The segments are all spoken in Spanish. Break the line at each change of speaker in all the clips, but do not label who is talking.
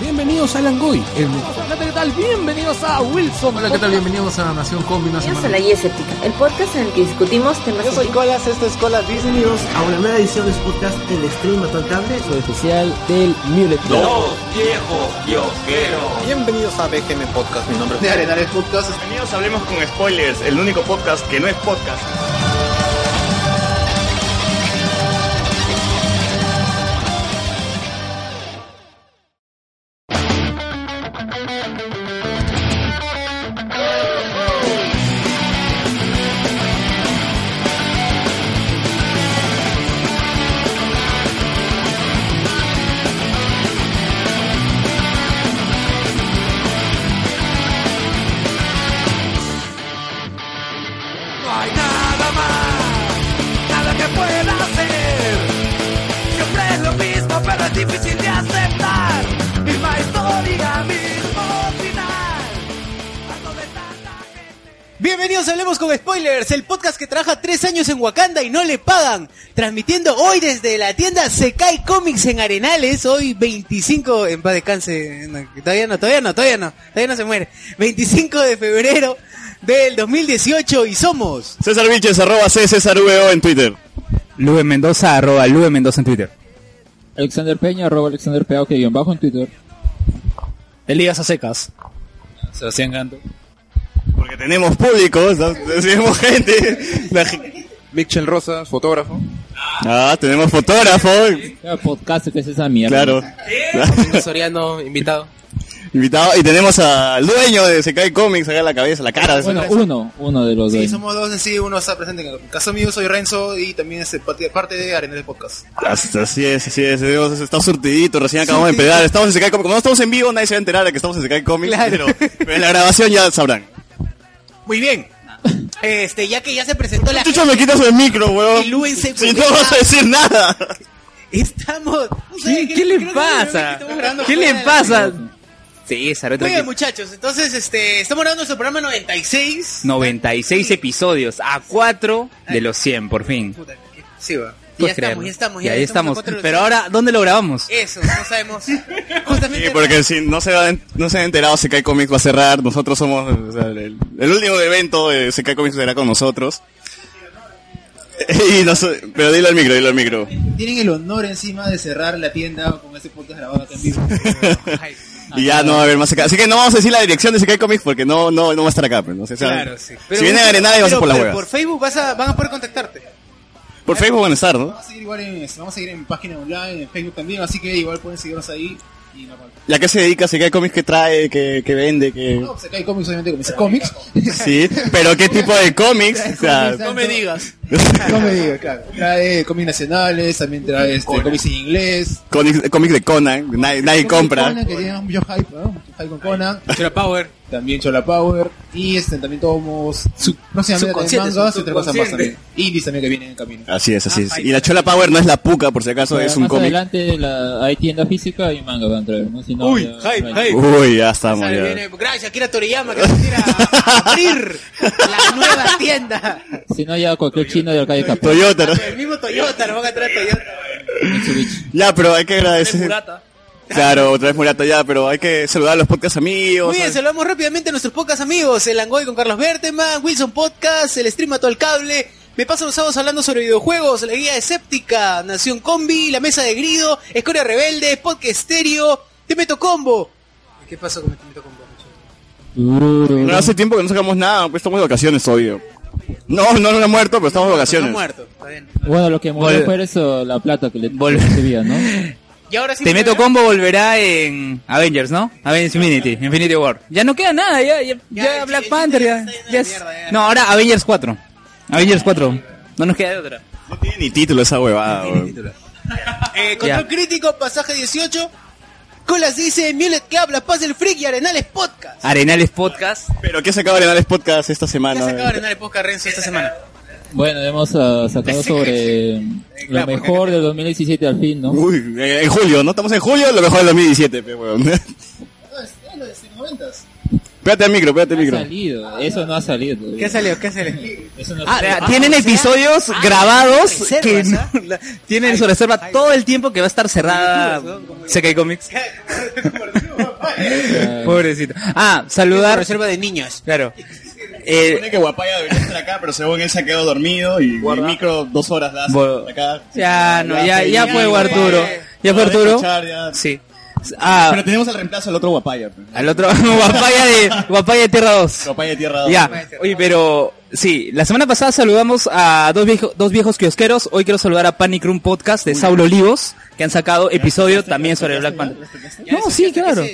Bienvenidos a Langoy. El...
Hola, ¿qué tal? Bienvenidos a Wilson.
Hola, ¿qué tal? Bienvenidos a Nación Combi una
Bienvenidos
semana.
a La Guía Escéptica, el podcast en el que discutimos temas...
Pues,
Yo soy Colas, esto es Colas Disney.
Bienvenidos a una nueva edición de su podcast El Stream Cable.
especial del Mulet
Dos viejos kiosqueros.
Bienvenidos a BGM Podcast, mi nombre es...
De Arenales Podcast.
Bienvenidos a Hablemos con Spoilers, el único podcast que no es podcast.
No hay nada más, nada que pueda hacer. Siempre es lo mismo, pero es difícil de aceptar. Misma historia, mismo final. Harto de tanta gente.
Bienvenidos a Hablemos con Spoilers, el podcast que trabaja tres años en Wakanda y no le pagan. Transmitiendo hoy desde la tienda Sekai Comics en Arenales, hoy 25, en paz descanse, no, todavía no, todavía no, todavía no, todavía no se muere. 25 de febrero del 2018 y somos...
César Vilches, arroba C César VO en Twitter.
Lube Mendoza, arroba Lube Mendoza en Twitter.
Alexander Peña, arroba Alexander Peña, que guión bajo en Twitter.
Elías a secas.
Sebastián Ganto.
Porque tenemos público, ¿no? tenemos gente. La ge-
Michel Rosas, fotógrafo.
Ah, tenemos fotógrafo.
Podcast que es esa mierda.
Claro.
Soriano, invitado.
Invitado. Y tenemos al dueño de Sekai Comics acá en la cabeza, la cara de
Bueno,
sorpresa.
uno, uno de los
Sí,
dos.
somos dos en sí, uno está presente. En el caso mío soy Renzo y también es parte parte de Arenales Podcast.
As- Así es, así es, Dios, está surtidito, recién acabamos de empezar, estamos en Sekai Comics, como no estamos en vivo nadie se va a enterar de que estamos en Sekai Comics, pero, pero en la grabación ya sabrán.
Muy bien. Este, ya que ya se presentó la...
Chucho me quitas el micro,
Y
weón,
Luen se
si no vas a decir nada.
Estamos...
¿Qué, qué le pasa? ¿Qué le pasa? Sí, Saruto.
Muy
aquí.
bien, muchachos, entonces este, estamos grabando nuestro programa 96.
96 episodios, a 4 de los 100, por fin.
Puta, que- Sí, va. Y ya
Puedes
estamos,
creerlo.
ya estamos,
Pues Y
ya
ahí
estamos
estamos.
en contra de
Pero
los-
ahora, ¿dónde lo grabamos?
Eso, no sabemos. Justamente.
Sí, porque si no se, va- no se han enterado, Sekai Comics va a cerrar. Nosotros somos o sea, el, el último evento de Sekai Comics será con nosotros. Y nos- pero dile al micro, dile al micro.
Tienen el honor encima de cerrar la tienda con este podcast grabado acá en vivo.
Y ya no va a haber más Sekai. Así que no vamos a decir la dirección de Sekai Comics porque no, no, no va a estar acá. pues, ¿no? O sea,
Claro, sí. Pero-
si viene a Arenada, vas a
pero
por las
por-
huevas.
Por
Por,
Facebook vas a, van a poder contactarte.
Facebook van a estar, ¿no?
Vamos a seguir igual en, vamos a seguir en página online, en Facebook también, así que igual pueden seguirnos ahí. Y no,
¿Y a qué se dedica Sekai Comics? ¿Qué trae? ¿Qué, qué vende? ¿Qué...
no, pues acá hay cómics, obviamente, con mis cómics.
Sí, pero ¿qué tipo de cómics? O sea,
No me digas.
No me digas, claro. Trae cómics nacionales, también trae este, cómics en inglés.
cómics, cómics de Conan, nadie, nadie
Cómics
compra.
Conan, que tiene mucho hype, ¿no? Mucho hype con Conan.
Chula Power.
También Chola Power. Y este, también tomamos su, próximamente también
subconsciente,
mangas y otras cosas más
subconsciente.
también. Indies también que vienen en camino.
Así es, así es. Y la Chola Power no es la puca, por si acaso, es un
más
cómic.
adelante la, hay tienda física y manga van a traer, ¿no? Si no,
Uy,
ya-
hype,
bueno.
hype.
Uy, ya estamos,
Sale,
ya.
viene- Gracias, Akira Toriyama, que nos quiera abrir la nueva tienda.
Si no, ya cualquier chino de la calle Capón.
Toyota, ¿no?
El mismo Toyota, nos van a traer Toyota.
Ya, pero hay que agradecer. Claro, otra vez Murata ya, pero hay que saludar a los podcast amigos.
Muy bien,
al-
saludamos rápidamente a nuestros podcast amigos, el Angoy con Carlos Berteman, Wilson Podcast, el Stream Mató al Cable, me paso los sábados hablando sobre videojuegos, la guía escéptica, Nación Combi, la mesa de Grido, Escoria Rebelde, Podcast Stereo, Te Meto Combo. ¿Qué pasó con Te Meto Combo?
No hace tiempo que no sacamos nada, pues estamos de vacaciones, obvio. No, no, no ha muerto, pero estamos de
Está
vacaciones.
muerto, está bien.
Bueno, lo que movió
Vol-
fue eso, la plata que le
Vol-
recibía, ¿no?
Y ahora sí.
Te meto combo volverá en Avengers, ¿no? Avengers Infinity, Infinity War. Ya no queda nada, ya, ya,
Ya,
ya
el-
Black
el-
Panther, ya,
está en
ya
la
es-
mierda, ya.
No, ahora Avengers 4. Avengers 4. No nos queda de otra.
No tiene ni título esa huevada, weón.
Eh, control
Ya.
crítico, pasaje 18. Colas dice, Mulet Club, La Paz del Freak y Arenales Podcast.
Arenales Podcast.
Pero ¿qué sacaba Arenales Podcast esta
Ya se
semana?
acaba
weón?
Arenales Podcast Renzo esta semana.
Bueno, hemos ah, sacado sobre lo
claro, porque-
mejor del 2017 al fin, ¿no?
Uy, eh, en julio, ¿no? Estamos en julio, lo mejor del 2017, pe, weón. Pégate al micro, pégate al
Ha
micro.
salido, eso no ha salido. todavía.
¿Qué salió? ¿Qué salió?
Eso no ha
Ah,
salido.
o
tienen
sea,
episodios
ah,
grabados
reservas,
que
¿ah?
¿eh?
no- la- tienen su reserva todo el tiempo que va a estar cerrada
Como-
Sekai Comics. Pobrecito. Ah, saludar.
Reserva de niños.
Claro. Eh,
Supone que Guapaya debería estar acá, pero según él se ha quedado dormido y el micro dos horas la hace
Bo-
acá.
Ya, no, ya,
ahí,
ya
ahí,
fue
Guapaya.
Arturo. Ya fue
Lo dejo
Arturo.
echar, ya.
Sí. Ah,
Pero tenemos el reemplazo del otro Guapaya. pues.
al otro. Guapaya de, Guapaya de Tierra 2.
Guapaya de Tierra 2.
Ya, oye, pero sí, la semana pasada saludamos a dos, viejo- dos viejos kiosqueros. Hoy quiero saludar a Panic Room Podcast de Saulo Olivos, que han sacado episodio también sobre Black Panther. No, sí, claro.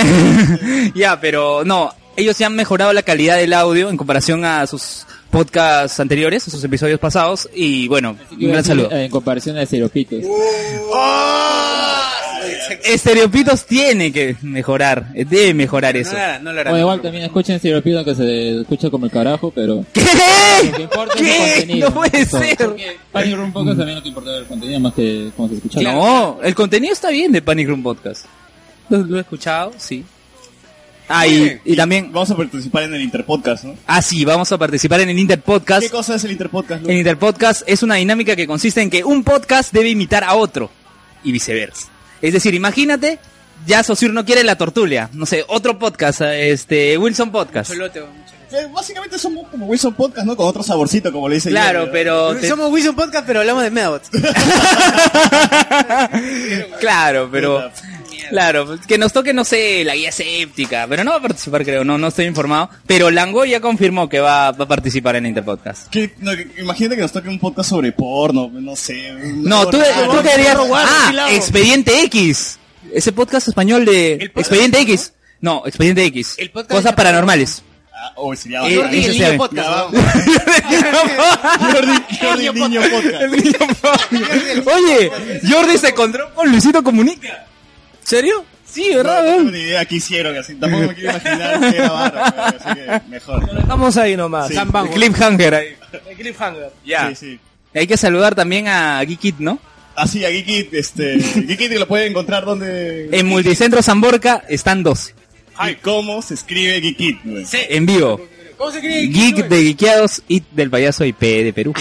ya, pero no, ellos ya han mejorado la calidad del audio en comparación a sus podcasts anteriores, a sus episodios pasados. Y bueno, un gran saludo.
En comparación a Ceropitos.
Estereopitos tiene que mejorar, eh, debe mejorar eso.
O igual también escuchen Ceropitos que se escucha como el carajo, pero...
¿Qué?
¿Qué?
No puede ser.
Panic Room Podcast también no te importa el contenido más que cómo se escucha.
No, el contenido está bien de Panic Room Podcast. Lo, lo he escuchado, sí. Ah, y, y también...
Vamos a participar en el Interpodcast, ¿no?
Ah, sí, vamos a participar en el Interpodcast.
¿Qué cosa es el Interpodcast? Lu?
El Interpodcast es una dinámica que consiste en que un podcast debe imitar a otro y viceversa. Es decir, imagínate, ya Sosur no quiere la tortulia. No sé, otro podcast, este, Wilson Podcast.
Que Básicamente somos como Wilson Podcast, ¿no? Con otro saborcito, como le dice
Claro,
Jerry, ¿no?
pero... te-
Somos Wilson Podcast, pero hablamos de Medabots.
Claro, pero... Claro, pues, que nos toque, no sé, la guía séptica, pero no va a participar, creo, no, no estoy informado. Pero Lango ya confirmó que va, va a participar en Interpodcast.
Que- no, que- imagínate que nos toque un podcast sobre porno, no sé. un-
No, tú,
Ah,
tú querías...
porno, guarda, sí,
Ah,
lavo.
Expediente X. Ese podcast español de... Expediente X. No, Expediente X.
podcast
Cosas
de-
paranormales.
Ah, oh, sí, ya va.
Eh,
Ya va.
Jordi, el
Ya
niño
va.
podcast,
Ya va. Jordi, Jordi, el niño podcast.
Oye, Jordi se encontró con Luisito Comunica. ¿Serio? Sí,
No,
¿verdad?
no
weón?
¿eh?
tengo ni idea qué hicieron, así tampoco me quiero imaginar qué grabaron, weón, así que mejor.
Estamos ahí nomás.
Sí.
El Cliffhanger ahí.
El cliffhanger.
Ya.
Sí, sí.
Hay que saludar también a Geekit, ¿no?
Así, a Geekit, este, Geekit lo pueden encontrar donde...
En Multicentro San Borca están dos.
¿Y cómo se escribe Geekit? weón?
En vivo.
¿Cómo se cree?
Geek de Geekeados y del payaso IP de Perú.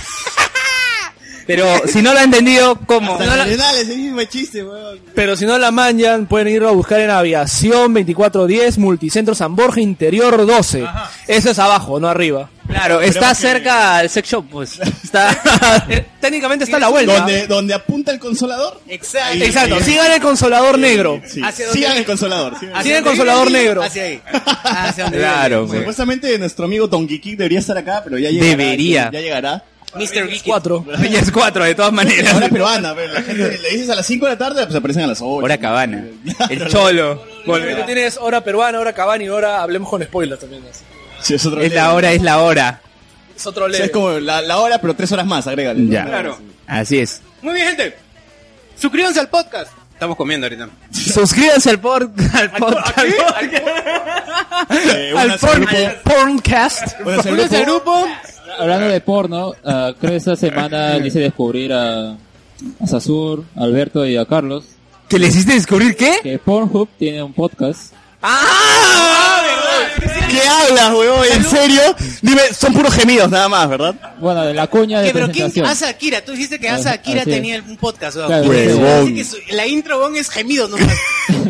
Pero si no lo ha entendido, ¿cómo?
Hasta
No la-
dale, dale, ese mismo chiste, weón.
Pero si no la manjan, pueden irlo a buscar en Aviación 2410, Multicentro San Borja, Interior 12. Eso es abajo, no arriba.
Claro, está cerca al sex shop, pues. Está...
Eh, Técnicamente está a la vuelta.
Donde, donde apunta el consolador.
Exacto.
Ahí,
Exacto,
ahí.
sigan el consolador negro.
Sí.
¿Hacia dónde
Sigan
vive?
el consolador. sigan el
Hacia
Tiene el
donde
consolador
vive,
negro.
Hacia ahí. Hacia donde vive.
Claro,
Bueno,
güey.
Supuestamente nuestro amigo Don Geek debería estar acá, pero ya llegará.
Debería.
Ya llegará.
Mr. Geek.
4.
Peñas 4, de todas maneras.
Ahora peruana, pero la gente le dices a las 5 de la tarde, pues aparecen a las 8.
Hora cabana. El cholo.
Obviamente tienes hora peruana, hora cabana y hora hablemos con spoilers también. así.
Sí, es otro
Es
tema.
la hora, es la hora.
Es otro
O sea, es
leve.
como la, la hora, pero 3 horas más, agrégale.
Ya.
Claro.
Así es.
Muy bien, gente. Suscríbanse al podcast. Estamos comiendo ahorita.
Suscríbanse al, por, al podcast.
Eh,
Al
unas al grupo,
por- porncast.
unas al
Unas al
grupo.
Hablando de porno, ah, creo que esta semana le hice descubrir a, a Sasur, a Alberto y a Carlos
¿Que le hiciste descubrir qué?
que Pornhub tiene un podcast.
¡Ah!
¿Qué hablas, huevón? ¿En serio? Dime, son puros gemidos nada más, ¿verdad?
Bueno, de la cuña Ah, de
¿Qué, pero quién?
presentación.
Asa Akira. Tú dijiste que Asa
Ah,
Akira
así es.
tenía un podcast. ¿no?
Claro,
Así
Huevón.
que su- la intro bon, es gemido. ¿no?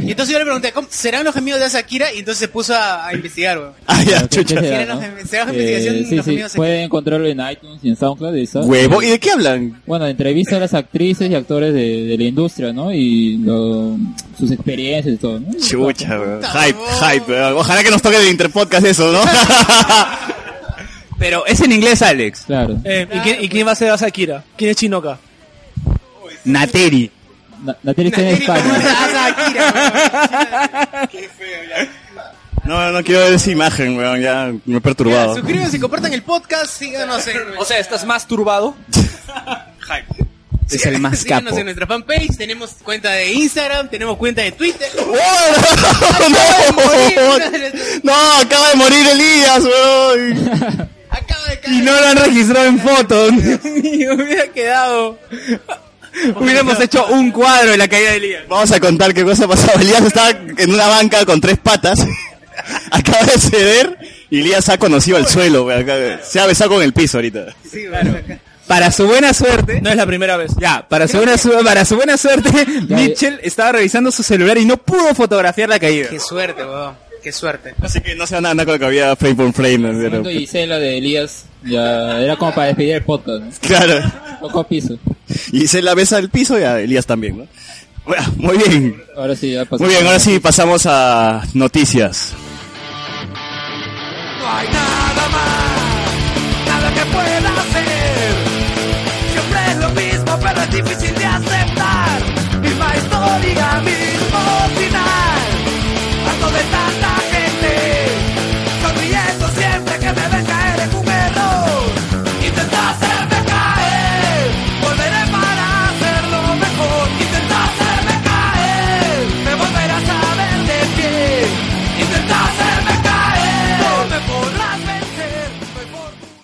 y entonces yo le pregunté, ¿cómo- ¿serán los gemidos de Asa Akira? Y entonces se puso a, a investigar. weón.
Ah, ya,
¿Qué- qué
chucha.
será,
Tiene
no?
los gem- se baja investigación
Eh,
los
sí, sí,
gemidos
pueden encontrarlo en iTunes y en SoundCloud. y está.
Huevo, ¿y de qué hablan?
Bueno, entrevista a las actrices y actores de, de la industria, ¿no? Y lo- sus experiencias y todo, ¿no?
Chucha, weón. Hype, hype, weón. Ojalá que nos toque de Interpodcast eso, ¿no?
Pero es en inglés, Alex.
Claro.
Eh, ¿y, quién,
pues.
y quién va a ser Asakira? ¿Quién es Chinoca?
Nateri.
Na- Natalia está en España.
Asa Akira. weón.
No, no quiero ver esa imagen, weón. Ya me he perturbado.
Suscríbanse, compartan el podcast, síganos en...
O sea, estás más turbado.
Es el más
Síganos
capo.
en nuestra fanpage, tenemos cuenta de Instagram, tenemos cuenta de Twitter.
¡Oh, no! No, acaba de morir Elías, weón.
Acaba de caer.
Y no lo han registrado en foto. Dios mío, hubiera quedado. Hubiéramos hecho un cuadro de la caída de Elías.
Vamos a contar qué cosa pasaba. Elías estaba en una banca con tres patas. Acaba de ceder y Elías ha conocido el suelo, weón. Acá- Se ha besado con el piso ahorita.
Sí, bueno, acá.
Para su buena suerte. No es la primera vez. Ya, para su buena, su- para su buena suerte,
eh.
Mitchell estaba revisando su celular y no pudo fotografiar la caída.
Qué suerte, weón. Qué suerte.
Así que no se van a andar con lo que había frame por frame. ¿no?
Fernando y Cela de Elías ya era como para despedir el podcast. ¿no?
Claro.
Tocó piso.
Y se la besa del piso y a Elías también, ¿no? Bueno, muy bien.
Ahora sí, ya pasó.
Muy bien, ahora Pues sí pasamos a noticias.
nada que pueda hacer. Siempre es lo mismo, pero es difícil de aceptar. Misma historia, mismo final. Harto de tanta gente, sonriendo siempre que me ven caer en un error. Intenta hacerme caer, volveré para hacerlo mejor. Intenta hacerme caer, me volverás a ver de pie. Intenta hacerme caer, no me podrás vencer.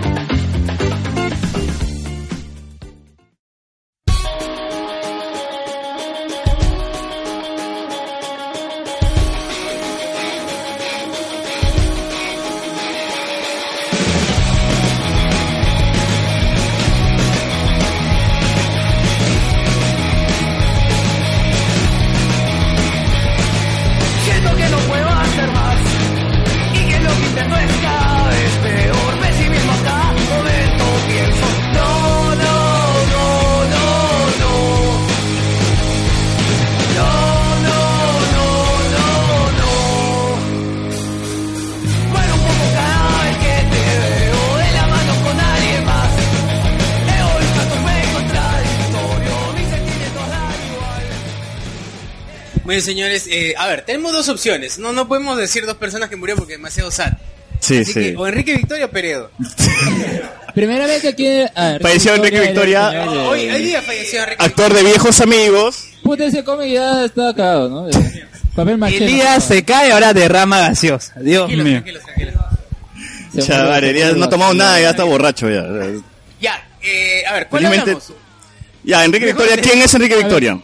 Siento que no puedo hacer más Y que lo que intento es cada vez peor Me sí mismo a cada momento pienso No, no, no, no, no No, no, no, no, no Muero un poco cada vez que te veo De la mano con nadie más Egoísta tu fe contradictorio Mis sentimientos dan igual
Bueno, señores, eh, a ver, tenemos dos opciones. No, no podemos decir dos personas que murieron porque es demasiado sad.
Sí,
Así
sí.
que, o Enrique Victoria o Peredo.
Primera vez que aquí. a ver,
Falleció Enrique Victoria.
Hoy, hoy día falleció Enrique
Actor de viejos amigos.
Puta, ese cómic ya está acabado, ¿no? Eh, Ya. Papel maché.
Elías se cae, ahora derrama gaseosa. Dios mío.
Chaval, Elías no ha tomado nada, ya está borracho ya.
Ya, eh, a ver, ¿cuál
Felizmente-
hablamos?
Ya, Enrique Victoria, ¿quién es Enrique Victoria?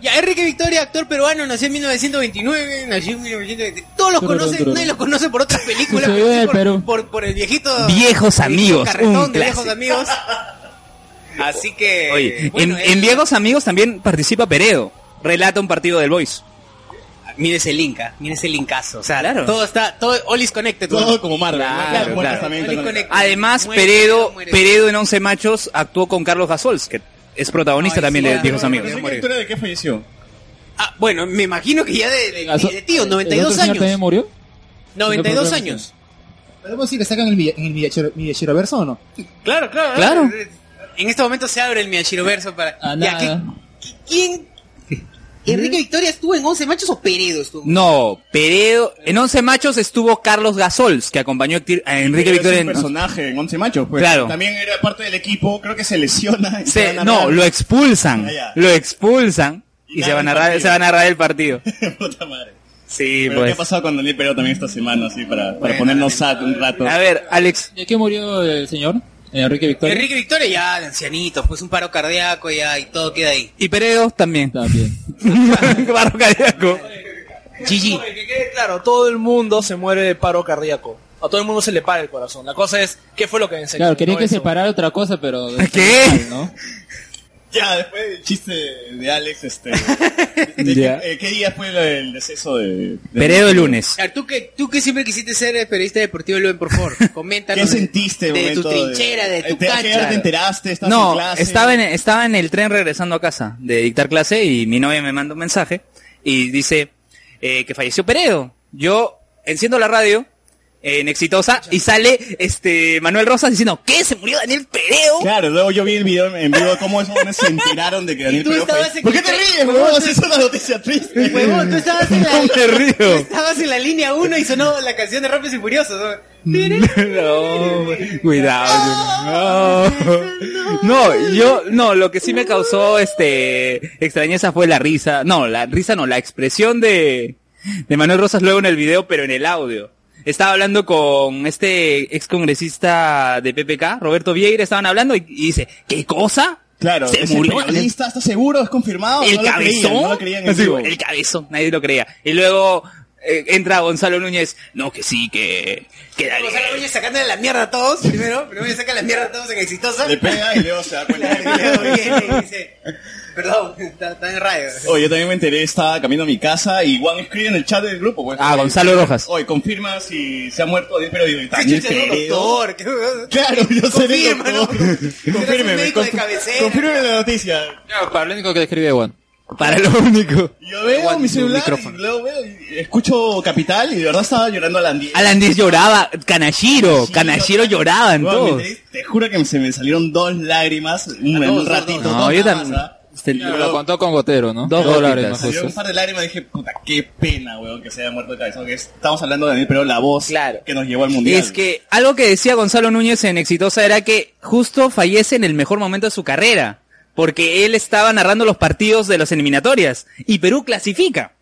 Ya, Enrique Victoria, actor peruano, nació en 1929, nació en 1920. Todos los
Tururú,
conocen,
tururú.
nadie los conoce por otras películas,
Sucedió
pero sí
en el
por,
Perú.
por- por el viejito
Viejos amigos,
carretón
un
de viejos
clásico.
amigos. Así que
Oye,
bueno,
en,
eh,
en Viejos Amigos también participa Peredo. Relata un partido del Boys.
mire ese Inca, mire ese linkazo, o sea,
Claro.
todo está todo all is connected. Todo
como Marvel,
¿no?
claro,
Las muertes
claro.
también
All is connected.
Además,
Eh, Muere,
Peredo,
muere.
Peredo en Once Machos actuó con Carlos Gasols, que es protagonista también de Viejos Amigos.
de qué falleció?
Ah, bueno, me imagino que ya de, de- de tío,
¿El otro
92
señor
años.
también murió?
92 años.
¿Podemos decir que sacan el, Milla- en el Millachero- Millachero verso o no?
Claro, claro.
Claro.
En este momento se abre el Miyashiro verso para
Ah,
Ya, ¿qué-
nada.
qué- quién Enrique Victoria estuvo en 11 machos o Peredo estuvo?
No, Peredo. En Once Machos estuvo Carlos Gasols, que acompañó a Tir- a Enrique Victoria en.
personaje en Once Machos, pues.
Claro.
También era parte del equipo, creo que se lesiona. y
Se-
se van a
no,
hablar.
lo expulsan.
Ah, ya.
Lo expulsan. Y,
gana
se, va a
el
narrar,
partido.
se va a narrar el partido.
Puta madre.
Sí,
Pero ¿Qué ha
pues.
pasado con Daniel Peredo también esta semana, así, para, para ponernos sad un rato?
A ver, Alex.
¿De qué murió el señor? Enrique Victoria.
Enrique Victoria ya, de ancianito, pues un paro cardíaco ya y todo queda ahí.
Y Peredo también.
También.
Barro cardíaco.
GG.
Que quede claro, todo el mundo se muere de paro cardíaco. A todo el mundo se le para el corazón. La cosa es, ¿qué fue lo que enseñó?
Claro, quería
No
que
eso.
separara otra cosa, pero.
¿Qué?
¿no?
Ya, después del chiste de Alex, este...
Ya.
eh, ¿Qué día fue el deceso de... de-
Peredo el lunes.
A ver, tú que, tú que siempre quisiste ser eh, periodista deportivo, Luen, por favor, coméntanos.
¿Qué sentiste,
De, de tu
momento de-
trinchera, de tu
¿Te- a qué hora
cancha.
te enteraste? ¿Estabas en
No,
clase?
estaba en, estaba en el tren regresando a casa de dictar clase y mi novia me manda un mensaje y dice eh, que falleció Peredo. Yo enciendo la radio, en Exitosa y sale este Manuel Rosas diciendo, ¿qué? ¿Se murió Daniel Pereo?
Claro, luego yo vi el video en vivo de cómo esos jóvenes se enteraron de que Daniel
tú
Pereo fue-
estabas en-
¿Por qué te ríes, huevón? Esa es una noticia triste.
Huevón, tú estabas en la,
No me río.
tú estabas en la línea 1 y sonó la canción de Rápidos y Furiosos.
No, cuidado. No. No, yo, no, lo que sí me causó, este, extrañeza fue la risa. No, la risa no, la expresión de, de Manuel Rosas luego en el video, pero en el audio. Estaba hablando con este ex congresista de PPK, Roberto Vieira, estaban hablando y, y dice, ¿qué cosa?
Claro,
se
ese
murió. ¿eh?
periodista, ¿Estás seguro? ¿Es confirmado?
El
No lo creían,
cabezón.
no lo creían en
Así,
vivo.
el cabezón, nadie lo creía. Y luego eh, entra Gonzalo Núñez, no, que sí, que, que Daniel
Gonzalo Núñez sacándole la mierda a todos, primero. Primero le saca la mierda a todos en Exitosa.
Le pega y luego se da cuenta.
Claro, y luego viene y dice, perdón, está, está en radio.
Oye, yo también me enteré, estaba caminando a mi casa y Juan escribe en el chat del grupo. Pues,
Ah, Gonzalo Rojas.
Oye, confirma si se ha muerto Daniel Pereo. Digo,
Qué
Daniel
chucha, eres
Pereo.
doctor, qué-
Claro, yo seré
Confirma, ¿no?
doctor.
Eres un
Confírmeme,
médico de
conf-
cabecera.
confírmeme la noticia.
para lo único que describe Juan.
Para lo único.
Yo veo mi celular
micrófono.
y luego veo y escucho Capital y de verdad estaba llorando a la Andy.
Alan Díaz lloraba, Kanashiro, Kanashiro lloraban
Bueno,
todos.
mire, Te juro que se me salieron dos lágrimas en
todos,
un
dos,
ratito.
dos.
dos
No, yo
nada
también.
más, ¿ah?
Pero lo contó con gotero, ¿no?
Dos
dólares
Me
más
salieron
justo.
un par de lágrimas y dije, puta, qué pena, weón, que se haya muerto de cabeza. Que es- estamos hablando de Daniel, pero la voz que nos llevó al mundial.
Es que algo que decía Gonzalo Núñez en Exitosa era que justo fallece en el mejor momento de su carrera, porque él estaba narrando los partidos de las eliminatorias y Perú clasifica.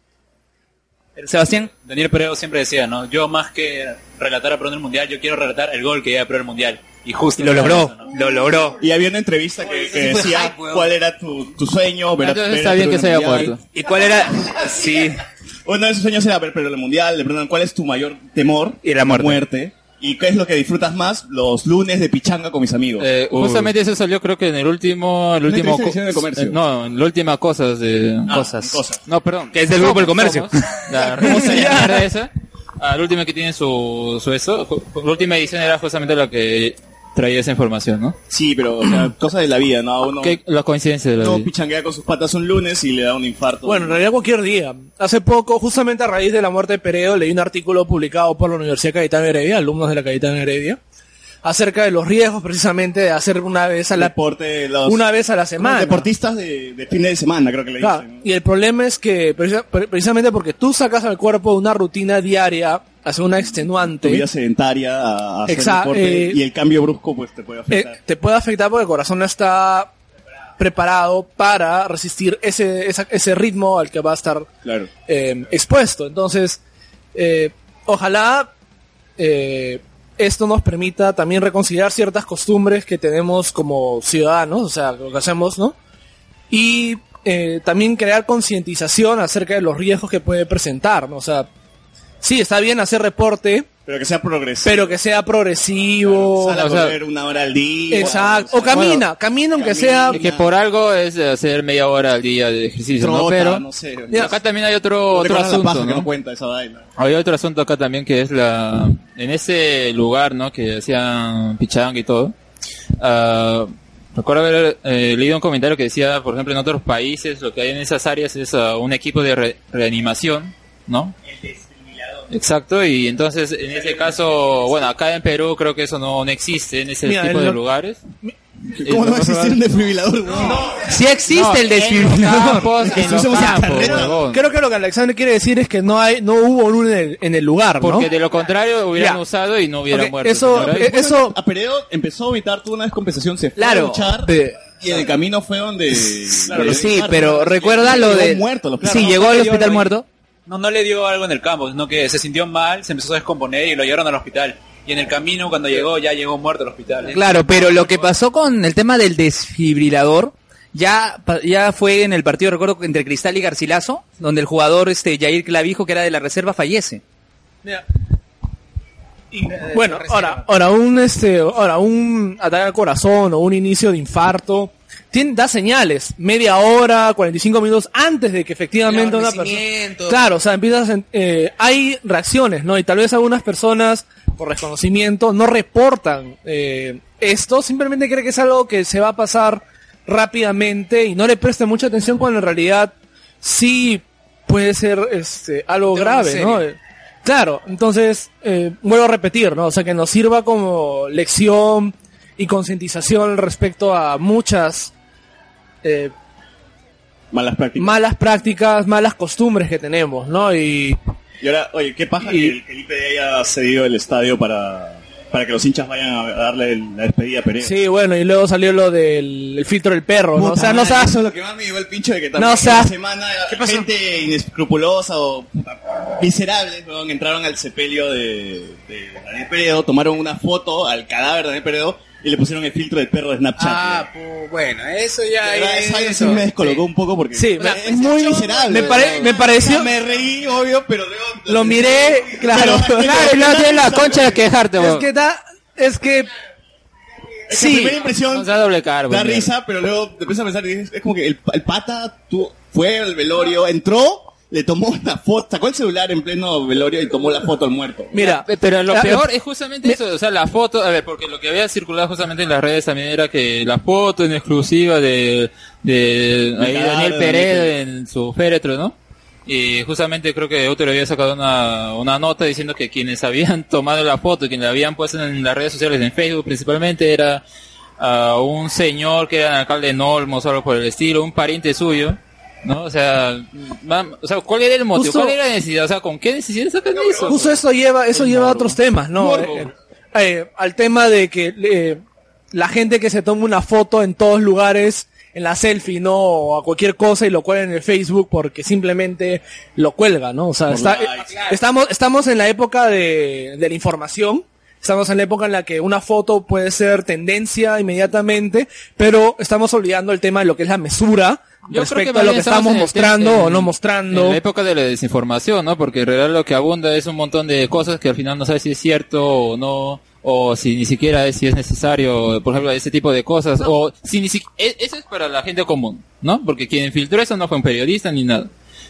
Sebastián,
Daniel Pereo siempre decía, ¿no? Yo más que relatar a Perú en el Mundial, yo quiero relatar el gol que llega a Perú en el Mundial. Y justo
lo logró,
eso, ¿no?
lo logró.
Y había una entrevista que, que decía cuál era tu, tu sueño. Ver, a-
Entonces
ver
Ah, está
a
bien
Perú
que
en
se
el
haya
Mundial.
muerto. ¿Y cuál era? Sí.
Uno de sus sueños era ver Perú en el mundial. Le preguntan cuál es tu mayor temor.
Y la muerte.
¿Y qué es lo que disfrutas más? Los lunes de pichanga con mis amigos.
Eh, justamente eso salió creo que en el último, el
Una
último
entrevista de comercio.
eh, no, en la última cosas de
Ah,
cosas.
cosas.
No, perdón.
Que es del grupo El Comercio.
Somos, La revista de mierda esa. Ah, la última que tiene su, su eso. Ju- La última edición era justamente la que traía esa información, ¿no?
Sí, pero o sea, cosas de la vida, ¿no? Uno,
¿Qué, la coincidencia de la
uno
vida.
pichanguea con sus patas un lunes y le da un infarto.
Bueno, en realidad cualquier día. Hace poco, justamente a raíz de la muerte de Pereo, leí un artículo publicado por la Universidad Cayetano Heredia, alumnos de la Cayetano Heredia, acerca de los riesgos precisamente de hacer una vez a la,
Deporte, los-
una vez a la
como
semana.
Deportistas de, de fin de semana, creo que le
Claro,
dicen.
y el problema es que precisa- pre- precisamente porque tú sacas al cuerpo de una rutina diaria, hacer una
Tu
extenuante,
vida sedentaria a, a hacer
Exa-
deporte
eh,
y el cambio brusco pues te puede
eh,
afectar.
te puede afectar porque el corazón no está preparado para resistir ese, esa- ese ritmo al que va a estar
claro.
eh, expuesto. Entonces, eh, ojalá eh, esto nos permita también reconciliar ciertas costumbres que tenemos como ciudadanos, o sea, lo que hacemos, ¿no? Y eh, también crear concientización acerca de los riesgos que puede presentar, ¿no? O sea, sí, está bien hacer reporte.
Pero que sea progresivo.
Pero que sea progresivo.
Sal a
o sea,
correr una hora al día.
Exacto. O camina, camina aunque sea.
Es que por algo es hacer media hora al día de ejercicio, ¿no?
Trota,
Pero
no sé.
acá también hay otro,
No te
otro
corras la
asunto,
paja, que
¿no?
no cuenta esa vaina.
Hay otro asunto acá también que es la... En ese lugar, ¿no? Que hacían pichanga y todo. ah, recuerdo haber eh, leído un comentario que decía, por ejemplo, en otros países lo que hay en esas áreas es ah, un equipo de re- reanimación, ¿no? Exacto, y entonces en ese caso, bueno, acá en Perú creo que eso no, no existe en ese
Mira,
tipo
el
de
lo-
lugares.
¿Cómo no va a
Eh,
existir un desfibrilador? No.
Sí existe
No,
el
en los
desfibrilador.
campos, en los campos, huevón.
Creo que lo que Alexander quiere decir es que no hay, no hubo uno en el, en el lugar, ¿no?
Porque de lo contrario hubieran
Ya.
usado y no hubieran
Ok,
muerto.
eso-
señora.
eh, eso-
A Pereo empezó a evitar tuvo una descompensación, se fue
Claro.
a luchar. Y en el camino fue donde...
Claro, sí, pero recuerda lo de...
Muerto, lo-
sí,
no,
llegó
no
al
le dio
hospital
algo.
muerto.
No, no le dio algo en el campo, sino que se sintió mal, se empezó a descomponer y lo llevaron al hospital. Y en el camino, cuando llegó, ya llegó muerto al hospital.
Claro, pero lo que pasó con el tema del desfibrilador ya, pa- ya fue en el partido, recuerdo, entre Cristal y Garcilaso, donde el jugador este Jair Clavijo, que era de la reserva, fallece.
Bueno, ahora, ahora un este, ahora un ataque al corazón o un inicio de infarto tiene, da señales, media hora, 45 minutos antes de que efectivamente una persona.
Entorno.
Claro, o sea, empiezas en- eh, hay reacciones, ¿no? Y tal vez algunas personas por desconocimiento no reportan eh, esto, simplemente cree que es algo que se va a pasar rápidamente y no le presta mucha atención cuando en realidad sí puede ser este algo
Tema
grave,
serio.
¿no? Eh, Claro, entonces, eh, vuelvo a repetir, ¿no? O sea, que nos sirva como lección y concientización respecto a muchas eh,
Malas prácticas.
malas prácticas, malas costumbres que tenemos, ¿no? Y
Y ahora, oye, qué paja que el, que el IPD haya cedido el estadio para, para que los hinchas vayan a darle el- la despedida a Perea.
sí, bueno, y luego salió lo del el filtro del perro, ¿no? O sea, no sabes... Eh,
lo que más me llevó el pincho de que
No
también
seas-
esta semana gente inescrupulosa o puta, miserables weón, entraron al sepelio de, de Daniel Peredo, tomaron una foto al cadáver de Daniel Peredo y le pusieron el filtro del perro de Snapchat.
Ah, pu- bueno, eso ya
De verdad,
es
esa vaina sí
eso.
me descolocó un poco porque
Sí,
o sea,
me-
es muy miserable.
me pare-
weón.
me pareció-
O sea, me reí, obvio, pero luego
Lo miré, claro.
Pero-
Claro, y no tienes la concha de quejarte,
Es
weón.
que da... Es que...
Es que
Sí.
La primera impresión
No sea doble cara,
da
weón.
risa, pero luego te empiezas a pensar y dices, es como que el, el pata tu- fue al velorio, entró, le tomó una foto, sacó el celular en pleno velorio y tomó la foto al muerto.
Mira, eh,
pero lo
la-
peor es justamente eso, o sea, la foto, a ver, porque lo que había circulado justamente en las redes también era que la foto en exclusiva de, de ahí
cadáver
Daniel
de
Pérez
Daniel
en su féretro, ¿no? Y justamente creo que otro le había sacado una, una nota diciendo que quienes habían tomado la foto, quienes la habían puesto en las redes sociales, en Facebook principalmente, era a un señor que era alcalde de Olmos o algo por el estilo, un pariente suyo, ¿no? O sea, mam- o sea ¿cuál era el motivo?
Justo-
¿Cuál era la necesidad? O sea, ¿con qué necesidad sacan eso?
Justo eso lleva, eso lleva a otros temas, ¿no?
Morbo.
Eh, eh, al tema de que eh, la gente que se toma una foto en todos lugares, en la selfie, ¿no? O a cualquier cosa y lo cuelga en el Facebook porque simplemente lo cuelga, ¿no? O sea,
Por
está-
likes.
eh, estamos, estamos en la época de, de la información. Estamos en la época en la que una foto puede ser tendencia inmediatamente, pero estamos olvidando el tema de lo que es la mesura respecto a
más
lo
bien
que estamos
en el
mostrando
tiempo-
o no
en-
mostrando.
En la época de la desinformación, ¿no? Porque en realidad lo que abunda es un montón de cosas que al final no sabes si es cierto o no, o si ni siquiera es, si es necesario, por ejemplo, ese tipo de cosas, o si ni siquiera... Eso es para la gente común, ¿no? Porque quien filtró eso no fue un periodista ni nada.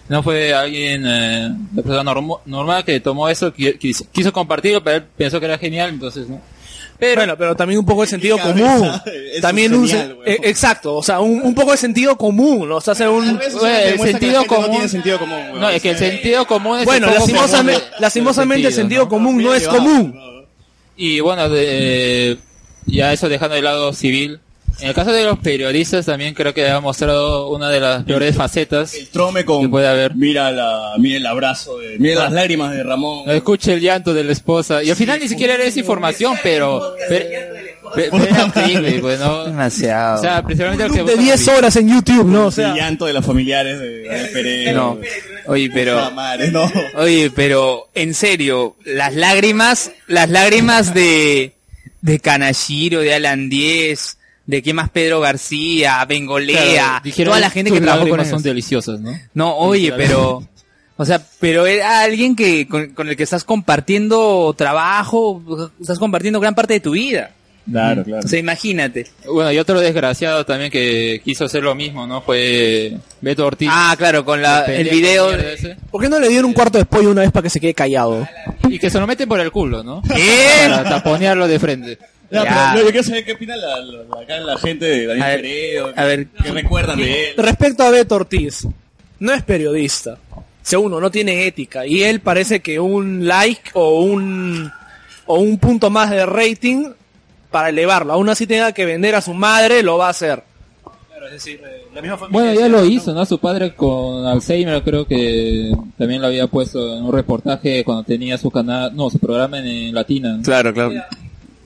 No fue alguien, eh, una persona normo- normal que tomó eso, qui- quiso, quiso compartirlo, pero él pensó que era genial, entonces, ¿no? Pero,
bueno, pero también un poco de sentido
cabeza,
común.
eso
También
es
un
genial,
sen-
weón.
eh, exacto, o sea, un, un poco de sentido común, ¿no? O sea, hacer un eh,
Eso
Güey, el
demuestra que la
sentido
gente
común-
No tiene sentido común, weón.
no, es que el sentido común es...
bueno,
el poco
lastimosamente,
común de-
lastimosamente el
del
sentido
¿no?
común no es
Elevado,
común.
Y bueno, de- eh, ya eso dejando de lado civil. En el caso de los periodistas también creo que ha mostrado una de las peores facetas.
El trome con...
Que puede haber.
Mira, la, mira el abrazo, de, mira las lágrimas de Ramón.
No escuche el llanto de la esposa. Y al final ni siquiera era esa información, pero... pe- pe- era horrible, pues, ¿no?
Demasiado.
O sea, principalmente
Un
lo que
loop de
busca
10
Madrid.
horas en YouTube, ¿no? O sea,
El llanto de los familiares de Daniel Peredo.
No. Oye,
La
pero,
madre, no.
oye, pero, en serio, las lágrimas, las lágrimas de, de Kanashiro, de Alan Diez, de quién más Pedro García, Bengolea,
Claro, dijeron,
toda la gente
"Tus
que trabajó con
lágrimas
ellos.
son deliciosas, ¿no?
No, oye,
Literal.
pero, o sea, pero era alguien que, con, con el que estás compartiendo trabajo, estás compartiendo gran parte de tu vida.
Claro, claro.
O sea, imagínate.
Bueno, y otro desgraciado también que quiso hacer lo mismo, ¿no? Fue Beto Ortiz.
Ah, claro, con la, el
Pelea
video.
con mierda ese.
¿por qué no le dieron un cuarto de pollo una vez para que se quede callado?
Y que se lo meten por el culo, ¿no?
¿Qué?
Para taponearlo de frente.
Ya,
Ya.
pero yo- yo quiero saber qué opina la, la- la- acá la gente de Daniel
A ver,
Peredo.
a ver.
¿Qué recuerdan de él?
Respecto a Beto Ortiz, no es periodista. Segundo, no tiene ética. Y él parece que un like o un, o un punto más de rating para elevarlo. Aún así tenga que vender a su madre, lo va a hacer.
Claro, es decir, eh, la misma familia.
Bueno, ya
decía,
lo hizo, ¿no? Su padre con Alzheimer creo que también lo había puesto en un reportaje cuando tenía su canal, no, su programa en, eh, Latina. ¿no?
Claro, claro.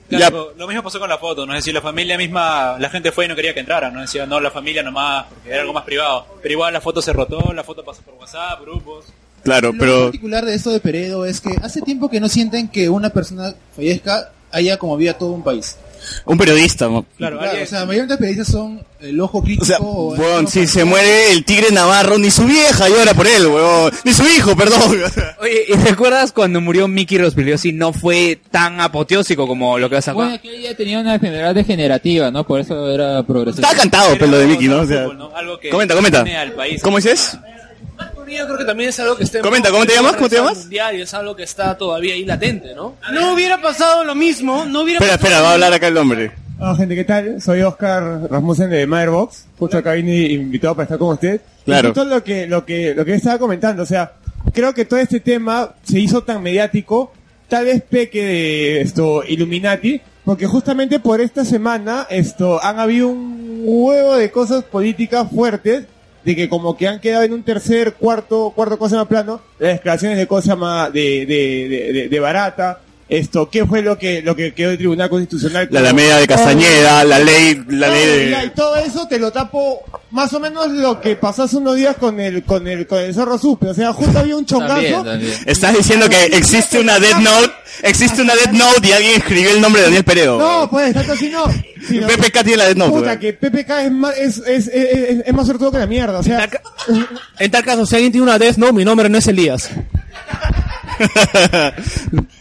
Claro, Lo mismo pasó con la foto, ¿no? Es decir, la familia misma, la gente fue y no quería que entrara, ¿no? Decía, no, la familia nomás, porque era algo más privado. Pero igual la foto se rotó, la foto pasó por WhatsApp, grupos.
Claro,
Lo más particular de esto de Peredo es que hace tiempo que no sienten que una persona fallezca haya conmovido a todo un país.
un periodista. ¿no?
Claro,
Claro,
alguien-
o sea, la mayoría de los periodistas son el ojo crítico.
O sea,
o-
weón,
no,
si
para-
se muere el tigre Navarro, ni su vieja llora por él, weón. Ni su hijo, perdón.
Oye, ¿y recuerdas cuando murió Mickey Rospigliosi? No fue tan apoteósico como lo que vas a
Bueno, es que ella tenía una enfermedad degenerativa, ¿no? Por eso era progresivo.
Está cantado,
Pero
pero lo de Mickey, ¿no? O sea,
fútbol, ¿no? Algo que
comenta, comenta.
une al país.
¿Cómo dices?
Yo creo que también es algo que está en
Comenta,
boca
¿cómo te
de
llamas?
la
¿Cómo te
realidad
llamas?
mundial y es algo que está todavía ahí latente, ¿no? No hubiera pasado lo mismo, no hubiera
Espera, espera, va a hablar acá el hombre.
Hola Ah, gente, ¿qué tal? Soy Oscar Rasmussen de Motherbox. Justo acá vine invitado para estar con usted.
Claro.
Y justo lo que, lo que, lo que estaba comentando, o sea, creo que todo este tema se hizo tan mediático, tal vez peque de esto Illuminati, porque justamente por esta semana esto han habido un huevo de cosas políticas fuertes de que como que han quedado en un tercer, cuarto, cuarto cosa más plano, las declaraciones de cosa más de, de, de, de- de barata, esto, ¿qué fue lo que lo que quedó el Tribunal Constitucional?
La Alameda de Castañeda, la ley, la ley de...
Ya, y todo eso te lo tapo más o menos lo que pasó hace unos días con el con el con el zorro supe, o sea, justo había un chongazo.
Estás diciendo que existe una Dead Note, existe una Dead Note y alguien escribió el nombre de Daniel Peredo.
No, pues tanto así no. sino-
PPK tiene la Dead Note.
Puta, que PPK es más, es, es, es, es- es más sortudo que la mierda, o sea.
En tal caso, si alguien tiene una Death no, mi nombre no es Elías.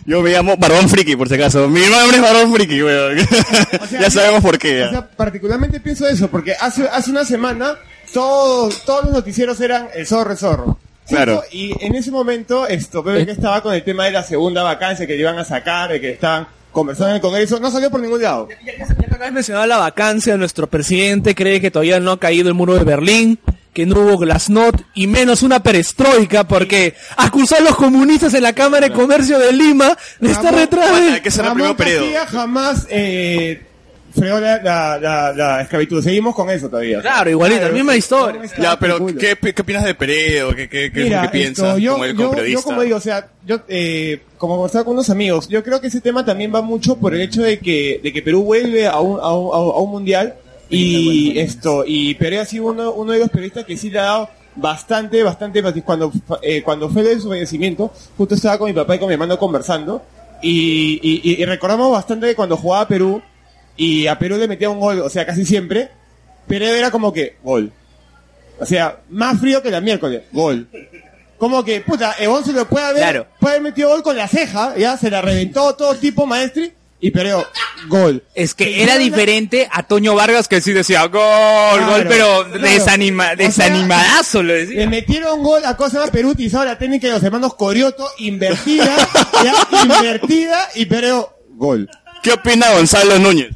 Yo me llamo Barbón Friki, por si acaso. Mi nombre es Barbón Friki, weón. ya sabemos por qué. ya.
O sea, particularmente pienso eso, porque hace, hace una semana todos, todos los noticieros eran el zorro, el zorro.
Claro. Eh.
Justo, Y en ese momento, esto, PPK estaba con el tema de la segunda vacancia que le iban a sacar, de que estaban conversando en el Congreso, no salió por ningún lado.
Acá has mencionado la vacancia, nuestro presidente cree que todavía no ha caído el muro de Berlín, que no hubo glasnost y menos una perestroika porque acusó a los comunistas en la Cámara de Comercio de Lima de estar detrás de...
Ramón Castilla jamás eh, fregó la, la- la- la esclavitud. Seguimos con eso todavía.
Claro, igualito, la misma historia.
Ya, pero ¿qué, pi- qué opinas de Peredo? ¿Qué, qué, qué,
Mira,
qué piensas?
esto, yo,
como él
yo-
como periodista.
yo como digo, o sea, yo eh, como conversaba con unos amigos, yo creo que ese tema también va mucho por el hecho de que, de que Perú vuelve a un, a un, a un mundial y esto, y Perú ha sido uno, uno de los periodistas que sí le ha dado bastante, bastante, matiz. cuando, fa- eh, cuando fue de su fallecimiento, justo estaba con mi papá y con mi hermano conversando y, y, y- y recordamos bastante de cuando jugaba Perú y a Perú le metía un gol, o sea, casi siempre, Perú era como que, gol. O sea, más frío que la miércoles, gol. Como que, puta, Evon se lo puede haber, puede haber metido gol con la ceja, ya se la reventó todo tipo maestri, y pero, gol.
Es que era diferente a Toño Vargas que sí decía gol, gol, pero desanima, desanimadazo lo decía.
Le metieron gol a Cosa de Perú, utilizaba la técnica de los hermanos Corioto, invertida, ya, invertida, y pero, Gol.
¿Qué opina Gonzalo Núñez?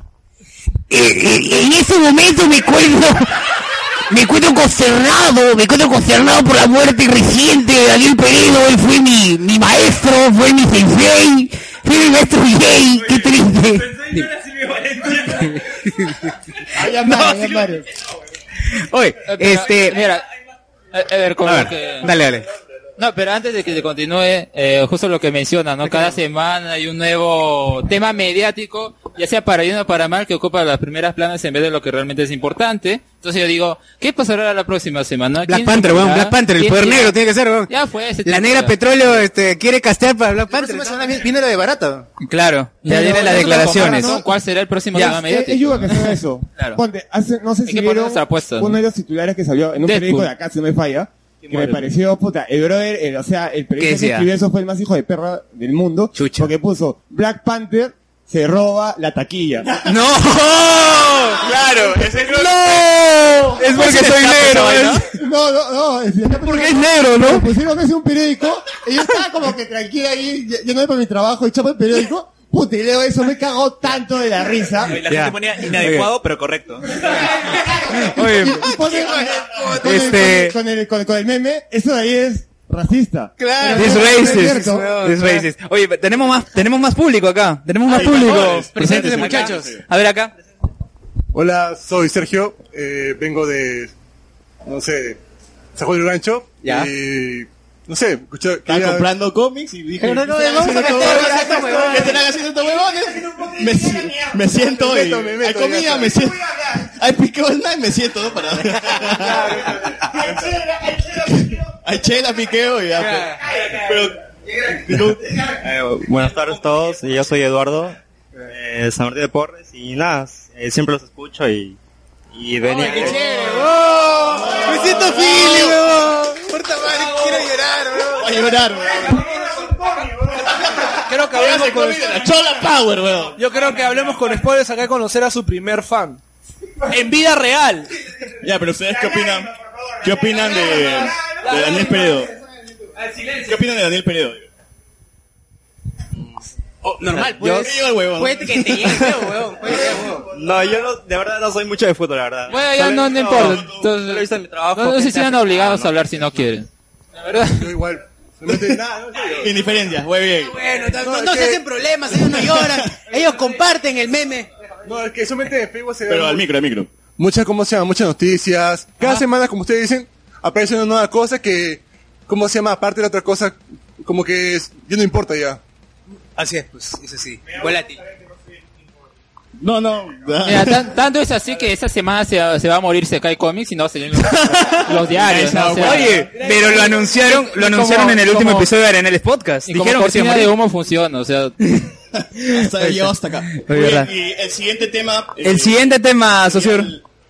en ese momento me encuentro me encuentro consternado me encuentro consternado por la muerte reciente de Daniel Peredo él fue mi, mi maestro fue mi sensei fue mi maestro gay qué triste
Mario, Mario.
Oye,
este-
Mira,
a, a ver, como
A ver,
que-
dale, dale.
No, pero antes de que te continúe, eh, justo lo que menciona, ¿no? Cada semana hay un nuevo tema mediático, ya sea para bien o para mal, que ocupa las primeras planas en vez de lo que realmente es importante. Entonces yo digo, ¿qué pasará la próxima semana?
Black
¿Quién
Panther, weón,
seguirá?
Black Panther, el
¿Quién
poder
seguirá?
negro tiene que ser, weón.
Ya fue ese
La
tipo,
negra
ya.
petróleo este, quiere castear para Black Panther.
Viene la de barata.
Claro.
Ya
Pero
viene las
no
declaraciones.
compararon ¿Cuál será el próximo
Ya,
tema
es-
mediático?
es Yuga que sabe eso.
Claro.
Ponte, hace- no sé
Hay
si
que poner
vieron
nuestra apuesta, ¿no?
uno de los titulares que salió en un
Deadpool.
periódico de acá, si no me falla, que me
muero.
pareció, puta, el brother, el- o sea, el
¿Qué
periodista que
decía?
escribió eso fue el más hijo de perra del mundo, porque puso, Black Panther se roba la taquilla.
¡No!
¡Claro! ese creo-
¡No!
Es porque soy negro,
No, no, no. porque es
negro, ¿no?
Pusieron ese un periódico y yo estaba como que tranquila ahí, yo- yo no voy para mi trabajo y chapo el periódico. Puta, y leo eso, me cagó tanto de la risa.
Y la gente ponía inadecuado, pero correcto.
Y- y ponen- con,
Este-
el, con, el, con, el, con el meme, eso de ahí es racista. Claro.
This racist. This racist. Oye, tenemos más, tenemos más público acá. Tenemos más público.
Presentes,
Acá.
muchachos.
A ver acá.
Hola, soy Sergio, eh, vengo de, no sé, San Juan del Rancho.
Ya.
Y, no sé, escuché...
Estaba comprando cómics y dije... ¿qué estarán haciendo estos huevones? ¿Qué estarán haciendo estos huevones? ¿eh? Me, si- me siento
Me
y...
meto, me meto,
Hay
ya
comida,
sabes.
me siento... Hay picona y me siento ¿no? para... Hay chela, piqueo y ya. pues. Pero...
eh, Buenas tardes a todos, yo soy Eduardo, eh, San Martín de Porres, y nada, eh, siempre los escucho y, y venía...
Me siento fili, weón. Puerta madre, quiero llorar, weón.
Voy a llorar, weón.
Creo que hablemos con...
Chola Power, weón.
Yo creo que hablemos con spoilers acá y conocer a su primer fan. En vida real.
Ya, pero ustedes qué opinan... ¿Qué opinan de, de Daniel Peredo? ¿Qué opinan de Daniel Peredo?
normal,
Yo-
pues. Puede que te llegue,
weón.
No, yo no- de verdad no soy mucho de fútbol, la verdad.
Bueno, ya
Solo he
no, no
visto-
importa. Entonces,
solo he visto en mi trabajo,
no, no se
gente
sientan
afectada,
obligados
¿no?
a hablar si no quieren.
Yo igual,
Indiferencias, muy bien.
Bueno, no,
No,
no,
es
no
que-
se hacen problemas, ellos no lloran, ellos comparten el meme.
No, es que solamente en Facebook se
Pero al micro, al micro.
Muchas, ¿cómo se llama? Muchas noticias.
Ah.
Cada semana, como ustedes dicen, aparece una nueva cosa que, ¿cómo se llama? Aparte de la otra cosa, como que es- ya no importa ya.
Así es, pues, es así. Volátil.
No, no.
Ah.
Mira, tan- tanto es así que esa semana se, va- se va a morir Sekai Comics y no se leen los, los diarios. ¿no? O sea,
Oye, pero lo anunciaron,
y
lo anunciaron
como-
en el último
como-
episodio de Arenales Podcast.
y como
Dijeron que se
cortina de
llamaría-
humo funciona, o sea,
Hasta, llegó hasta acá. Muy
verdad.
bien, y el siguiente tema. eh,
El siguiente tema, socio.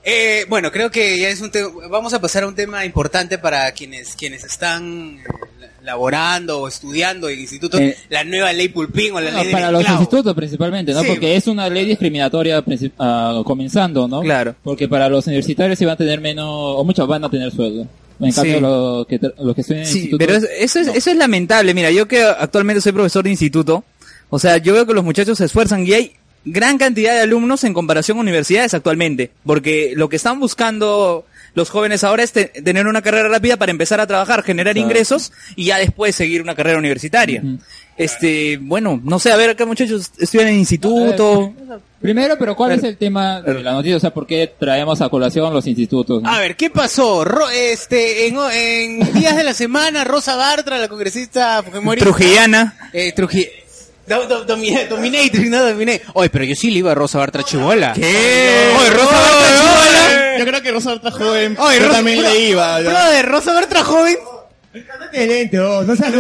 Eh, bueno, creo que ya es un te- vamos a pasar a un tema importante para quienes quienes están eh, laborando o estudiando en institutos,
Eh.
la nueva ley Pulpín o la
No,
ley
para
del
los
esclavo.
institutos principalmente, ¿no?
Sí.
Porque es una ley discriminatoria princip- ah, comenzando, ¿no? Claro. Porque para los universitarios sí van a tener menos, o muchos van a tener sueldo. En cambio,
Sí.
los que, tra- los que estudian en
Sí,
institutos... Eh,
pero es- eso es, eso es lamentable. Mira, yo que actualmente soy profesor de instituto, o sea, yo veo que los muchachos se esfuerzan y hay gran cantidad de alumnos en comparación a universidades actualmente, porque lo que están buscando los jóvenes ahora es te- tener una carrera rápida para empezar a trabajar, generar
Claro.
ingresos y ya después seguir una carrera universitaria. Este, bueno, no sé, a ver acá muchachos estudian en instituto.
Primero, pero ¿cuál es el tema de la noticia? O sea, ¿por qué traemos a colación los institutos? no?
Ah,
A ver, ¿qué pasó? Ro- este, en, en días de la semana, Rosa Bartra, la congresista Fujimori.
Trujillana.
Eh, Truji- Do- do- domine- Dominatrix, no dominé. Oye, pero yo sí le iba a Rosa Bartra Chibola. ¿Qué? Oye, Rosa Bartra Chibola.
Yo creo que Rosa Bartra joven.
Oye,
yo
Rosa-
también
bro-
le iba. ya.
Brother, Rosa Bartra joven.
Excelente, oh, no seas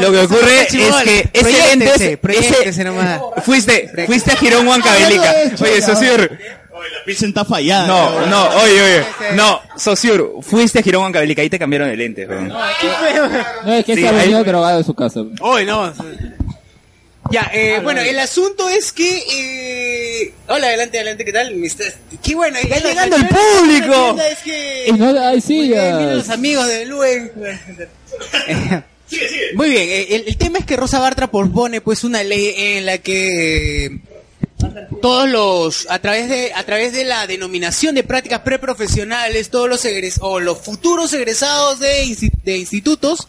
Lo que ocurre es
Chibola.
que ese
Proyéctense,
lente es-
proyéctense
ese-
nomás.
fuiste, fuiste a Girón
Ah,
Huancabelica. Oye, Sosur,
La Pilsen está fallada.
No, no, oye, oye. No, Sosur, fuiste a Girón Huancabelica, ahí te cambiaron de lente. weón.
No, es que
Sí,
se ha
ahí-
venido drogado de su casa.
Hoy no. Ya, eh, bueno, el asunto es que. eh, Hola, adelante, adelante, ¿qué tal? Mister- Qué bueno, está
llegando el público.
Es que.
Y no, ay, sí,
Eh,
ah,
miren los amigos de Luen. Muy bien, eh, el, el tema es que Rosa Bartra propone pues una ley en la que eh, todos los a través de a través de la denominación de prácticas preprofesionales, todos los egres o los futuros egresados de, insti- de institutos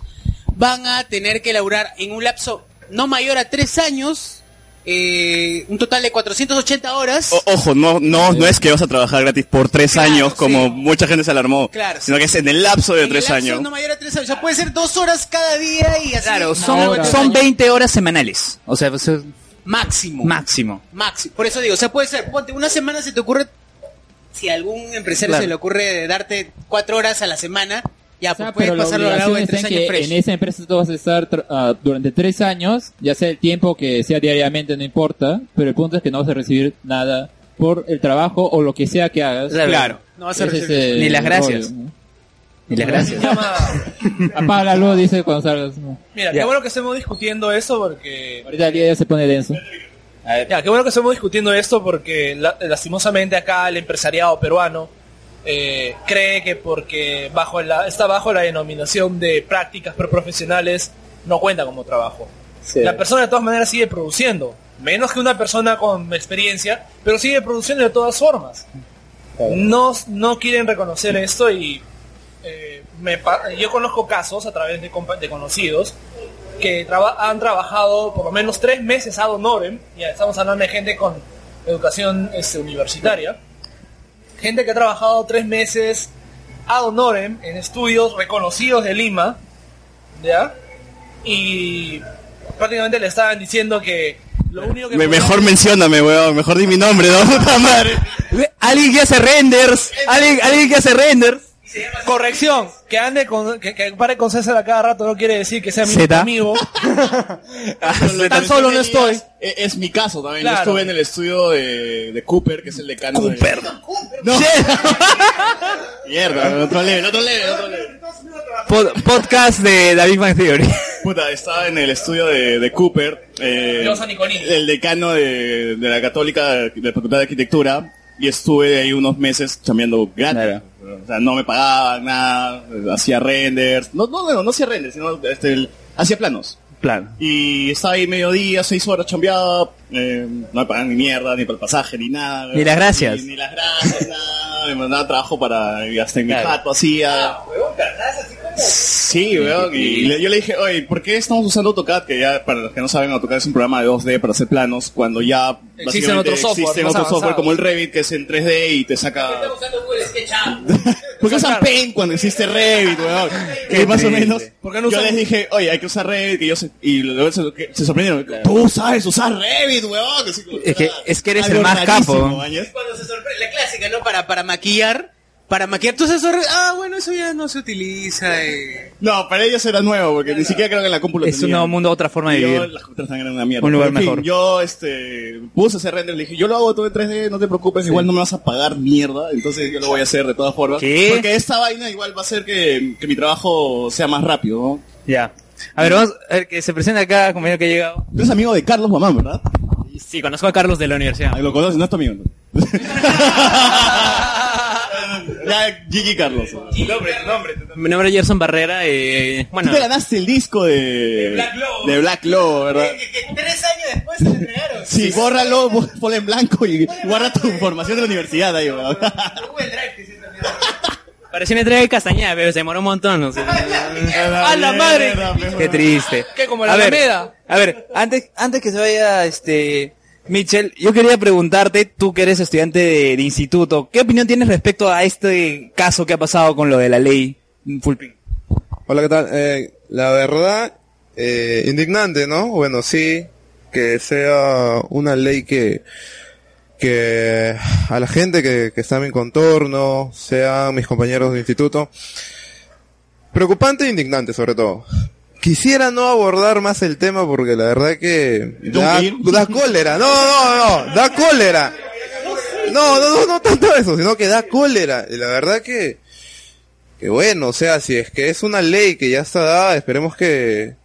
van a tener que laburar en un lapso no mayor a tres años eh, un total de 480 horas.
O- Ojo, no, no, no es que vas a trabajar gratis por tres años, como mucha gente se alarmó.
Claro,
Sino que es en el lapso de tres años.
No mayor a tres años, o sea, puede ser dos horas cada día y así.
Claro,
Una
son,
hora.
son 20 horas semanales. O sea, pues, es
máximo.
máximo.
Maxi, por eso digo, o sea, puede ser, ponte, una semana se te ocurre, si a algún empresario
Claro.
se le ocurre darte cuatro horas a la semana, ya pues, puedes
Ah, Pero la
pasarlo a lo largo
obligación
de
está
tres
en que
años fresh.
en esa empresa tú vas a estar tra- ah, durante tres años, ya sea el tiempo que sea diariamente, no importa, pero el punto es que no vas a recibir nada por el trabajo o lo que sea que hagas.
Claro. Claro.
No vas a
Ese
recibir.
es el
Ni las gracias.
rollo, ¿no?
Ni las gracias.
Apágalo, dice cuando salgas. ¿no?
Mira,
Ya.
qué bueno que estemos discutiendo eso porque...
Ahorita el día ya se pone denso.
Ya, qué bueno que estemos discutiendo esto porque la- lastimosamente acá el empresariado peruano eh, cree que porque bajo la, está bajo la denominación de prácticas profesionales no cuenta como trabajo. La persona de todas maneras sigue produciendo, menos que una persona con experiencia, pero sigue produciendo de todas formas. No, no quieren reconocer esto y eh, me pa- yo conozco casos a través de, compa- de conocidos que traba- han trabajado por lo menos tres meses ad honorem, ya estamos hablando de gente con educación este, universitaria, gente que ha trabajado tres meses ad honorem en estudios reconocidos de Lima, ¿ya? Y prácticamente le estaban diciendo que lo único que...
Me-
podían-
mejor mencióname, weón. Mejor di mi nombre, ¿no? Puta madre.
Alguien que hace renders. Alguien, alguien que hace renders.
Corrección, que ande con, que, que pare con César a cada rato no quiere decir que sea mi
Zeta. Ah,
amigo.
Tan
solo no estoy.
Es, es mi caso también. Yo
Claro.
estuve en el estudio de, de Cooper, que es el decano Cooper. de... No. Mierda, otro level, otro level, otro level.
Pod- podcast de David Van Theory.
Puta, estaba en el estudio de, de Cooper, eh,
Yo, San Nicolín.
el decano de, de la Católica de la Facultad de Arquitectura, y estuve ahí unos meses chambeando gratis. O sea, no me pagaban nada, hacía renders, no, no, no, no hacía renders, sino este, el- hacía planos.
Plan.
Y estaba ahí mediodía, seis horas chambeaba, eh, no me pagaban ni mierda, ni para el pasaje, ni nada.
Ni las gracias.
Ni, ni las gracias, nada, me mandaba trabajo para, y hasta en mi jato hacía. Sí, weón. Y le- yo le dije, oye, ¿por qué estamos usando AutoCAD? Que ya, para los que no saben, AutoCAD es un programa de 2D para hacer planos, cuando ya
Existen
básicamente
otros software
existen
más
otros software
avanzados.
como el Revit, que es en 3D y te saca... ¿Por qué usan Paint cuando existe Revit, weón? Que
Qué
más o
triste.
menos...
¿Por qué no
yo
usan-
les dije, oye, hay que usar Revit, que yo sé... Y luego se, que se sorprendieron. Tú sabes usar Revit, weón. Así como-
Es que, es que eres el
Algo
más
rarísimo,
capo.
mañas.
Cuando se sorprende, la clásica, ¿no? Para, para maquillar, para maquillar, tú se sorprende, ah, bueno, eso ya no se utiliza. eh.
No, para ellos era nuevo, porque ni siquiera creo que en la cúpula
Es un nuevo mundo, otra forma de
Yo,
vivir.
las computadoras también eran una mierda.
Un lugar
Pero, en fin,
mejor.
yo este, puse ese render, le dije, yo lo hago todo en 3D, no te preocupes, igual no me vas a pagar mierda, entonces yo lo voy a hacer de todas formas.
¿Qué?
Porque esta vaina igual va a hacer que, que mi trabajo sea más rápido, ¿no?
Ya. A ver, vamos a ver que se presenta acá, compañero que ha llegado.
Tú eres amigo de Carlos Mamán, ¿verdad?
Sí, conozco a Carlos de la universidad.
Ahí lo conoces, no es tu amigo. ¿no? ya, Gigi Carlos.
nombre, nombre. Mi nombre es Gerson Barrera. eh, bueno,
Tú te ganaste el disco de, de Black Lobo, ¿verdad?
Tres años después se le entregaron.
Sí, bórralo, bó- ponlo en blanco y guarda tu información de la universidad ahí, weón.
parecía una entrega de Castañeda, pero se demoró un montón. o sea.
¡A la madre!
Qué triste.
¿Qué, como la
a ver,
Alameda?
a ver, antes, antes que se vaya, este, Mitchell, yo quería preguntarte, tú que eres estudiante de, de instituto, ¿qué opinión tienes respecto a este caso que ha pasado con lo de la ley Fulpín?
Hola, ¿qué tal? Eh, la verdad, eh, indignante, ¿no? Bueno, sí, que sea una ley que, que a la gente que, que está en mi contorno, sean mis compañeros de instituto. Preocupante e indignante, sobre todo. Quisiera no abordar más el tema porque la verdad que da, da cólera. No, no, no, da cólera. No, no, no, no tanto eso, sino que da cólera. Y la verdad que que bueno, o sea, si es que es una ley que ya está dada, esperemos que...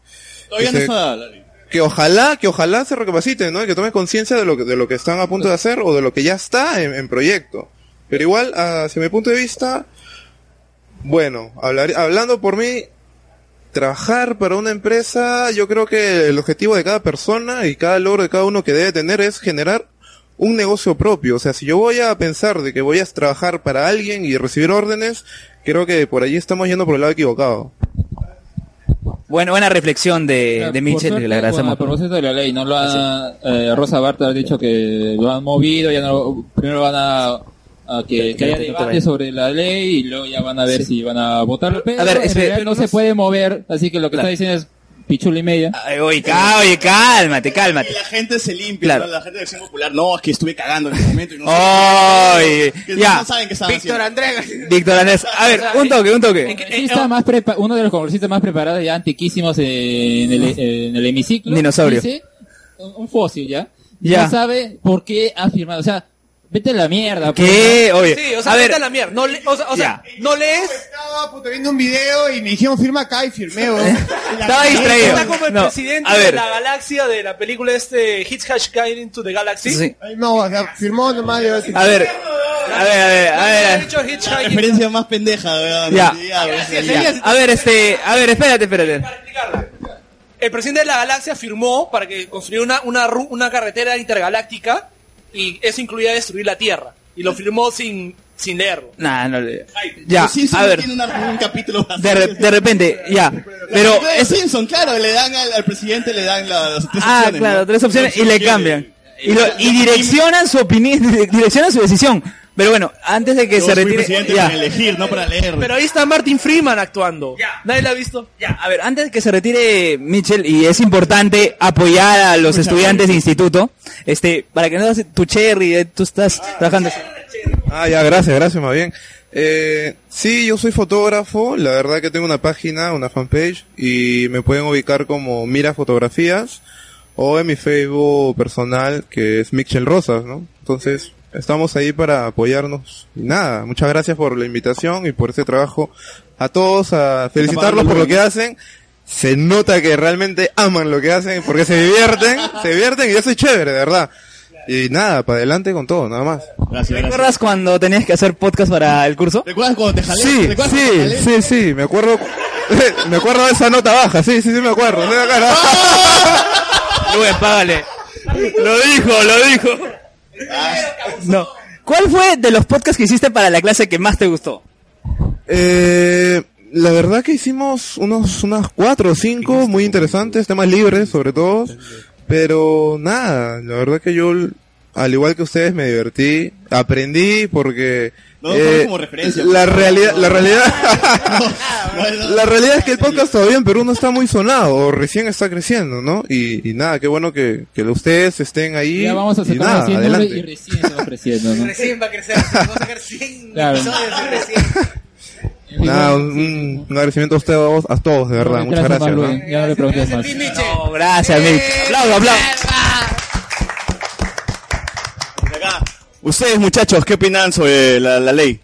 Todavía
que
no
se-
está dada la ley.
Que ojalá, que ojalá se recapaciten, ¿no? Y que tomen conciencia de lo, que, de lo que están a punto de hacer o de lo que ya está en, en proyecto. Pero igual, hacia mi punto de vista, bueno, hablar, hablando por mí, trabajar para una empresa, yo creo que el objetivo de cada persona y cada logro de cada uno que debe tener es generar un negocio propio. O sea, si yo voy a pensar de que voy a trabajar para alguien y recibir órdenes, creo que por allí estamos yendo por el lado equivocado.
Bueno, buena reflexión de, de Mitchell, que le agradecemos. Ah,
A propósito de la ley, no lo ha, eh, Rosa Barta ha dicho que lo han movido, ya no, primero van a, a que, que haya debate sobre la ley y luego ya van a ver si van a votarlo. Pero
A ver,
en
espera,
realidad no se puede mover, así que lo que
Claro.
está diciendo es pichula y media.
Ay, oye, cá- oye, cálmate, cálmate.
La gente se limpia,
Claro.
¿no? la gente de acción popular, no, es que estuve cagando en ese momento y no
Ay,
que
ya.
no saben qué estaban
Víctor
haciendo.
Víctor Andrés, a ver, un toque, un toque.
Congresista más prepa- uno de los congresistas más preparados ya antiquísimos en el, en el hemiciclo.
Dinosaurio.
dice, un un fósil ya.
Ya.
No sabe por qué ha firmado. O sea, vete a la mierda.
¿Qué?
pues, ¿no?
Sí, o sea, vete a la mierda. No le- o sea, o sea, no lees.
Estaba puta, viendo un video y me dijeron firma acá y firmé. weón. Y la-
Estaba distraído.
Está como el
No,
presidente
a
de
ver.
la galaxia de la película este Hitchhiker's Guide into the Galaxy.
Sí.
Ay, No, o sea, firmó nomás. yo-
A ver, a ver, a ver, a ver.
La referencia más pendeja, weón.
Ya.
Ya, weón.
Ya. A ver, este, a ver, espérate, espérate.
El presidente de la galaxia firmó para que construyera una, una, ru- una carretera intergaláctica y eso incluía destruir la Tierra. Y lo firmó sin, sin leerlo.
Nah, no le. Ya,
Pues Sí, sí,
a ver.
tiene una- un capítulo así.
De, re- de repente, ya. Pero
La película de
es
Simpson, claro, le dan al, al presidente le dan la- las tres
Ah,
opciones,
claro,
¿no?
tres opciones
Sí,
y le
quiere-
cambian. Y, lo- y direccionan su opinión, direccionan su decisión. Pero bueno, antes de que
Yo
se
soy
retire,
presidente
ya.
para elegir, no para leer.
Pero ahí está Martin Freeman actuando. Nadie la ha visto.
A ver, antes de que se retire Mitchell, y es importante apoyar a los estudiantes de instituto, este, para que no hagas tu cherry, eh, tú estás trabajando.
Ah, ya, gracias, gracias, más bien. Eh, sí, yo soy fotógrafo, la verdad que tengo una página, una fanpage, y me pueden ubicar como Mira Fotografías, o en mi Facebook personal, que es Michel Rosas, ¿no? Entonces, estamos ahí para apoyarnos. Y nada, muchas gracias por la invitación y por este trabajo. A todos, a felicitarlos por lo que hacen. Se nota que realmente aman lo que hacen, porque se divierten, se divierten, y eso es chévere, de verdad. Y nada, para adelante con todo, nada más.
¿Recuerdas cuando tenías que hacer podcast para el curso?
¿Recuerdas cuando te jalé?
Sí, sí, sí, sí, me acuerdo. Me acuerdo de esa nota baja, sí, sí, sí, me acuerdo. sí, me acuerdo.
¡Ah!
Rubén, págale. Lo dijo, lo dijo. Ah, No. ¿Cuál fue de los podcasts que hiciste para la clase que más te gustó?
Eh, la verdad que hicimos unos, unas cuatro o cinco muy interesantes, temas libres sobre todo. Pero nada, la verdad que yo, al igual que ustedes, me divertí, aprendí porque... eh,
No lo tomes como referencia.
La
No,
realidad,
no,
la
no.
realidad, la realidad es que el podcast todavía en Perú no está muy sonado, o recién está creciendo, ¿no? Y, y nada, qué bueno que, que ustedes estén ahí.
Ya vamos a
y
sacar
nada,
recién nombre
adelante.
y recién se va ofreciendo, ¿no?
Recién va a crecer, vamos a sacar 100
Claro.
episodios de recién.
Nada, un, un agradecimiento a ustedes, a vos- a todos, de verdad. Muchas gracias. ¿no?
Ya no le preguntes más.
No, Oh, gracias, Mitch. Aplaudo, aplaudo.
Ustedes, muchachos, ¿qué opinan sobre la, la ley?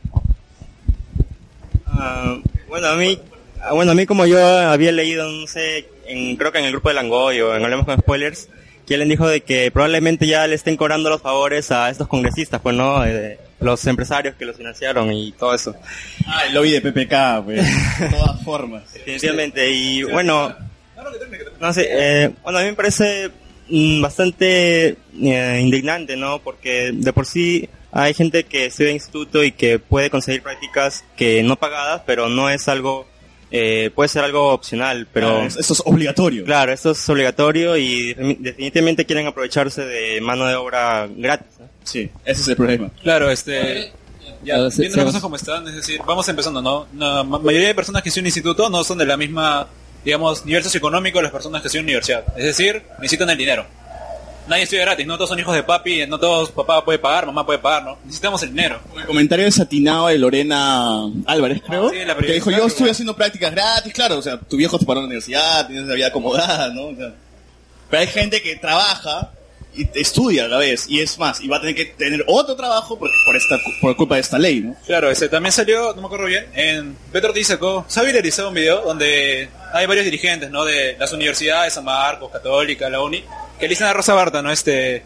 Ah, bueno, a mí, ah, bueno, a mí como yo había leído, no sé, en- creo que en el grupo de Langoy o en Hablemos con Spoilers, que alguien dijo de que probablemente ya le estén cobrando los favores a estos congresistas, pues no, Eh, los empresarios que los financiaron y todo eso.
Ah, el lobby de PPK, pues. De todas formas.
Definitivamente, y bueno, no sé, eh, bueno, a mí me parece mm, bastante eh, indignante, ¿no? Porque de por sí hay gente que estudia en instituto y que puede conseguir prácticas que no pagadas, pero no es algo, eh, puede ser algo opcional, pero...
Claro, es- eso es obligatorio.
Claro, esto es obligatorio y defini- definitivamente quieren aprovecharse de mano de obra gratis.
Sí, ese es el problema.
Claro, este. Ya,
Ahora se-
viendo las
se-
cosas como están, es decir, vamos empezando, ¿no? La ma- mayoría de personas que hicieron instituto no son de la misma, digamos, nivel socioeconómico de las personas que hicieron universidad. Es decir, necesitan el dinero. Nadie estudia gratis, no todos son hijos de papi, no todos papá puede pagar, mamá puede pagar, ¿no? Necesitamos el dinero.
El comentario desatinado de Lorena Álvarez, creo.
Sí, la
que dijo, yo
periodista,
estuve haciendo prácticas gratis, claro. O sea, tu viejo te paró en la universidad, tienes la vida acomodada, ¿no? O sea, pero hay gente que trabaja y te estudia a la vez. Y es más, y va a tener que tener otro trabajo por, por esta, por culpa de esta ley, ¿no?
Claro, ese también salió, no me acuerdo bien, en Petro Ortiz sacó, se ha viralizado un video donde hay varios dirigentes, ¿no? De las universidades, San Marcos, Católica, la Uni, que le dicen a Rosa Barta, ¿no? Este...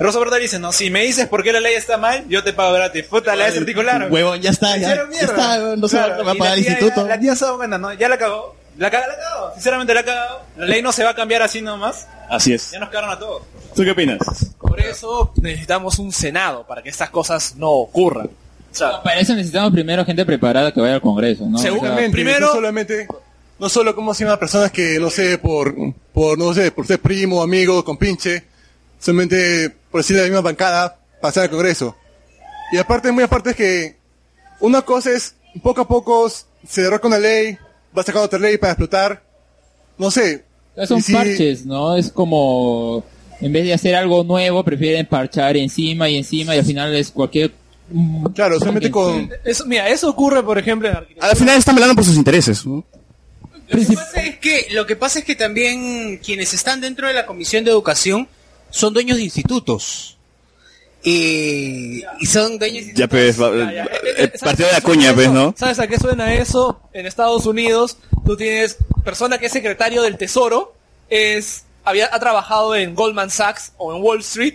Rosa Barta le dice, no, si me dices por qué la ley está mal, yo te pago gratis. Puta, la desarticularon.
Huevón, ya está,
Me
ya-
hicieron
ya
mierda.
está, huevón, Rosa Barta me va a
y
pagar
la
el
tía ya-
instituto.
la tía se va ganando, ya la cagó. La cagó, la cagó. Sinceramente la cagó. La ley no se va a cambiar así nomás.
Así es.
Ya nos cagaron a todos.
¿Tú qué opinas?
Por eso necesitamos un Senado, para que estas cosas no ocurran. O sea,
Para eso necesitamos primero gente preparada que vaya al Congreso, ¿no?
Seguramente, no solamente, no solo como se llama personas que, no sé, por, por, no sé, por ser primo, amigo, compinche, solamente por decir de la misma bancada, pasar al Congreso. Y aparte, muy aparte es que una cosa es, poco a poco se derroca una ley, va sacando otra ley para explotar, no sé.
Ya Son
Y si-
parches, ¿no? Es como, en vez de hacer algo nuevo, prefieren parchar encima y encima y al final es cualquier...
Claro,
solamente
con...
eso, mira, eso ocurre, por ejemplo, en arquitectura.
Al final están velando por sus intereses, ¿no?
Lo que pasa es que, lo que pasa es que también quienes están dentro de la Comisión de Educación son dueños de institutos. Eh, y son dueños de
Ya, pues, va-
Eh,
el partido de la cuña, pues, ¿no?
¿Sabes a qué suena eso? En Estados Unidos, tú tienes persona que es secretario del Tesoro, es había ha trabajado en Goldman Sachs o en Wall Street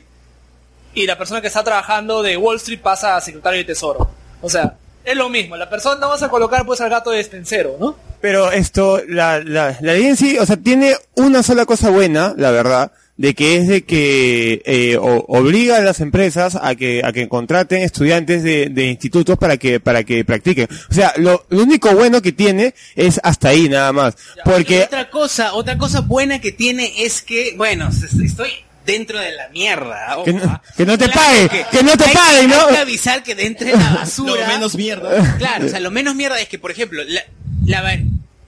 y la persona que está trabajando de Wall Street pasa a secretario del Tesoro. O sea, es lo mismo, la persona no vas a colocar pues al gato de estencero, ¿no?
Pero esto, la, la, la ley en sí, o sea, tiene una sola cosa buena, la verdad, de que es de que eh, o- obliga a las empresas a que, a que contraten estudiantes de, de institutos para que, para que practiquen. O sea, lo, lo único bueno que tiene es hasta ahí nada más. Porque
Otra cosa, otra cosa buena que tiene es que, bueno, s- s- estoy dentro de la mierda. ojo,
que no,
ah.
que no te
Claro
paguen,
que
que no te
hay-
paguen, ¿no?
Hay que avisar que de entre la basura.
Lo menos mierda.
Claro, o sea, lo menos mierda es que, por ejemplo, la, la va-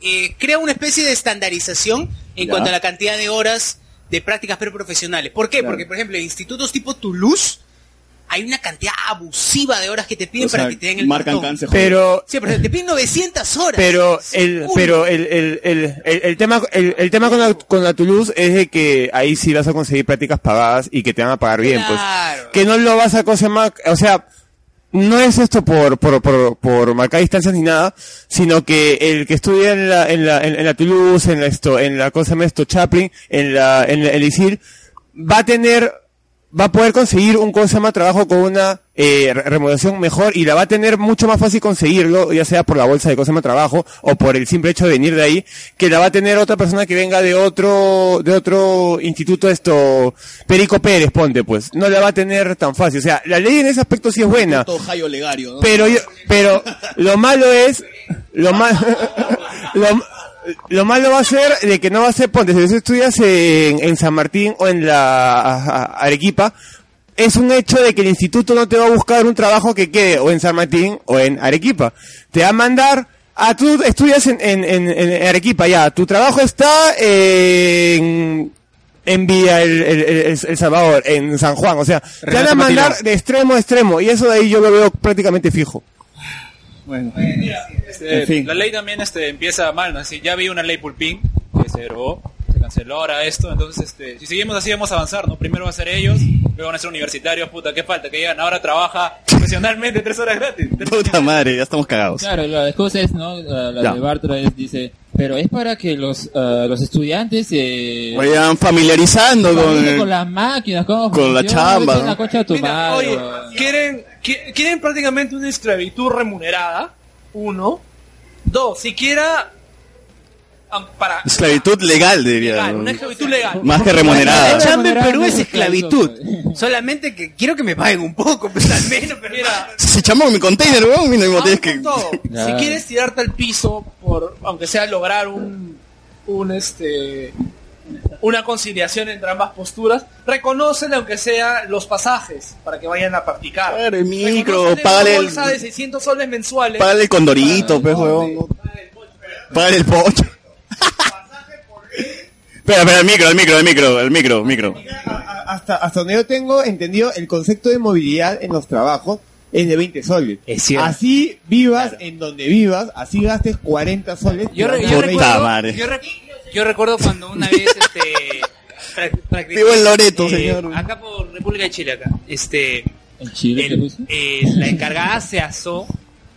eh, crea una especie de estandarización en
Ya.
cuanto a la cantidad de horas de prácticas preprofesionales. ¿Por qué? Porque, por ejemplo, en institutos tipo Toulouse hay una cantidad abusiva de horas que te piden
O sea,
para que te den el
marcan
cartón.
cáncer, joder. Pero-
Sí, pero te piden 900 horas.
Pero el, pero el, el, el, el, el tema, el, el tema con la, con la Toulouse es de que ahí sí vas a conseguir prácticas pagadas y que te van a pagar bien, pues. Que no lo vas a cosa más, o sea, no es esto por, por, por, por marcar distancias ni nada, sino que el que estudia en la, en la, en, en la Toulouse, en la esto, en la cosa más esto, Chaplin, en la, en la- en el ISIL, va a tener va a poder conseguir un cosa más trabajo con una eh, re- remuneración mejor y la va a tener mucho más fácil conseguirlo, ya sea por la bolsa de cosa más trabajo o por el simple hecho de venir de ahí, que la va a tener otra persona que venga de otro de otro instituto esto Perico Pérez, ponte pues, no la va a tener tan fácil, o sea, la ley en ese aspecto sí es buena,
Todo Jairo Legario, ¿no?
pero yo- pero lo malo es lo más lo, lo malo va a ser de que no va a ser ponte si tú estudias en, en San Martín o en la a- a- Arequipa es un hecho de que el instituto no te va a buscar un trabajo que quede o en San Martín o en Arequipa te va a mandar a tú estudias en, en, en- en Arequipa ya tu trabajo está en en Villa el, el, el, El Salvador en San Juan o sea te van a
Renato
mandar
Matillo.
de extremo a extremo y eso de ahí yo lo veo prácticamente fijo
Bueno.
Este,
En fin.
La ley también este, empieza mal, ¿no? Así, ya vi una ley pulpín que se derogó, se canceló ahora esto, entonces este, si seguimos así vamos a avanzar, ¿no? Primero va a ser ellos, luego van a ser universitarios, puta, ¿qué falta? Que llegan ahora trabaja profesionalmente tres horas gratis.
Puta madre, ya estamos cagados.
Claro, la excusa es, ¿no? La, la
Ya.
de Bartra es- dice, pero es para que los, ah, los estudiantes eh,
Vayan familiarizando
familien con
con...
las máquinas, cómo
con la
funciona,
chamba,
vete
¿no?
a la concha de tu
Mira,
madre,
oye,
weón.
quieren, qui- quieren prácticamente una esclavitud remunerada. Uno. Dos, siquiera am- para
Esclavitud legal, diría.
legal, una esclavitud legal.
Más que
La
remunerada.
chamba en Perú es esclavitud. Solamente que quiero que me paguen un poco, pues al menos. pero-
Se chamó mi container, weón. Mira, como tienes que...
Todo. Ah, Si quieres tirarte al piso por aunque sea lograr un un este una conciliación entre ambas posturas, reconocen aunque sea los pasajes para que vayan a practicar.
Claro, el micro,
Reconócele una
págale el-
bolsa de 600 soles mensuales.
Págale el condorito, pues, huevón. ¿no? Págale el pocho. Espera, espera, el micro, el micro, el micro, el micro, micro.
hasta, hasta donde yo tengo entendido el concepto de movilidad en los trabajos es de 20 soles. Así vivas en donde vivas, así gastes 40 soles.
Yo, re- yo recuerdo, yo, re- yo recuerdo cuando una vez este, prac- practiqué,
Vivo en Loreto,
eh,
señor.
Acá por República de Chile, acá. Este,
Chile,
el- eh, la encargada se asó.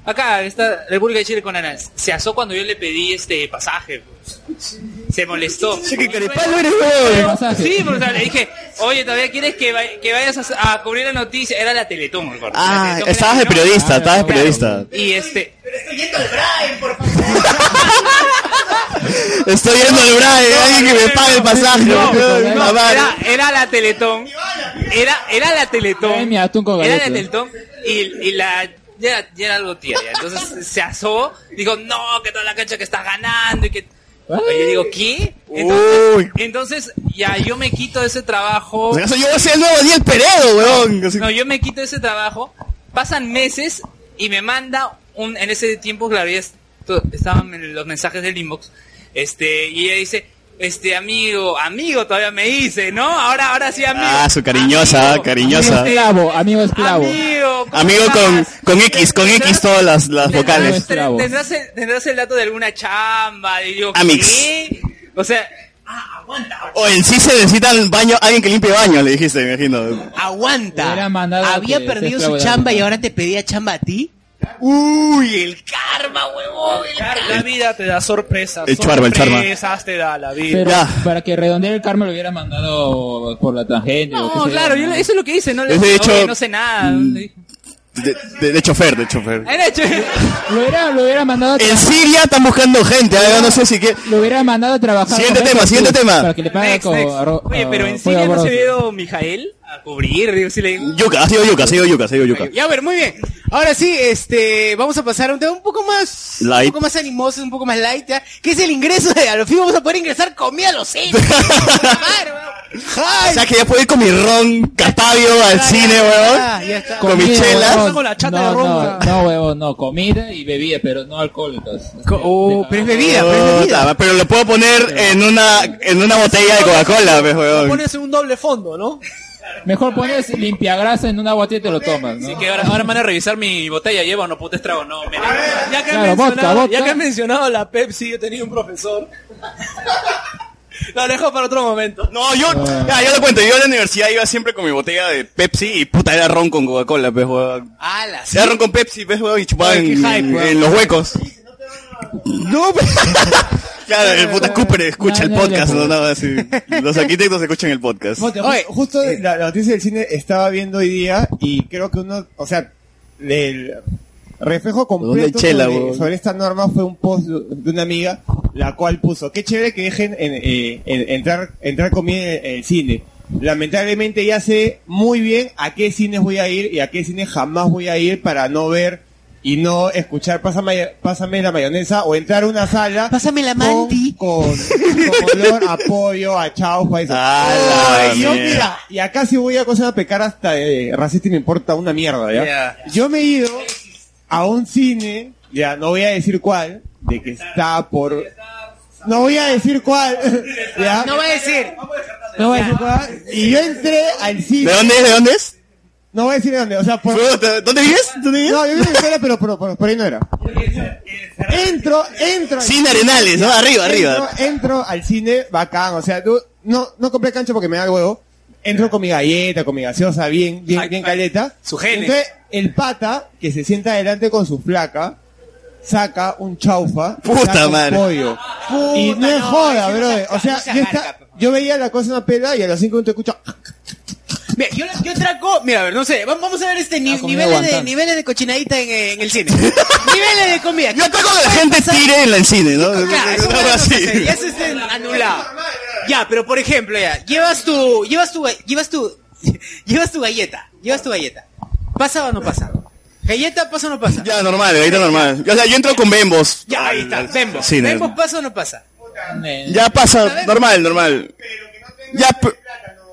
Acá, está República de Chile con Ana. Se asó cuando yo le pedí este pasaje. pues. Se molestó. Sí, pero, o sea, le dije, oye, todavía quieres que, va- que vayas a, a cubrir la noticia. Era la Teletón, me acuerdo. La
Ah,
Teletón
estabas de
era-
periodista, estabas de
Claro.
periodista.
Y este.
Estoy yendo al Brian, alguien que me pague el pasaje.
No,
Ay,
no,
mamá.
era, era la Teletón. Era, era la Teletón.
Premia, atún con
Era la
galletas.
Teletón y, y la. Ya era, ya era algo tía, ya. Entonces se asó. Dijo, no, que toda la cancha que estás ganando y que. Y yo digo, ¿qué? Entonces, entonces, ya yo me quito ese trabajo.
Por si acaso yo voy a ser el nuevo Daniel Peredo, weón. Así-
No, yo me quito ese trabajo. Pasan meses y me manda un. En ese tiempo, claro, ya est- to- estaban en los mensajes del inbox. Este, y ella dice. Este amigo, amigo todavía me dice, ¿no? Ahora, ahora sí, amigo.
Ah, su cariñosa, cariñosa.
Amigo esclavo, amigo esclavo.
Amigo, ¿cómo
Amigo
estás?
con, con X, con X todas las, las vocales.
Ten- ¿Tendrás el, tendrás el dato de alguna chamba, y yo,
Amix.
¿qué? O sea,
O en sí se necesita un baño, alguien que limpie baño, le dijiste, me imagino.
aguanta.
Había que perdido sea su esclavo de chamba
y ahora te pedía chamba a ti. Uy, el karma, huevón. el karma.
La vida te da sorpresas.
El charma, el charma.
Sorpresas te da la vida.
Pero para que redondear el karma lo hubiera mandado por la tangente. o qué
No,
sé yo,
claro,
¿no?
yo le- eso es lo que dice, no le
Ese
dije,
hecho- mm.
"Oye, no sé nada.
De, de- de chofer, de chofer.
Era hecho-
Lo hubiera, lo hubiera mandado a
En Siria están buscando gente, ah, no sé si que... este
Lo hubiera mandado a trabajar.
Siguiente
con
tema,
Red Bull
siguiente tema.
Para que le pague
Next,
con
next.
arro-
Oye, pero en
ah, pollo
Siria no se
broso.
vio Mijael a cubrir, digo, si le
Yuca, ha sido yuca, ha sido yuca, ha sido yuca.
Ya, a ver, muy bien. Ahora sí, este, vamos a pasar a un tema un poco más,
Light.
un poco más animoso, un poco más light, ¿ya? que es el ingreso de a los fin vamos a poder ingresar comida a los cines.
O sea que ya puedo ir con mi ron Catavio al cine,
Ah,
weón.
ya está.
Eh, Con mis
Comida,
chelas.
huevón. no, no, no, huevón, no, comida y bebida, pero no alcohol. Entonces.
pero es
Puta, Pero lo puedo poner en una, en una botella de Coca-Cola, pues, weón.
Pones en un doble fondo, ¿no?
Mejor pones limpiagrasa en una botella y te lo tomas, ¿no?
Así que ahora, ahora van a revisar mi botella, lleva o no puta estrago, no, me
Ya que,
Claro,
han
vodka,
mencionado,
vodka.
ya que han mencionado la Pepsi, yo tenía un profesor. Lo dejo para otro momento.
No, yo,
Ah.
ya, yo lo cuento, yo en la universidad iba siempre con mi botella de Pepsi y puta era ron con Coca-Cola, pues, weón.
Ala, Ah, sí.
Era ron con Pepsi, pues, weón, y chupaba
Ay,
en,
qué hype,
en-
weón.
en los huecos. No, pues. Claro, el puta Cooper escucha el podcast, no, nada así. Los arquitectos escuchan el podcast.
Ponte, ju- justo
eh,
la, la noticia del cine estaba viendo hoy día y creo que uno, o sea, el reflejo completo
chela,
sobre,
huevón?
sobre esta norma fue un post de una amiga, la cual puso, qué chévere que dejen en, eh, en- entrar, entrar comida en el cine. Lamentablemente ya sé muy bien a qué cines voy a ir y a qué cines jamás voy a ir para no ver y no escuchar pásame, pásame la mayonesa o entrar a una sala.
Pásame la
manti. Con, con, con olor a pollo, a chaufa. Y,
Ah, la
Ay, yo,
mierda.
mira, y acá sí voy a cosa a pecar hasta de racista y me importa una mierda, ¿ya?
Ya.
Yo me he ido a un cine, ya no voy a decir cuál, de que está por... No voy a decir cuál, ya.
No va a decir.
No voy a decir cuál. Y yo entré al cine.
¿De dónde es? ¿De dónde es?
No voy a decir de dónde, o sea, por...
¿Dónde vives? ¿Dónde vives?
No, yo vivo en Venezuela, pero por, por- por ahí no era. Entro, entro. al
Sin
cine.
Arenales, ¿no? Arriba, arriba.
Entro, entro al cine, bacán, o sea, tú, no, no compré cancha porque me da huevo. Entro con mi galleta, con mi gaseosa, bien, bien, bien caleta.
su gene.
Entonces, el pata, que se sienta adelante con su flaca, saca un chaufa.
Puta
saca un
madre.
pollo. y no es joda, bro. O sea, yo, esta- yo veía la cosa en una pela y a los cinco minutos escucho...
Mira, yo, yo traco, mira, a ver, no sé, va- vamos a ver este ni-
comido
niveles, de,
guantán.
niveles de cochinadita en, eh, en el cine. niveles de comida. Yo
traco que la gente tire en el cine, ¿no?
Claro, eso
Algo
no
así.
se hace, Eso es en- anulado. Ya, pero por ejemplo, ya, llevas tu, llevas tu, llevas tu, llevas tu galleta, llevas tu galleta. ¿Pasa o no pasa? Galleta, pasa o no pasa.
Ya, normal, ahorita normal. O sea, yo entro con Bembos.
Ya, ahí está, Bembo.
Sí, no.
Bembo, ¿pasa o no pasa?
Ya pasa, normal, normal. Ya, pe-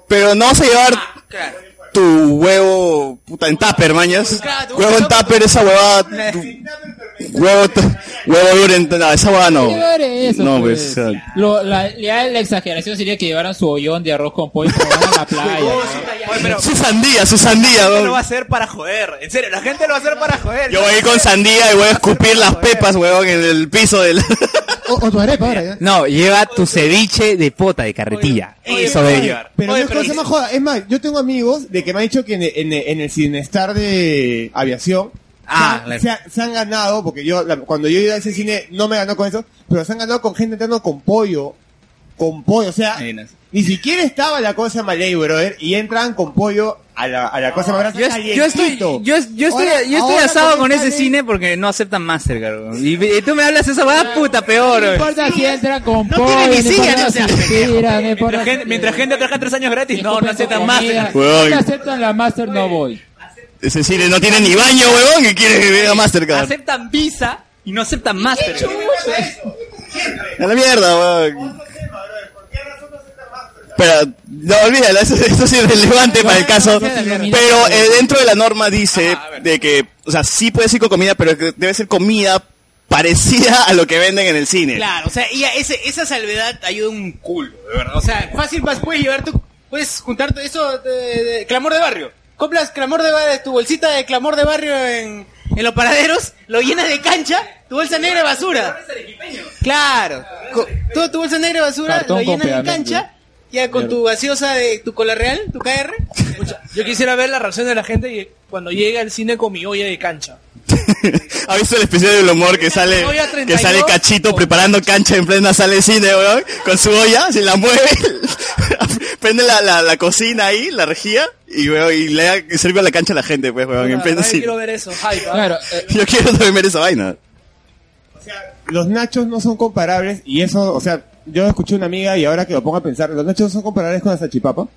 pero no vas a llevar
Ah, Claro.
tu huevo puta en tupper, mañas.
Claro,
Huevo en tupper, esa huevada. tu- Huevo, tu- huevo duro en. No, esa huevada Ah, no.
Llevar eso,
No,
pues.
pues. o sea,
Lo- la, ya la exageración sería que llevaran su hoyón de arroz con pollo como van a la playa.
Su sandía, su sandía,
Lo
weón.
va a hacer para joder. En serio, la gente lo va a hacer para joder.
Yo voy a ir con sandía y voy a escupir las pepas, huevón, en el piso del.
"Oh,
O, o tu arepa ahora, ¿ya?
No, lleva tu ceviche de pota de carretilla. Eso debe llevar.
Pero no es cosa más joda. Es más, yo tengo amigos de que me han dicho que en, en- en el Cinestar de aviación
Ah,
se, han, se han- se han ganado, porque yo la- cuando yo iba a ese cine no me ganó con eso, pero se han ganado con gente entrando con pollo. Con pollo, o sea, ni siquiera estaba la cosa mal ahí, brother, y entran con pollo a la, a la cosa más grande.
Yo, yo estoy, yo, yo estoy,
Ahora-
yo estoy
ahora
asado
con
con
esta
ese
ley-
cine porque no aceptan Mastercard. weón. Y, y tú me hablas esa va puta peor.
No
weón.
importa si entran con
No
pollo,
tiene ni
no
silla,
importa
no seas
si
pendejo.
tiran, no importa
Mientras gente, mientras gente trabaja tres años gratis, no, no aceptan más.
comida.
Weón.
Si no eh, aceptan la master, no voy.
Ese cine no tiene ni baño, huevón, y quiere que vea Mastercard.
Aceptan Visa y no aceptan Mastercard.
A la mierda, weón. Pero, no, olvídalo, eso, eso es irrelevante para el caso. Pero eh, dentro de la norma dice de que, o sea, sí puede ser con comida, pero que debe ser comida parecida a lo que venden en el cine.
Claro, o sea, y a ese- esa salvedad ayuda un culo, de verdad. O sea, fácil vas, puedes llevar tu, puedes juntar tu- eso de, de clamor de barrio. Compras clamor de barrio, tu bolsita de clamor de barrio en, en los paraderos, lo llenas de cancha, tu bolsa negra de basura. Claro, co- toda tu bolsa negra de basura,
Cartón con
lo llenas de
pegamento.
cancha, ya con tu gaseosa de tu cola real, tu KR.
Yo quisiera ver la reacción de la gente y- cuando llegue al cine con mi olla de cancha.
¿Ha visto el especial del humor que sale,
Voy a 32.
que sale cachito preparando cancha en plena sala de cine, weón? Con su olla, se la mueve, prende la, la, la cocina ahí, la regía, y, weón, y le da- y sirve a la cancha a la gente, pues, weón, en
Ay,
pleno cine.
quiero ver eso, hype. ¿ah?
Yo quiero también ver esa vaina.
los nachos no son comparables y eso, o sea, yo escuché una amiga y ahora que lo pongo a pensar, los nachos no son comparables con la salchipapa.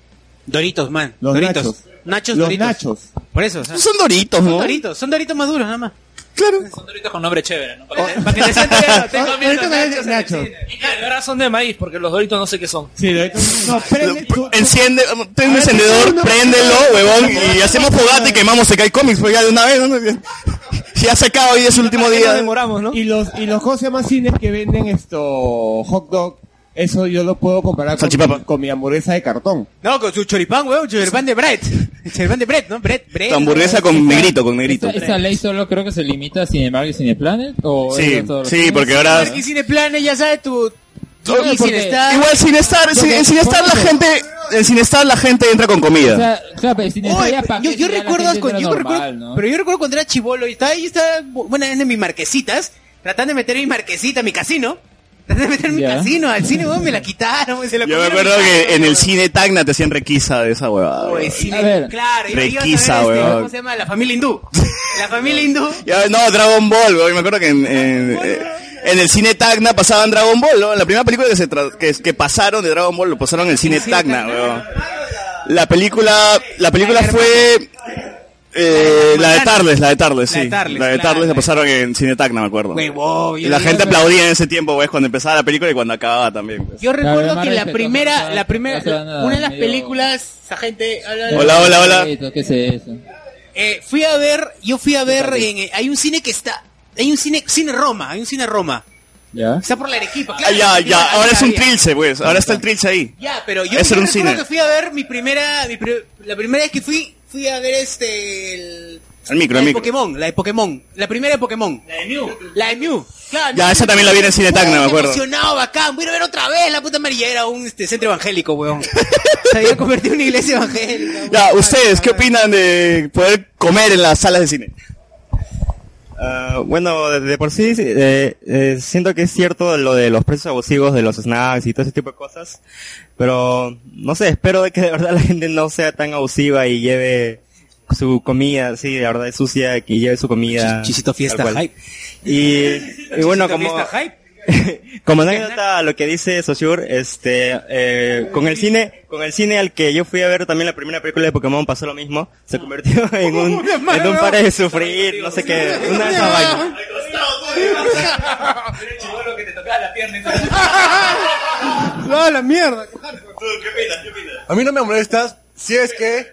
Doritos, man.
Los
doritos.
nachos.
Nachos,
Los
doritos.
nachos.
Por eso, o sea,
Son doritos,
son
¿no?
doritos, son doritos maduros nada más.
Claro.
Son
doritos con nombre chévere, ¿no?
Para que te sientas ya, no, tengo miedo,
Doritos
nachos.
Y que ahora son de maíz, porque los doritos no sé qué son.
Sí, No,
Enciende, ten un encendedor, préndelo, huevón, y hacemos fogata y quemamos Sekai Comics, pues ya de una vez, ¿no? Ya se acaba hoy, es el último día.
¿no? Y los, y los ¿cómo se llama cines que venden esto, hot dog? Eso yo lo puedo comparar con, mi- con mi hamburguesa de cartón.
No, con su choripán, weón, choripán de Brett. Choripán de Brett, ¿no? Brett, Brett.
Tu hamburguesa con negrito, con negrito.
Esa ley solo creo que se limita a Cinemark y Cineplanet. O
Sí,
es a todos los
sí,
cines?
porque ahora-
Y Cineplanes, ya sabes, tu...
Oye,
Y
porque-
Cinestar.
Igual sin estar, sin, en sin estar la gente, en sin estar la gente entra con
O sea,
comida.
claro, pero sin
Oye,
ensayar
yo,
paquete
yo
ya la
recuerdo,
gente
cuando-
entra
yo recuerdo-
normal, ¿no?
pero yo recuerdo cuando era chivolo y estaba ahí, estaba, bueno, en mis marquesitas, tratando de meter mi marquesita, mi casino, tratando de meter mi casino al cine, weón, me la quitaron, se la
Yo me
comieron
acuerdo
mi
que
casino,
en el
weón.
cine Tacna te hacían requisa de esa huevada.
Oye,
huevón.
cine, claro, iba- iba a
Requisa,
ver este,
weón.
¿cómo se llama? La familia hindú. La familia hindú.
Ya, no, Dragon Ball, weón. Me acuerdo que en, en, en el cine Tacna pasaban Dragon Ball, ¿no? La primera película que, se tra- que, que pasaron de Dragon Ball lo pasaron en el cine Tacna, weón. La película, la película fue Eh, la de Tarles, la de Tarles,
La
sí.
de
La
Tarles,
de
claro,
Tarles la pasaron en Cinetacna, me acuerdo.
Huevón,
Y
yo
la
digo,
gente
pero-
aplaudía en ese tiempo, ¿ves? Cuando empezaba la película y cuando acababa también. pues.
Yo
Claro,
recuerdo
más
que la
respeto,
primera, la primera,
no se van a dar
una de las
medio-
películas, esa gente. habla-
Hola, hola, hola.
¿Qué es eso?
Eh, fui a ver, yo fui a ver, en, eh, hay un cine que está, hay un cine, cine Roma, hay un cine Roma.
¿Ya?
Está por la Arequipa,
Ah,
claro.
ya,
Arequipa,
ya. Ahora es un
había.
trilce, pues. Ahora está el trilce ahí.
Ya, pero yo, yo
Ese era un
recuerdo
cine.
que fui a ver mi primera, mi pri- la primera vez que fui, fui a ver este, el,
El micro,
la
el
de
micro.
Pokémon, la de Pokémon, la primera de Pokémon. La de Mew. La de Mew, claro.
Ya,
Mew.
esa también la vi en el cine Tacna, me
Puta,
acuerdo.
Emocionado, bacán, voy a ir a ver otra vez, la puta María era un este, centro evangélico, weón. Se había convertido en una iglesia evangélica.
Ya, ustedes, ¿qué opinan de poder comer en las salas de cine?
Ah, bueno, de, de por sí eh, eh, siento que es cierto lo de los precios abusivos de los snacks y todo ese tipo de cosas, pero no sé, espero de que de verdad la gente no sea tan abusiva y lleve su comida, sí, de verdad es sucia, que lleve su comida.
Chis- chisito fiesta
tal cual.
hype.
Y, y bueno, como... Como anécdota a lo que dice Soshur, este, eh, con el cine, con el cine al que yo fui a ver también la primera película de Pokémon pasó lo mismo, se convirtió en un, en un para de sufrir, no sé qué, una de esas vainas.
No, ¡Ah, la mierda. A mí no me molestas si es que,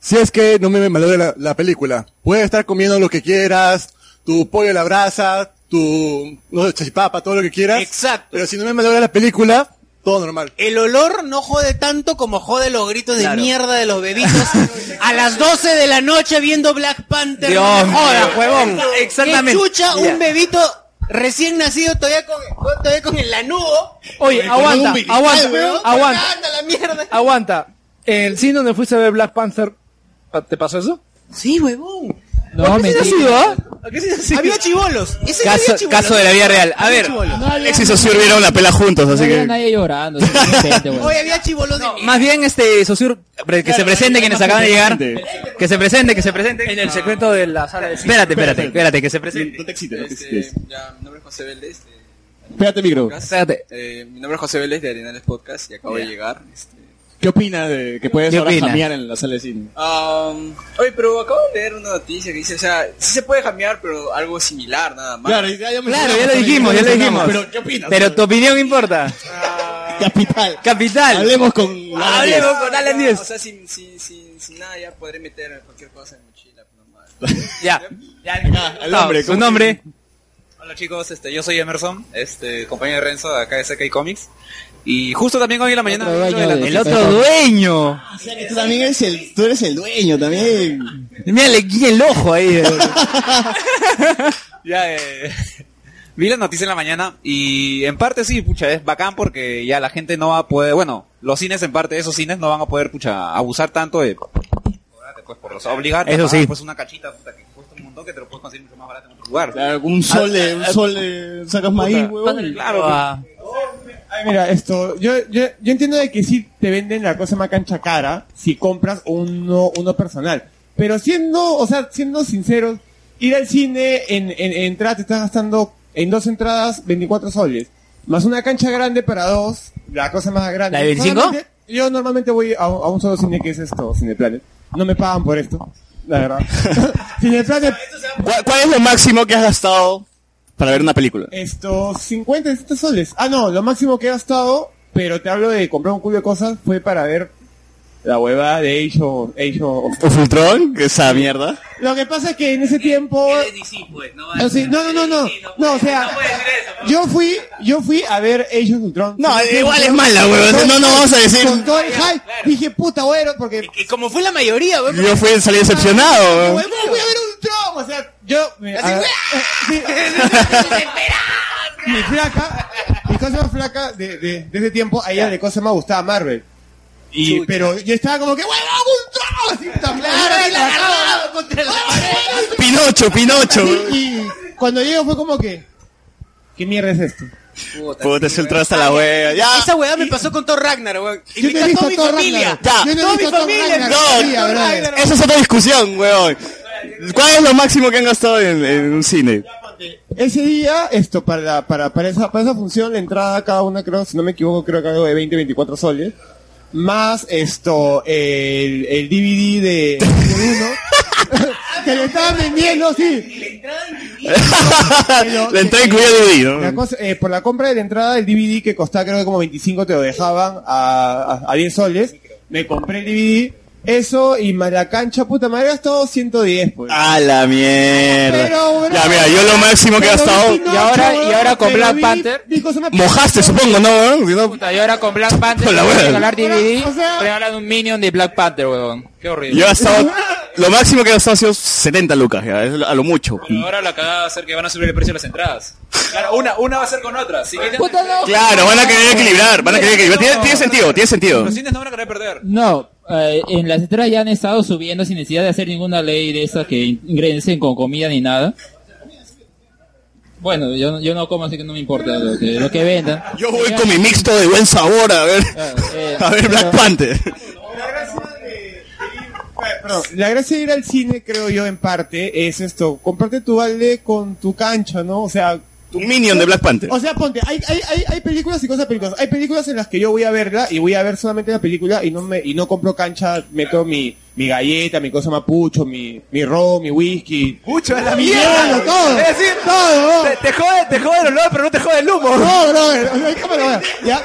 si es que no me malore la, la película. Puedes estar comiendo lo que quieras, tu pollo a la brasa, tu no, sé, chachipapa, todo lo que quieras.
Exacto.
Pero si no me malora la película, todo normal.
El olor no jode tanto como jode los gritos de
Claro.
mierda de los bebitos a las 12 de la noche viendo Black Panther.
Dios
No
mío.
joda, huevón.
Exa- exactamente.
¿Qué chucha
Mira.
un bebito recién nacido todavía con, todavía con el lanudo?
Oye,
Con
aguanta,
un bikini.
aguanta,
Ay, huevón,
aguanta.
anda la mierda.
Aguanta. El cine donde fuiste a ver Black Panther, ¿te pasó eso?
Sí, huevón.
No,
¿A qué
mentira.
cine has ido, ah? Había chivolos. Ese día había chibolos. Había chibolos.
Alexis Osur vieron la pela juntos, así que.
nadie llorando.
Hoy había chivolos. de-
Más bien, este, Sosur, pre- que se presente quienes acaban de llegar. Que se presente, que se presente. En el secreto de la sala de Espérate, espérate, espérate, que se presente.
No te excites, no te excites. Ya, mi nombre es José Vélez. de
Espérate, micro.
Podcast.
Espérate.
Eh, mi nombre es José Vélez de Arenales Podcast y acabo de
Ya.
llegar.
¿Qué opinas de que puedes
ahora
cambiar
jamear
en la sala de cine?
Um, oye, pero acabo de leer una noticia que dice, o sea, sí se puede cambiar, pero algo similar, nada más.
Claro, ya, lo dijimos, ya lo dijimos. Pero tu opinión importa. Capital. Capital. Hablemos con Hablemos con Alan
O
10.
sea, sin, sin, sin, sin nada ya podré meter cualquier cosa en mi mochila, normal.
Ya.
ya,
el hombre, Su ¿cómo- nombre.
Hola chicos, este, yo soy Emerson, este, compañero de Renzo de acá de CK Comics. Y justo también hoy en la mañana... vi lo de la
El
noticia.
otro Ah, dueño.
Ah,
O sea que tú también eres el, tú eres el dueño también.
Mira, le guía el ojo ahí. eh.
Ya, eh, vi la noticia en la mañana y en parte sí, pucha, es bacán porque ya la gente no va a poder, bueno, los cines en parte, esos cines no van a poder, pucha, abusar tanto de... Pues por los obligar,
Eso sí.
Pues una cachita, puta, que cuesta un montón que te lo puedes conseguir mucho más barato en otro lugar. Ah,
Un sol, de- un sol, de- sacas maíz, huevón.
Claro,
Ah.
Ay, mira, esto, yo, yo, yo entiendo de que sí te venden la cosa más cancha cara si compras uno, uno personal. Pero siendo, o sea, siendo sinceros, ir al cine en, en, en entrada te estás gastando en dos entradas 24 soles. Más una cancha grande para dos, la cosa más grande.
¿La de 25?
Normalmente, Yo normalmente voy a, un- a un solo cine que es esto, Cineplanet. No me pagan por esto, la verdad. Cineplanet,
¿Cuál, cuál es lo máximo que has gastado para ver una película?
esto, 50, 60 soles. Ah, no, lo máximo que he gastado, pero te hablo de comprar un culo de cosas, fue para ver la hueva de Age of... Age of-
¿O Fultrón? Que esa mierda.
Lo que pasa es que en ese tiempo... pues, No, sí, no, no, no, no, no, o sea, yo fui, yo fui a ver Age of Ultron.
No,
Sí,
igual
sí,
es
sí.
mala, huevón,
Con-
no, no vamos a decir-
Con todo el hype, dije, puta, bueno, porque...
Y como fue la mayoría, weón.
Yo fui salir decepcionado,
Huevón,
weón.
voy a ver Ultron, o sea, yo... me- a- Sí.
Ah.
mi flaca, mi cosa más flaca de, de, de ese tiempo, a ella de cosa más gustaba Marvel. Y, pero yo estaba como que, ¡huevón, Ultron! Así, tan
Claro, y la agarraba
contra la
Pinocho, Pinocho.
Así, y cuando llego fue como que, ¿qué mierda es esto?
Puta, se ultró hasta la hueva. Ya.
Esa weá me pasó con Thor Ragnar, weón. Y
Yo
me
no he
cagó
visto
mi
Thor
familia.
Ragnarok. Yo no he
Toda mi
visto Thor
familia.
Ragnarok.
Thor
No,
Ragnarok.
esa es otra discusión, weón. ¿Cuál es lo máximo que han gastado en, en un cine?
Ese día, esto, para, la- para, para, esa, para esa función, la entrada cada una, creo, si no me equivoco, creo que algo de 20, 24 soles. Más esto, el, el DVD de 1
Te lo estaban vendiendo, sí.
Pero
La entrada
te-
incluía DVD, ¿no?
la cosa- eh, por la compra de la entrada del DVD, que costaba creo que como 25, te lo dejaban a, a, a 10 soles. Me compré el DVD. Eso y más la cancha, puta, me había gastado 110, pues.
A la mierda.
Pero, bro,
ya, mira, yo lo máximo que he
pero
gastado.
vi Pinocho, bro, pero vi- dijo, es una
Mojaste, supongo, ¿no? Si no,
Puta, y ahora con Black Panther
Hola,
voy a
weón.
regalar DVD, regalan un Minion de Black Panther, weón. Qué horrible.
Yo he gastado. Lo máximo que he gastado ha sido 70 lucas, ya, es a lo mucho.
Ahora la cagada va a ser que van a subir el precio de las entradas. Claro, una, una va a ser con otra. Si quitan-
Claro, van a querer equilibrar, van a querer equilibrar. Tiene, tiene sentido, tiene sentido.
Los cines no van a querer perder.
No, eh, en las estrellas ya han estado subiendo sin necesidad de hacer ninguna ley de esas que ingresen con comida ni nada. Bueno, yo, no- yo no como, así que no me importa lo que, lo que vendan.
Yo voy con mi mixto de buen sabor, a ver. A ver, Black Panther.
Perdón, la gracia de ir al cine, creo yo, en parte, es esto. Comparte tu balde con tu cancha, ¿no? O sea...
Tu Minion de Black Panther.
O sea, ponte, hay, hay, hay, hay películas y cosas películas. Hay películas en las que yo voy a verla y voy a ver solamente la película y no me y no compro cancha, meto mi, mi galleta, mi cosa mapucho, mi, mi ron, mi whisky.
Mucho a la
Mi
mierda.
todo.
Es decir,
todo.
te- te jode- te jode el olor, pero no te jode el humo.
No, brother, o sea, es como lo veo, Ya.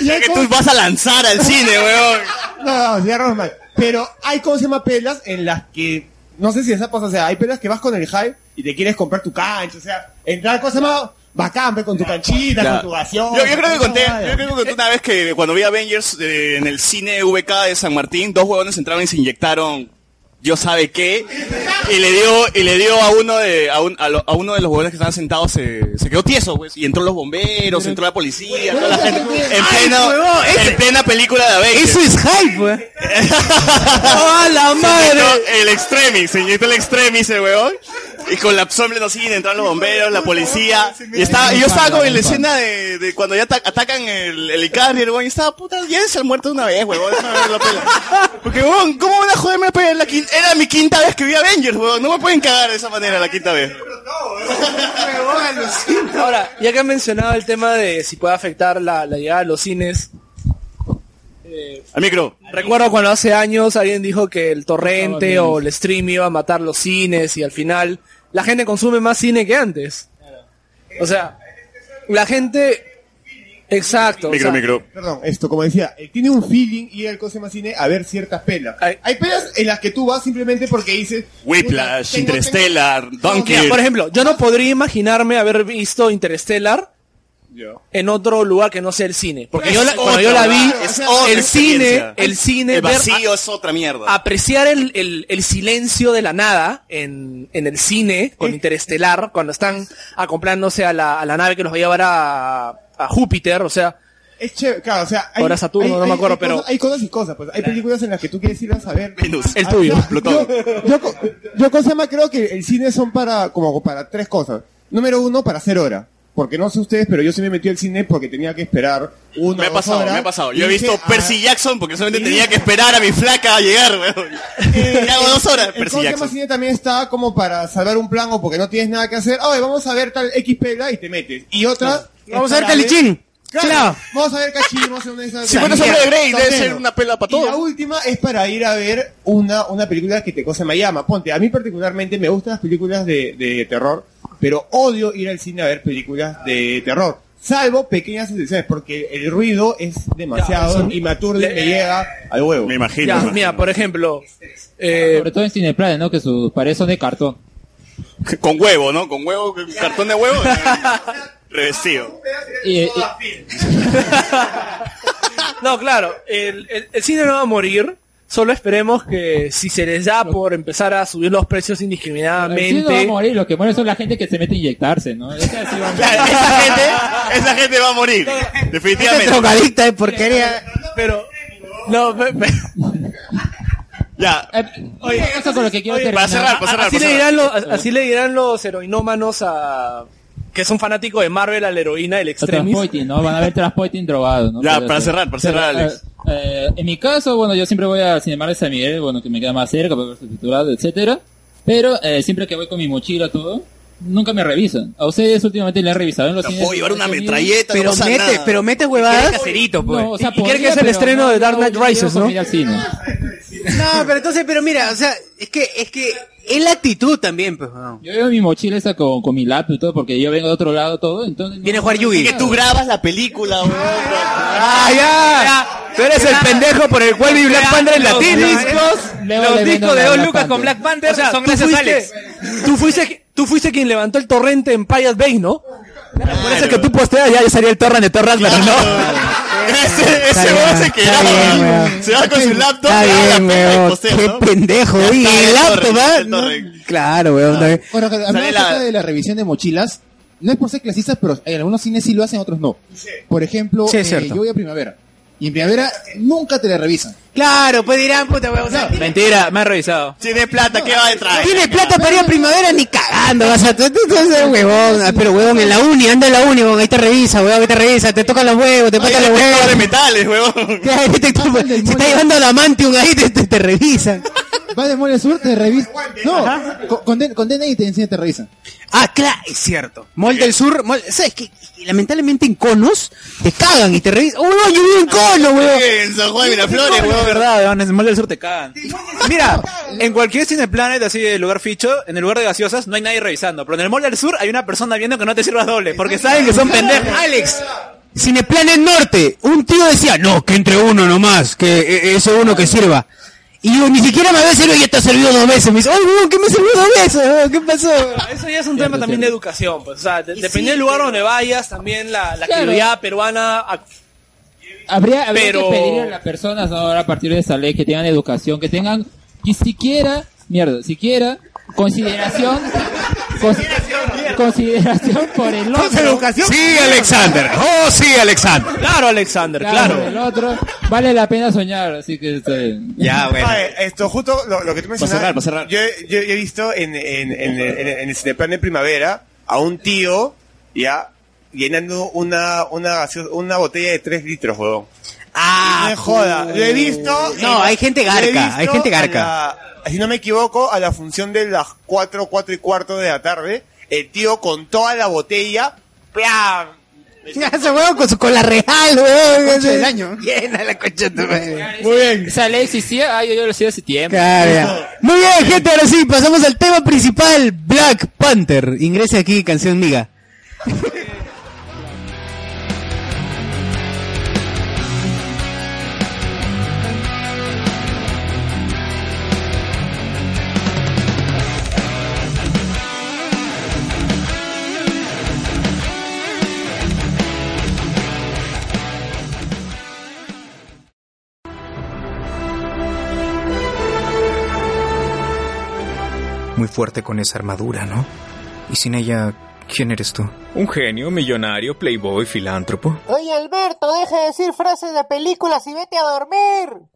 Y hay
que
cosas-
tú vas a lanzar al cine, weón.
No, no, ya normal. Pero hay, ¿cómo se llama? Pelas en las que, no sé si esa pasa, o sea, hay pelas que vas con el hype y te quieres comprar tu cancha, o sea, entrar, ¿cómo se llama? Bacán, pe, con tu canchita,
Ya.
con tu gaseosa.
Yo, yo creo que
con
conté,
toda la-
yo creo que conté una vez que cuando vi Avengers eh, en el cine VK de San Martín, dos huevones entraron y se inyectaron yo sabe qué y le dio y le dio a uno de a, un- a lo- a uno de los huevones que estaban sentados se, se quedó tieso pues y entró los bomberos entró la policía toda la gente, en pleno en plena película de Avengers
Eso es hype, weón. ¡A la
Se
madre!
inyectó el extremis, se inyectó el extremis, el weón. Y con la sombrero así, entraron los bomberos, la policía. Y estaba, y yo estaba como en la escena de, de cuando ya ata- atacan el, el Icardi, el weón. Y estaba, puta, llévense al muerto de una vez, weón. déjame ver la pela. Porque, weón, ¿cómo van a joderme la pela? La quin- Era mi quinta vez que vi Avengers, weón. No me pueden cagar de esa manera la quinta vez.
Ahora, ya que han mencionado el tema de si puede afectar la, la llegada a los cines,
Al micro.
recuerdo cuando hace años alguien dijo que el torrente o el stream iba a matar los cines y al final la gente consume más cine que antes. O sea, la gente... Exacto. o sea,
Perdón, esto, como decía, eh, tiene un feeling ir al Cosema Cine a ver ciertas pelas. Hay pelas en las que tú vas simplemente porque dices...
Whiplash, Interstellar,
Mira,
Donkey.
por ejemplo, yo no podría imaginarme haber visto Interstellar en otro lugar que no sea el cine. Porque yo la, cuando yo la vi, el cine, el cine,
El
ver-
vacío es otra mierda.
apreciar el, el- el silencio de la nada en, en el cine
¿Eh?
con Interestelar, cuando están acomplándose a la, a la nave que los va a llevar a, a Júpiter, o sea,
Es chévere, claro, o sea...
Ahora Saturno, no me acuerdo, pero-
cosas- hay cosas y cosas, pues. Hay películas en las que tú quieres ir a saber...
el
Ah,
tuyo,
o sea,
Plutón.
Yo, yo, co- yo cosa más creo que el cine son para, como para tres cosas. Número uno, para hacer hora. Porque no sé ustedes, pero yo sí me metí al cine porque tenía que esperar una
Me ha
dos
pasado,
horas.
me ha pasado.
Y
Yo he
dije,
visto
ah,
Percy Jackson porque solamente tenía que esperar a mi flaca a llegar, weón. Y hago dos horas,
El
Percy
Cosema
Jackson.
Cine también está como para salvar un plan o porque no tienes nada que hacer. Oye, vamos a ver tal X pela y te metes. Y otra...
Vamos a ver
para
Calichín.
Claro,
Claro.
Vamos a ver Cachín, vamos a ver una de esas...
Si fuera sobre Grey, debe
Torneo.
ser una pela para
Y la
todos.
última es para ir a ver una, una película que te cosa me llama. Ponte, a mí particularmente me gustan las películas de, de terror, pero odio ir al cine a ver películas de terror. Salvo pequeñas excepciones, porque el ruido es
Ya,
demasiado
eso-
y me aturde,
Le-
me llega al huevo. Me
imagino.
ya, mira, por ejemplo,
Eh,
Sobre todo en Cineplanet, ¿no? Que sus paredes son de cartón.
Con huevo, ¿no? Con huevo, con cartón de huevo. Revestido.
Y, y-
no, claro, el, el- el cine no va a morir. Solo esperemos que si se les da por empezar a subir los precios
el cine no va a
indiscriminadamente,
morir, lo que muere son la gente que se mete a inyectarse, ¿no?
Esa gente va a morir. Definitivamente.
drogadicta de porquería.
Pero. No,
Ya.
Oye, eso Eh, con lo que quiero
oye,
terminar.
para cerrar, para cerrar, así,
para
le
cerrar.
dirán los, a- así le dirán los heroinómanos a que son fanáticos de Marvel a la heroína del extremis.
Transpoiting, ¿no? Van a ver Transpoiting drogado, ¿no?
Ya,
Podría
para
ser.
cerrar, para cerrar,
Pero, eh,
Alex.
eh, en mi caso, bueno, yo siempre voy a Cinemar de San Miguel, bueno, que me queda más cerca, para ver subtitulado, etcétera. Pero eh, siempre que voy con mi mochila, todo, nunca me revisan. A ustedes últimamente le han revisado en los cines.
pero mete, pero mete huevadas.
No, o sea,
quiere
podría, pero no, no, yo quiero comer al cine.
No, pero entonces, pero mira, o sea, es que, es que Es la actitud también, pues. weón.
Yo veo mi mochila esa con, con mi laptop y todo, porque yo vengo de otro lado todo, entonces...
Viene a jugar Yugi.
Que tú grabas la película, weón.
¡Ah, ya! Tú eres el pendejo por el cual vi Black Panther en
Los
latín.
discos, luego
los
le vendo
discos de
la
Don
Black
Lucas con
Panther.
Black Panther
O sea,
son
tú
gracias a
fuiste-
Alex.
Tú fuiste, tú fuiste quien levantó el torrente en Pirates Bay, ¿no?
Por eso que tú posteas ya, ya salía el torrent de Thor Ragnarok, ¿no?
Ese, ese
bien,
weón se
está
quedaba.
bien,
weón. Se va con su laptop,
Está
graba la
bien,
película y
weón.
postea,
Qué
¿no?
pendejo.
Ya
Y
está,
el
el
laptop,
torrent,
¿verdad?
el torrent.
Claro, weón. también.
Bueno, que hablamos
Sale la-
acerca de la revisión de mochilas. No es por ser clasistas, pero en algunos cines sí lo hacen, otros no. Por ejemplo,
Sí, es
eh,
cierto.
yo voy a primavera. Y en primavera nunca te la revisan.
Claro, pues dirán, puta, weón. o sea,
Mentira, me has revisado.
Tiene plata, ¿qué va a detrás?
Tiene plata para ir a primavera ni cagando, vas a tú, tú, tú, ese huevón, ah, pero huevón en la uni, anda en la uni, huevón, ahí te revisa, huevón, ahí te revisa, te tocan los huevos, te patan los
Detector de
huevos.
metales, weón.
Claro, ahí te- si está llevando a la mantium ahí te, te, te revisan.
Va de mole suerte, revisa. No, con- con D- con DNI te encima te revisan.
Ah, claro, es cierto. Mall del Sur, mall- ¿sabes qué? Lamentablemente en conos te cagan y te revisan. ¡Oh, no, yo vivo en cono, huevón!
En San Juan de Miraflores,
Es
weón.
verdad, weón, en el Mall del Sur te cagan. Mira, en cualquier Cine Planet, así de lugar ficho, en el lugar de gaseosas, no hay nadie revisando. Pero en el Mall del Sur hay una persona viendo que no te sirvas doble, porque saben que son pendejos.
Alex, Cineplanet Norte, un tío decía, no, que entre uno nomás, que eh, ese uno que sirva. Y yo, ni siquiera me había servido y ya te ha servido dos veces. Me dice, ay, weón, ¿qué me sirvió dos veces? weón? ¿Qué pasó?
Eso ya es un tema también de educación, pues, o sea, de- dependiendo del lugar donde vayas, también la, la
Claro.
actividad peruana... ac-
Habría, habría
Pero-
que pedirle a las personas ahora a partir de esa ley que tengan educación, que tengan ni siquiera, mierda, siquiera consideración, con- consideración por el otro.
Sí, Alexander.
Oh, sí, Alexander.
Claro, Alexander,
Claro,
claro.
por el otro. Vale la pena soñar, así que está bien.
Ya,
bueno. esto, justo lo, lo que tú mencionabas.
cerrar,
Yo, yo- yo he visto en, en, en, en- en el Cineplan de Primavera a un tío, ya, llenando una, una, gaseo- una botella de 3 litros, huevón.
Ah,
no es joda. Lo he visto.
No, hay gente
lo he
garca,
visto
hay gente
a
garca.
la- si no me equivoco, a la función de las 4, 4 y cuarto de la tarde, el tío con toda la botella, ¡plá!
Ya se huevón con su cola real, weón.
Concha del
año. Llena la concha de tu madre.
Muy bien.
Esa ley existía, ah, yo, yo lo sé hace tiempo.
Claro, ya. Muy bien, gente, ahora sí, pasamos al tema principal, Black Panther. Ingrese aquí, canción miga.
Muy fuerte con esa armadura, ¿no? Y sin ella, ¿quién eres tú?
Un genio, millonario, playboy, filántropo.
Oye, Alberto, deja de decir frases de películas y vete a dormir.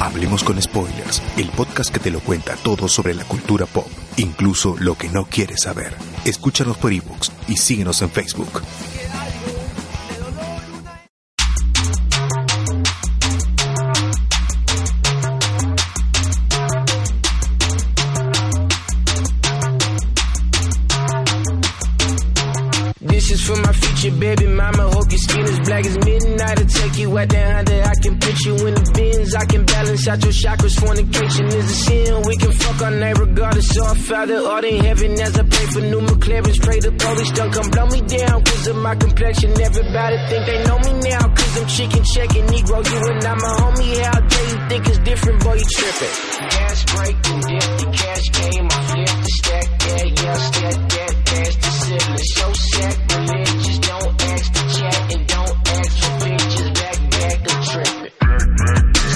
Hablemos con Spoilers, el podcast que te lo cuenta todo sobre la cultura pop, incluso lo que no quieres saber. Escúchanos por ebooks y síguenos en Facebook. This is for my future baby mama. Hope your skin is black as midnight. I'll take you out that Honda. I can put you in the bins. I can balance out your chakras. Fornication is a sin. We can fuck all night regardless. Our father, all in heaven. As I pray for new McLaren's, pray the police don't come blow me down. Cause of my complexion. Everybody think they know me now. Cause I'm chicken checking Negro. You and I'm a homie. How dare you think it's different, boy? You tripping. Gas break and dip. The cash game. I flip the stack. Yeah, yeah, stack that. That's the ceiling. So sad, religious. Don't ask the chat and don't ask for pictures. Back, back, I'm tripping.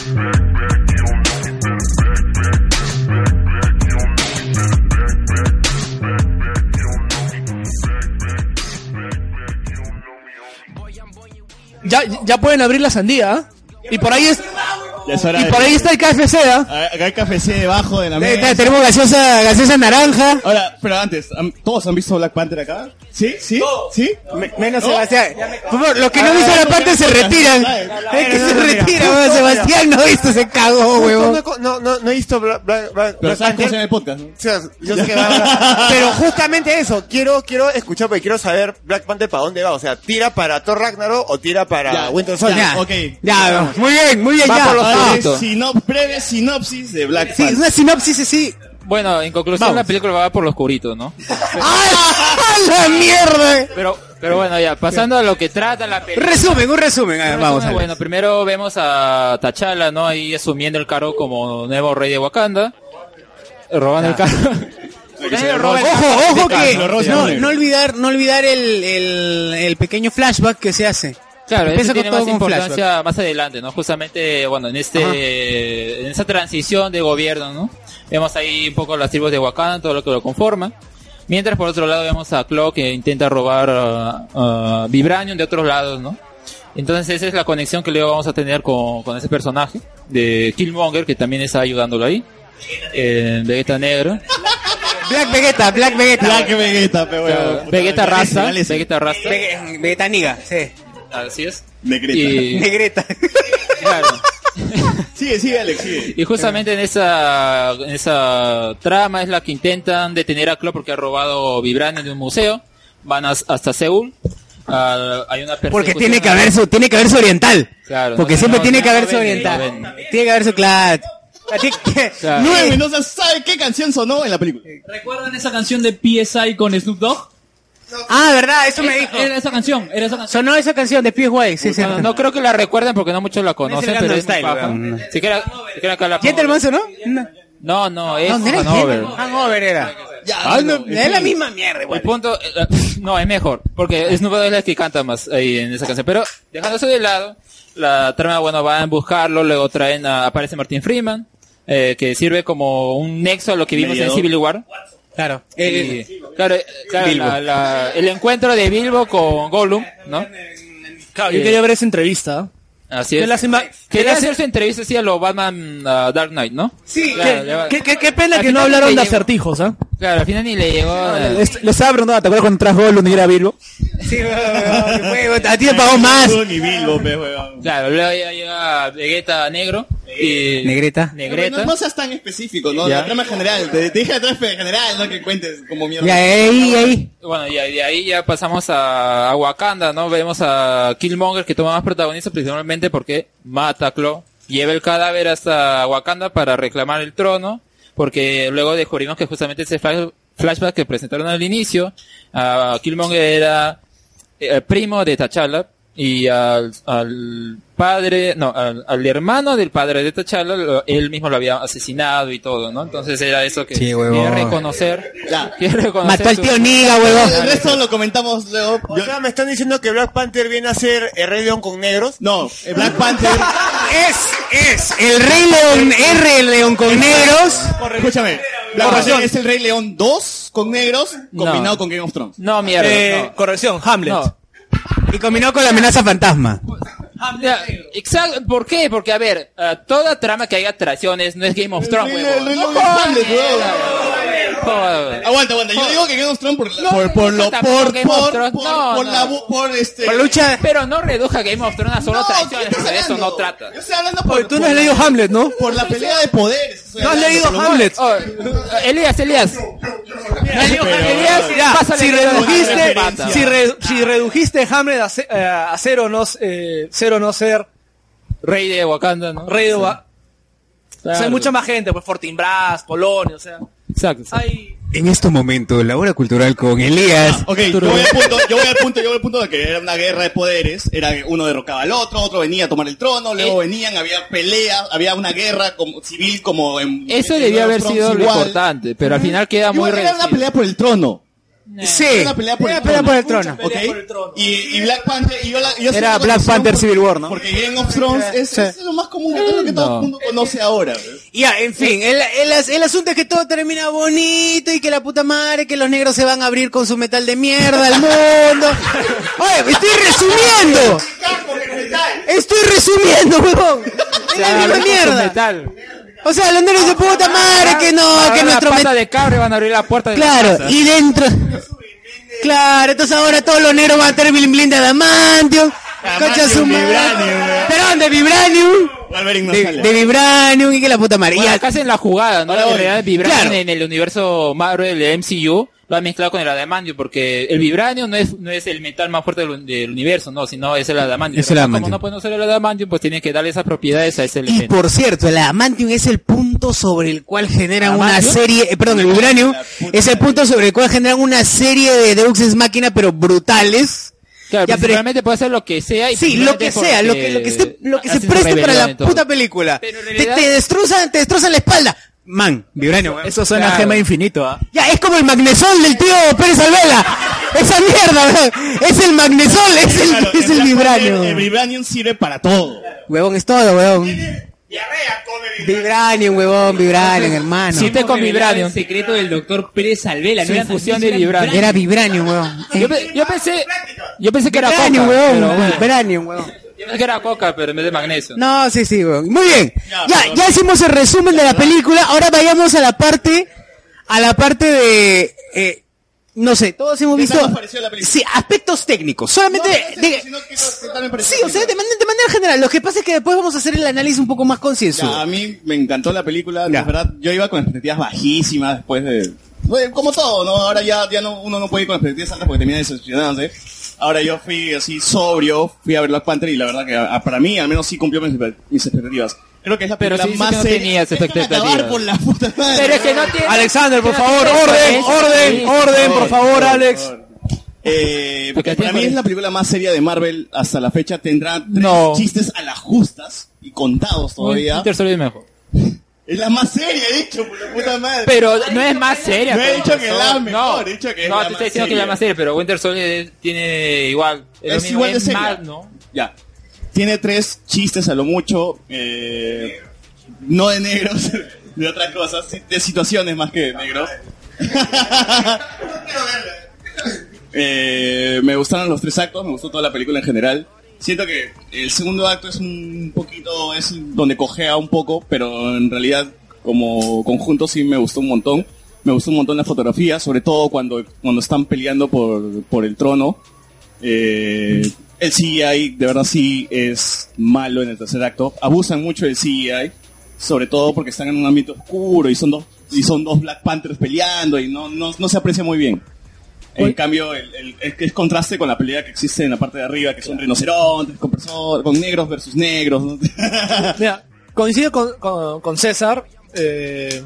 Ya, ya pueden abrir la sandía, ¿ah? Y por ahí es...
es hora
Y
de-
por ahí está el KFC, ¿ah?
Eh.
Acá hay café debajo de la
Eh,
mesa.
te- tenemos gaseosa- gaseosa naranja.
Ahora, pero antes, ¿han- ¿todos han visto Black Panther acá? ¿Sí? ¿Sí? ¿Sí?
menos Sebastián. Por favor, los que no viste la parte se retiran. Es que se retiran, weón. Sebastián no visto, se cagó, huevón.
No, no, no, no he visto Black, Black, Black
Pero sabes cómo
Panther.
se llama el podcast,
O sea, yo sé que va a hablar. Pero justamente eso, quiero, quiero escuchar porque quiero saber Black Panther para dónde va. O sea, ¿tira para Thor Ragnarok o tira para Winter Soldier?
ya, ok.
Ya,
muy bien, muy bien, ya. Ahora, Breve sinop- breve sinopsis de Black
Sí,
Panther.
una sinopsis así.
Bueno, en conclusión, la película va por lo oscurito, ¿no?
la mierda!
Pero, pero bueno, ya, pasando a lo que trata la película.
Resumen, un resumen. a ver, vamos a ver.
Bueno, primero vemos a T'Challa, ¿no? Ahí asumiendo el cargo como nuevo rey de Wakanda. Robando el cargo.
Ojo, ojo que
Lo roba
no,
Simone.
no olvidar, no olvidar el, el, el pequeño flashback que se hace.
Claro, eso
Empieza
tiene
todo
más
con flashback.
importancia más adelante, ¿no? Justamente, bueno, en este, en esa transición de gobierno, ¿no? Vemos ahí un poco las tribus de Wakanda, todo lo que lo conforma. Mientras, por otro lado, vemos a Claw que intenta robar ah, ah, Vibranium de otros lados, ¿no? Entonces, esa es la conexión que luego vamos a tener con, con ese personaje de Killmonger, que también está ayudándolo ahí. Eh, Vegeta Negro.
Black Vegeta, Black Vegeta.
Black Vegeta, pero
Claro, Vegeta Raza. Vegeta Raza.
Vege- Vegeta Niga, sí.
Así es.
Negreta.
Negreta.
claro.
Sigue, sigue, Alex, sigue.
Y justamente en esa, en esa trama es la que intentan detener a Claw porque ha robado vibranium de un museo. Van as- hasta Seúl. Ah, hay una
Porque
persecución
tiene que
a-
haber su, tiene que haber su oriental.
Claro,
Porque
no,
siempre
no,
tiene que
no
haber su
ven,
oriental.
no
Tiene que haber su claro. Así que-
Nueve Mendoza sabe qué canción sonó en la película.
¿Recuerdan esa canción de PSI con Snoop Dogg?
Ah, verdad, eso me
Esa-
dijo.
Era esa canción, era esa canción.
Sonó esa canción de PSY, sí, sí.
No, no creo que la recuerden porque no muchos la conocen,
Gangnam
pero es muy
Style,
paja.
weón.
Siquiera, siquiera acá la
Gentleman sonó? No.
No, no, es
No, no era
Hanover.
Gentleman, Hangover era. Ya, no, es la misma mierda,
El punto, eh, no, es mejor, porque Snoop Dogg es la que canta más ahí en esa canción. Pero dejando eso de lado, la trama, bueno, van a buscarlo, luego traen a, aparece Martin Freeman, eh, que sirve como un nexo a lo que vimos en
Mediador.
Civil War.
Claro.
Y- claro, eh, claro,
Bilbo.
la- la- el encuentro de Bilbo con Gollum, ¿no?
Claro, yo quería ver esa
¿ah?
entrevista.
Así
Qué
es.
lástima- qué
Quería
lástima-
hacer su entrevista así a lo Batman ah, Dark Knight, ¿no?
Sí,
Claro,
qué-
le va-
qué, qué- qué pena
Al
que no
final
hablaron
le
de
llegó-
acertijos, ¿ah?
Claro, al final ni le llegó. eh,
Les les estaba preguntando, ¿te acuerdas cuando trajo Gollum y era Bilbo?
Sí, weón, a ti te pagó más.
Ni Bilbo, pe, weón.
Claro, luego ya llega Vegeta Negro. Y
Negreta.
Negreta.
No, no seas tan específico, ¿no?
Ya.
La trama general. Te, te dije la trama general, no que cuentes como mierda.
Ya,
ahí, ahí.
Bueno, y ahí- de ahí ya pasamos a, a Wakanda, ¿no? Vemos a Killmonger que toma más protagonismo principalmente porque mata a Claw, lleva el cadáver hasta Wakanda para reclamar el trono, porque luego descubrimos que justamente ese flash- flashback que presentaron al inicio, a Killmonger era eh, primo de T'Challa y al, al padre, no, al, al hermano del padre de T'Challa, lo- él mismo lo había asesinado y todo, ¿no? Entonces era eso que
Sí, huevón.
quiere reconocer. quiere reconocer
Mató al
su-
tío Niga, huevón.
El resto lo comentamos luego.
O sea, me están diciendo que Black Panther viene a ser el Rey León con negros.
No, el Black Panther
es, es el Rey León, R León con negros.
Escúchame. Black Panther es el Rey León 2 con negros combinado con Game of Thrones. Eh,
No, mierda. no.
Corrección, Hamlet.
Y combinó con la amenaza fantasma. Ah,
Ya, Exacto, ¿por qué? Porque, a ver, ah, toda trama que haya atracciones no es Game of Thrones,
Rey-
huevón.
el Rey
No
León es Hamlet,
jodas,
huevón.
jodas.
Aguanta, aguanta. Yo digo que Game of Thrones por la-
No,
por por lo
puta,
por
Game of
por
Thrones,
por
no,
por
no.
la bu- por este
Pero no reduja Game of Thrones a solo
No,
traiciones,
¿qué estás
porque de eso
hablando?
no trata.
Yo estoy hablando por
Tú no has leído Hamlet, ¿no?
por la pelea de poderes.
¿No has leído Hamlet?
Oh, Elías, Elías.
Ya, si redujiste,
Pata.
si, re- si redujiste Hamlet a, ce- eh, a cero, no, eh, cero no ser
Rey de Wakanda, ¿no?
rey de Wa- O sea, hay
Claro.
mucha más gente, pues Fortinbras, Polonia, o sea.
Exacto.
Hay...
En este momento, la hora cultural con Elías.
Ok, yo voy al punto, yo voy al punto, yo voy al punto de que era una guerra de poderes, era que uno derrocaba al otro, otro venía a tomar el trono,
Eh.
luego venían, había pelea, había una guerra como, civil como en...
Eso
en
debía
Game of
haber
Thrones
sido lo
igual.
importante, pero al final queda muy
Igual era
reducido.
una pelea por el trono.
Sí,
Era una pelea por,
era
el,
pelea
trono.
por el trono.
Ok. Y, y Black Panther, y yo la- yo
Era
siento
Black
que son-
Panther Civil War, ¿no?
Porque Game of Thrones es,
Sí.
es lo más común, es lo que todo el mundo conoce ahora. ¿ves?
Ya, en fin, el, el as- el asunto es que todo termina bonito y que la puta madre, que los negros se van a abrir con su metal de mierda al mundo. Oye, estoy resumiendo. Estoy resumiendo, huevón. Es la misma mierda. O sea, los negros de puta madre, que no, que nuestro metal...
de cabra y van a abrir la puerta de la
Claro,
casa.
y dentro... Claro, entonces ahora todos los negros van a tener bling bling de adamantium. Concha su madre. Perdón, de vibranium.
Wolverine no
De,
sale.
de vibranium y que la puta madre. Y
Bueno,
acá-
acá hacen la jugada, ¿no?
Ahora
En
voy.
realidad, Vibranium
Claro.
en el universo Marvel, el MCU, lo ha mezclado con el adamantium, porque el vibranio no es, no es el metal más fuerte del, del universo, no, sino es el adamantium.
Es el
Pero
adamantium.
Como no pueden usar el adamantium, pues tienen que darle esas propiedades a ese
Y
elemento.
por cierto, el adamantium es el punto sobre el cual generan una
¿Adamantium?
serie, eh, perdón, el vibranium es el punto sobre el cual generan una serie de Deux Ex Máquina, pero brutales.
Claro,
ya, pero
principalmente puede ser lo que sea. Y
Sí, lo que sea, lo que, lo que, esté- lo que se preste para la puta película. te, te destrozan, te destrozan la espalda. Man, vibranio.
Eso suena a gema infinito, ¿ah?
Ya, es como el magnesol del tío Pérez Alvela. Esa mierda, weón. es el magnesol, es el,
Claro,
es
en
el
Black
vibranio.
Panther, El vibranium sirve para todo.
Huevón, es todo, huevón. Vibranium, huevón, vibranium, hermano.
Siempre con vibranium.
vibranium.
El secreto del doctor Pérez Alvela,
Sí.
no era fusión de
Era
vibranium.
Era vibranium, huevón.
Yo, pe- yo pensé,
yo pensé
que era
Vibranium,
coca, pero
huevón.
bueno.
Vibranium, huevón.
Yo pensé que era coca, pero en vez de magnesio.
No, sí, sí, huevón. Muy bien. Ya, ya hicimos el resumen de la película. Ahora vayamos a la parte, a la parte de, eh, no sé, todos hemos visto. Sí, aspectos técnicos. Solamente. de- sí, o sea, de manera, de manera general. Lo que pasa es que después vamos a hacer el análisis un poco más concienzudo.
Ya, a mí me encantó la película, la verdad, yo iba con expectativas bajísimas después de... Bueno, como todo, ¿no? Ahora ya, ya no, uno no puede ir con expectativas altas porque termina decepcionándose. Ahora yo fui así sobrio, fui a ver Black Panther y la verdad que a- a- para mí al menos sí cumplió mis, mis expectativas. Creo que es la
Pero
película
sí dice
más
que no
seria-
tenías expectativas.
acabar con la puta madre.
Pero es que no tiene-
Alexander, por
Pero
favor,
no tiene
orden,
eso,
orden,
sí.
orden, por favor, Alex.
Eh, porque para mí es la película más seria de Marvel hasta la fecha. Tendrá tres
No.
chistes a las justas y contados todavía.
Winter Soldier es mejor.
Es la más seria, he dicho, por la puta madre.
Pero no es más seria.
No he
pues,
dicho que
no.
la
No,
mejor, he dicho que es
no,
la
te
más
estoy diciendo que es
seria.
la más seria, pero Winter Soldier es- tiene igual. lo
Es
mismo,
igual de seria.
más, ¿no?
Ya. Tiene tres chistes a lo mucho. eh, no de negros, de otras cosas, sí, de situaciones más que de negros. Eh, me gustaron los tres actos, me gustó toda la película en general. Siento que el segundo acto es un poquito, es donde cojea un poco, pero en realidad como conjunto sí me gustó un montón. Me gustó un montón la fotografía, sobre todo cuando, cuando están peleando por, por el trono. Eh, el CGI de verdad sí es malo en el tercer acto. Abusan mucho del CGI, sobre todo porque están en un ámbito oscuro y son dos, y son dos Black Panthers peleando y no, no, no se aprecia muy bien. En cambio, el, el- es que es contraste con la pelea que existe en la parte de arriba, que son rinocerontes, con, perso- con negros versus negros. ¿no?
Mira, coincido con, con- con César, eh,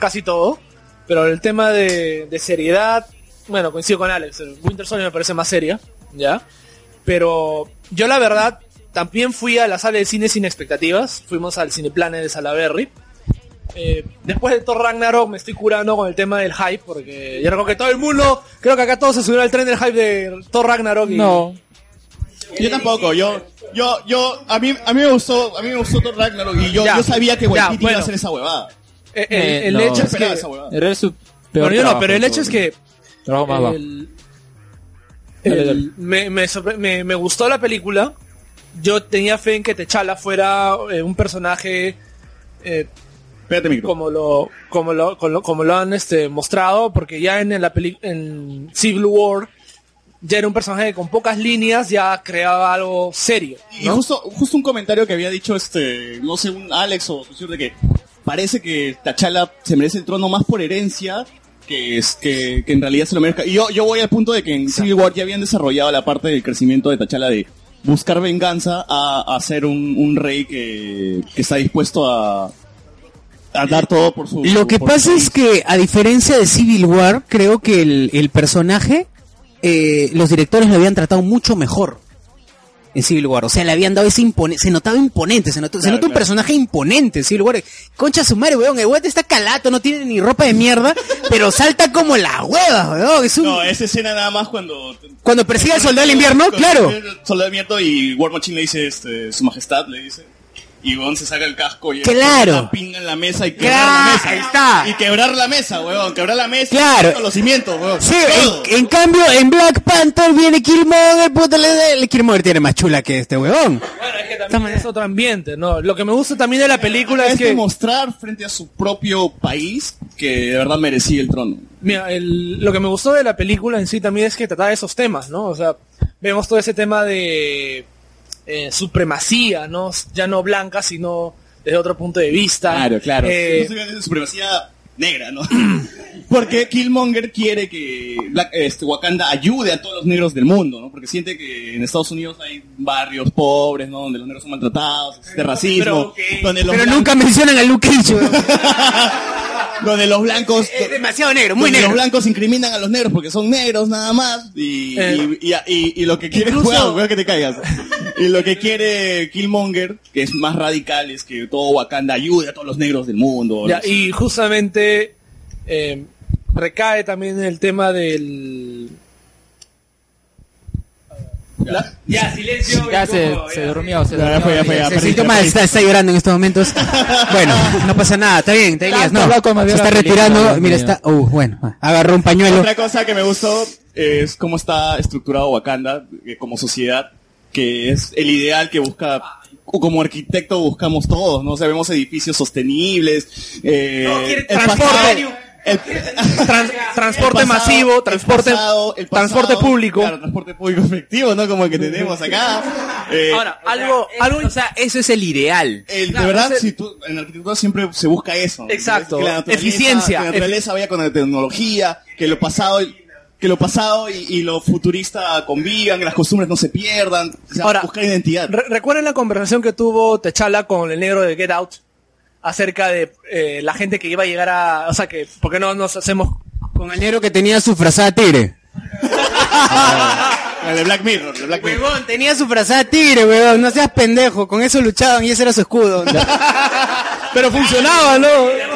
casi todo, pero el tema de, de seriedad, bueno, coincido con Alex, el Winter Soldier me parece más seria, ¿ya? Pero yo la verdad también fui a la sala de cine sin expectativas, fuimos al Cineplanet de Salaberry. Eh, después de Thor Ragnarok me estoy curando con el tema del hype, porque yo creo que todo el mundo, creo que acá todos se subieron al tren del hype de Thor Ragnarok. y-
No. Yo tampoco, yo, yo, yo, a mí, a mí me gustó, a mí me gustó Thor Ragnarok y yo,
Ya,
yo sabía que
ya,
Waititi iba
bueno.
a hacer esa huevada.
Eh, el- el
no.
hecho es
Esperaba
que-
esa huevada.
Era su peor
Pero yo no,
trabajo,
pero el hecho es
seguro.
que
Trabajo más bajo.
el- el- me, me sorpre- me- me gustó la película. Yo tenía fe en que Techala fuera eh, un personaje eh, como lo como lo, con lo- como lo han este, mostrado, porque ya en, la peli- en Civil War ya era un personaje que con pocas líneas ya creaba algo serio.
Y justo, justo un comentario que había dicho este, no sé, un Alex o Susur de que parece que Tachala se merece el trono más por herencia que es que, que en realidad se lo merezca. Y yo, yo voy al punto de que en Civil War ya habían desarrollado la parte del crecimiento de Tachala de buscar venganza a, a ser un, un rey que, que está dispuesto a, a dar todo por su...
Lo que
por
pasa
su-
es que, a diferencia de Civil War, creo que el, el personaje, eh, los directores lo habían tratado mucho mejor en Civil War. O sea, le habían dado ese imponente, se notaba imponente, se notó, se
Claro,
nota un
claro.
personaje imponente en Civil War. Concha su madre, weón, el weón está calato, no tiene ni ropa de mierda, pero salta como la hueva, weón. Es un-
No, esa escena nada más cuando...
Cuando persigue al soldado del invierno, claro.
Soldado del invierno y War Machine le dice, este, su majestad le dice. Y Gon se saca el casco y
Claro.
la pinga en la mesa y quebrar la mesa. Ahí está. Y quebrar la mesa, weón. Quebrar la mesa.
Claro.
Con los cimientos, weón.
Sí,
Todo.
en, en cambio, en Black Panther viene Killmonger, puta, le, le- Killmonger tiene más chula que este weón.
También es otro ambiente, ¿no? Lo que me gusta también de la película es,
Es
que...
demostrar frente a su propio país que de verdad merecía el trono.
Mira, el- lo que me gustó de la película en sí también es que trataba esos temas, ¿no? O sea, vemos todo ese tema de eh, supremacía, ¿no? Ya no blanca, sino desde otro punto de vista.
Claro, claro.
Eh,
Inclusive de supremacía negra, ¿no? Porque Killmonger quiere que Black- este, Wakanda ayude a todos los negros del mundo, ¿no? Porque siente que en Estados Unidos hay barrios pobres, ¿no? Donde los negros son maltratados, de racismo.
Pero, ok.
donde los
Pero
blancos-
nunca mencionan
a Luke Cage, donde los blancos
demasiado negro,
muy negro. Los blancos incriminan a los negros porque son negros nada más y, y, y- y- y lo que quiere Cuidado, cuidado que te caigas. Y lo que quiere Killmonger, que es más radical, es que todo Wakanda ayude a todos los negros del mundo.
Ya,
los-
y justamente eh, recae también el tema del...
Ya, silencio.
Ya se, se durmió, se durmió.
Se sintió mal, está, está llorando en estos momentos. Bueno, no pasa nada, está bien, está bien. Elías,
Tanto loco
No,
me
se
dio
está
la película,
retirando.
Dios
Mira,
mío.
está. Uh, bueno, va, agarró un pañuelo.
Otra cosa que me gustó es cómo está estructurado Wakanda eh, como sociedad, que es el ideal que busca, o como arquitecto buscamos todos, ¿no? O sea, vemos edificios sostenibles, eh, el pasado-
transporte
el pasado-
masivo,
el
transporte,
pasado- el pasado-
transporte público.
claro, transporte público efectivo, ¿no? Como el que tenemos acá. Eh,
Ahora, algo, algo, o sea, eso es el ideal.
el- de verdad, si tú, en arquitectura siempre se busca eso. ¿no?
Exacto.
Que la naturaleza-
Eficiencia.
Que la naturaleza vaya con la tecnología, que lo pasado, que lo pasado y, y lo futurista convivan, que las costumbres no se pierdan. O sea,
Ahora,
buscar identidad.
Re- ¿Recuerdan la conversación que tuvo Techala con el negro de Get Out acerca de eh, la gente que iba a llegar a... O sea, que ¿por qué no nos hacemos...
Con el negro que tenía su frazada tigre.
El de Black Mirror, el de Black Mirror.
Huevón, tenía su frazada tigre, huevón. No seas pendejo. Con eso luchaban y ese era su escudo.
Pero funcionaba, ¿no?
Era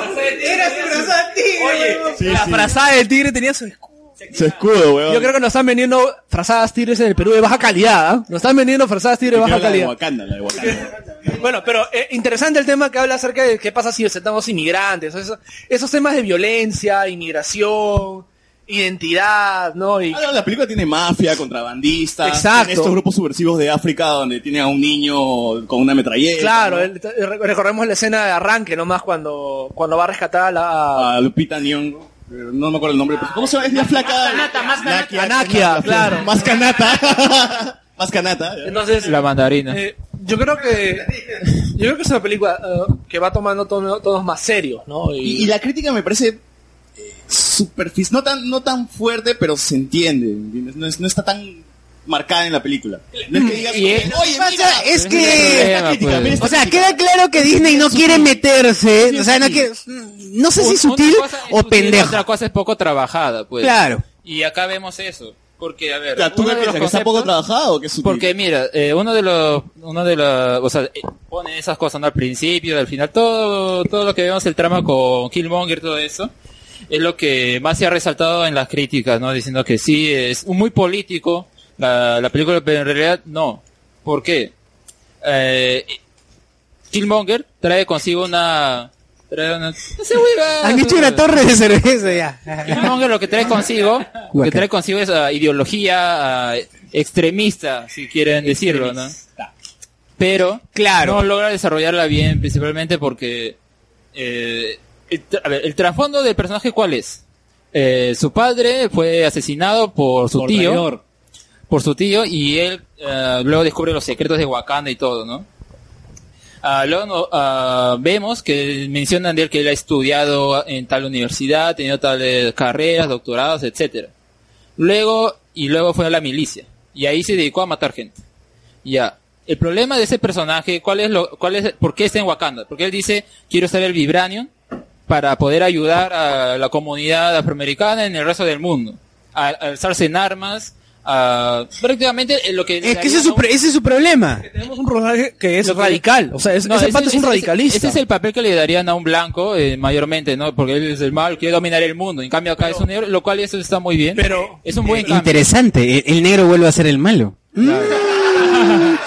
su brazal, tío. Oye,
la frazada del tigre tenía su escudo.
Su escudo, weón.
Yo creo que nos están vendiendo frazadas tigres en el Perú de baja calidad, ¿ah? Nos están vendiendo frazadas tigres de baja
la de
calidad.
Wakanda, la de Wakanda.
Bueno, pero eh, interesante el tema que habla acerca de qué pasa si aceptamos inmigrantes, eso- esos temas de violencia, inmigración, identidad, ¿no? Y,
Ah, no, La película tiene mafia, contrabandistas,
Exacto.
tiene estos grupos subversivos de África donde tiene a un niño con una metralleta.
claro,
¿no?
el- re- recorremos la escena de arranque nomás cuando, cuando va a rescatar a la...
a Lupita Nyong'o, pero no me acuerdo el nombre, Ah, pero ¿cómo se llama? Es la flaca.
más
Nakia,
Nakia, claro.
Más canata. más canata. eh.
Entonces,
La mandarina.
Eh, yo creo que yo creo que es una película eh, que va tomando tono- tonos más serios, ¿no?
Y, y la crítica me parece eh, superfic- no tan, no tan fuerte, pero se entiende, ¿entiendes? No, es- no está tan marcada en la película. No
Mm.
es que digas,
Y es-
oye,
pasa
mira,
es
mira
que-
esta crítica, mira esta
O sea,
crítica".
queda claro que Disney no quiere meterse. O sea, no quiere. No sé si
Un-
sutil
una cosa es
o
sutil,
pendejo.
Otra cosa es poco trabajada, pues.
Claro.
Y acá vemos eso. Porque, a ver.
O sea, ¿tú
uno de
qué
los
piensas? ¿Que está poco
conceptos-
trabajado o que es sutil?
Porque mira, eh, uno de los, uno de los, o sea, eh, pone esas cosas ¿no? al principio, al final, todo, todo lo que vemos el trama con Killmonger, todo eso, es lo que más se ha resaltado en las críticas, ¿no? Diciendo que sí, es muy político la, la película, pero en realidad no. ¿Por qué? Eh, Killmonger trae consigo una, trae una, esa hueva.
Han hecho una torre de cerveza ya.
Killmonger lo que trae consigo, lo que trae consigo es ah, ideología ah, extremista, si quieren decirlo, ¿no? Pero no logra desarrollarla bien, principalmente porque eh, el, tra- a ver, el trasfondo del personaje cuál es? Eh, su padre fue asesinado por su
Por
tío,
traidor.
por su tío y él ah, luego descubre los secretos de Wakanda y todo, ¿no? Ah, luego no- ah, vemos que mencionan de él que él ha estudiado en tal universidad, ha tenido tales carreras, doctorados, etcétera. Luego, y luego fue a la milicia. Y ahí se dedicó a matar gente. Ya. El problema de ese personaje, ¿cuál es lo, cuál es, por qué está en Wakanda? Porque él dice, quiero ser el Vibranium para poder ayudar a la comunidad afroamericana en el resto del mundo. A, a alzarse en armas, a, prácticamente eh, lo que...
Es que ese es su, pre- ese es su problema.
Tenemos un personaje que es
Lo que-
radical, o sea, es,
No,
ese
ese-
pato es un
ese-
radicalista.
Ese es el papel que le darían a un blanco, eh, mayormente, ¿no? Porque él es el malo, quiere dominar el mundo. En cambio acá es un negro, lo cual eso está muy bien. Pero... Es un buen cambio.
Interesante. El, el negro vuelve a ser el malo.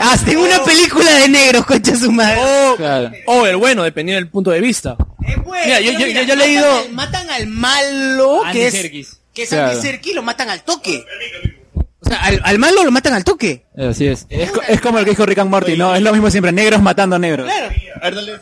Hasta en una película de negros, concha su madre.
O, o Oh, el bueno, dependiendo del punto de vista. Mira, yo, yo- yo- yo he leído...
Pues, Matan al malo,
Andy
que es,
Serkis.
que es
Claro.
Andy Serkis, lo matan al toque. O sea, al, al malo lo matan al toque.
Así es.
Es, co- es como el que dijo Rick and Morty, ¿no? Es lo mismo siempre, negros matando a negros.
A ver, dale.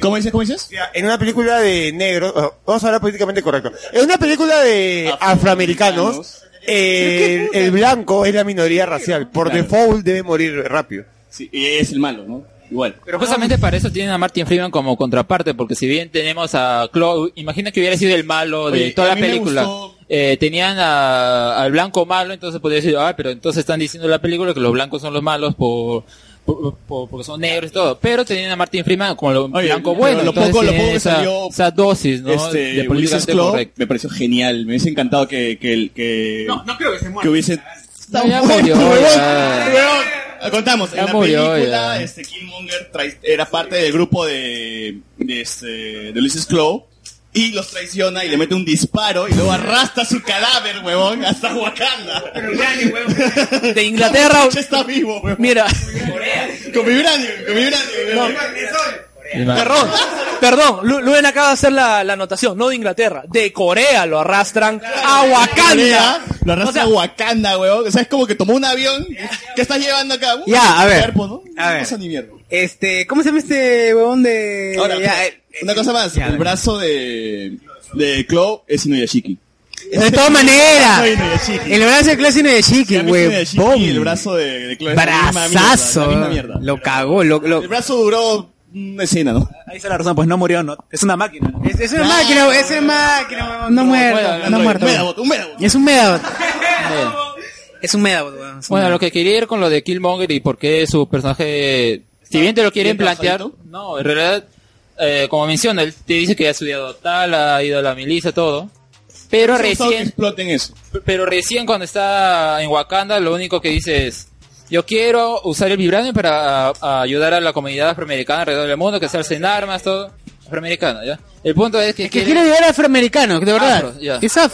¿Cómo dices? ¿Cómo dices?
En una película de negros, oh, vamos a hablar políticamente correcto. En una película de afroamericanos, eh, el, el blanco es la minoría racial. Por default debe morir rápido.
Sí, y es el malo, ¿no? Igual.
Pero justamente para eso tienen a Martin Freeman como contraparte, porque si bien tenemos a Chloe, imagina que hubiera sido el malo de
Oye,
toda la
a mí me
película.
gustó-
Eh, tenían a- al blanco malo, entonces podría decir, ah, pero entonces están diciendo en la película que los blancos son los malos por, por- por- porque son negros y todo. Pero tenían a Martin Freeman como lo blanco
pero
bueno.
lo
entonces
poco- lo
tienen
poco que
esa,
salió-
esa dosis, ¿no?
este,
de
Ulises
políticamente
Claw
correcto.
me pareció genial. Me hubiese encantado que, que, el- que,
no creo que se
que hubiese... No, ya murió, huevón, ya. huevón. Ah, Contamos, Ya en la murió, película ya. este, Killmonger trai- era parte del grupo de, de, este, de Luis Clow y los traiciona y le mete un disparo y luego arrastra su cadáver, huevón, hasta Wakanda.
De Inglaterra.
Este está vivo, huevón.
Mira.
Con Vibranium, con Vibranium. huevón.
Perdón, perdón, Lu- Luen acaba de hacer la, la anotación, no de Inglaterra, de Corea lo arrastran a Wakanda.
Corea, Lo arrastra a Wakanda, huevón. O sea, es como que tomó un avión. ¿Qué estás llevando acá? Uh,
Ya, a ver.
cuerpo, ¿no?
A ver.
No pasa ni mierda.
Este, ¿cómo se llama este huevón de...?
Ahora,
ya, eh,
una cosa más.
ya,
el brazo de, de Claw es Inuyashiki.
De todas maneras.
Soy Inuyashiki.
Este El brazo de clase de Chiqui,
Ya me hice
güey.
Inuyashiki y el brazo de, de Claw es la misma
Brazazo.
mierda, la misma mierda.
Lo cagó, lo, lo-
El brazo duró una escena, ¿no?
Ahí está la razón, pues no murió, no. Es una máquina.
Es, es una máquina, güey, es una máquina, güey. No muerto, no
Android.
muerto.
Medabot, un Medabot.
Es un Medabot.
Bien.
Es un Medabot, weón. Es un
Bueno, lo
Medabot.
que quería ir con lo de Killmonger y por qué su personaje, si bien te lo quieren
bien
plantear,
trabajadito.
no, en realidad, eh, como menciona, él te dice que ha estudiado tal, ha ido a la milicia, todo. Pero
Son todos que
recién,
exploten eso.
pero recién cuando está en Wakanda, lo único que dice es, yo quiero usar el vibranium para a- ayudar a la comunidad afroamericana alrededor del mundo, que se alcen armas, todo. Afroamericana, ¿ya? El punto es que...
Que
quiere-
quiere ayudar a afroamericanos, de verdad.
Afro, ya.
Es af.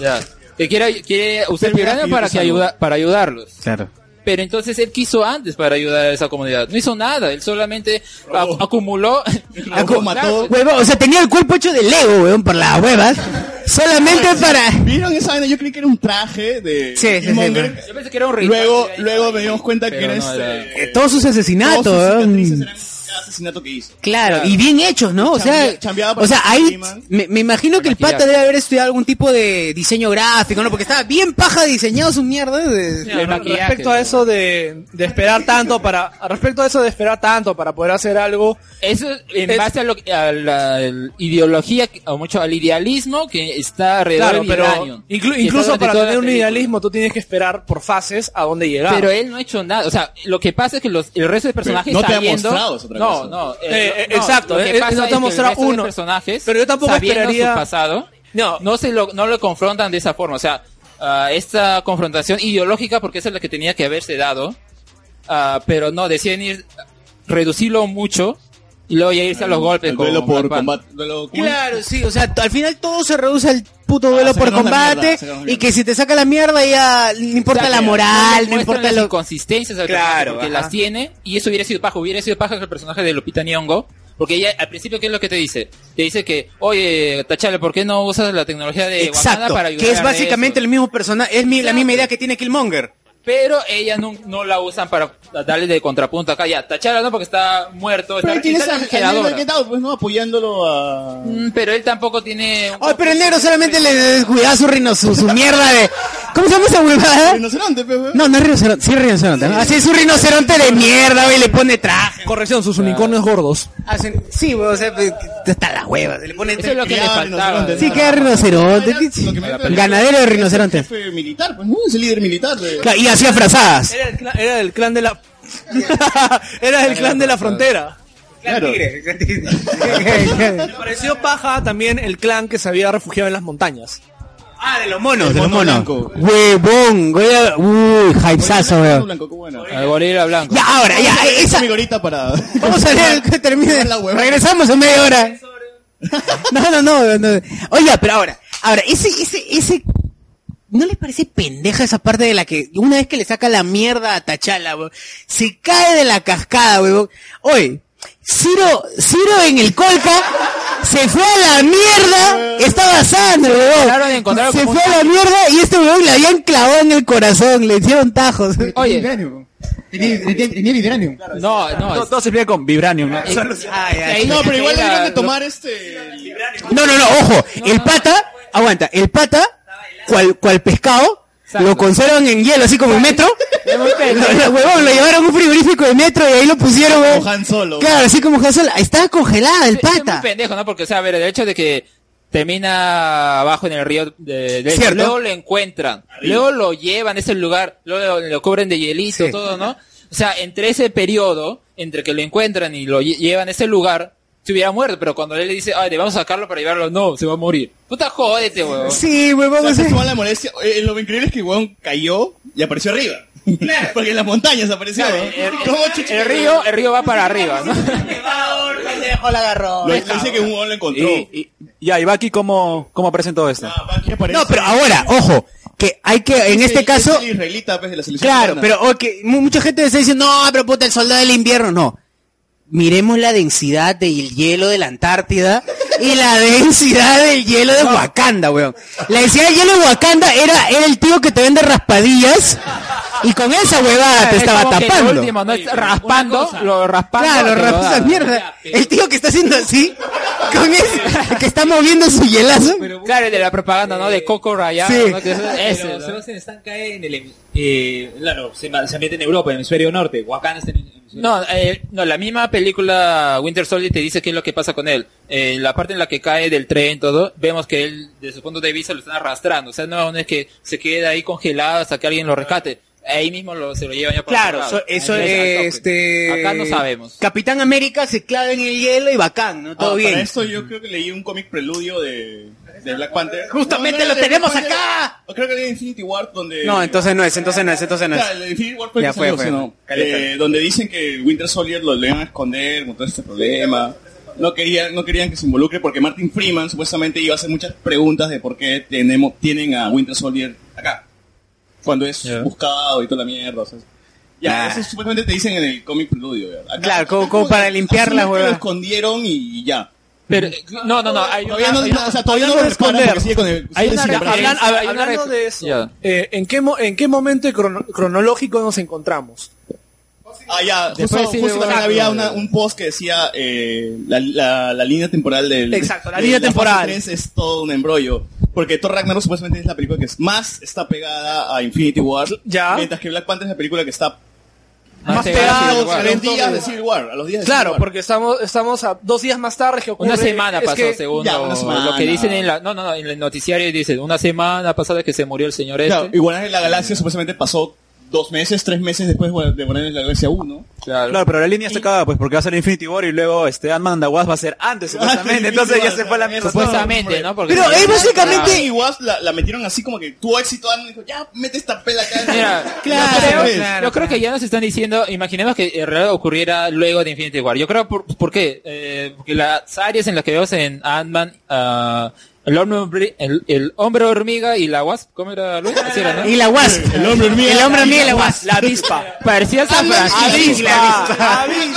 ya, que quiere, quiere usar el
Termina
vibranium
pidiendo
para, que
salud.
ayuda, para ayudarlos.
Claro.
Pero entonces él quiso antes para ayudar a esa comunidad. No hizo nada, él solamente ac- acumuló.
Robó, mató.
Huevón, o sea, tenía el cuerpo hecho de Lego, weón, por las huevas. Solamente para...
¿Vieron esa vaina? Yo creí que era un traje de
Sí, sí, sí,
Killmonger.
sí.
Yo pensé que era un ritual.
Luego, luego me dimos cuenta que
Pero
era
no,
este
Eh, Todos sus asesinatos,
todas sus
weón.
cicatrices eran cada asesinato que hizo.
Claro, y bien hechos, ¿no? O sea,
Chambea- chambeaba para
o sea,
que
ahí
impriman.
me, me imagino que el pata
maquillaje.
debe haber estudiado algún tipo de diseño gráfico, ¿no? Porque estaba bien paja diseñado su mierda. de-
Mira, respecto a eso de, de esperar tanto para respecto a eso de esperar tanto para poder hacer algo
Eso en
Es-
base a, lo, a la el- ideología, que- o mucho al idealismo que está alrededor
claro
del
pero
Vibranium.
inclu-
Que está
incluso
durante
para
toda la
tener un
película.
idealismo tú tienes que esperar por fases a dónde llegar
Pero él no ha hecho nada. O sea, lo que pasa es que los, el resto de personajes.
Pero no te ha
sabiendo-
mostrado esa otra
No,
cosa.
no. eh,
Eh,
no,
eh,
no,
exacto,
lo que
eh, eh,
pasa
no te
es que
ha
el
mostrado
resto de
uno.
personajes.
Pero yo tampoco
sabiendo
esperaría-
su pasado. No. No, se lo, no lo confrontan de esa forma. O sea, ah, esta confrontación ideológica, porque esa es la que tenía que haberse dado. ah, pero no, deciden ir. Reducirlo mucho. Y luego ya irse a los golpes.
Ah, El duelo
con
por
Black Panther.
combate. duelo- ¿cómo es?
Claro, sí, o sea, t- al final todo se reduce al puto duelo por
sacarnos la
combate
mierda, sacarnos la
y que si te saca la mierda ya no importa
O sea,
la
que
moral, no
muestran
importa
las
lo...
inconsistencias al
Claro,
personaje, porque
ajá.
las tiene y eso hubiera sido paja, hubiera sido paja que el personaje de Lupita Nyong'o, porque ella al principio qué es lo que te dice? Te dice que, "Oye, Tachale, ¿por qué no usas la tecnología de Wakanda
Exacto,
para ayudar?"
que es
a
básicamente
eso?
el mismo personaje, es mi- la misma idea que tiene Killmonger.
pero ella no, no la usan para darle de contrapunto acá ya. Tachala no porque está muerto,
Pero
está,
ahí tienes
está
al- al
exageradora.
negro que estaba, pues, ¿no? Apoyándolo a...
Mm, pero él tampoco tiene un-
Ay, pero el negro solamente le descuidaba su rino, su, su mierda de... ¿Cómo se llama esa huevada?
Rinoceronte, pues, weón.
No, no es rinoceronte, sí es rinoceronte. ¿no? Así es un rinoceronte de mierda, güey, le pone traje.
corrección sus unicornios gordos
Hacen- sí, güey, o sea, pues, hasta las huevas, se le pone
Eso es lo que le
Ya,
faltaba.
rinoceronte,
Sí,
nada.
que es rinoceronte, que-
Lo que me-
ganadero de rinoceronte.
Jefe militar, pues, ¿no? Es el líder militar. de-
Claro, Y hacía frazadas.
era el clan, era el clan de la era el clan de la frontera
Claro.
me pareció paja también el clan que se había refugiado en las montañas
Ah, de los monos,
El
de los
mono
monos.
blanco.
Huevón, güey. Uy, hypesazo,
Blanco,
weón.
blanco, qué bueno.
al gorila blanco.
Ya, ahora, ya, esa.
Mi gorita para...
Vamos a ver que termine. Regresamos en media hora. No, no, no, no. Oiga, pero ahora, ahora, ese, ese, ese. ¿No les parece pendeja esa parte de la que una vez que le saca la mierda a Tachala, weón, se cae de la cascada, weón? Oye, Ciro, Ciro en el Colca se fue a la mierda, estaba sano,
Claro,
weón.
encontraron
Se
como un
fue a la mierda y este weón le habían clavado en el corazón, le hicieron tajos.
Oye.
Tenía vibranium.
No, no.
Todo se explica con vibranium,
Ah,
¿no?
Ay, ay,
ahí
No, pero
que
igual
era-
deberían de
lo-
tomar este...
No, no, no, ojo. el pata, aguanta, el pata, cual, cual pescado, lo conservan en hielo, así como en metro. Lo- lo- huevón, lo llevaron a un frigorífico de metro y ahí lo pusieron.
Como
eh.
Han Solo.
Claro, así como Han Solo. Estaba congelada el
Es muy
pata.
pendejo, ¿no?
Porque, o sea, a ver, el hecho de que termina abajo en el río de, de-
Cierto.
luego lo encuentran, luego lo llevan a ese lugar, luego lo, lo cubren de hielito, todo, ¿no? O sea, entre ese periodo, entre que lo encuentran y lo lle- llevan a ese lugar, se hubiera muerto, pero cuando él le dice, ay, le vamos a sacarlo para llevarlo, no, se va a morir. Puta, jódete, weón.
Sí,
huevón. la molestia. Eh, lo increíble es que huevón cayó y apareció arriba. Porque en las montañas apareció. ¿no? ¿Cómo chucha?
El río, el río va para arriba, ¿no?
pendejo la agarró.
Lo dice que un huevón lo encontró.
Y, y, ya, y Baki, ¿cómo, cómo presentó esto?
No, pero ahora, ojo, que hay que, en
Es
este
el-
caso,
es el israelita, pues, de la selección
claro,
peruana.
pero ok, mu- mucha gente está diciendo, no, pero puta, el soldado del invierno, no. Miremos la densidad del hielo de la Antártida y la densidad del hielo de Wakanda, weón. La densidad del hielo de Wakanda era, era el tío que te vende raspadillas y con esa huevada te
Es
estaba
como que lo
tapando.
último, ¿no? Es raspando, lo raspando.
Claro,
te lo
raspa
da.
esa mierda. El tío que está haciendo así, con ese, que está moviendo su hielazo.
Claro, el de la propaganda, ¿no?
Eh,
De Coco Rayado,
Sí.
¿no? Que es ese,
Pero
¿no?
Sebastián Stan cae en el... hemi- eh, claro, se, ma- se mete en Europa, en el hemisferio norte. Wakanda está en el hemisferio
No, eh, no, la misma película Winter Soldier te dice qué es lo que pasa con él. Eh, la parte en la que cae del tren, todo, vemos que él, desde su punto de vista, lo están arrastrando. O sea, no no es que se quede ahí congelado hasta que alguien lo rescate. Ahí mismo lo, se lo llevan ya por
Claro,
otro lado.
so- eso
Ahí
eh,
es al tope.
este.
Acá no sabemos.
Capitán América se clava en el hielo y bacán, ¿no? Todo
Ah,
bien.
Para esto yo creo que leí un cómic preludio de, de Black Panther.
Justamente
era
lo
de
tenemos
Black Panther,
acá.
Creo que leí Infinity War donde...
No, entonces no es, entonces no es, entonces no es.
Ya, el Infinity War fue
Ya
pues,
pues.
que
fue,
salió, ¿sí
fue.
no?
Caleta.
Eh, donde dicen que Winter Soldier lo le iban a esconder con todo este problema. No querían, no querían que se involucre porque Martin Freeman supuestamente iba a hacer muchas preguntas de por qué tenemos, tienen a Winter Soldier acá. Cuando es buscado y toda la mierda. o sea,
Ah.
ya, eso supuestamente te dicen en el cómic preludio. ya. Acá-
Claro, como, como para limpiar
Asumen
la
que Lo
huevada.
escondieron y ya.
Pero, no, no, no. Hay
todavía
una-
no,
hay
no,
una-
o sea, todavía no
hablando de
reparan
esconder.
porque sigue con el-
Hay
sigue
una
sin reparar.
referencia.
Hablan- hab- hay una
Hablando
ref-
de eso,
Ya.
eh, ¿en, qué mo- ¿en qué momento crono- cronológico nos encontramos?
Ah, ya, justo,
Después sí,
justo también
exacto.
había una- un post que decía eh, la, la- la línea temporal del...
Exacto, la
de
línea
fase
temporal.
3 es todo un embrollo. Porque Thor Ragnarok supuestamente es la película que es- más está pegada a Infinity War. Ya. Mientras que Black Panther es la película que está...
Más
pegada
pegada a
a los
Este, Civil War.
tres días de Civil War. A los días de Civil
Claro,
War.
porque estamos, estamos a dos días más tarde que ocurre.
Una semana
es
pasó,
que-
según
Ya,
lo,
una semana.
lo que dicen en la, no, no, no, en el noticiario dicen, una semana pasada que se murió el señor este.
Claro, y Guardianes de la Galaxia supuestamente pasó dos meses, tres meses después de Guardianes de la Galaxia 1.
Claro, pero la línea está acabada, pues, porque va a ser Infinity War y luego este Ant-Man and the Wasp va a ser antes,
Ah,
supuestamente. Entonces ya se fue la mierda.
Supuestamente,
¿no?
Porque- Pero, eh, básicamente-
Y Wasp la, la metieron así como que tuvo éxito, Arnold, y dijo, ya, mete esta pela acá.
Mira,
Ya,
yo, creo,
pues.
yo creo que ya nos están diciendo, imaginemos que en realidad ocurriera luego de Infinity War. Yo creo, ¿por, por qué? Eh, porque las áreas en las que vemos en Ant-Man, ah, el, hombre, hormi- el, el hombre hormiga y la wasp, ¿cómo era Luis? Así era, ¿no?
Y la wasp. El hombre hormiga. El hombre hormiga y la wasp.
La avispa. Parecía San Francisco.
Avispa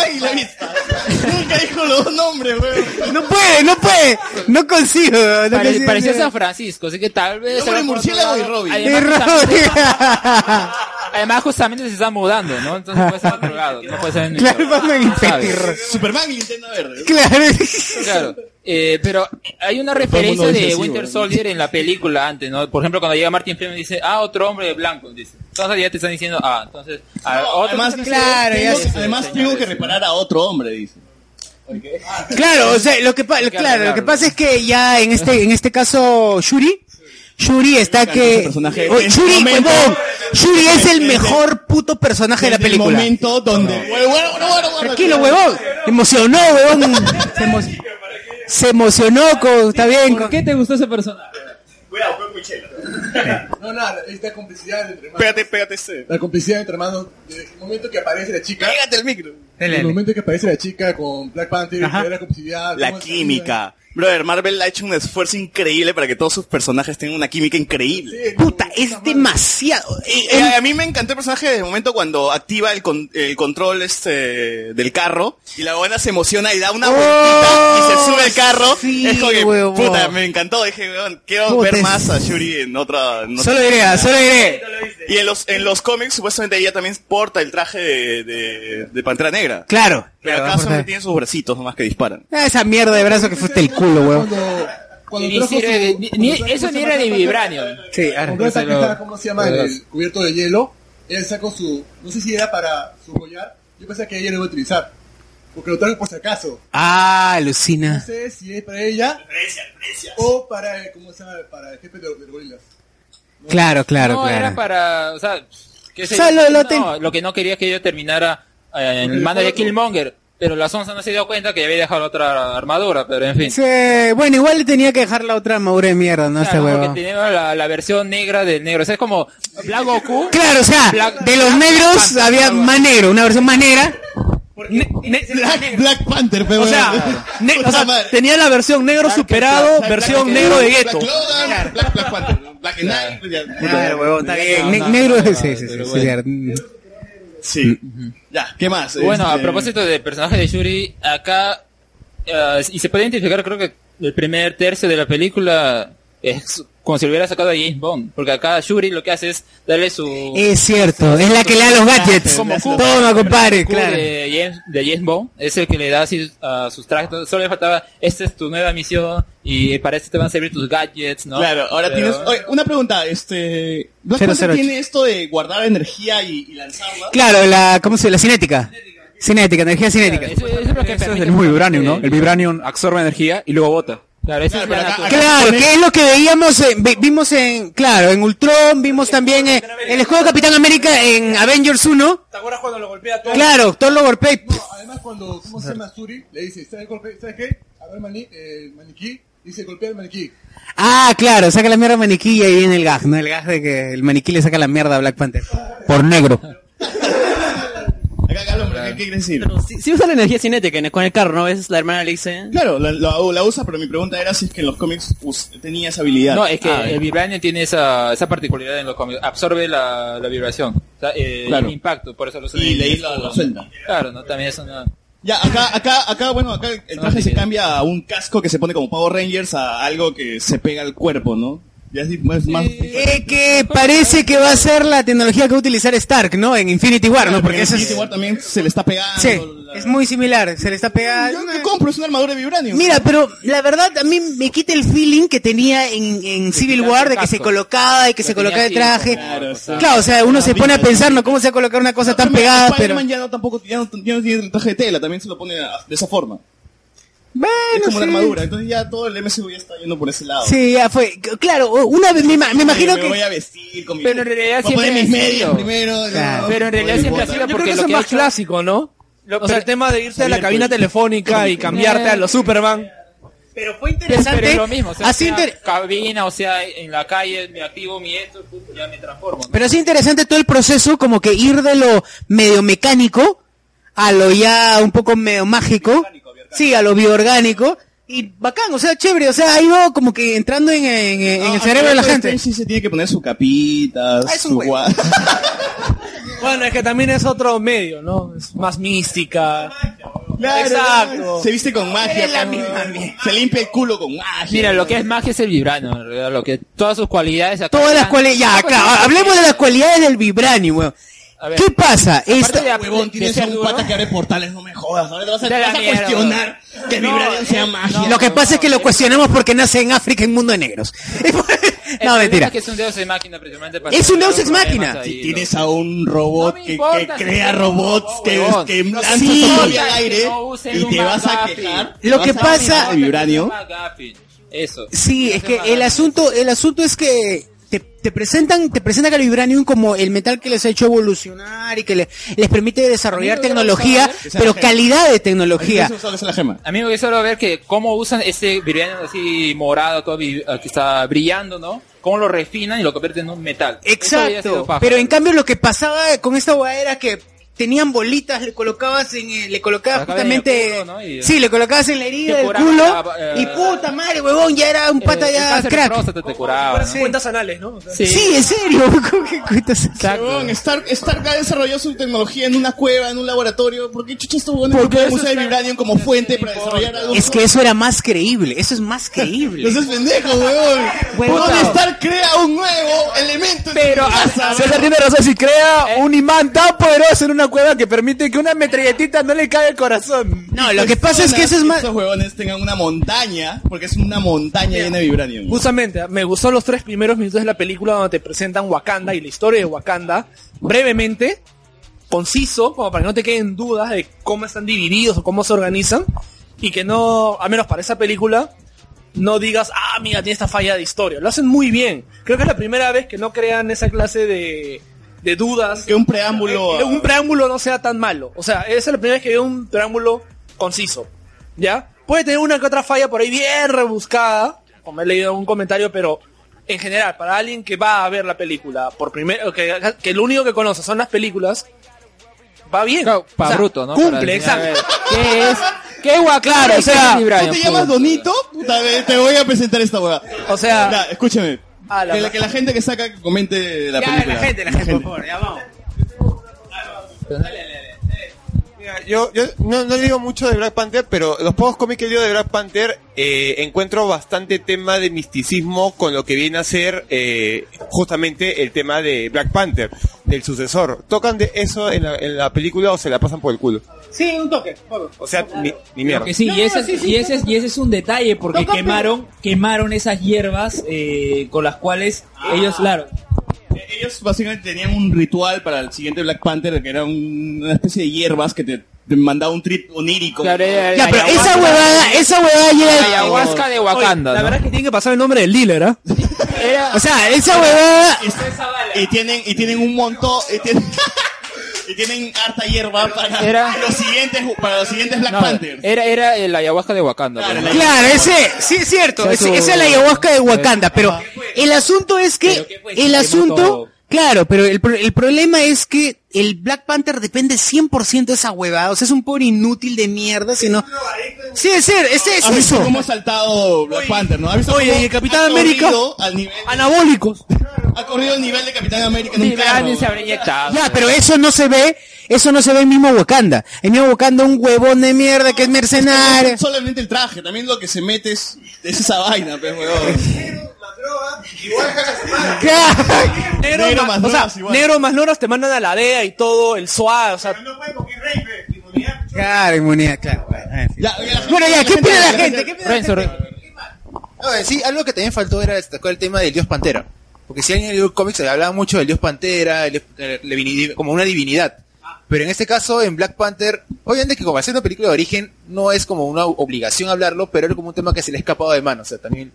y la avispa. Nunca dijo los dos nombres, weón.
No puede, no puede. No consigo. No
Pare-
consigo.
parecía San Francisco, así que tal vez...
Hombre,
era por otro
murciélago y
lado.
Robin.
Además,
Y
justamente- Además, justamente se está mudando, ¿no? Entonces puede estar drogado, no puede ser en el-
Claro,
Batman
no sabe.
Superman y linterna verde.
Claro.
Claro. Eh, pero hay una
el mundo
referencia
dice
de
así,
Winter
¿verdad?
Soldier en la película antes, ¿no? Por ejemplo, cuando llega Martin Freeman dice, ah, otro hombre blanco, dice. Entonces ya te están diciendo, ah, entonces, a otro
Además,
hombre
dice,
blanco".
tengo-
Sí, sí,
además
sí,
tengo
señor.
que reparar a otro hombre, dice.
Claro, o sea, lo que, pa- lo-
Claro,
claro, lo que
claro.
pasa es que ya en este, en este caso, Shuri, Shuri está que,
personaje.
Oh,
En
Shuri,
este momento-
huevón, Shuri es el
Desde-
mejor puto personaje de la
Desde el
película.
momento donde... Bueno, bueno, bueno, bueno, bueno.
Tranquilo, huevón. Emocionó, huevón. Se, emo- se emocionó, con, está bien. ¿Por qué
te gustó ese personaje?
Cuidado, fue Puchela.
No, nada, esta complicidad entre hermanos.
Pégate, pégate ese.
La complicidad entre hermanos, desde el momento que aparece la chica.
Pégate el micro.
Desde el momento que aparece la chica con Black Panther,
Ajá.
que era la complicidad.
La
cómo se-
química. Brother, Marvel ha hecho un esfuerzo increíble para que todos sus personajes tengan una química increíble.
Puta, es demasiado. Eh,
Y- y Eh, a mí me encantó el personaje desde el momento cuando activa el, con- el control este del carro y la buena se emociona y da una vueltita y se sube al carro.
Oh, sí,
es como que,
huevón.
puta, me encantó. Dije, weón, quiero
Puta,
ver
es-
más a Shuri en otra... en otra
Solo diré, solo diré.
Y en los, en los cómics supuestamente ella también porta el traje de, de, de Pantera Negra.
Claro.
Pero acá solamente tiene sus bracitos nomás que disparan.
Ah, Esa mierda de brazo que fuiste el culo, huevón.
Cuando, Cuando
Ni
trajo
sirve
su-
de-
cuando
ni-
trajo
eso
su
ni era de
Manhattan-
vibranio.
Sí,
ahora
Cuando esa
se lo-
que estaba, ¿cómo se llama?
lo-
El cubierto de hielo. Él sacó su, no sé si era para su collar. Yo pensé que ella lo iba a utilizar. Porque lo trajo por si acaso.
Ah,
No
alucina.
sé si es para ella. O para, el- ¿cómo se llama? Para el jefe de los de los gorilas.
Claro, claro,
no,
claro.
era para. O sea,
¿Qué
sé
sé yo?
yo?
No, lo que no quería es que yo terminara eh, en mano de Killmonger. Pero la Sonsa no se dio cuenta que había dejado la otra armadura, pero en fin.
Sí, bueno, igual le tenía que dejar la otra madura de mierda, ¿no? Este
Claro,
huevo.
porque tenía la, la versión negra del negro. O sea, es como Black Goku.
Claro, o sea, de los negros había más negro, una versión más negra.
Black, Black Panther, pero.
O sea, ne- o sea, tenía la versión negro superado, versión negro de gueto.
Black, Black, Black Panther. Black Knight.
Claro, huevón, está bien. Ne-
no,
negro es sí, sí, sí, sí, cierto.
Sí.
Mm.
Ya, ¿qué más?
Bueno, a
Este-
propósito
del personaje de Shuri, acá. eh, y se puede identificar, creo que el primer tercio de la película es como si lo hubiera sacado a James Bond. Porque acá Shuri lo que hace es darle su.
Es cierto, Eh, es la que le da los gadgets.
Como Q.
Toma, compadre,
Q
claro.
De James, de James Bond es el que le da así a sus tractos. Solo le faltaba, esta es tu nueva misión y para esto te van a servir tus gadgets,
Ah,
¿no?
Claro, ahora
Pero-
tienes... Oye, una pregunta, este... Black Panther
008.
tiene esto de guardar energía y, y lanzarla.
Claro, la, ¿cómo se llama? La cinética. Cinética, energía cinética.
Eso
es el mismo vibranium, ¿no? El vibranium absorbe energía y luego bota.
Claro, eso
es la natural.
Claro, que es lo que veíamos, en- vi- vimos en, claro, en Ultron, vimos también eh, en el juego de Capitán América en Avengers 1.
¿Te acuerdas cuando lo golpea todo?
Claro, Thor lo golpea y-
Además, cuando, ¿cómo se llama? Suri le dice, ¿sabes, golpe- ¿sabes qué? A ver, mani, eh, maniquí. Dice, golpea el maniquí.
Ah, claro, saca la mierda al maniquí y ahí viene el gag, ¿no? El gag de que el maniquí le saca la mierda a Black Panther. Por negro.
¿Qué quieres decir?
Si, si usa la energía cinética en el- con el carro, ¿no ves? La hermana le dice...
Claro, la, la- la usa, pero mi pregunta era si es que en los cómics us- tenía esa habilidad.
No, es que
Ah,
el vibranium tiene esa, esa particularidad en los cómics. Absorbe la, la vibración, o sea, eh,
Claro.
el impacto, por eso lo
Y de ahí lo- lo suelta.
Claro, ¿no? también es una...
Ya, acá, acá, acá, bueno, acá el traje se cambia a un casco que se pone como Power Rangers a algo que se pega al cuerpo, ¿no? Ya es di- más... más-
Eh, que parece que va a ser la tecnología que va a utilizar Stark, ¿no? En Infinity War, ¿no? Porque
Porque
esa
ese
es...
igual también se le está pegando.
Sí, es muy similar, se le está pegando.
Yo compro, es una armadura de vibranio.
Mira, pero la verdad a mí me quita el feeling que tenía en, en Civil War de que se colocaba y que se colocaba el traje. Claro, o sea,
Ah,
uno se pone a pensar, ¿no? ¿Cómo se va a colocar una cosa tan pegada? Pero...
Spider-Man ya no tampoco ya no, ya no tiene el traje de tela, también se lo pone a- de esa forma. es como
sí.
una armadura, entonces ya todo el MCU ya está yendo por ese lado.
Sí, ya fue. C- Claro, una vez me, ima- me imagino
me
que...
voy a vestir con mi-
Pero en realidad
voy a poner
siempre
mis
ha
medios
sido.
primero.
Claro.
no,
Pero en realidad
voy a
siempre ha
botar.
sido Yo creo porque que lo eso es que ha más hecho-
clásico, ¿no?
O sea, el tema de irte a la
Javier,
cabina
pues.
telefónica y cambiarte a los Superman.
Pero fue
interesante.
Pero es lo mismo, o sea,
Así
sea
inter-
cabina, o sea, en la calle, me activo mi esto, pum, ya me transformo. ¿no?
Pero es interesante todo el proceso, como que ir de lo medio mecánico a lo ya un poco medio mágico. Sí, a lo bioorgánico. Y bacán, o sea, chévere. O sea, ha ido como que entrando en, en- en el
Ah,
cerebro de la
pero
gente.
este Sí se tiene que poner su capita,
Ah, es un
su
huevo.
gua-
Bueno, es que también es otro medio, ¿no? Es más mística.
Claro,
Exacto.
Se viste con magia.
Es la
pues,
misma
¿no? Se limpia el culo con
Ah,
magia.
Mira, lo que es magia es el vibrano, en realidad, lo que todas sus cualidades... acá
Todas las
están- pues,
cualidades, ya, claro, hablemos de las cualidades del Vibranium, weón.
A ver.
¿Qué pasa? Esta-
huevón, tienes
de
un pata que abre portales, no me jodas. Ahora te vas a,
De la
vas a
mierda.
cuestionar que
No,
Vibranium sea magia.
lo que pasa es que lo cuestionamos porque nace en África, en mundo de negros.
El
no,
problema
mentira.
es que es un Deus Ex Machina, precisamente. para
Es un
resolver
Deus Ex
los
Machina.
problemas ahí,
Si tienes a un robot que,
importa
que
si
crea
es un
robots,
robot,
que,
huevón.
que
No
lanza
sí.
su
importa
novia al
que
aire
no usen
y
un
te vas a
McGuffin.
quejar.
Lo
vas
que
a quejar
pasa-
de Vibranium.
¿no? Agapi, Eso.
Sí, es que el asunto, el asunto es que te, te presentan, te presentan al Vibranium como el metal que les ha hecho evolucionar y que le- les permite desarrollar tecnología, pero calidad de tecnología.
A mí me gustaría ver que cómo usan ese vibranium así morado todo vi- eh, que está brillando, ¿no? Cómo lo refinan y lo convierten en un metal. Eso habría sido
Exacto.
paja.
Pero en cambio lo que pasaba con esta hueá era que tenían bolitas, le colocabas en, el- le colocabas
Acá en el
justamente,
culo, ¿no? Y-
sí, le colocabas en la herida
Te
del
curaba
culo
la- eh,
y puta madre, huevón, ya era un pata
Eh, el
Ah, ya
cáncer de
crack.
próstata te curaba, ¿no?
Cuentas anales, ¿no?
Sí. en serio. ¿Qué cuentas?
Huevón, Stark, Stark ha desarrollado su tecnología en una cueva, en un laboratorio. ¿Por qué chucha estos huevones no
Porque
pueden
eso
usar el Vibranium como fuente para desarrollar algo?
Es que eso era más creíble, eso es más creíble.
No seas pendejo, huevón.
Huevón.
Huevón, Stark crea un nuevo elemento en
Pero
ah,
su casa,
Eh,
César tiene razón, si crea un imán tan poderoso en una
una cueva que permite que una metralletita no le caiga el corazón.
No, lo que pasa es que eso es más... Esos huevones tengan una montaña, porque es una montaña llena de vibranium.
Justamente, me gustó los tres primeros minutos de la película donde te presentan Wakanda y la historia de Wakanda brevemente, conciso, como para que no te queden dudas de cómo están divididos o cómo se organizan, y que no, al menos para esa película, no digas, ah, mira, tiene esta falla de historia. Lo hacen muy bien. Creo que es la primera vez que no crean esa clase de, de dudas.
Que un preámbulo
Que un preámbulo no sea tan malo. O sea, esa es la primera vez que veo un preámbulo conciso. ¿Ya? Puede tener una que otra falla por ahí bien rebuscada, como he leído en un comentario, pero en general, para alguien que va a ver la película, por primero que, que lo único que conoce son las películas, va bien.
pa'
O sea,
bruto, ¿no? Para-
Cumple, exacto.
¿Qué es? ¿Qué guay?
Claro,
o sea,
¿Tú te llamas Donito? Puta, ve, te voy a presentar esta hueá.
O sea...
escúchame.
Ah, la
que, la,
ma-
que la gente que saca que comente la
Ya,
película.
la gente,
la gente, por
favor, ya vamos.
Mira, Yo, yo no, no digo mucho de Black Panther, pero los pocos cómics que leo de Black Panther eh, encuentro bastante tema de misticismo con lo que viene a ser eh, justamente el tema de Black Panther, del sucesor. ¿Tocan de eso en la, en la película o se la pasan por el culo?
Sí, un toque.
O sea, ni, ni mierda.
Que sí, y, ese, es- y, ese, es- y ese es un detalle, porque quemaron, quemaron esas hierbas eh, con las cuales ellos, claro,
eh, Ellos básicamente tenían un ritual para el siguiente Black Panther que era un- una especie de hierbas que te, te mandaba un trip onírico.
Ya, pero esa huevada, esa huevada llega...
Ayahuasca de Wakanda,
la
¿no?
verdad es que tiene que pasar el nombre de Liller, ¿ah?
O sea, esa huevada...
Y tienen, y tienen un montón... Y tienen, y tienen harta hierba para,
Era-
los siguientes, para los siguientes Black
No,
Panther.
era, era el ayahuasca de Wakanda. pero-
Claro, ese, sí es cierto,
O sea,
ese-
su-
esa es la ayahuasca de Wakanda, pero el asunto es que, el asunto, claro, pero el, pro- el problema es que el Black Panther depende 100% de esa huevada, o sea, es un pobre inútil de mierda, sino... Sí, es ser, ese es
¿Has visto
eso.
cómo ha saltado Black Panther, no? ¿Has visto
oye,
cómo
y el Capitán
ha
América?
corrido al nivel,
Anabólicos.
ha corrido el nivel de Capitán América en un carro?
Ya, pero eso no se ve, eso no se ve en mismo Wakanda. En mismo Wakanda un huevón de mierda que es mercenario.
No solamente el traje, también lo que se mete es, es esa vaina, pues, weón.
Negro,
Negro
ma-
más
o sea,
drogas igual.
negro más loros te mandan a la DEA y todo, el SWAT, o sea...
Claro, inmunidad, claro.
Bueno, ya, ¿qué opina la gente?
¿Qué
opina la gente? No, eh, sí, algo que también faltó era destacar el tema del dios pantera. Porque si alguien en el cómics se hablaba mucho del dios pantera, el dios- eh, la divini- como una divinidad. Pero en este caso, en Black Panther, obviamente que como hacer una película de origen, no es como una obligación hablarlo, pero era como un tema que se le ha escapado de mano. O sea, también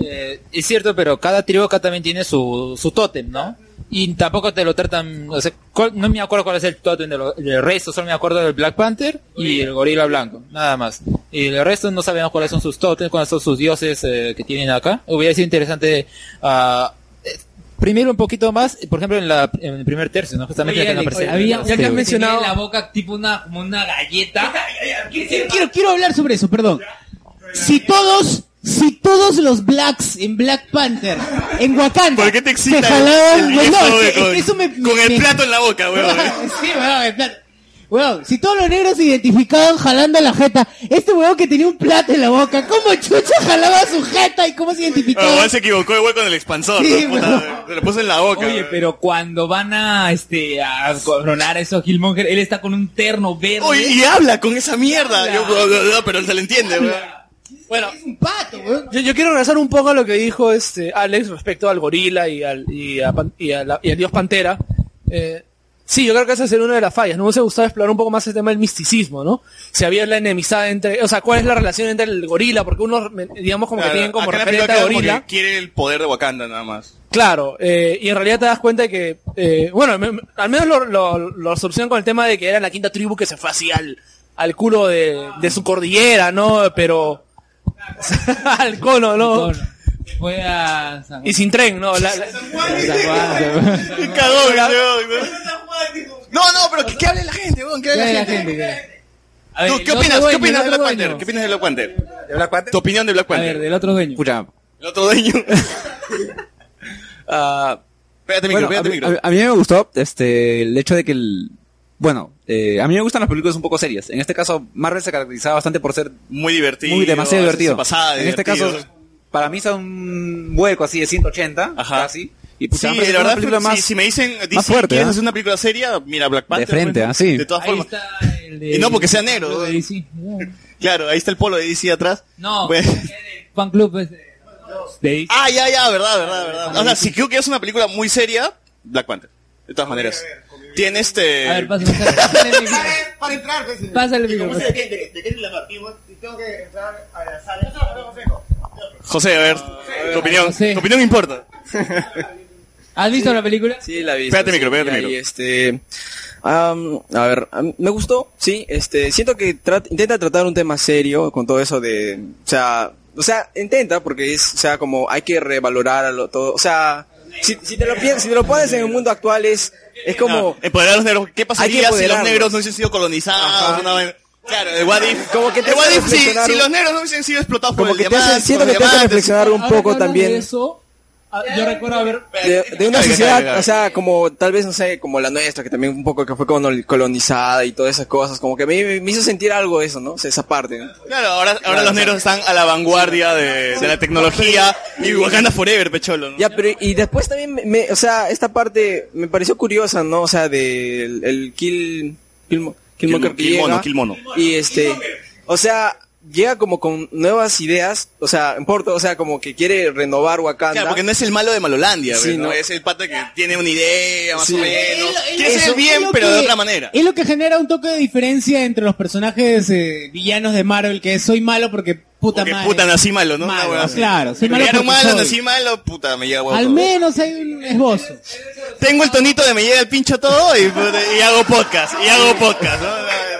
Eh, es cierto, pero cada tribu acá también tiene su, su tótem, ¿no? Y tampoco te lo tratan, o sea, cuál- no me acuerdo cuál es el tótem del del resto, solo me acuerdo del Black Panther y el gorila blanco, nada más. Y el resto no sabemos cuáles son sus tótems, cuáles son sus dioses eh, que tienen acá. Hubiera sido interesante ah, eh, primero un poquito más, por ejemplo, en, la, en el primer tercio, ¿no? Justamente la
Oye,
que
Alex,
no aparece.
había
Sí.
una que tenía en la boca tipo una, como una galleta.
Quiero, quiero hablar sobre eso, perdón. Si todos, si todos los blacks en Black Panther, en Wakanda, ¿Por qué te
excita
jalaban,
el
güey, no,
gesto
es
de-
que- es
con-
que eso me,
Con el
me-
plato en la boca, weón.
sí, weón, el plato. Weón, si todos los negros se identificaban jalando la jeta, este weón que tenía un plato en la boca, ¿cómo chucha jalaba su jeta y cómo se
Ah,
identificaba?
weón, se equivocó igual con el expansor.
Sí,
¿no? Puta, Se lo puso en la boca.
Oye,
weón.
pero cuando van a este a coronar a eso Killmonger, él está con un terno verde.
Oye, y habla con esa mierda. Yo, bro, bro, bro, pero se le entiende, weón.
Bueno, yo, yo quiero regresar un poco a lo que dijo este Alex respecto al gorila y al, y a pan- y a la- y al dios pantera. Eh, sí, yo creo que esa sería una de las fallas. No me hubiese gustado explorar un poco más el tema del misticismo, ¿no? Si había la enemistad entre, o sea, cuál es la relación entre el gorila, porque unos, me- digamos, como
Claro,
que tienen como
acá en la
referente
película
al
queda como
gorila.
que Quiere el poder de Wakanda nada más.
Claro, eh, y en realidad te das cuenta de que, eh, bueno, me- me- al menos lo, lo, lo solucionan con el tema de que era la quinta tribu que se fue así al, al culo de, de su cordillera, ¿no? Pero... al cono, ¿no?
Fue a San
Y sin tren, ¿no? La- la-
Qué cagón, weón. No, no, pero que, que hable la gente, weón. Que hable la gente.
A ver,
Tú,
el
¿Qué
otro
opinas? ¿Qué
dueño,
opinas de
el
Black
otro
Panther?
dueño.
¿Qué opinas de Black Panther? ¿De Black Panther? ¿Tu opinión de Black Panther?
del otro dueño.
Pucha,
El otro dueño. Ah, pégate micro,
Bueno,
pégate
a, mí-
micro.
a- a mí me gustó este el hecho de que el bueno eh, a mí me gustan las películas un poco serias en este caso Marvel se caracterizaba bastante por ser
Muy divertido.
muy demasiado
a veces
divertido
se pasaba de
en este
divertido.
caso para mí es un hueco así de 180 casi
Y, sí,
pucha, me
de
parece una
verdad,
película
si-
más-
si me dicen,
más
DC,
fuerte,
¿quieres
¿ah?
hacer una película seria? Mira, Black Panther.
frente,
pues,
ah, sí.
De todas
Ahí
formas.
El
Y no, porque sea negro. Claro, ahí está el polo de DC atrás.
No,
Pues-
fan club
pues.
es
Ah, ya, ya, verdad, verdad, verdad. O sea, si creo que es una película muy seria, Black Panther. De todas maneras. Tiene este...
A ver, pásame.
Para entrar, pues, eh.
Pásale el
¿Y cómo
micrófono.
se detiene? ¿De qué es la parte? Y vos- y tengo que entrar a la sala.
José, a ver, tu opinión, tu opinión importa.
¿Has visto la película?
Sí, la vi.
Espérate, micro, espérate,
Y
micro.
este, am, a ver, am, me gustó, sí. Este, siento que trat- intenta tratar un tema serio con todo eso de, o sea, o sea, intenta porque es, o sea, como hay que revalorar a lo todo, o sea, si, si te lo piensas, si te lo pones en el mundo actual es, es como
empoderar a los negros. ¿Qué pasaría si los
empoderarlos.
negros no hubiesen sido colonizados? Una vaina- Claro, el What If.
Como que te
el What
hace
If, si,
reflexionar
si
un-
los negros no hubiesen sido explotados por
Como
el
que te hace-
diamante,
siento
por
que
el
te hace
diamante,
reflexionar un
Ahora
poco
que hablas
también.
de eso, ah, yo recuerdo haber
de, de una Cabe, sociedad, cabe, cabe. o sea, como tal vez, no sé, como la nuestra, que también un poco que fue colon- colonizada y todas esas cosas, como que me, me hizo sentir algo eso, ¿no? O sea, esa parte, ¿no?
Claro, ahora, ahora
Claro,
los
o sea.
negros están a la vanguardia de, de la tecnología y Wakanda Forever, pecholo. ¿no?
Ya, pero y después también, me, me- o sea, esta parte me pareció curiosa, ¿no? O sea, del el kill, kill, Mo- Killmonger que
Killmono,
llega,
Killmono.
Y este, o sea, llega como con nuevas ideas, o sea, en Porto, o sea, como que quiere renovar Wakanda.
Claro, porque no es el malo de Malolandia,
Sí,
¿no?
¿no?
Es el pata que tiene una idea, más
Sí.
o menos.
Es lo- es
Quiere
lo-
ser el bien,
es lo
pero de
que-
otra manera.
Es lo que genera un toque de diferencia entre los personajes eh, villanos de Marvel, que es soy malo porque puta
Que
madre.
puta, nací malo, ¿no?
Malo,
Una hueá así.
claro, soy
Me
malo
dieron
porque
malo,
soy.
nací malo, puta, me llega huevo
Al
todo.
menos hay un esbozo.
Tengo el tonito de me llega el pincho todo y, puta, y hago podcast, y hago podcast, ¿no?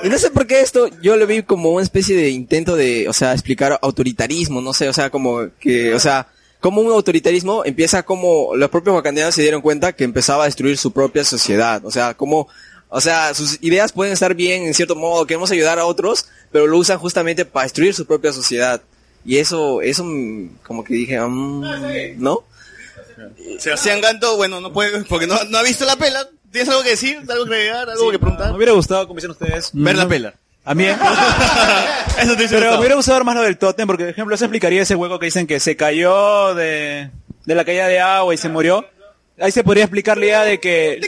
Y no sé por qué esto yo lo vi como una especie de intento de, o sea, explicar autoritarismo, no sé, o sea, como que, o sea, como un autoritarismo empieza como los propios wakandianos se dieron cuenta que empezaba a destruir su propia sociedad, o sea, como, o sea, sus ideas pueden estar bien en cierto modo, queremos ayudar a otros, pero lo usan justamente para destruir su propia sociedad. Y eso, eso mm, como que dije, mm, ¿no?
Sebastián Ganto, bueno, no puede, porque no, no ha visto la pela. ¿Tienes algo que decir? ¿Algo que agregar? ¿Algo que preguntar?
Me hubiera gustado, como hicieron ustedes,
ver la pela.
Mm. A mí. eh.
Eso te
Pero me hubiera gustado ver más lo del tótem, porque, por ejemplo, eso explicaría ese hueco que dicen que se cayó de, de la caída de agua y se murió. Ahí se podría explicar la idea de que...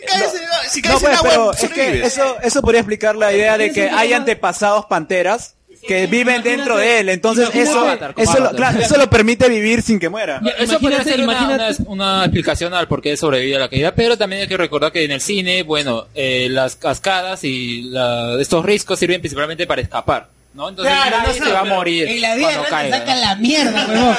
Si
No,
caes
pues,
en agua,
pero es que
sobrevives.
eso, eso podría explicar la idea de
¿Tienes un
que
tema
hay
más?
antepasados panteras que viven dentro de él. Entonces,
imagínate-
eso,
Avatar, como
eso, lo,
Avatar.
claro, eso lo permite vivir sin que muera.
Ya, Eso podría ser una, una- una explicación al por qué sobrevivió a la caída, pero también hay que recordar que en el cine, bueno, eh, las cascadas y la- estos riscos sirven principalmente para escapar, ¿no? Entonces
Claro,
nadie
eso,
se va a
pero
morir
en la vida
cuando
no te
caiga.
sacan la mierda, huevón.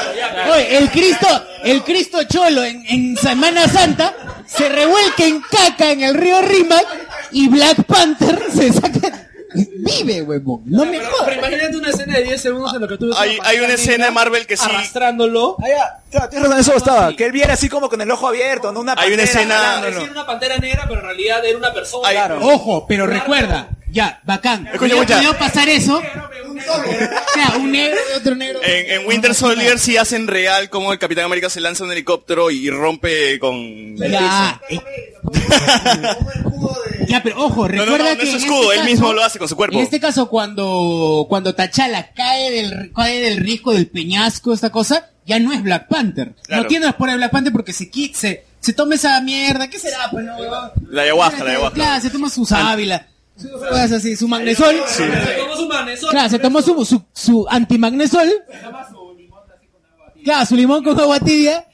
Oye, el Cristo, el Cristo Cholo en, en Semana Santa se revuelca en caca en el río Rímac y Black Panther se saca. Vive, huevón. No me
Pero, pero imagínate una escena de 10 segundos en lo que tú ves
Hay- hay una
pantalla
escena de Marvel que sí-
Arrastrándolo.
Ah, Tienes razón, eso estaba. Que él viera así como con el ojo abierto, no una
Hay una
pantera
escena-
jalándolo.
Era una pantera negra, pero en realidad era una persona.
Ojo, pero recuerda, ya, bacán.
Escucha,
Ya
escucha.
pudo pasar eso. O sea, un negro y otro negro.
En, en Winter Soldier sí hacen real como el Capitán América se lanza un helicóptero y rompe con...
Ya, eh. Ya, pero ojo,
No, no,
recuerda
no, no
que
es
en
escudo,
este
él
caso-
mismo lo hace con su cuerpo.
En este caso, cuando, cuando Tachala cae del, cae del risco del peñasco, esta cosa, ya no es Black Panther.
Claro.
No tiene las poras de Black Panther porque se, qui- se, se toma esa mierda. ¿Qué será, pues, no, huevón?
La ayahuasca, la ayahuasca.
Claro, se toma su sábila. Su, cosas así, su magnesol. Claro, se tomó su, su, su antimagnesol. Claro, su limón con agua tibia.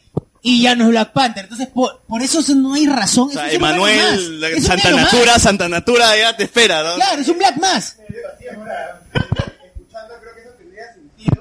Y ya no es Black Panther. Entonces, por, por eso eso no hay razón.
O
eso
sea,
es un Black más.
Emanuel, la-
Es un
Santa
negro más.
Natura, Santa Natura ya te espera, ¿no?
Claro, es un Black más.
Espera,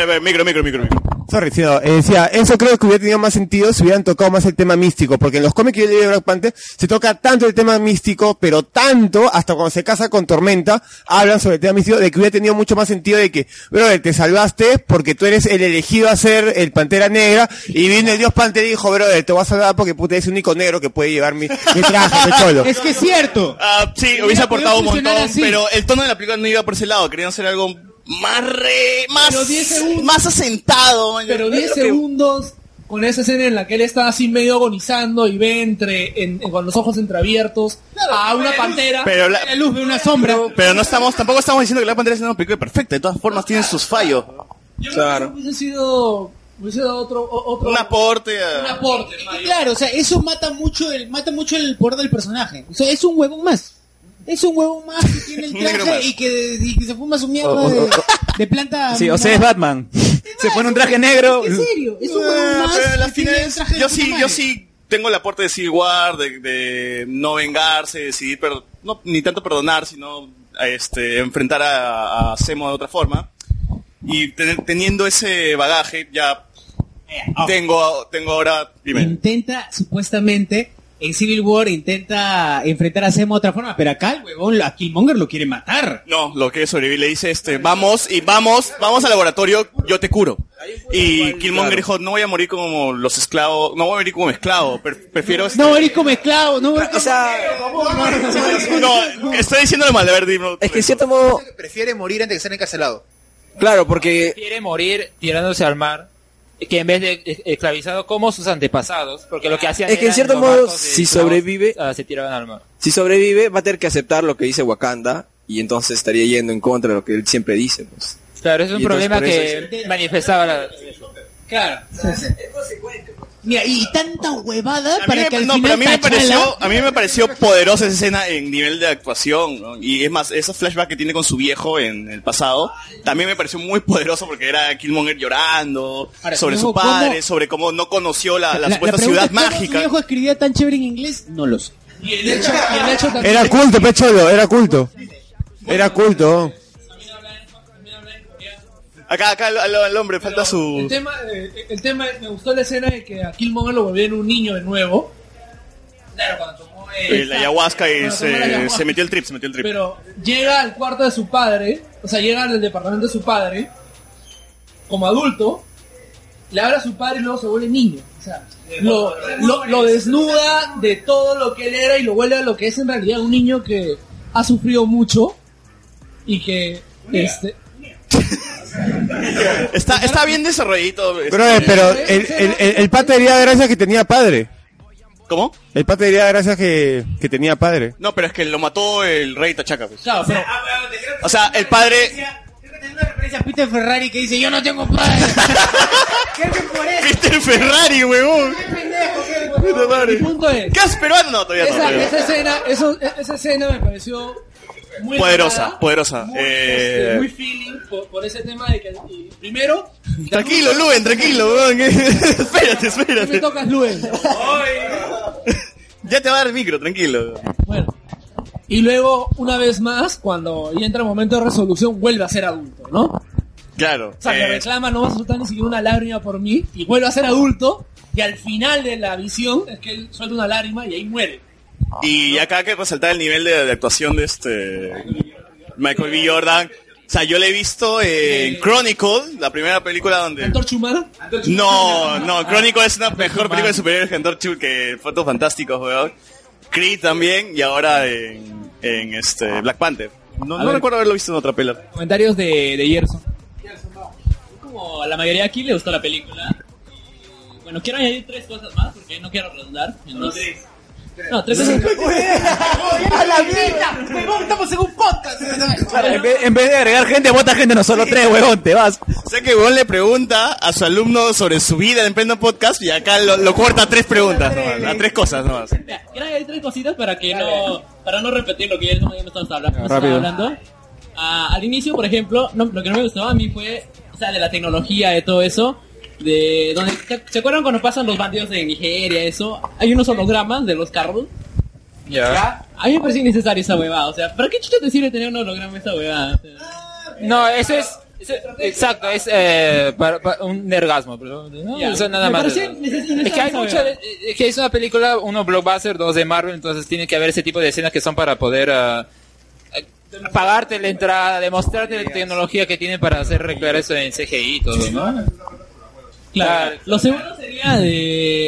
espera, espera, micro, micro, micro. micro.
Sorry, Fido. Eh, decía, eso creo que hubiera tenido más sentido si hubieran tocado más el tema místico, porque en los cómics que yo leí de Black Panther se toca tanto el tema místico, pero tanto, hasta cuando se casa con Tormenta, hablan sobre el tema místico, de que hubiera tenido mucho más sentido de que, brother, te salvaste porque tú eres el elegido a ser el Pantera Negra, y vino el dios Pantera y dijo, brother, te voy a salvar porque puta, es el único negro que puede llevar mi, mi traje, mi cholo.
Es que es cierto.
Ah, sí, hubiese
Hubiera
aportado un
podido funcionar
montón,
así.
pero el tono de la película no iba por ese lado, querían hacer algo más re, más, más asentado. man.
Pero 10
Lo que-
segundos con esa escena en la que él está así medio agonizando y ve entre en- en- con los ojos entreabiertos a una pantera.
Pero la-
la luz de una sombra.
Pero no estamos, tampoco estamos diciendo que la pantera es una película perfecta, de todas formas tienen sus fallos.
Hubiese sido Hubiese dado otro, o- otro-
Un aporte a-
Un aporte.
Y Claro, o sea, eso mata mucho el, mata mucho el poder del personaje. O sea, es un huevón más. Es un huevón más que tiene el
Un negro
traje
más. Oh,
y que, y que se fuma su mierda
O- o-
de,
o-
de planta.
Sí, o sea, es Batman. Se pone un traje negro.
¿En serio? Es un
Eh,
huevón más.
pero en las
que tiene el
finales,
traje de
yo
puta
sí,
madre.
yo sí tengo el aporte de Civil War, de, de no vengarse, decidir, per- no, ni tanto perdonar, sino este, enfrentar a, a Zemo de otra forma. Y ten- teniendo ese bagaje, ya tengo, tengo ahora, dime.
Intenta, supuestamente, en Civil War intenta enfrentar a Zemo de otra forma, pero acá el huevón, a Killmonger lo quiere matar.
No, lo que sobrevivir le dice este, vamos y vamos, vamos al laboratorio, yo te curo. Y Killmonger dijo, no voy a morir como los esclavos, no voy a morir como esclavo, pre- prefiero... este-
No morís como esclavo, no morís como
No, estoy diciéndolo mal, a ver, dime.
Es que en cierto modo...
Prefiere morir antes que ser encarcelado.
Claro, porque...
Quiere morir tirándose al mar que en vez de es- esclavizado como sus antepasados, porque lo que hacían
Es que en
eran
cierto
los
modo,
barcos de
si
esclavos,
sobrevive-
ah, se tiraban al mar.
Si sobrevive, va a tener que aceptar lo que dice Wakanda y entonces estaría yendo en contra de lo que él siempre dice. Pues.
Claro, es un
Y entonces
problema
por eso
que manifestaba la...
Claro. Mira, y tanta huevada
A mí
para
me-
que al
no,
final
pero a mí, me
T'Challa-
pareció, a mí me pareció poderosa esa escena en nivel de actuación. ¿no? Y es más, esos flashbacks que tiene con su viejo en el pasado, también me pareció muy poderoso porque era Killmonger llorando
Ahora,
sobre
¿cómo-
su padre,
cómo-
sobre cómo no conoció la, la
pregunta
supuesta ciudad
es, ¿cómo ¿Tu
mágica.
viejo escribía tan chévere en inglés? No lo sé.
Era culto, pecholo, era culto. Era culto.
Acá, acá al, al- al hombre falta
El
su...
tema, eh, el tema es, me gustó la escena de que a Killmonger lo volvieron un niño de nuevo.
eh, la ayahuasca y
Bueno,
se,
tomó la ayahuasca.
se metió el trip, se metió el trip.
Pero llega al cuarto de su padre, o sea, llega al departamento de su padre, como adulto, le habla a su padre y luego se vuelve niño. O sea, lo, lo- lo desnuda de todo lo que él era y lo vuelve a lo que es en realidad un niño que ha sufrido mucho y que... Este,
Está, está bien desarrolladito. este-
Brother, eh, pero el, el, el, el pata diría gracias que tenía padre.
¿Cómo?
El pata diría gracias que, que tenía padre.
No, pero es que lo mató el rey Tachaca. Pues.
Claro, pero...
O sea, el padre...
Referencia a Peter Ferrari que dice, yo no tengo padre. Creo que por eso.
Peter Ferrari, huevón.
Mi punto es...
¿Qué haces peruano? No, todavía no.
Esa,
todavía no.
esa escena, eso- esa escena me pareció muy
Poderosa,
elevada,
poderosa.
muy,
Eh,
este, muy feeling por, por ese tema de que y primero
Tranquilo, Luen, tranquilo, weón. espérate,
¿qué me
espérate.
tocas Luen
Ya te va a dar el micro, tranquilo.
y luego una vez más cuando ya entra el momento de resolución vuelve a ser adulto ¿no? o
Claro.
sea le
eh,
reclama no vas a soltar ni siquiera una lágrima por mí y vuelve a ser adulto y al final de la visión es que él suelta una lágrima y ahí muere
y acá hay que resaltar el nivel de, de actuación de este Michael B. Jordan. O sea, yo le he visto en Chronicle, la primera película donde...
¿Antorcha humana?
No, no, Chronicle es una mejor película de superhéroes que Antorchu, que Fotos Fantásticos, weón. Creed también, y ahora en, en este Black Panther. No,
A
no
ver.
recuerdo haberlo visto en otra pela.
comentarios de, de Gerson como a la mayoría aquí le gustó la película
Bueno, quiero añadir tres cosas más porque no quiero redundar. Entonces...
No, tres cosas.
¡A la mierda!
¡Huevón, estamos en un podcast!
En vez, de agregar gente, vota gente, no solo tres, huevón, te vas. O sea que huevón le pregunta a su alumno sobre su vida en pleno podcast y acá lo, lo corta a tres preguntas, nomás, a tres cosas nomás.
Quiero añadir tres cositas para que no, para no repetir lo que ya me estabas hablando.
Ya, rápido.
estaba hablando. Ah, al inicio, por ejemplo, no, lo que no me gustó a mí fue, o sea, de la tecnología, de todo eso. De donde, ¿se- ¿Se acuerdan cuando pasan los bandidos de Nigeria, eso? Hay unos hologramas de los carros.
Ya.
A mí me pareció innecesaria esa huevada, o sea, ¿para qué chucha te sirve tener un holograma esa huevada? O sea,
No, eso es... eso- Exacto, es eh, para- para un ergasmo, pero no,
Ya.
o sea, nada
Me
más.
parece
Es que hay mucha, de- eh, es que es una película, uno blockbuster, dos de Marvel, entonces tiene que haber ese tipo de escenas que son para poder ah, eh, pagarte la entrada, demostrarte la tecnología que tienen para hacer recrear eso en CGI y todo, ¿no? Ah,
Claro. Lo segundo sería
Eh,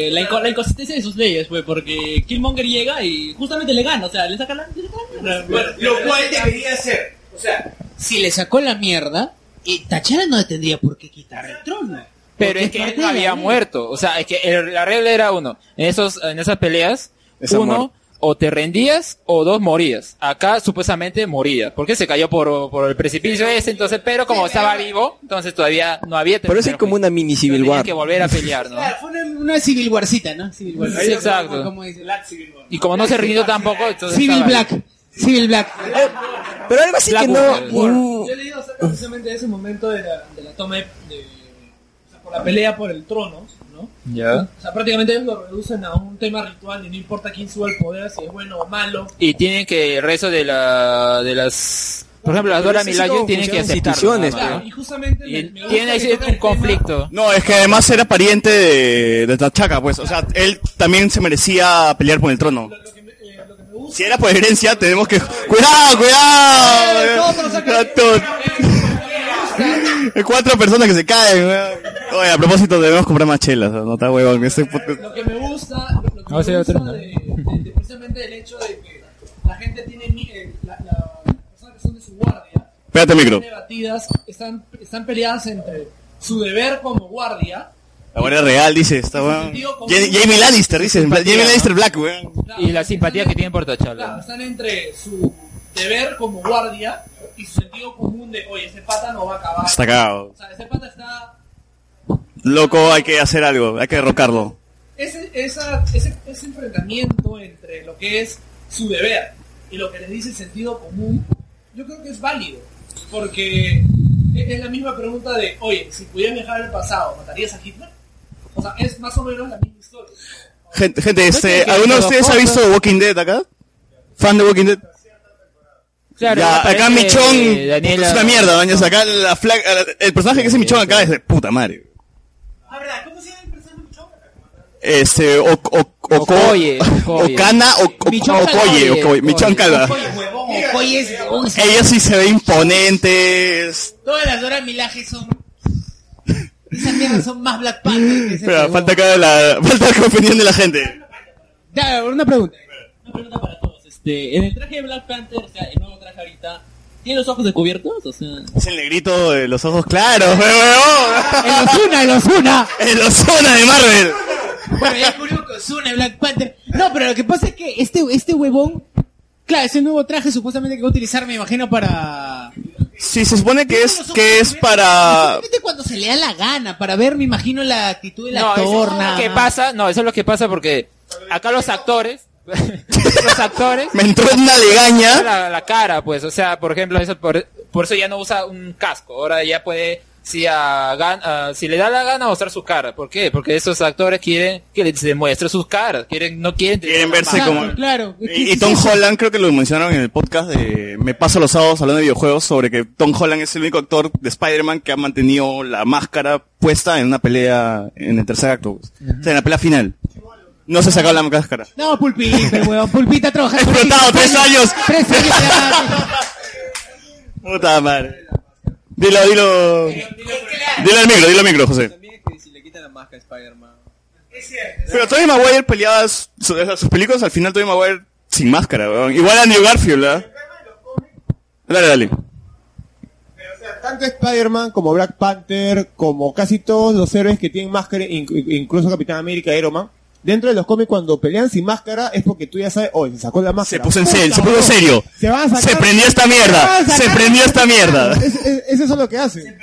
de la, inco- la inconsistencia de sus leyes, güey, porque Killmonger llega y justamente le gana, o sea, le saca la... le saca la mierda.
Lo cual debería ser. O sea, si le sacó la mierda, y Tachara no le tendría por qué quitar el trono.
Pero es que él no había muerto. O sea, es que el- la regla era uno. En, esos, en esas peleas,
Esa
uno
muerte.
o te rendías o dos morías. Acá supuestamente moría, porque se cayó por, por el precipicio ese, entonces, pero como estaba vivo, entonces todavía no había
Pero eso es como una mini Civil
tenía
War.
que volver a pelear, ¿no?
Claro, fue una, una civil warcita, ¿no? Civil war.
Sí, exacto.
Como dice.
Y como no se rindió tampoco, entonces
Civil
estaba ahí.
Black. Civil Black.
pero algo así
Black
que
War.
no... Mm.
Yo he leído acerca precisamente de ese momento de la, de la toma de, de- o sea, por la pelea por el trono, ¿no?
Ya.
O sea, prácticamente ellos lo reducen a un tema ritual y no importa quién suba al poder, si es bueno o malo.
Y tienen que el resto de la de las por ejemplo las
Pero
Dora
eso sí
Milaje
como
tienen que
funcionan
aceptar
instituciones,
Este,
Claro, y justamente me- me gusta
tiene
que
ese-
toca el
un conflicto
No, es que además era pariente de, de Tachaca, pues. O sea, él también se merecía pelear por el trono. Si era por herencia, tenemos que... ¡Cuidado, cuidado! Rato. Cuatro personas que se caen, weón. Oye, a propósito, debemos comprar más chelas. No está huevón. Este podcast...
Lo que me gusta, lo que
No,
me
sí,
gusta
otro,
de, de- de precisamente el hecho de que la gente tiene mi- eh, la, la- las personas que son de su guardia
Pégate el micro.
están debatidas, están, están peleadas entre su deber como guardia
La guardia real, dice. Está weón. Ja- Jamie Lannister, dice. Bla- Jamie Lannister Black, weón.
y la simpatía que tienen por T'Challa.
están entre su deber como guardia y su sentido común de oye ese pata no va a acabar
Está cagado.
o sea ese pata está
Loco, hay que hacer algo. Hay que derrocarlo.
ese, esa- ese, ese enfrentamiento entre lo que es su deber y lo que les dice el sentido común, yo creo que es válido. Porque es, es la misma pregunta de, oye, si pudieras viajar al pasado, ¿matarías a Hitler? O sea, es más o menos la misma historia.
Gente, gente este,
tiene que
¿alguno de
ser
ustedes ha
loco,
visto
¿no?
Walking Dead acá? ¿Fan de Walking Dead?
Claro,
ya, acá
aparece,
Michón
eh, Daniela-
es una mierda, doña. Acá la flag- el personaje que es Michón acá es de puta madre. Este, o, o, o,
Okoye, Okoye.
Okana, o, o,
Michonne
Okoye,
Calva.
Okoye, Michonne Calva.
Oye, huevón, oye, es- uy, sí.
Ella sí se ve imponente. es-
Todas las Dora Milaje son. Esas mierdas son más Black Panther. que ese
Espera,
huevón.
falta acá la, falta la opinión de la gente.
Ya, una pregunta.
Este, en el traje de Black Panther, o sea, el nuevo traje ahorita, ¿tiene los ojos descubiertos? O sea,
Es el negrito de los ojos claros, weón.
El Ozuna, el Ozuna.
El Ozuna de Marvel.
Bueno, ya murió con Ozuna, Black Panther. No, pero lo que pasa es que este, este huevón. Claro, ese nuevo traje supuestamente que va a utilizar, me imagino, para.
Sí, se supone que es, que es para...
Simplemente Este cuando se le da la gana, para ver, me imagino, la actitud del
No, eso
actor,
es
nada
lo que
más.
pasa, no, eso es lo que pasa porque acá los actores, los actores...
Me entró una legaña.
La, la cara, pues, o sea, por ejemplo, eso por, por eso ya no usa un casco, ahora ya puede, si, a, gan- a- si le da la gana, mostrar su cara. ¿Por qué? Porque esos actores quieren que les demuestre sus caras, quieren, no quieren...
Quieren verse como-
Claro.
Y, y Tom Holland creo que lo mencionaron en el podcast de Me paso los sábados hablando de videojuegos sobre que Tom Holland es el único actor de Spider-Man que ha mantenido la máscara puesta en una pelea en el tercer acto. pues. O sea, en la pelea final. No se sacó la máscara.
No, Pulpita, el huevón. Pulpita trabaja.
Explotado, tres años.
Tres años. ya.
Puta madre. Dilo, dilo. Dilo al micro, dilo al micro, José. Pero Tobey Maguire peleaba su- su- sus películas al final Tobey Maguire sin máscara, weón. Igual a New Garfield, ¿verdad? Dale, dale.
Tanto Spider-Man como Black Panther, como casi todos los héroes que tienen máscara, inc- incluso Capitán América, Iron Man, dentro de los cómics cuando pelean sin máscara es porque tú ya sabes, oh, se sacó la máscara.
Se puso en
Puta,
serio, se puso en
bro.
serio.
Se van a sacar.
Se prendió esta
Se van
mierda.
a sacar.
Se prendió esta mierda.
Es, es- es eso lo que hace.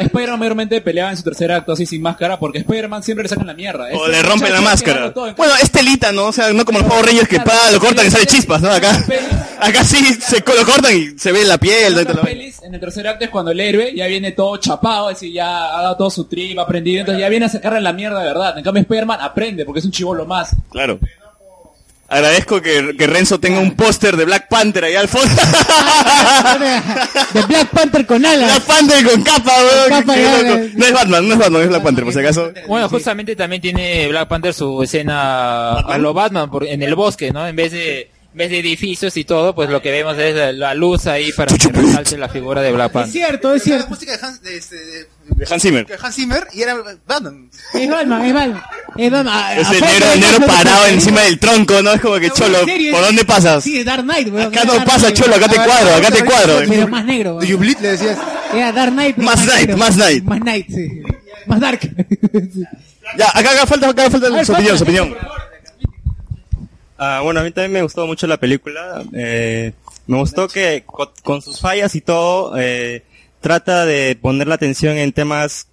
Spider-Man mayormente peleaba en su tercer acto así sin máscara porque Spider-Man siempre le sacan la mierda.
O
Este
le rompen
muchacho
la
tiene que
máscara.
darlo todo en-
Bueno, es telita, ¿no? O sea, no como los pavos reyes que pa, lo cortan y sale chispas, ¿no? Acá, acá sí se co- lo cortan y se ve la piel. ¿no?
En el tercer acto es cuando el héroe ya viene todo chapado, es decir, ya ha dado todo su trip, ha aprendido, entonces ya viene a sacarle la mierda de verdad. En cambio Spider-Man aprende porque es un chivolo más.
Claro. Agradezco que, que Renzo tenga un póster de Black Panther ahí al fondo.
De Black Panther con alas.
pues. Black Panther con capa, Eh, weón.
capa,
Qué
ya,
loco.
ya, ya.
No es Batman, no es Batman, es Black Panther, por si acaso.
Bueno, justamente también tiene Black Panther su escena a lo Batman por- en el bosque, ¿no? En vez de en vez de edificios y todo, pues lo que vemos es la, la luz ahí para que resalte la figura de Black
Es
Panther.
cierto, es cierto.
música de Hans, de, este, de-
De Hans Zimmer.
de Hans Zimmer y era Batman.
Es Batman, es Batman. Es Batman. A-
Es
a-
el
a-
negro,
a-
el negro
a-
parado
a-
encima del tronco, ¿no? Es como que cholo,
¿en serio?
¿por dónde pasas?
Sí, es Dark Knight, weón.
Acá
Era
no
Dark
pasa,
Knight. Ah,
cholo, acá te cuadro, acá te cuadro.
Pero más negro.
Do you bleed? Le decías.
Era Dark Knight. pero
Más Knight,
negro.
más Knight.
Más Knight, sí. Más Dark.
Ya, acá, acá falta, acá falta
A ver,
su opinión, su opinión.
Ah, bueno, a mí también me gustó mucho la película. Eh, me gustó que co- con, sus fallas y todo, eh, trata de poner la atención en temas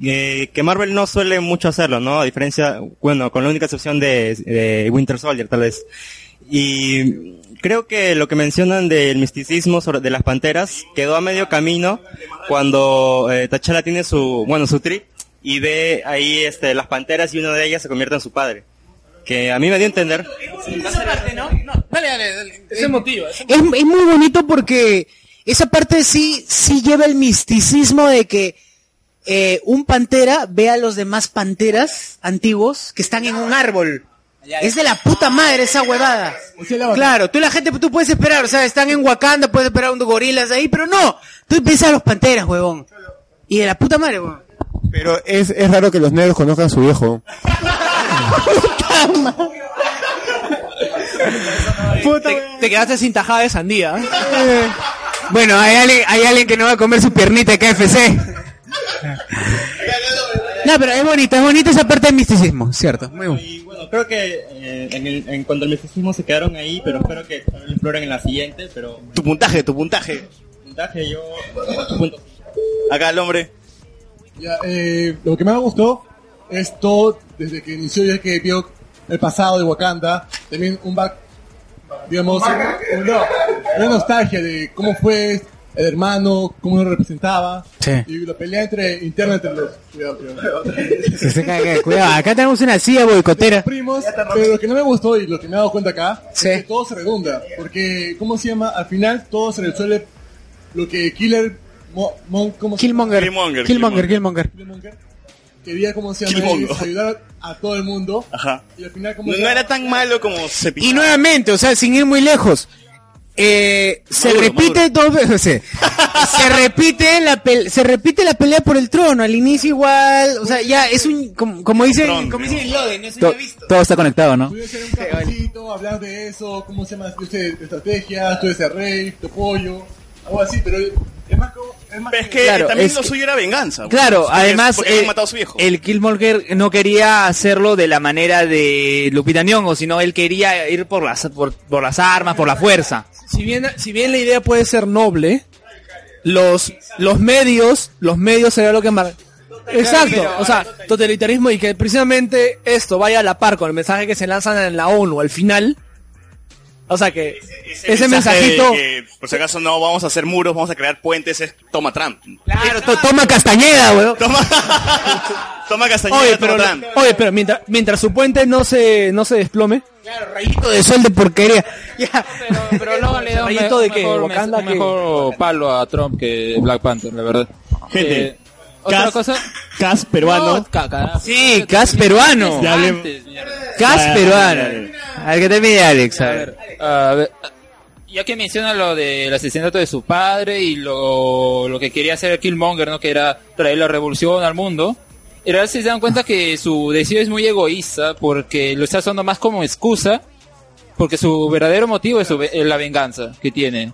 eh, que Marvel no suele mucho hacerlo, ¿no? A diferencia, bueno, con la única excepción de, de Winter Soldier, tal vez. Y creo que lo que mencionan del misticismo sobre, de las panteras quedó a medio camino cuando eh, T'Challa tiene su, bueno, su trip y ve ahí este, las panteras y una de ellas se convierte en su padre. Que a mí me dio a entender.
Esa parte, ¿no? No, dale, dale, dale.
Ese motivo.
Es, es muy bonito porque esa parte sí, sí lleva el misticismo de que eh, un pantera ve a los demás panteras antiguos que están en un árbol. Es de la puta madre esa huevada. Claro, tú la gente, tú puedes esperar, o sea, están en Wakanda, puedes esperar unos gorilas ahí, pero no. Tú piensas a los panteras, huevón. Y de la puta madre, huevón.
Pero es, es raro que los negros conozcan a su viejo.
te, te quedaste sin tajada de sandía.
¿eh? Bueno, hay alguien, hay alguien que no va a comer su piernita de KFC. No, pero es bonito, es bonito esa parte del misticismo, ¿cierto? Muy bueno.
Bueno, creo que eh, en, el- en cuanto al misticismo se quedaron ahí, pero espero que también lo exploren en la siguiente, pero...
Tu puntaje, tu puntaje.
Puntaje, yo...
Acá el hombre.
Ya, eh, lo que más me gustó es todo, desde que inició, ya que vio el pasado de Wakanda, también un back, digamos, un- no, una nostalgia de cómo fue el hermano, cómo lo representaba,
Sí.
y la pelea entre, interna entre los, cuidado, cuidado.
Se- se cae, cae. Cuidado, acá tenemos una silla boicotera.
primos, pero lo que no me gustó y lo que me he dado cuenta acá
Sí.
es que todo se redunda, porque ¿cómo se llama? Al final todo se resuelve lo que Killer Mo- Mon- ¿cómo se llama?
Killmonger. Killmonger, Killmonger, Killmonger.
Quería cómo se llama
Killmonger.
Es ayudar a todo el mundo.
Ajá.
Y al final cómo
No,
se
no
llama?
era tan malo como se
Y nuevamente, o sea, sin ir muy lejos, eh, se
Maduro,
repite dos veces, se repite la pel- se repite la pelea por el trono, al inicio igual, o sea, ya es un como, como dicen, como dicen Loden, es un-
To- todo está conectado, ¿no?
Pude hacer un cafecito, hablar de eso, cómo se llama, yo sé, estrategias, tú ese rey, tu pollo, algo así, Oh, pero es más como... Es, más
Es que
Claro,
también
es
lo
que-
suyo era venganza.
Claro,
porque-
además
Porque habían
eh,
matado a su viejo.
el Killmonger no quería hacerlo de la manera de Lupita Nyong'o, sino él quería ir por las por, por las armas, por la fuerza.
si bien, si bien la idea puede ser noble, los, los medios, los medios sería lo que mar... Exacto, o sea, totalitarismo y que precisamente esto vaya a la par con el mensaje que se lanzan en la ONU al final. O sea que ese,
mensaje de
mensajito...
que, por si acaso no vamos a hacer muros, vamos a crear puentes, es toma Trump.
Claro, to- toma Castañeda, weón.
Toma Castañeda,
Oye, pero,
toma Trump.
oye, pero mientras, mientras su puente no se, no se desplome,
Rayito de sol de porquería.
Pero luego le da un,
Rayito
me-
de
un
que
mejor, mes-
Wakanda
un
que-
mejor palo a Trump que Black Panther, la verdad.
Gente,
Eh, ¿Otra cosa?
Cas
peruano.
Sí, Cas peruano.
Ya hablé-
Cas
Ya, ya,
peruano.
ya,
Al que te mide Alex, a ver.
A ver, ya que menciona lo del asesinato de su padre y lo, lo que quería hacer Killmonger, ¿no? Que era traer la revolución al mundo. En realidad se dan cuenta que su deseo es muy egoísta porque lo está usando más como excusa porque su verdadero motivo es su ve- eh, la venganza que tiene.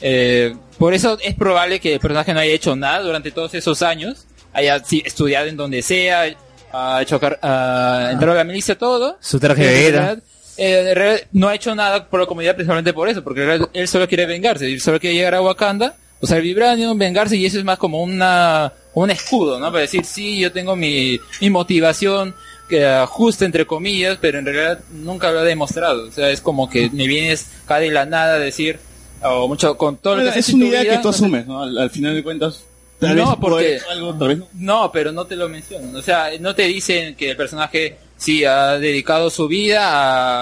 Eh, por eso es probable que el personaje no haya hecho nada durante todos esos años, haya sí, estudiado en donde sea, ha hecho car- ha entrado a la milicia, todo.
Su traje de
Y en
guerra.
realidad, eh, en realidad no ha hecho nada por la comunidad principalmente por eso, porque en realidad él solo quiere vengarse, él solo quiere llegar a Wakanda, usar el vibranium, vengarse y eso es más como una un escudo, ¿no? Para decir, sí, yo tengo mi, mi motivación que ah, justa entre comillas, pero en realidad nunca lo ha demostrado. O sea, es como que me vienes acá de la nada a decir, o mucho con todo lo que has
es
hecho en
una
tu
idea
vida,
que tú
no sé-
asumes, ¿no? Al, al final de cuentas, tal
No,
vez
porque-
puede hacer algo, tal vez no.
No, pero no te lo mencionan. O sea, no te dicen que el personaje sí ha dedicado su vida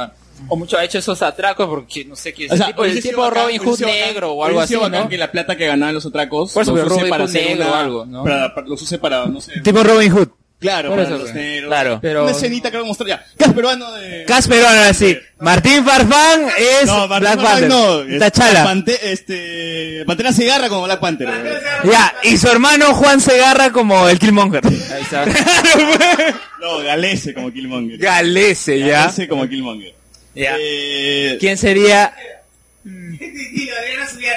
a... O mucho ha hecho esos atracos porque no sé qué es.
O sea,
tipo,
hubiese
el
sido
tipo
bacán-
Robin Hood
hubiese sido bacán-
negro o algo
hubiese
así,
sido bacán
¿no?
que la plata que ganaba en los atracos
Por eso,
los
pero
use
Robin
para
Hood
hacer
negro
una-
o algo, ¿no?
Para, para- los use para, no sé...
Tipo Robin Hood.
Claro,
Por
para
eso,
los
pues.
negros.
Claro. Pero-
Una escenita que voy a mostrar ya. Cas peruano de...
Cas peruano, ahora sí. Martín Farfán es
No, Martín
Black
Farfán
Panther.
no, es-
T'Challa.
Pante- este, Pantera Cigarra como Black Panther.
Ya, y su hermano Juan Segarra como el Killmonger.
Ahí está.
no, Galese como Killmonger.
Galese, ya.
Galese como Killmonger.
Ya.
Eh,
¿Quién sería?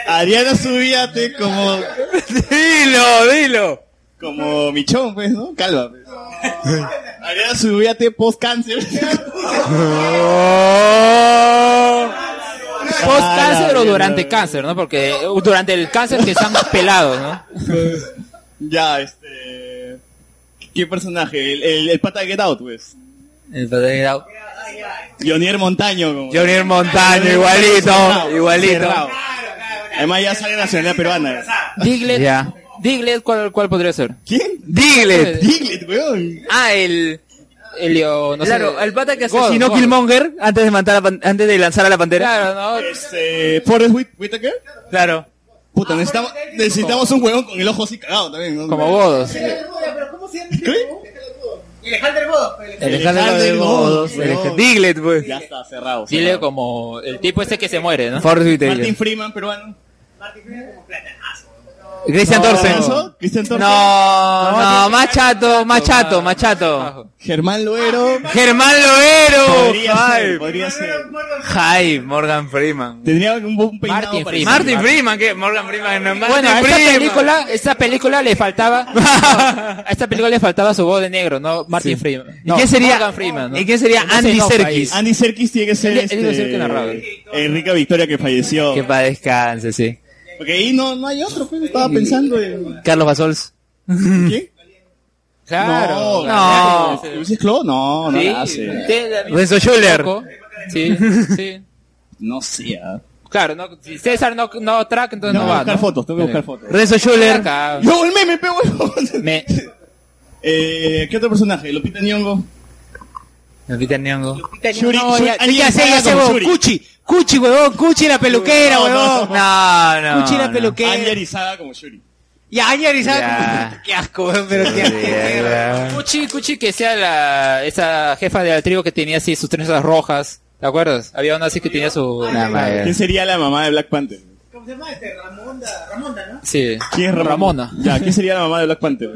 Adriana Subiate como...
dilo, dilo.
Como Michón, pues, ¿no? Calva. pues. Adriana Subiate post-cáncer.
Post-cáncer o durante cáncer, ¿no? Porque eh, durante el cáncer que están pelados, ¿no?
ya, este. ¿Qué personaje? El, el, el pata de Get Out, pues.
El pata de Get Out.
Jonier Montaño. Como
Jonier Montaño, igualito, igualito.
Además ya sale nacionalidad peruana.
Diglett. Diglett, ¿cuál, ¿cuál podría ser?
¿Quién?
Diglett.
Diglett, weón.
Ah, el... Elio, no sé.
claro, el pata que
God,
asesinó
God.
Killmonger antes de, matar a Pan- antes de lanzar a la pantera.
Claro,
Este. Forrest Whit- Whitaker.
Claro.
Puta,
Ah,
necesitamos, necesitamos un huevón con el ojo así cagado también. ¿no?
Como Godos.
este Alejandro
Alejandro Godos.
Alejandro- Diglett, pues.
Ya está, cerrado.
Dile como el tipo este que se muere, ¿no?
Forrest Whitaker.
Martin Freeman, peruano.
Christian Torsen. No, no, más chato, más chato, más chato.
Germán Loero.
Germán Loero.
Podría
Ay.
ser, podría ser.
Hype, Morgan Freeman.
Tendría un buen peinado
Martin
parecido.
Freeman. Martin Freeman, ¿qué? Morgan Freeman. no, Martin
Bueno, a esta
Freeman.
película, esta película le faltaba, a esta película le faltaba su voz de negro, ¿no? Martin Freeman.
¿Y quién sería-
Morgan Freeman, ¿no?
y quién sería
No se
Andy
enoja
Serkis?
ahí. Ah,
Andy Serkis tiene que ser
Él- él iba a ser
este,
que narraba.
Enrica Victoria que falleció.
Que para descanse, sí.
Porque ahí no, no hay otro, pues, estaba pensando en...
Carlos Basols.
¿Quién?
Claro.
No,
Claro.
¿Luis Cló? No, no
Sí.
la hace.
Tiene la misma-
Renzo Schuller.
Poco. Sí, sí.
No sé. ah.
Claro, no, si César no, no track, entonces no,
Tengo que
va.
buscar
¿no? Ah,
fotos, tengo que buscar fotos.
Renzo Schuller.
Acá.
¡Yo, el meme, pego!
Me-
Eh, ¿Qué otro personaje? ¿Lupita Nyong'o?
Lupita Nyong'o.
Shuri,
No,
Shuri-
ya,
alguien
ya sé, ya
llamada
sé,
como
huevón.
Shuri.
Cuchi, Cuchi, huevón, Cuchi la peluquera,
No,
huevón.
No, no.
Cuchi la
no.
peluquera.
Anya Rizada como Shuri.
Ya, Anya Rizal.
Ya.
Qué asco, huevón, pero qué asco.
Cuchi, Cuchi que sea la, esa jefa de la tribu que tenía así sus trenzas rojas. ¿Te acuerdas? Había una así que tenía su...
Ah, ¿Quién sería la mamá de Black Panther?
¿Cómo se llama este? Ramonda, Ramonda, ¿no?
Sí.
¿Quién es Ramona?
Ramona.
Ya, ¿quién sería la mamá de Black Panther?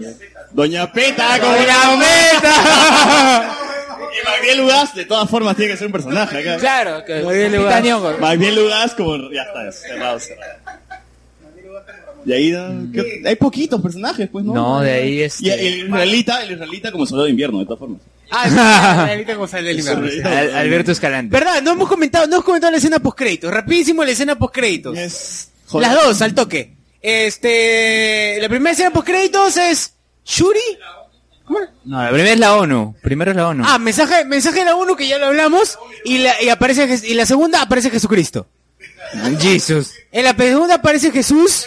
Doña Peta, como
¡Doña
Peta! y Magdiel Lugas, de todas formas, tiene que ser un personaje acá.
Claro, que Magdiel
Lugas.
Lupita Nyong'o.
Magdiel Lugas como... Ya está, cerrado, cerrado. Y ahí ¿no? ¿Qué- hay poquitos personajes, pues, ¿no?
No, de ahí es.
Y el israelita, el israelita como soldado de invierno, de todas formas.
Ah, Alberto González del Invierno, sí.
Al- Alberto Escalante.
¿Verdad? No hemos comentado, no hemos comentado la escena post créditos. Rapidísimo la escena post créditos.
joder.
Las dos, al toque. Este, la primera escena post créditos es Shuri.
No, la primera es la ONU. Primero es la ONU.
Ah, mensaje, mensaje de la ONU que ya lo hablamos y la y aparece Jes- y la segunda aparece Jesucristo.
Jesus.
En la segunda aparece Jesús.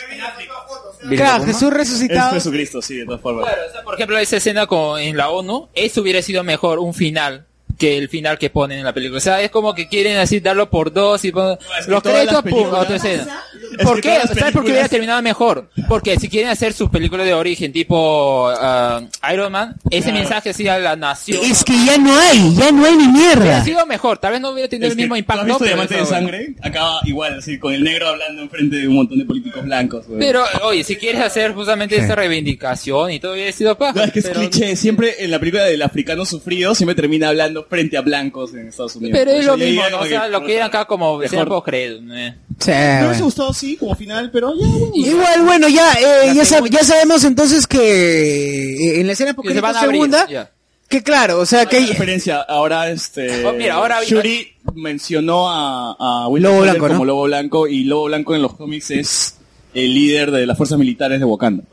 Claro, Jesús
Es
resucitado.
Jesucristo, sí, de todas formas.
Claro, o sea, por ejemplo, esa escena con, en la ONU, eso hubiera sido mejor un final que el final que ponen en la película. O sea, es como que quieren así darlo por dos y ponen-
que
los
todas
créditos,
las
pum,
películas-
otra escena.
que
¿Por qué?
todas las
¿Sabes por qué
películas-
hubiera terminado mejor? Porque si quieren hacer sus películas de origen tipo ah, Iron Man, ese mensaje así a la nación.
Es que ya no hay, ya no hay ni
Hubiera
mierda.
sido mejor, tal vez no hubiera tenido
Es
el
que,
mismo
¿tú
impacto.
¿Has visto
pero
Diamante de
eso, bueno.
Sangre? Acaba igual, así, con el negro hablando enfrente de un montón de políticos blancos, güey.
Pero, oye, si quieres hacer pues, justamente esa reivindicación y todo hubiera sido paja.
No, es que es
pues, pero-
cliché. Siempre en la película del africano sufrido siempre termina hablando frente a blancos en Estados Unidos.
Pero es lo
Eso ya
mismo,
llega
pues ¿no?
como
o sea,
que-
lo que eran acá como
Mejor.
ser credo. ¿no?
Me
Eh, bueno.
hubiese gustado, sí, como final, pero ya, bueno.
Igual, bueno, ya, eh, ya, sab- ya sabemos entonces que eh, en la escena post
Que se van
créditos
a abrir,
segunda,
ya.
que claro, o sea que
Hay una referencia. Ahora, este.
Oh, mira, ahora-
Shuri mencionó a, a Will
Lobo
Potter
Blanco, ¿no?
como Lobo Blanco y Lobo Blanco en los cómics es el líder de las fuerzas militares de Wakanda.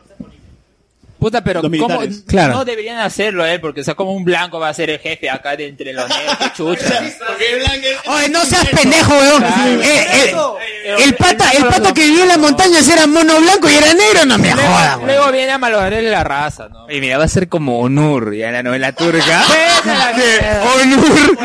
Puta, pero
Los
¿cómo?
militares.
Claro.
No deberían hacerlo, ¿eh? Porque, o sea, como un blanco va a ser el jefe acá de entre los negros, qué chucha.
Oye, no seas pendejo, weón. Eh, eh, el pata, el pata que vivió en las montañas era mono blanco y era negro, no me jodas, weón.
Luego viene a malograr la raza, ¿no?
Y mira, va a ser como Onur, ya en la novela turca.
Vete a la
Onur,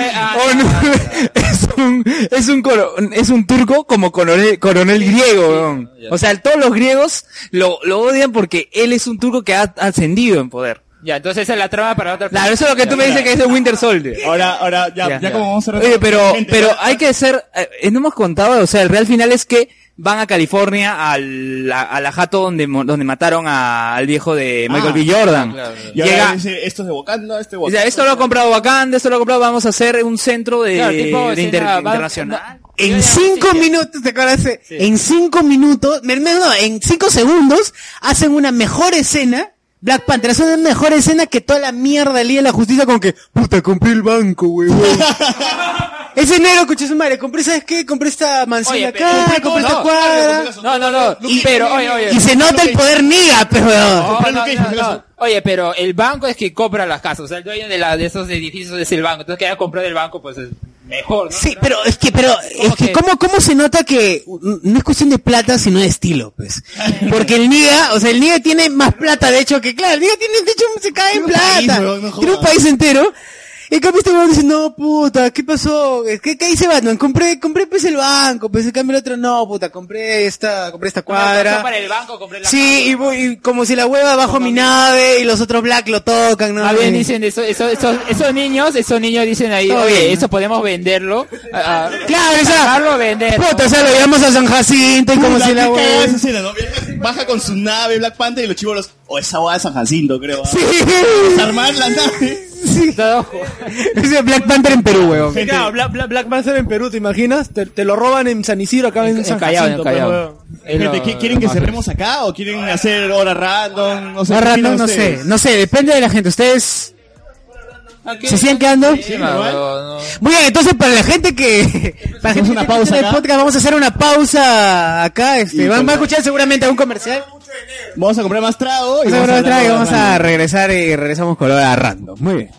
Onur es un es un coro- es un turco como coronel, coronel griego, weón. o sea, todos los griegos lo, lo odian porque él es un turco que ha ascendido en poder.
Ya, entonces esa es la trama para otra
Claro, eso es lo que tú me dices que es de Winter Soldier.
Ahora, ahora, ya, ya, como vamos a cerrar-
Oye, pero,
Gente,
pero
ya-
hay que ser, eh, no hemos contado, o sea, el real final es que van a California al, la- a la jato donde, mo- donde mataron a- al viejo de Michael
Ah,
B. Jordan.
claro, claro. Y ahora
Llega,
dice, esto es de Wakanda, este es de
o
Wakanda.
sea, esto lo ha comprado Wakanda, esto lo ha comprado, vamos a hacer un centro de,
Claro, tipo,
de
sí,
inter-
nada, va-
internacional.
En cinco minutos, ¿te acuerdas? En cinco minutos, me- me- no, en cinco segundos, hacen una mejor escena Black Panther es una mejor escena que toda la mierda del Día de la Justicia con que, puta, compré el banco, huevón. es enero, coche su madre, compré, ¿sabes qué? Compré esta mansión de
Oye,
acá,
pero-
compré esta
no,
cuadra.
No, no, no.
Y-
pero, oye, oye.
y se nota el poder niga,
pues,
pero-
No,
Compré
no,
Luke
no,
Cage,
no. Oye, pero el banco es que compra las casas. O sea, el dueño de, la, de esos edificios es el banco. Entonces, que haya comprado el banco, pues es mejor, ¿no?
Sí, pero es que,
Ah,
pero, es que, ¿cómo, cómo se nota que mm, no es cuestión de plata, sino de estilo, pues? Porque el Niga, o sea, el Niga tiene más plata, de hecho, que claro, el Niga tiene, de hecho, se cae en plata. tiene un país entero. En cambio, este huevón dice, no, puta, ¿qué pasó? Es que, ¿Qué hice Batman? Compré, compré, pues, el banco, pues, en cambio el otro, no, puta, compré esta, compré esta cuadra.
Para el banco, compré la
Sí, y, voy- y como si la hueva bajo mi nave y los otros black lo tocan, ¿no?
Ah, bien,
Y-
dicen eso, eso, esos- esos niños, esos niños dicen ahí,
Todo
oye,
bien,
eso podemos venderlo.
Claro,
o
o sea,
vender.
Puta, o sea, lo llevamos a San Jacinto y como
Puta,
si la
qué cagada
hueva...
esa escena, ¿no? Viene- Baja con su nave Black Panther y los chivolos. O esa hueá de San Jacinto, creo. ¿ah?
Sí.
Desarmar la nave.
Sí. Es Black Panther en Perú, weón.
Sí, claro, Bla- Bla- Black, Panther en Perú, ¿te imaginas? Te, te lo roban en San Isidro, acá en, San
Callao, en
Jacinto,
Callao.
pero, weón.
Gente, ¿qué- ¿quieren que cerremos acá o quieren hacer hora random? No sé.
Más
¿qué
random,
opinan
no
ustedes?
sé, no sé, depende de la gente. ¿Ustedes se siguen quedando? Muy bien, entonces para la gente que... Para la gente
una
que
pausa
escucha el
acá.
podcast, vamos a hacer una pausa acá.
Y
Este, van, van a
volvemos.
escuchar seguramente algún comercial.
Vamos a comprar más trago
Vamos a,
y vamos a
comprar
hablar
otra y
de
vamos
random.
a regresar y regresamos con la random. Muy bien.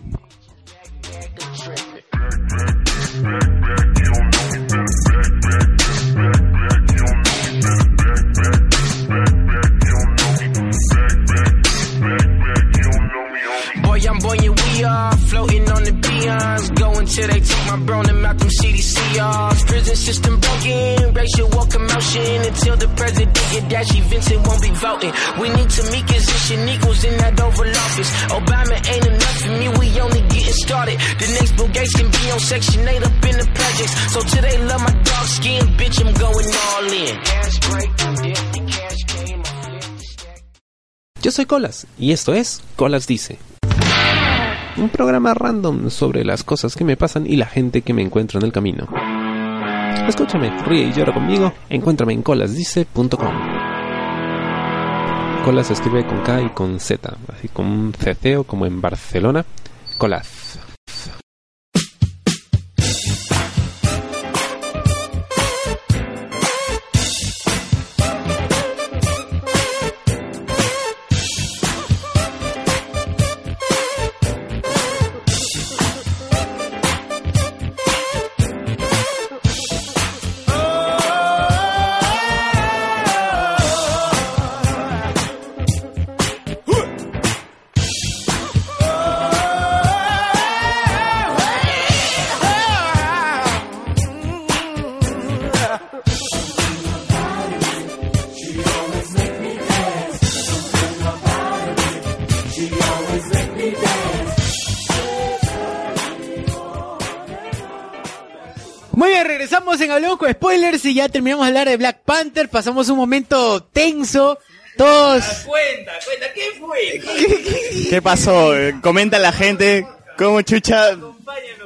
Boy, I'm boy, and we are floating on the beyonds. Going till they took my bro and Malcolm CDC off. Prison system broken, racial walk emotion. Until the president get dashy, Vincent won't be voting. We need to meet position equals in that Oval Office. Obama ain't enough for me, we only getting started. The next Bill Gates can be on Section 8 up in the projects. So till they love my dark skin, bitch, I'm going all in. Cash break, if the cash came, I flip.
Yo soy Colas y esto es Colas Dice. Un programa random sobre las cosas que me pasan y la gente que me encuentro en el camino. Escúchame, ríe y llora conmigo. Encuéntrame en colasdice.com. Colas se escribe con K y con Z, así con un ceceo como en Barcelona. Colas.
Muy bien, regresamos en Hablemos con Spoilers y ya terminamos de hablar de Black Panther. Pasamos un momento tenso. Todos...
Cuenta, cuenta, ¿qué fue?
¿Qué pasó? Eh, Comenta la gente cómo chucha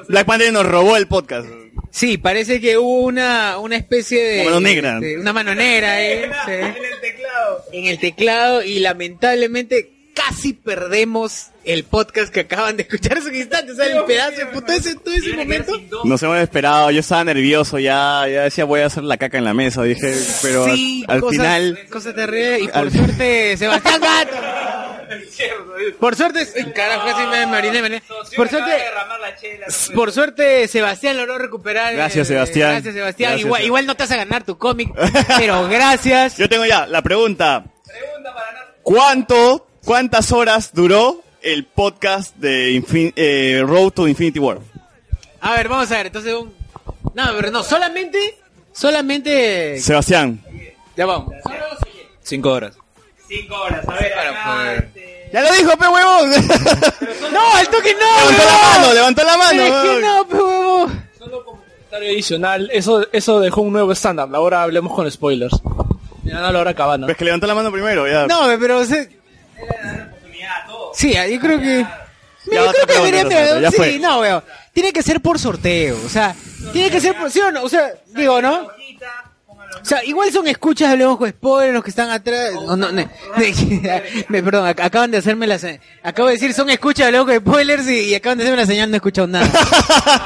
Black Panther nos robó el podcast.
Sí, parece que hubo una, una especie de...
Una mano negra.
de- una mano negra, ¿eh? En el teclado. En el teclado y lamentablemente casi perdemos el podcast que acaban de escuchar hace un instante. O sea, el pedazo de puto ese, todo ese momento.
Nos hemos esperado, yo estaba nervioso ya, ya decía voy a hacer la caca en la mesa, dije, pero al-
sí,
al,
cosas,
final...
Cosas terribles y por
al-
suerte Sebastián Gato. Por suerte... Ay, carajo, casi me me oriné, me oriné. Por suerte... Por suerte, Sebastián logró recuperar. eh,
Gracias, Sebastián.
Gracias, Sebastián.
Gracias,
igual,
Sebastián.
igual no te vas a ganar tu cómic, pero gracias.
Yo tengo ya la pregunta. ¿Cuánto, cuántas horas duró el podcast de Infin- eh, Road to Infinity War?
A ver, vamos a ver. Entonces, un... no, pero no, solamente. Solamente.
Sebastián.
Ya vamos.
Cinco horas.
Cinco horas, a ver.
Ya lo dijo, pe huevón.
no, el toque no.
Levantó la
huevón.
mano, levantó la
Pero
mano.
es que
huevón.
no, pe huevón.
Comentario adicional, eso, eso dejó un nuevo estándar. Ahora hablemos con spoilers. Ya no, ahora cabana.
Pues que levantó la mano primero, ya.
No, pero. o sea- Sí, yo creo que. Mira, yo
otra
creo que
pregunta,
debería
otra pregunta, ya
sí,
fue.
no, weón. Tiene que ser por sorteo, o sea, tiene que ser por, ¿sí o no? O sea, digo, ¿no? O sea, igual son escuchas, hablemos con spoilers, los que están atrás. No, no, no. Me, perdón, ac- acaban de hacerme la se- Acabo de decir son escuchas, hablemos con spoilers y, y acaban de hacerme la señal, no he escuchado nada.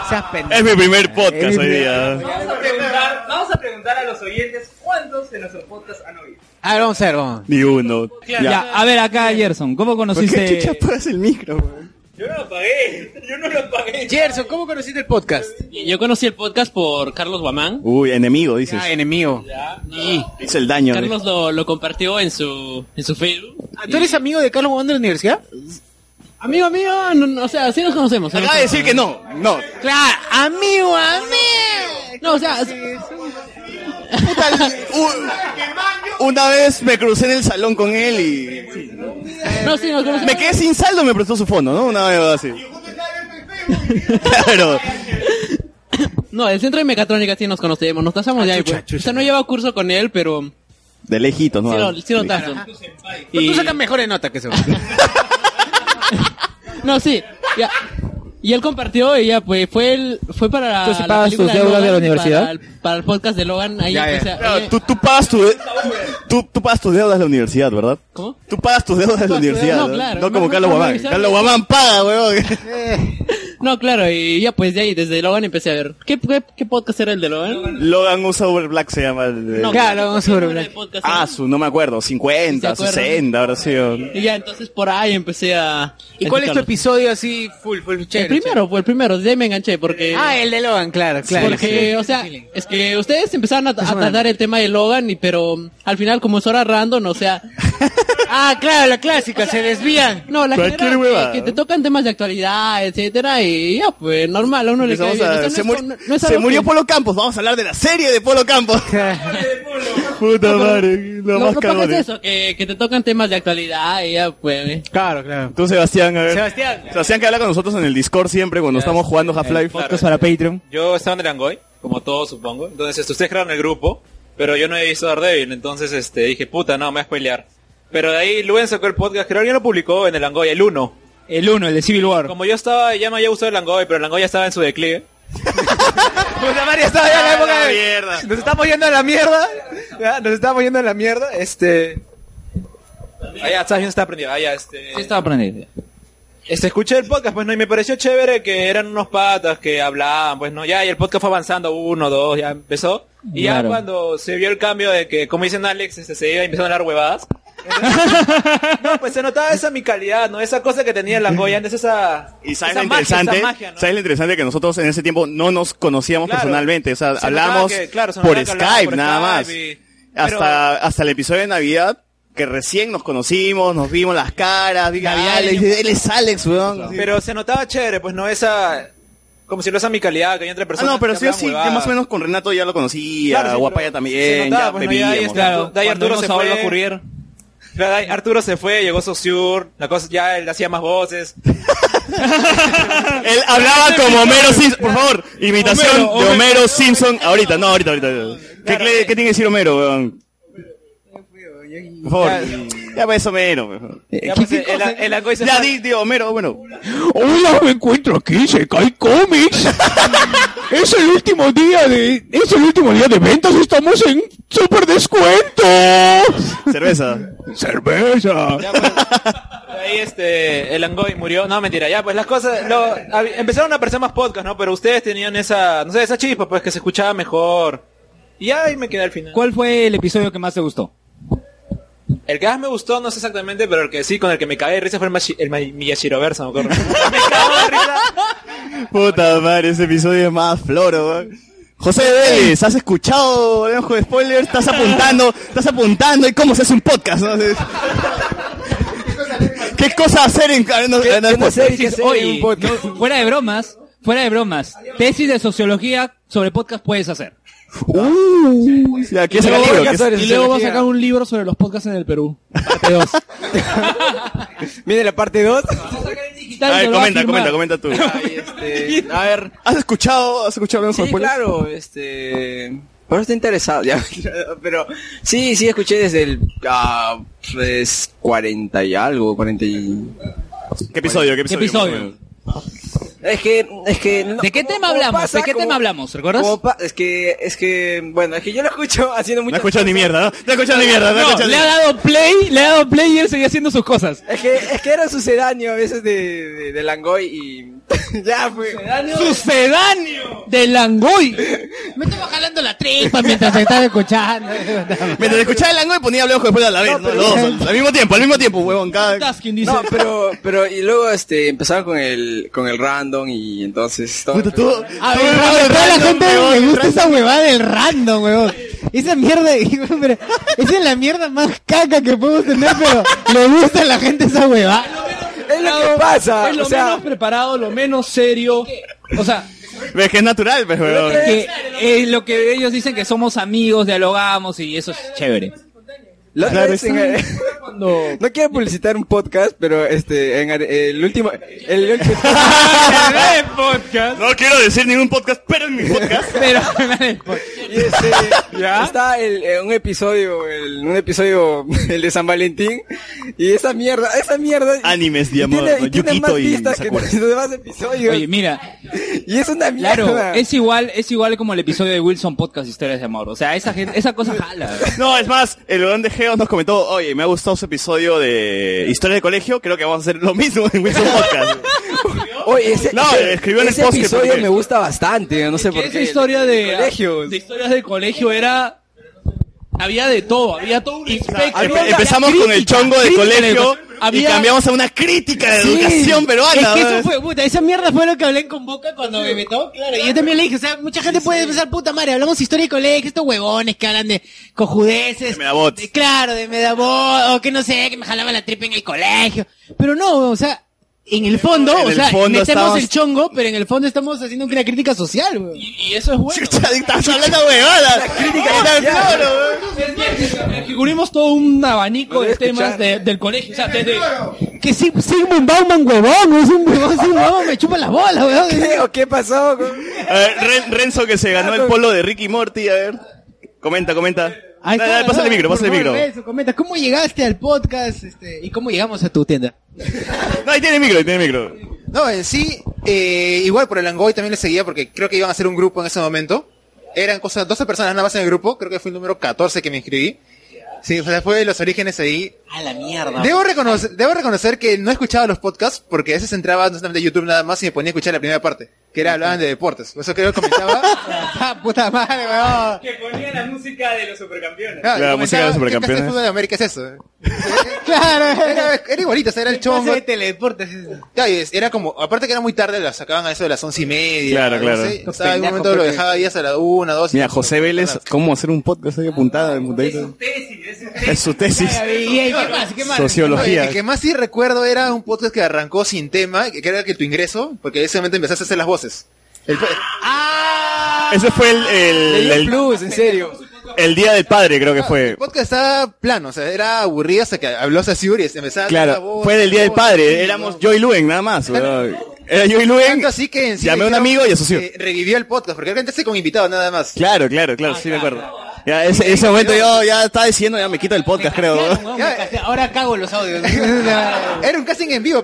Seas pendejo.
Es mi primer
Es
podcast
mi
hoy
primer-
día.
Vamos a preguntar, vamos a preguntar a los oyentes cuántos de nuestros podcasts han oído.
A ver, vamos a ver, vamos.
Ni uno.
Ya.
a ver acá, Gerson, ¿cómo conociste?
¿Por qué chucha apagas el micro?
Yo no lo pagué, yo no lo pagué.
Gerson, ¿cómo conociste el podcast?
Yo conocí el podcast por Carlos Guamán.
Uy, enemigo, dices.
Ah, enemigo.
Y
Hice el daño.
Carlos lo, lo compartió en su, en su Facebook.
Ah, ¿Tú eres amigo de Carlos Guamán de la universidad?
Amigo, amigo, no- no, o sea, sí nos conocemos.
Acaba de decir que
no, no.
Claro, amigo, amigo.
No, o sea,
Puta, un- una vez me crucé en el salón con él y...
No, sí, nos
Me quedé sin saldo, me prestó su fondo, ¿no? Una vez así. Claro.
No, el centro de mecatrónica sí nos conocemos, nos
Ah,
tasamos ya. pues. O sea, no lleva curso con él, pero sí
De lejitos, ¿no?
lo, sí lo tazo.
Pero
Y-
tú sacas mejores notas que eso.
No, sí. Ya. Y él compartió y ya, pues, fue el, fue para
¿Tú sí
la
pagas
película
tus deudas de la
Logan,
universidad?
Para el, para el podcast de Logan, ahí
Ya, ya.
empecé a-
Claro, tú, tú pagas tu, tú, tú pagas tus deudas de la universidad, ¿verdad?
¿Cómo?
Tú pagas tus deudas de la
Pagas tus
universidad.
deudas,
No,
no, claro.
No
No,
como
no,
Carlos
no,
Guamán.
revisar-
Carlos Guamán paga, weón.
No, claro, y ya pues de ahí, desde Logan empecé a ver. ¿Qué, qué, qué podcast era el de Logan?
Logan usa Uber Black se llama el de...
No, claro, Logan usa Uber Black.
Ah, su, no me acuerdo, 50,
Sí se acuerda.
60, ahora sí. weón.
Y ya, entonces por ahí empecé a...
¿Y cuál es tu
escucharlos.
episodio así full, full
El
chévere?
primero, fue el primero, de ahí me enganché porque...
Ah, el de Logan, claro, claro.
Porque, o sea, es que ustedes empezaron a, a
bueno.
tratar el tema de Logan, y, pero um, al final, como es hora random, o sea.
ah, claro, la clásica, se desvían.
No, la
Cualquier
general,
huevada.
que, que te tocan temas de actualidad, etcétera, y ya, pues normal, a uno le cae
Empezamos
bien.
a-
O sea, no
se
es-
murió-
no- no es
se
algo
murió
que-
Polo Campos, vamos a hablar de la serie de Polo Campos. Puta madre, lo
Lo,
más
lo paja
cagón.
es eso, que, que te tocan temas de actualidad, y ya, pues.
Claro, claro.
Tú, Sebastián, a ver.
Sebastián.
Sebastián que habla con nosotros en el Discord siempre cuando estamos jugando Half-Life.
Podcast
para Patreon.
Yo estaba en el Angoy, como todos supongo. Entonces, este, ustedes crearon el grupo, pero yo no había visto Daredevil. Entonces, este, dije, puta, no, me voy a spoilear. Pero de ahí Luen sacó el podcast, creo que ya lo publicó en el Angoy, el 1.
El uno, el de Civil War.
Como yo estaba, ya me había gustado el Angoy, pero el Angoy ya estaba en su declive.
Puta madre, ya estaba ya en la época de-
Ah, mierda.
Nos estamos yendo a la mierda. Ya, Nos estamos yendo a la mierda. Este.
Ah, ya, estás bien, está aprendido. Ah, ya, este...
Sí estaba aprendiendo.
Este, escuché el podcast, pues no, y me pareció chévere que eran unos patas que hablaban, pues no, ya, y el podcast fue avanzando, uno, dos, ya empezó. Y
Claro.
ya cuando se vio el cambio de que, como dicen Alex, este, se iba y empezó a hablar huevadas. no, pues se notaba esa mi calidad, ¿no? Esa cosa que tenía el Langoy antes, esa...
Y sabes
esa
lo
magia, esa
interesante,
magia, ¿no?
sabes lo interesante que nosotros en ese tiempo no nos conocíamos
Claro.
personalmente, o sea,
Se notaba
hablábamos
que, claro, se
por
notaba que
Skype
hablábamos por
nada
Skype
más. Hasta hasta el episodio de Navidad que recién nos conocimos, nos vimos las caras, vi a Alex, y él es Alex, weón. Así.
Pero se notaba chévere, pues no esa... Como si lo esa mi calidad que hay entre
Ah,
personas.
no, pero
que
sí, yo
hablaban
sí, que
huevadas.
más o menos con Renato ya lo conocía,
Claro, sí,
Guapaya
Se
también,
notaba,
ya
pues, ¿no? Ya ahí
bebíamos.
está, de ahí Arturo se fue.
ocurrir.
Claro, ahí Arturo se fue, llegó Saussure, la cosa ya él hacía más voces.
Él hablaba como Homero Simpson, por favor, imitación
Homero,
de
Homero.
Homero Simpson, ahorita, no, ahorita, ahorita. ¿Qué, cle- qué tiene que decir Homero, weón? Por favor, ya pues Homero, weón.
Eh,
Ya,
pues, el- el- el Angoy se
Ya
fue.
di, di Homero, bueno.
Hola, me encuentro aquí, Sekai Comics. es el último día de, es el último día de ventas, estamos en super descuento.
Cerveza.
Cerveza.
Ahí este, el Angoy murió. No, mentira, ya, pues las cosas, lo- hab- empezaron a aparecer más podcasts, ¿no? Pero ustedes tenían esa, no sé, esa chispa, pues que se escuchaba mejor. Y ahí me quedé al final.
¿Cuál fue el episodio que más te gustó?
El que más me gustó, no sé exactamente, pero el que sí, con el que me cagué de risa fue el, Mashi- el Ma- Miyashiro Versa, me acuerdo.
Puta madre, ese episodio es más floro, weón. José Vélez, ¿has escuchado Ojo de Spoiler? Estás apuntando, estás apuntando y cómo se hace un podcast, ¿no? ¿Qué cosa hacer en, en, en el podcast?
Oye, no, fuera de bromas, fuera de bromas, tesis de sociología sobre podcast puedes hacer.
Uh. Ya, aquí
Y
es el
luego-
libro.
¿qué
Y
aquí saca-
luego va a sacar un libro sobre los podcasts en el Perú. Parte dos.
Viene la parte 2.
A ver, comenta, comenta, comenta tú.
este,
a ver. ¿Has escuchado, has escuchado Ojo de Spoiler?
claro, este... Ahora está interesado, ya. Pero sí, sí, escuché desde el... ah, pues, 40 y algo, 40 y...
¿Qué episodio? ¿Qué episodio?
Es que, es que. no-
¿De qué
¿cómo-
tema
cómo
hablamos?
pasa?
¿De qué
Como-
tema hablamos? ¿Recuerdas?
como pa- es que, es que, bueno, es que yo lo escucho haciendo muchas
escuchado ni mierda, ¿no? No he escuchado ni mierda, no he escuchado
le
ni
ha dado play, le ha dado play y él seguía haciendo sus cosas.
Es que, es que era sucedáneo a veces de, de, de Langoy y. ya, fue.
¡Sucedáneo! ¡De Langoy!
Me estaba jalando la tripa mientras te estaba escuchando.
Mientras escuchaba el ángulo y ponía hablemos después a la vez, ¿no? Los dos, al mismo tiempo, al mismo tiempo, huevón, cada...
No, pero, pero, y luego, este, empezaba con el, con el random y entonces. todo- Ah,
A
ver,
Ah, a ver, toda la gente me gusta esa huevada del random, huevón. Esa mierda, huevón, pero esa es la mierda más caca que podemos tener, pero le gusta a la gente esa huevada.
Es lo que pasa.
Es lo
o sea-
menos preparado, lo menos serio.
O sea,
Es que es natural, pero huevón.
que, es lo que ellos dicen que somos amigos, dialogamos y eso es chévere.
La otra
Claro,
vez en-
está.
No quiero publicitar un podcast, pero este, en are- el último, el último.
No quiero decir ningún podcast, pero en mi podcast.
pero
y este, está el, eh, un episodio, el, un episodio, el de San Valentín, y esa mierda, esa mierda.
Animes de amor,
tiene,
con
y tiene
Yukito
más
y
vistas que
Sakura.
los demás episodios.
Oye, mira,
y es una mierda.
claro, es igual, es igual como el episodio de Wilson Podcast Historias de Amor. O sea, esa gente, esa cosa jala.
No, es más, el huevón de Geos nos comentó, oye, me ha gustado su episodio de Historia de Colegio, creo que vamos a hacer lo mismo en Wilson Podcast.
Oye, ese,
No, eh,
ese-
escribió en el
ese
post que
episodio
publiqué.
me gusta bastante, no sé por qué.
Esa historia
el-
de,
el colegio.
de historias de colegio era había de todo, había todo un espectro.
Empe- empezamos con el chongo de colegio y cambiamos a una crítica de educación peruana.
Es que
¿no?
eso fue, puta, esa mierda fue lo que hablé con Boca cuando me vetó, claro. Y yo también le dije, o sea, mucha gente puede pensar, puta madre, hablamos historia de colegio, estos huevones que hablan de cojudeces. De
medabots.
claro, de medabot, o que no sé, que me jalaba la tripa en el colegio. Pero no, o sea, en el fondo,
En
o
el
sea,
fondo
metemos
estabas-
el chongo, pero en el fondo estamos haciendo una crítica social, weón.
Y eso es bueno.
Estás hablando huevadas.
Cubrimos todo un abanico de temas de- del colegio. O sea, desde,
Que sí, Sigmund Bauman, huevón, es un huevón, Sigmund Bauman, me chupa las bolas, weón.
¿Qué, o qué pasó? Ah,
A ver, Ren- Renzo que se ganó el polo de Ricky Morty, a ver. Comenta, comenta.
Ahí
Dale,
está,
dale, pásale el
¿no?
micro,
Por
pásale el micro.
favor, Renzo, comenta, ¿cómo llegaste al podcast este, y cómo llegamos a tu tienda?
No, ahí tiene micro, ahí tiene micro.
No, en sí, eh, igual por el Angoy también le seguía porque creo que iban a hacer un grupo en ese momento. Eran cosas, 12 personas nada más en el grupo, creo que fue el número 14 que me inscribí. Sí, o sea, fue de los orígenes ahí.
A la mierda.
Debo reconocer, debo reconocer que no escuchaba los podcasts porque a veces entraba no solamente a YouTube nada más y me ponía a escuchar la primera parte, que era hablaban de deportes. Por Eso creo que comentaba.
Ah, puta madre, weón.
Que ponía la música de los supercampeones.
Ah,
La
comentaba,
música de los
¿qué clase
supercampeones.
de fútbol de América es eso?
Claro.
Era, era igualito, o sea, era el chongo.
de teledeportes.
Claro, y es- era como, aparte que era muy tarde, la sacaban a eso de las once y media.
Claro, claro.
once, o sea, en un
Pendejo,
momento lo
porque-
dejaba ahí hasta la una, dos.
Mira, José Vélez, ¿cómo hacer un podcast ahí apuntado? apuntadito? Es su tesis.
Y, eh, ¿qué más? ¿Qué más?
Sociología.
El que más sí recuerdo era un podcast que arrancó sin tema, que era que tu ingreso, porque en ese momento empezaste a hacer las voces. El,
Ah.
Ese fue el, el, el-
plus, en serio.
el día del padre, creo que
el
fue.
podcast estaba plano, o sea, era aburrido hasta que habló Sassiuri, empezaba a hacer la
Claro,
voz,
fue del día
la
del
voz,
padre.
la
Éramos
voz.
yo y Luen, nada más. weón. Era yo y Luen.
Tanto así que en sí
Llamé
le
a un
creo
amigo y
que,
asoció.
eh, revivió el podcast, porque realmente estoy con invitados nada más.
Claro, claro, claro, sí me acuerdo. Ya, ese, ese momento yo ya estaba diciendo, ya me quito el podcast, creo.
Ahora cago los audios.
Era un casting en vivo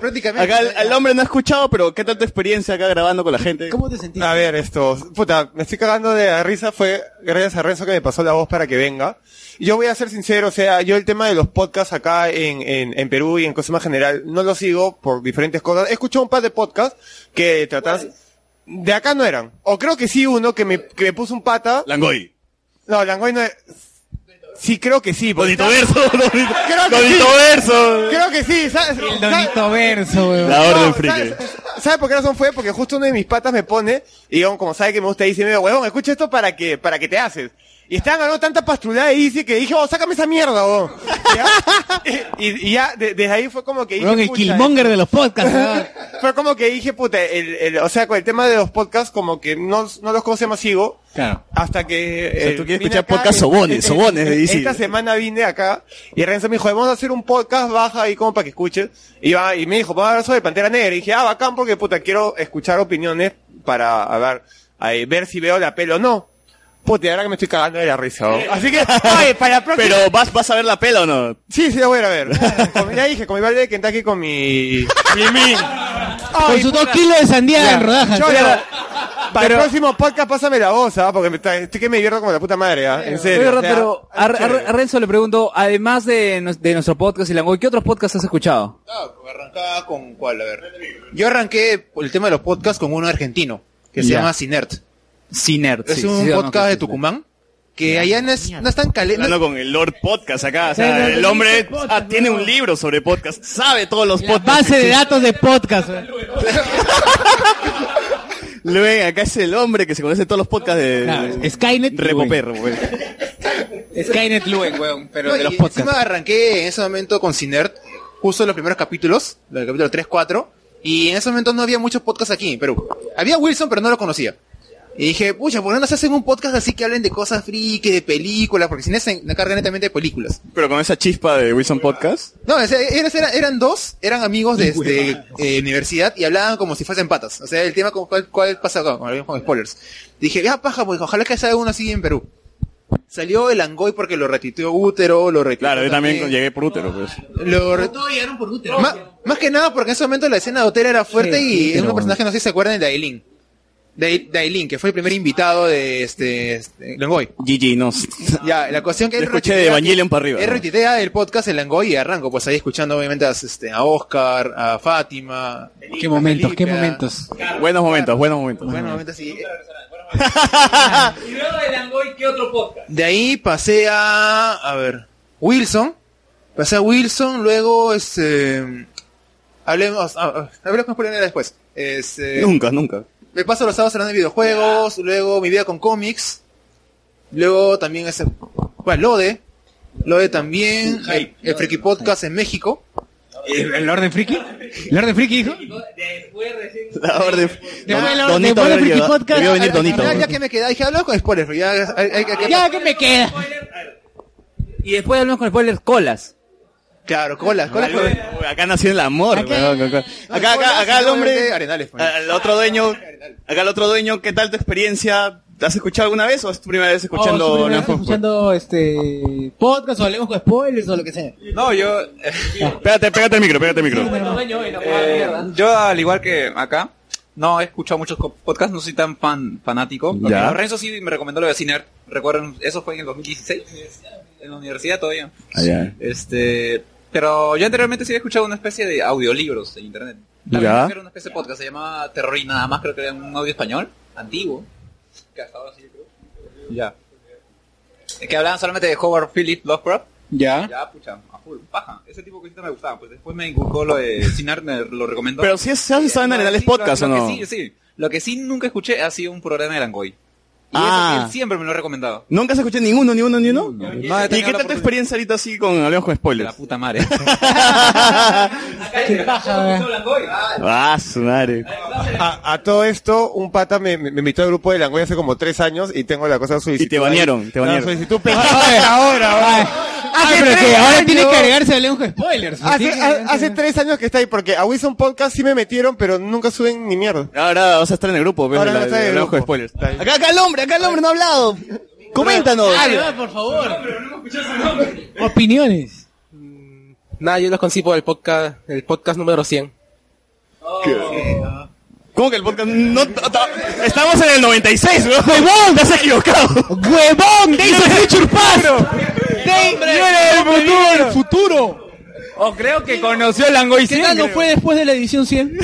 prácticamente.
Acá el, el hombre no ha escuchado, pero ¿qué tal tu experiencia acá grabando con la gente?
¿Cómo te sentiste?
A ver, esto, puta, me estoy cagando de la risa, fue gracias a Renzo que me pasó la voz para que venga. Y Yo voy a ser sincero, o sea, yo el tema de los podcasts acá en, en, en Perú y en Cosima General no lo sigo por diferentes cosas. He escuchado un par de podcasts que tratan... De acá no eran. O creo que sí uno que me, que me puso un pata.
Langoy.
No, Langoy no es... Sí, creo que sí. porque-
Donito Verso, Donito-
Creo que
Donito
sí.
Verso.
Creo que sí, ¿sabes?
El
¿Sabes?
donito verso, weón.
La orden
No,
friki.
¿Sabes por qué razón fue? Porque justo uno de mis patas me pone, y digamos, como sabe que me gusta, dice, mira, huevón, escucha esto para que, para que te haces. Y estaban hablando tanta pastrulada y dice que dije, oh, sácame esa mierda, huevón. ¿Ya? Y, y- y ya, de- desde ahí fue como que dije,
Weón, el
pucha,
Killmonger de los podcasts, weón.
fue como que dije, puta, el, el- o sea, con el tema de los podcasts, como que no, no los conocía más sigo.
Claro.
Hasta que...
O sea,
eh,
tú quieres
vine
escuchar
acá,
podcast
eh,
sobones,
eh,
sobones, de DC.
Esta semana vine acá y Renzo me dijo, vamos a hacer un podcast baja ahí como para que escuches. Y, va, y me dijo, vamos a hablar sobre Pantera Negra. Y dije, ah, bacán porque puta, quiero escuchar opiniones para a ver, ahí, ver si veo la pelo o no. Puta, y ahora que me estoy cagando de la risa. ¿no? Así que, oye, para la próxima...
Pero ¿vas, vas a ver la pela o no?
Sí, sí, la voy a ir a ver. Como ya dije, con mi balde de Kentucky, con mi...
Mimín.
Con sus dos kilos de sandía en rodajas.
Cholo,
Pero-
para
pero-
el próximo podcast pásame la voz, ¿ah? Porque me está- estoy que me divierto como la puta madre, ¿ah? En serio.
Es verdad,
o sea,
pero a, a- a Renzo le pregunto, además de, nos- de nuestro podcast y Langoy, ¿qué otros podcasts has escuchado?
Arrancaba con cuál, a ver. Yo arranqué por el tema de los podcasts con uno argentino, que se
Ya.
llama Sinert.
Sinert,
Es
sí,
un
sí, no,
podcast de Tucumán, que allá no es, no es tan caliente.
Hablando con el Lord Podcast acá, o sea,
No, no, no,
el
no,
hombre ah, tiene un libro sobre podcast, sabe todos los podcasts.
Base de datos de podcast. weón.
Luego acá es el hombre que se conoce todos los podcasts de
Skynet.
Repopé, repopé.
Skynet Luen, weón, pero
No,
de los
y
podcasts.
Encima arranqué en ese momento con Sinert, justo los primeros capítulos, el capítulo 3, 4, y en ese momento no había muchos podcasts aquí en Perú. Había Wilson, pero no lo conocía. Y dije, pucha, ¿por qué no se hacen un podcast así que hablen de cosas friki, de películas? Porque Sinert se encarga netamente de películas.
Pero con esa chispa de Wilson Podcast.
No, o sea, eran, eran- eran dos, eran amigos de este, eh, universidad y hablaban como si fuesen patas. O sea, el tema con cuál, cuál pasa acá, como lo vimos con spoilers. Dije, ya paja, pues ojalá que salga uno así en Perú. Salió el Angoy porque lo retuiteó Útero, lo retuiteó
Claro, yo también llegué por útero, pues.
Lo re- Ma- más que nada porque en ese momento la escena de Otero era fuerte
Sí,
y es
pero-
un personaje, no sé si se acuerdan, de Ailin. De, de Ailin, que fue el primer invitado de este, este Langoy.
GG, no.
Ya, la cuestión que
Yo
él
escuché
retuitea
de
que-
Evangelion para arriba,
Él
¿no?
retuitea el podcast El Langoy y arranco, pues ahí escuchando obviamente a, este, a Oscar, a Fátima.
Qué momentos, qué momentos.
Buenos momentos, buenos momentos.
Buenos momentos, sí.
Y luego de Langoy, ¿qué otro podcast?
De ahí pasé a. A ver. Wilson. Pasé a Wilson, luego este. Hablemos. ah, ah, hablemos con Polinera después. Este,
Nunca, nunca.
Me paso los sábados hablando de videojuegos, luego mi vida con cómics. Luego también ese. Bueno, Lode. Lode también. El, el Friki Podcast en México.
¿El orden friki? ¿El orden friki, hijo?
La orden.
Don-
Don-
Donito
Donito
debió-
Friki Podcast.
debió venir Donito. Ya, ya que me queda, dije, hablamos con spoilers, pero ya, hay- hay que-
Ya que me queda.
Y después hablamos con spoilers, colas.
Claro, colas, colas.
Uy, Acá nació el amor, weón, acá, acá, acá, acá el hombre, al otro dueño, acá el otro dueño, ¿qué tal tu experiencia? ¿Te has escuchado alguna vez o es tu primera vez escuchando?
Oh, sí,
Napo?
escuchando este podcast o hablemos con spoilers o lo que sea.
No, yo.
Espérate, pégate el micro, pégate el micro.
Eh, yo, al igual que acá, no he escuchado muchos co- podcasts, no soy tan fan, fanático.
Ya.
Pero Renzo sí me recomendó lo de Ciner. Recuerden, eso fue en el 2016. En la universidad todavía.
Ah,
Este. Pero yo anteriormente sí había escuchado una especie de audiolibros en internet. La
Ya.
verdad era una especie de podcast, se llamaba Terror y nada más, creo que era un audio español, antiguo. Que hasta ahora sí creo. Ya. Eh, Que hablaban solamente de Howard Phillips Lovecraft.
Ya.
Ya, pucha, a full, paja. Ese tipo de cositas me gustaban. Pues después me inculcó lo de Sinar, me lo recomendó.
Pero si es, se has estado en Arenales
Sí, lo-
Podcast o
lo que
no?
Sí, sí. Lo que sí nunca escuché ha sido un programa de Langoy. Y
Ah.
eso sí, él siempre me lo ha recomendado.
Nunca has escuchado ninguno, ni uno, ni uno.
he
¿Y
tenido
qué
la
tal tu experiencia ahorita así con hablemos con spoilers? La
puta madre.
ah, su madre.
A, a todo esto, un pata me, me- me invitó al grupo de Langoy hace como tres años y tengo la cosa solicitud. Y te
banearon, te banearon.
La solicitud pendiente ahora, va.
Ah, pero que ahora tiene que agregarse hablemos con spoilers.
Hace, ha- hace tres años que está ahí, porque a Wilson Podcast sí me metieron, pero nunca suben ni mierda.
Ahora vas a estar en el grupo, pero
Ahora
la,
vas a estar en el
hablemos con
grupo.
spoilers. Acá, acá el hombre, acá el hombre no ha hablado. Coméntanos.
por favor.
Opiniones. Nada, yo los concibo el podcast, el podcast número 100.
Oh.
¿Cómo que el podcast no ta- ta- Estamos en el 96, weón. ¡Huevón! ¡Te has equivocado!
¡Huevón! ¡Days of Future Past!
¡Del
futuro! futuro!
O Oh, creo que conoció el Langoy
¿Qué tal no fue después de la edición 100?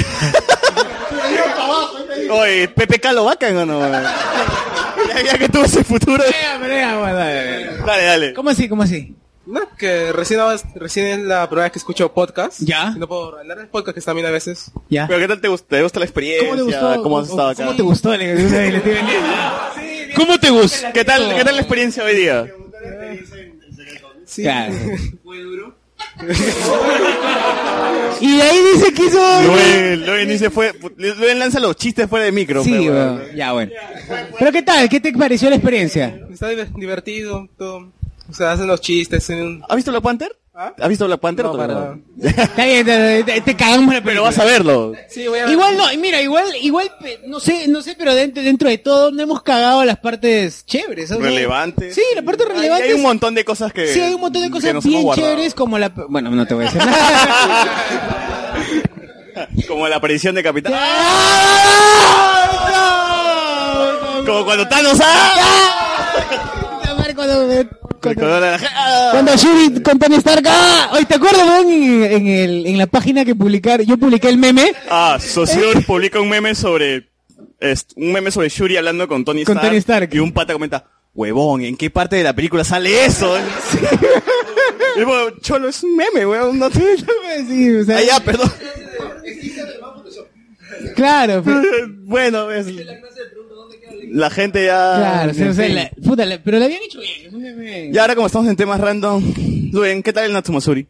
Oye, ¿Pepe Calo vacan o no? Ya que tuvo ese futuro. Dale, dale.
¿Cómo así? ¿Cómo así?
No, que recién, ahora- recién es la primera vez que escucho podcast.
Ya.
No por hablar del podcast que también a veces.
Ya.
¿Pero qué tal te gusta, te gusta la experiencia?
¿Cómo te gustó?
¿Cómo has estado acá?
¿Cómo te gustó? Le- le- le- le-
¿Cómo te gusta? ¿Qué tal, ¿Qué tal la experiencia hoy día?
Sí.
Claro.
Y de ahí dice que hizo...
Luen, Luen dice fue... Luen lanza los chistes fuera de micro.
Sí,
pero bueno.
weón. ¿Pero qué tal? ¿Qué te pareció la experiencia?
Está diver- divertido, todo. O sea, hacen los chistes.
¿Has visto Black Panther? ¿Has visto Black Panther?
No,
o
para
no?
nada.
Está bien, te, te- te cagamos la
Pero
película.
vas a verlo.
Igual no, y mira, igual, igual, pe- no sé, no sé, pero dentro, dentro de todo no hemos cagado las partes chéveres. o sea,
Relevante.
Sí, la parte
Hay,
relevante.
hay un
es-
montón de cosas que...
Sí, hay un montón de
que
cosas
nos hemos
bien
guardado.
chéveres como la... Bueno, no te voy a decir nada.
Como la aparición de Capitán. ¡Ah! Como cuando Thanos. ¡ah! ¡Ah!
Cuando Shuri con Tony Stark, ¡ah! Oye, ¿te acuerdas, weón? En, en el- en la página que publicar, yo publiqué el meme
Ah, Saussure publica un meme sobre. est- un meme sobre Shuri hablando con Tony
Con
Stark.
Tony Stark.
Y un pata comenta: Huevón, ¿en qué parte de la película sale eso? Y bueno, Cholo, es un meme, weón. No te
Sí, o sea-
Ah, ya, perdón.
Claro, pues.
bueno, es. La gente ya.
Claro, o sea, o sea,
En fin.
la- puta, la- pero lo habían hecho bien. es un meme.
Y ahora, como estamos en temas random, Luen, ¿qué tal el Natsumasuri?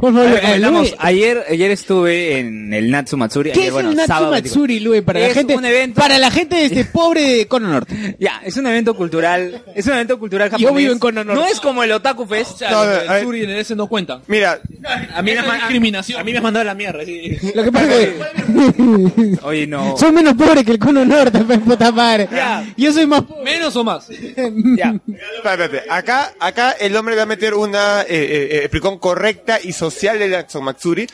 Por favor,
A ver,
eh,
hablamos-
Lue,
ayer, ayer estuve en el Natsu Matsuri.
¿Qué
ayer,
es
bueno,
el Natsu
sábado
Matsuri, Lue? Para la
Es
gente,
un evento-
para la gente de este pobre de Cono Norte.
Ya, es un evento cultural, es un evento cultural
Yo
japonés.
vivo en Cono Norte.
No es como el Otaku Fest.
No, a ver, a ver.
Suri y el S no cuentan.
Mira,
a mí me
Eso es discriminación.
A mí me has mandado la mierda. sí.
Lo que pasa es que
Oye, no.
soy menos pobre que el Cono Norte, pues, puta madre. Yo soy más pobre.
¿Menos o más?
Ya.
Espérate, espérate. Acá, acá el hombre va a meter una eh, eh, eh, explicación correcta y social del Natsumatsuri.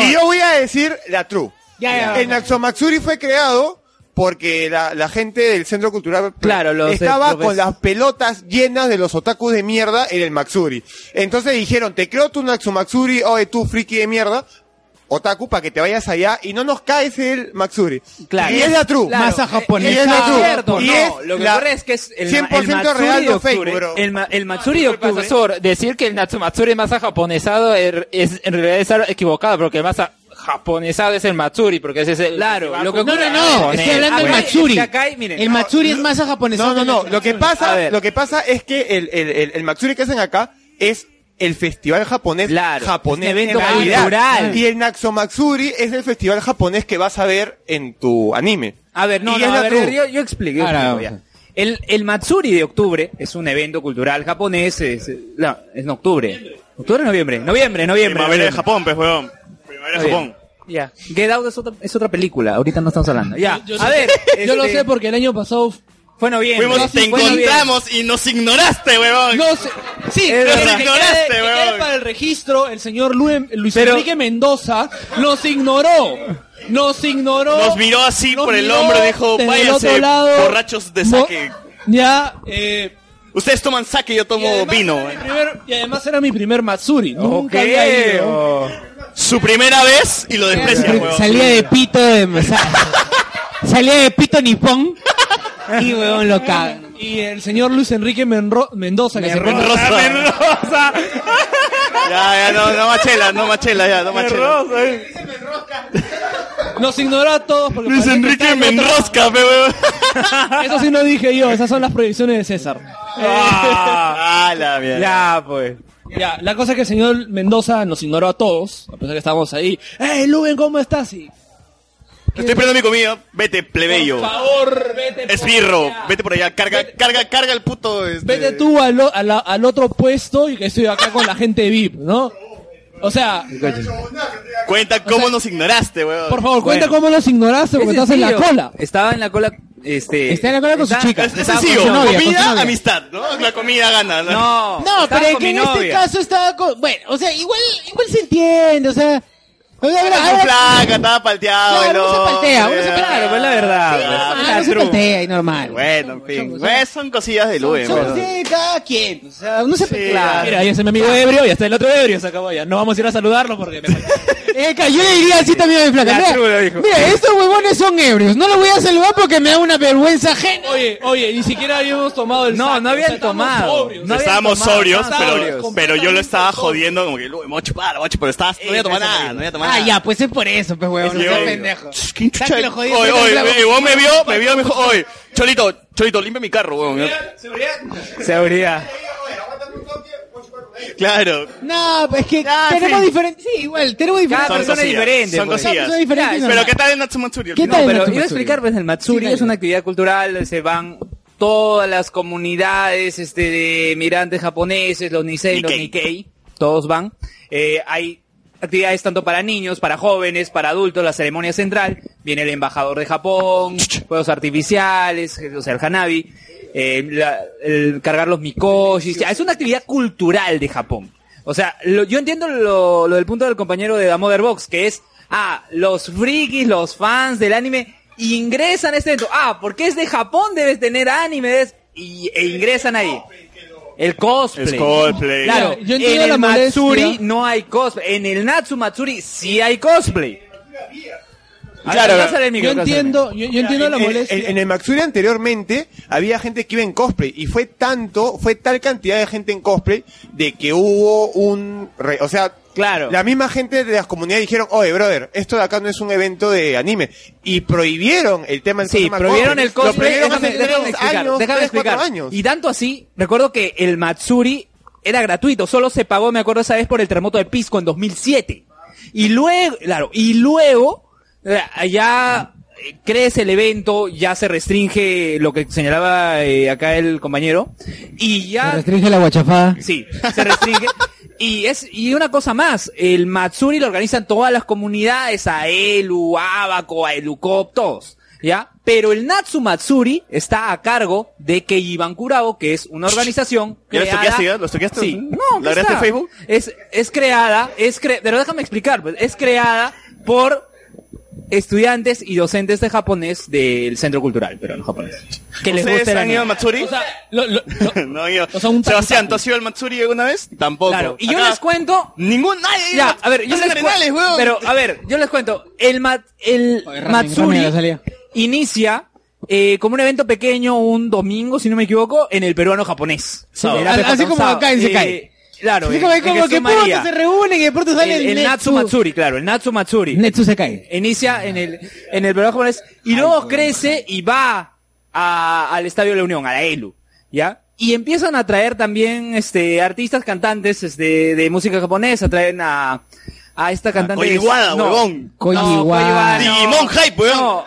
Y yo voy a decir la true.
Ya, ya,
el Natsumatsuri fue creado porque la, la gente del centro cultural
Claro, los, eh,
estaba
profes-
con las pelotas llenas de los otakus de mierda en el Matsuri. Entonces dijeron, te creo tu Natsumatsuri, oye tú friki de mierda, otaku, para que te vayas allá y no nos caes el Matsuri.
Claro.
Y es la true.
Claro.
Y
Eh,
es la true.
cierto,
y
no,
es
lo que
la
ocurre es que es el, el
100%
Matsuri
real
de
no fake,
octubre.
bro.
El, ma- el Matsuri de octubre.
Profesor, decir que el Natsumatsuri es más japonesado es, es- en realidad es algo equivocado, porque el más a- japonesado es el Matsuri, porque ese es el... Ah,
Claro, lo que
No,
ocurre
no, no,
japonés.
estoy hablando del
Acá-
Matsuri.
es que acá hay- miren,
El
no,
Matsuri es masa japonesa.
No, no, no. Lo que
A
pasa,
ver.
lo que pasa es que el, el, el, el Matsuri que hacen acá es el festival japonés japonés
es un evento
en realidad.
cultural.
y el Natsumatsuri es el festival japonés que vas a ver en tu anime
A ver, no,
Y
no,
es
a
la
ver,
true.
yo, yo expliqué. yo
Ahora,
explico ya. El, el Matsuri de octubre es un evento cultural japonés. Es, no, es en octubre. ¿Octubre o noviembre? Noviembre, noviembre.
Primavera de
noviembre.
Japón, pues, weón. Primavera de
Está
Japón.
bien. Ya. Get Out es otra, es otra película. Ahorita no estamos hablando. Ya.
Yo- yo
a
sé-
ver.
Yo lo
este,
sé porque el año pasado
Fue noviembre.
Fuimos, te
Fue noviembre.
encontramos y nos ignoraste, weón.
No sé. Sí, pero
Es verdad.
que
Ignoraste,
quede- que
weón.
quede para el registro, el señor Lu- Luis
Pero-
Enrique Mendoza nos ignoró. Nos ignoró.
Nos miró así
nos
por el
miró
hombro, dijo,
desde el
váyanse,
otro lado".
borrachos de saque.
Ya,
ah,
eh,
Ustedes toman saque, yo
y
tomo
además
vino. eh.
era mi primer- y además era mi primer Matsuri. Nunca
Ok.
había ido.
Su primera vez y lo desprecian, weón.
Salía de pito de Salía de pito nipón. Y weón lo caga.
Y el señor Luis Enrique Menro- Mendoza, que se
Menroza.
Mendoza.
Ya, ya, no, no machela, no machela, ya, no machela.
eh. Nos ignoró a todos porque
Luis
parece que
Enrique
estaba en
me
otro-
enrosca, pe, weón.
Eso sí no dije yo, esas son las proyecciones de César.
Ah, la mierda.
Ya, pues.
Ya, la cosa es que el señor Mendoza nos ignoró a todos, a pesar que estábamos ahí. ¡Hey, Luben, ¿cómo estás? Y,
Estoy perdiendo mi comida. Vete, plebeyo.
Por favor, vete. por
Esbirro,
allá.
vete por allá. Carga, carga, carga el puto. este-
Vete tú al, o- a la- al otro puesto y que estoy acá con la gente VIP, ¿no? O sea,
Cuenta cómo nos ignoraste, weón.
por favor, cuenta cómo nos ignoraste porque
Es
estás en la
sencillo.
cola.
Estaba en la cola. Este,
Está en la cola con su chica.
Es
estaba con
sencillo,
su novia, con su
comida,
novia.
amistad, ¿no? La comida gana. ¿no?
No,
No, pero es que en este caso estaba con. Bueno, o sea, igual, igual se entiende, o sea. o sea,
Estaba
ahora-
con flaca, estaba palteado, eh.
Claro, uno se paltea, uno se-
Claro, pues la verdad.
Ah, no se patea, y normal.
Bueno, en fin. Güey, son cosillas de Lube,
Son
weón.
de cada quien, o sea, uno se
Claro.
pelea.
Mira, ahí está mi amigo ebrio y está el otro ebrio, se acabó ya. No vamos a ir a saludarlo porque... me-
Eca, eh, yo le diría así también a mi flaca.
La
Mira,
chula, dijo.
mira, estos huevones son ebrios. No los voy a saludar porque me da una vergüenza ajena.
Oye, oye, ni siquiera habíamos tomado el
No,
saque,
no
o sea,
habían
estamos
tomado.
sobrios.
No
Estábamos
tomado,
sobrios,
estaban sobrios.
pero, pero yo lo estaba jodiendo como que, Lube, me voy a chupar, me voy a chupar, pero estabas, no voy a tomar nada, no voy a tomar
Ah,
nada.
ya, pues es por eso, pues huevón, no
Yo-
seas pendejo.
Chucha,
Sáquelo, jodido,
oye,
sáquelo,
oye,
flaco.
oye, eh, vos me vio, me vio, me dijo, oye, Cholito, Cholito, limpia mi carro, weón.
Seguridad.
Claro.
No, pues es que tenemos
sí.
diferentes. Sí, igual, tenemos diferentes.
Son cosillas, Son
pues.
cosillas.
Son diferentes,
Ya,
normal.
Pero ¿qué tal en Natsumatsuri?
¿Qué
No,
tal el
pero
Natsu
iba a
Matsuri?
explicar, pues el Matsuri
Sí, dale.
es una actividad cultural, se van todas las comunidades este, de migrantes japoneses, los Nisei, los Nikkei, todos van. Eh, hay actividades tanto para niños, para jóvenes, para adultos, la ceremonia central, viene el embajador de Japón, juegos artificiales, o sea, el Hanabi, eh, la- el cargar los mikoshis, ya, es una actividad cultural de Japón. O sea, lo- yo entiendo lo, lo del punto del compañero de la Mother Box, que es Ah, los frikis, los fans del anime ingresan a este evento. Ah, porque es de Japón, debes tener anime. debes- y, e ingresan ahí. El cosplay.
Es cosplay.
Claro,
Yo- yo
en
entiendo
el
la molestia.
Matsuri no hay cosplay. En el Natsu Matsuri sí hay cosplay.
Claro,
Alcánzale el micro,
yo
alcánzale.
entiendo,
yo- yo entiendo la
en, en-
molestia.
En, en el Maxuri anteriormente había gente que iba en cosplay y fue tanto, fue tal cantidad de gente en cosplay de que hubo un, re- o sea,
claro,
la misma gente de las comunidades dijeron, oye, brother, esto de acá no es un evento de anime y prohibieron el tema del
Sí,
tema
prohibieron el
Lo
cosplay.
prohibieron
déjame,
hace
déjame
tres
explicar,
años,
déjame
tres, cuatro
explicar.
años.
Y tanto así, recuerdo que el Matsuri era gratuito, solo se pagó, me acuerdo esa vez, por el terremoto de Pisco en 2007. Y luego, claro, y luego eh, ya eh, crece el evento, ya se restringe lo que señalaba eh, acá el compañero, y ya...
Se restringe la guachafada.
Sí, se restringe. Y es y una cosa más, el Matsuri lo organizan todas las comunidades, a Elu, Abaco, a Elucop, todos, ¿ya? Pero el Natsu Matsuri está a cargo de Keiban Kurabo, que es una organización
¿Ya los
creada-
toqueaste, ya? Mm, ¿Los toqueaste?
Sí. No,
¿Lo
¿qué
agregaste
está?
a Facebook?
Es, es creada, es cre- pero déjame explicar, pues, es creada por estudiantes y docentes de japonés del Centro Cultural, pero no japonés. Que les
¿Ustedes
gusta el
han ido al
anime.
Matsuri? no, yo. Sebastián, ¿tú has ido al Matsuri alguna vez? Tampoco.
Claro, y yo
Acá-
les cuento.
Ningún, nadie. ha ido
Ya,
al-
a ver, yo
hacen
les
arenales,
cuento.
weón.
Pero, a ver, yo les cuento. El, mat, el Matsuri inicia eh, como un evento pequeño un domingo, si no me equivoco, en el peruano japonés.
Sábado.
Era
Así
perdón,
como
sábado.
acá en Sekai.
Eh, Claro,
Así
en-
como,
en
como
Jesús
que
María.
pronto se reúnen y de pronto sale el,
el, el Natsu Matsuri, claro, el Natsu Matsuri.
Netsu se cae.
Inicia en el, en el peruano japonés y luego crece y va a- al Estadio de la Unión, a la ELU, ¿ya? Y empiezan a traer también, este, artistas, cantantes, este, de música japonesa, traen a, a esta cantante. de-
Koiwada,
no.
Ah, huevón.
Koji
No,
Iwata.
Koiwada, no.
Digimon Hype, weón.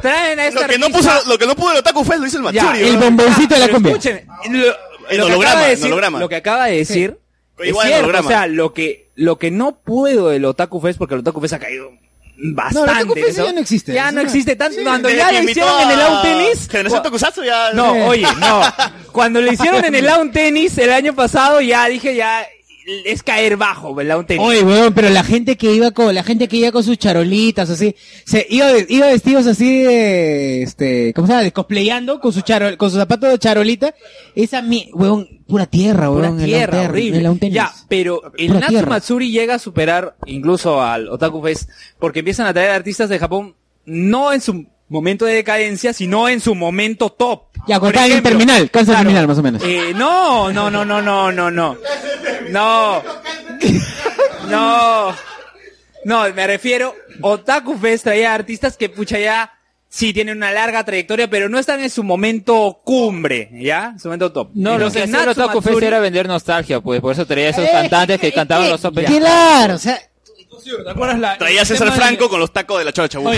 Traen a esta
Lo que no
artista-
puso- lo que no pudo el Otaku fue lo hizo el
Ya,
Matsuri,
el
weón.
bomboncito de la
pero
cumbia.
escúchenme, lo-
En
lo que
holograma,
acaba de
en
decir-
holograma.
Lo que acaba de decir es
Igual en
cierto,
holograma.
o sea, lo que, lo que no puedo del Otaku Fest, porque el Otaku Fest ha caído bastante.
No, el Otaku Fest
¿no?
ya no existe.
Ya
Es
no
una-
existe tanto.
Sí,
cuando
desde
ya
que
lo
invitó
hicieron en el
a
Out Tennis.
Generación
cua-
Tokusatsu ya-
No,
Sí.
oye, no. Cuando lo hicieron en el Out Tennis el año pasado, ya dije, ya es caer bajo el Out Tennis.
Oye, weón, pero la gente que iba con, la gente que iba con sus charolitas, así, se iba, iba vestidos así de, este, ¿cómo se llama? Descosplayando con su charol, con sus zapatos de charolita. Esa mi, weón, pura tierra,
Pura
weón. el
tierra,
lawn ter-
horrible.
el lawn tennis.
Ya, pero el
Pura
Natsu
tierra.
Matsuri llega a superar incluso al Otaku Fest porque empiezan a traer artistas de Japón no en su momento de decadencia, sino en su momento top.
Ya,
Por
contaba en
ejemplo,
terminal, cáncer terminal, más o menos.
eh, no, no, no, no, no, no, no. No. No. No, me refiero, Otaku Fest traía artistas que pucha ya sí tienen una larga trayectoria, pero no están en su momento cumbre, ¿ya? En su momento top.
No, lo que
Entonces,
hacía el
Natsu
Otaku Fest
Matsuri-
era vender nostalgia, pues. Por eso traía esos
Eh,
cantantes que cantaban los open.
Claro, o sea,
¿Te acuerdas la,
Traía a
el
César
tema de-
Franco con los tacos de la chocha, weón.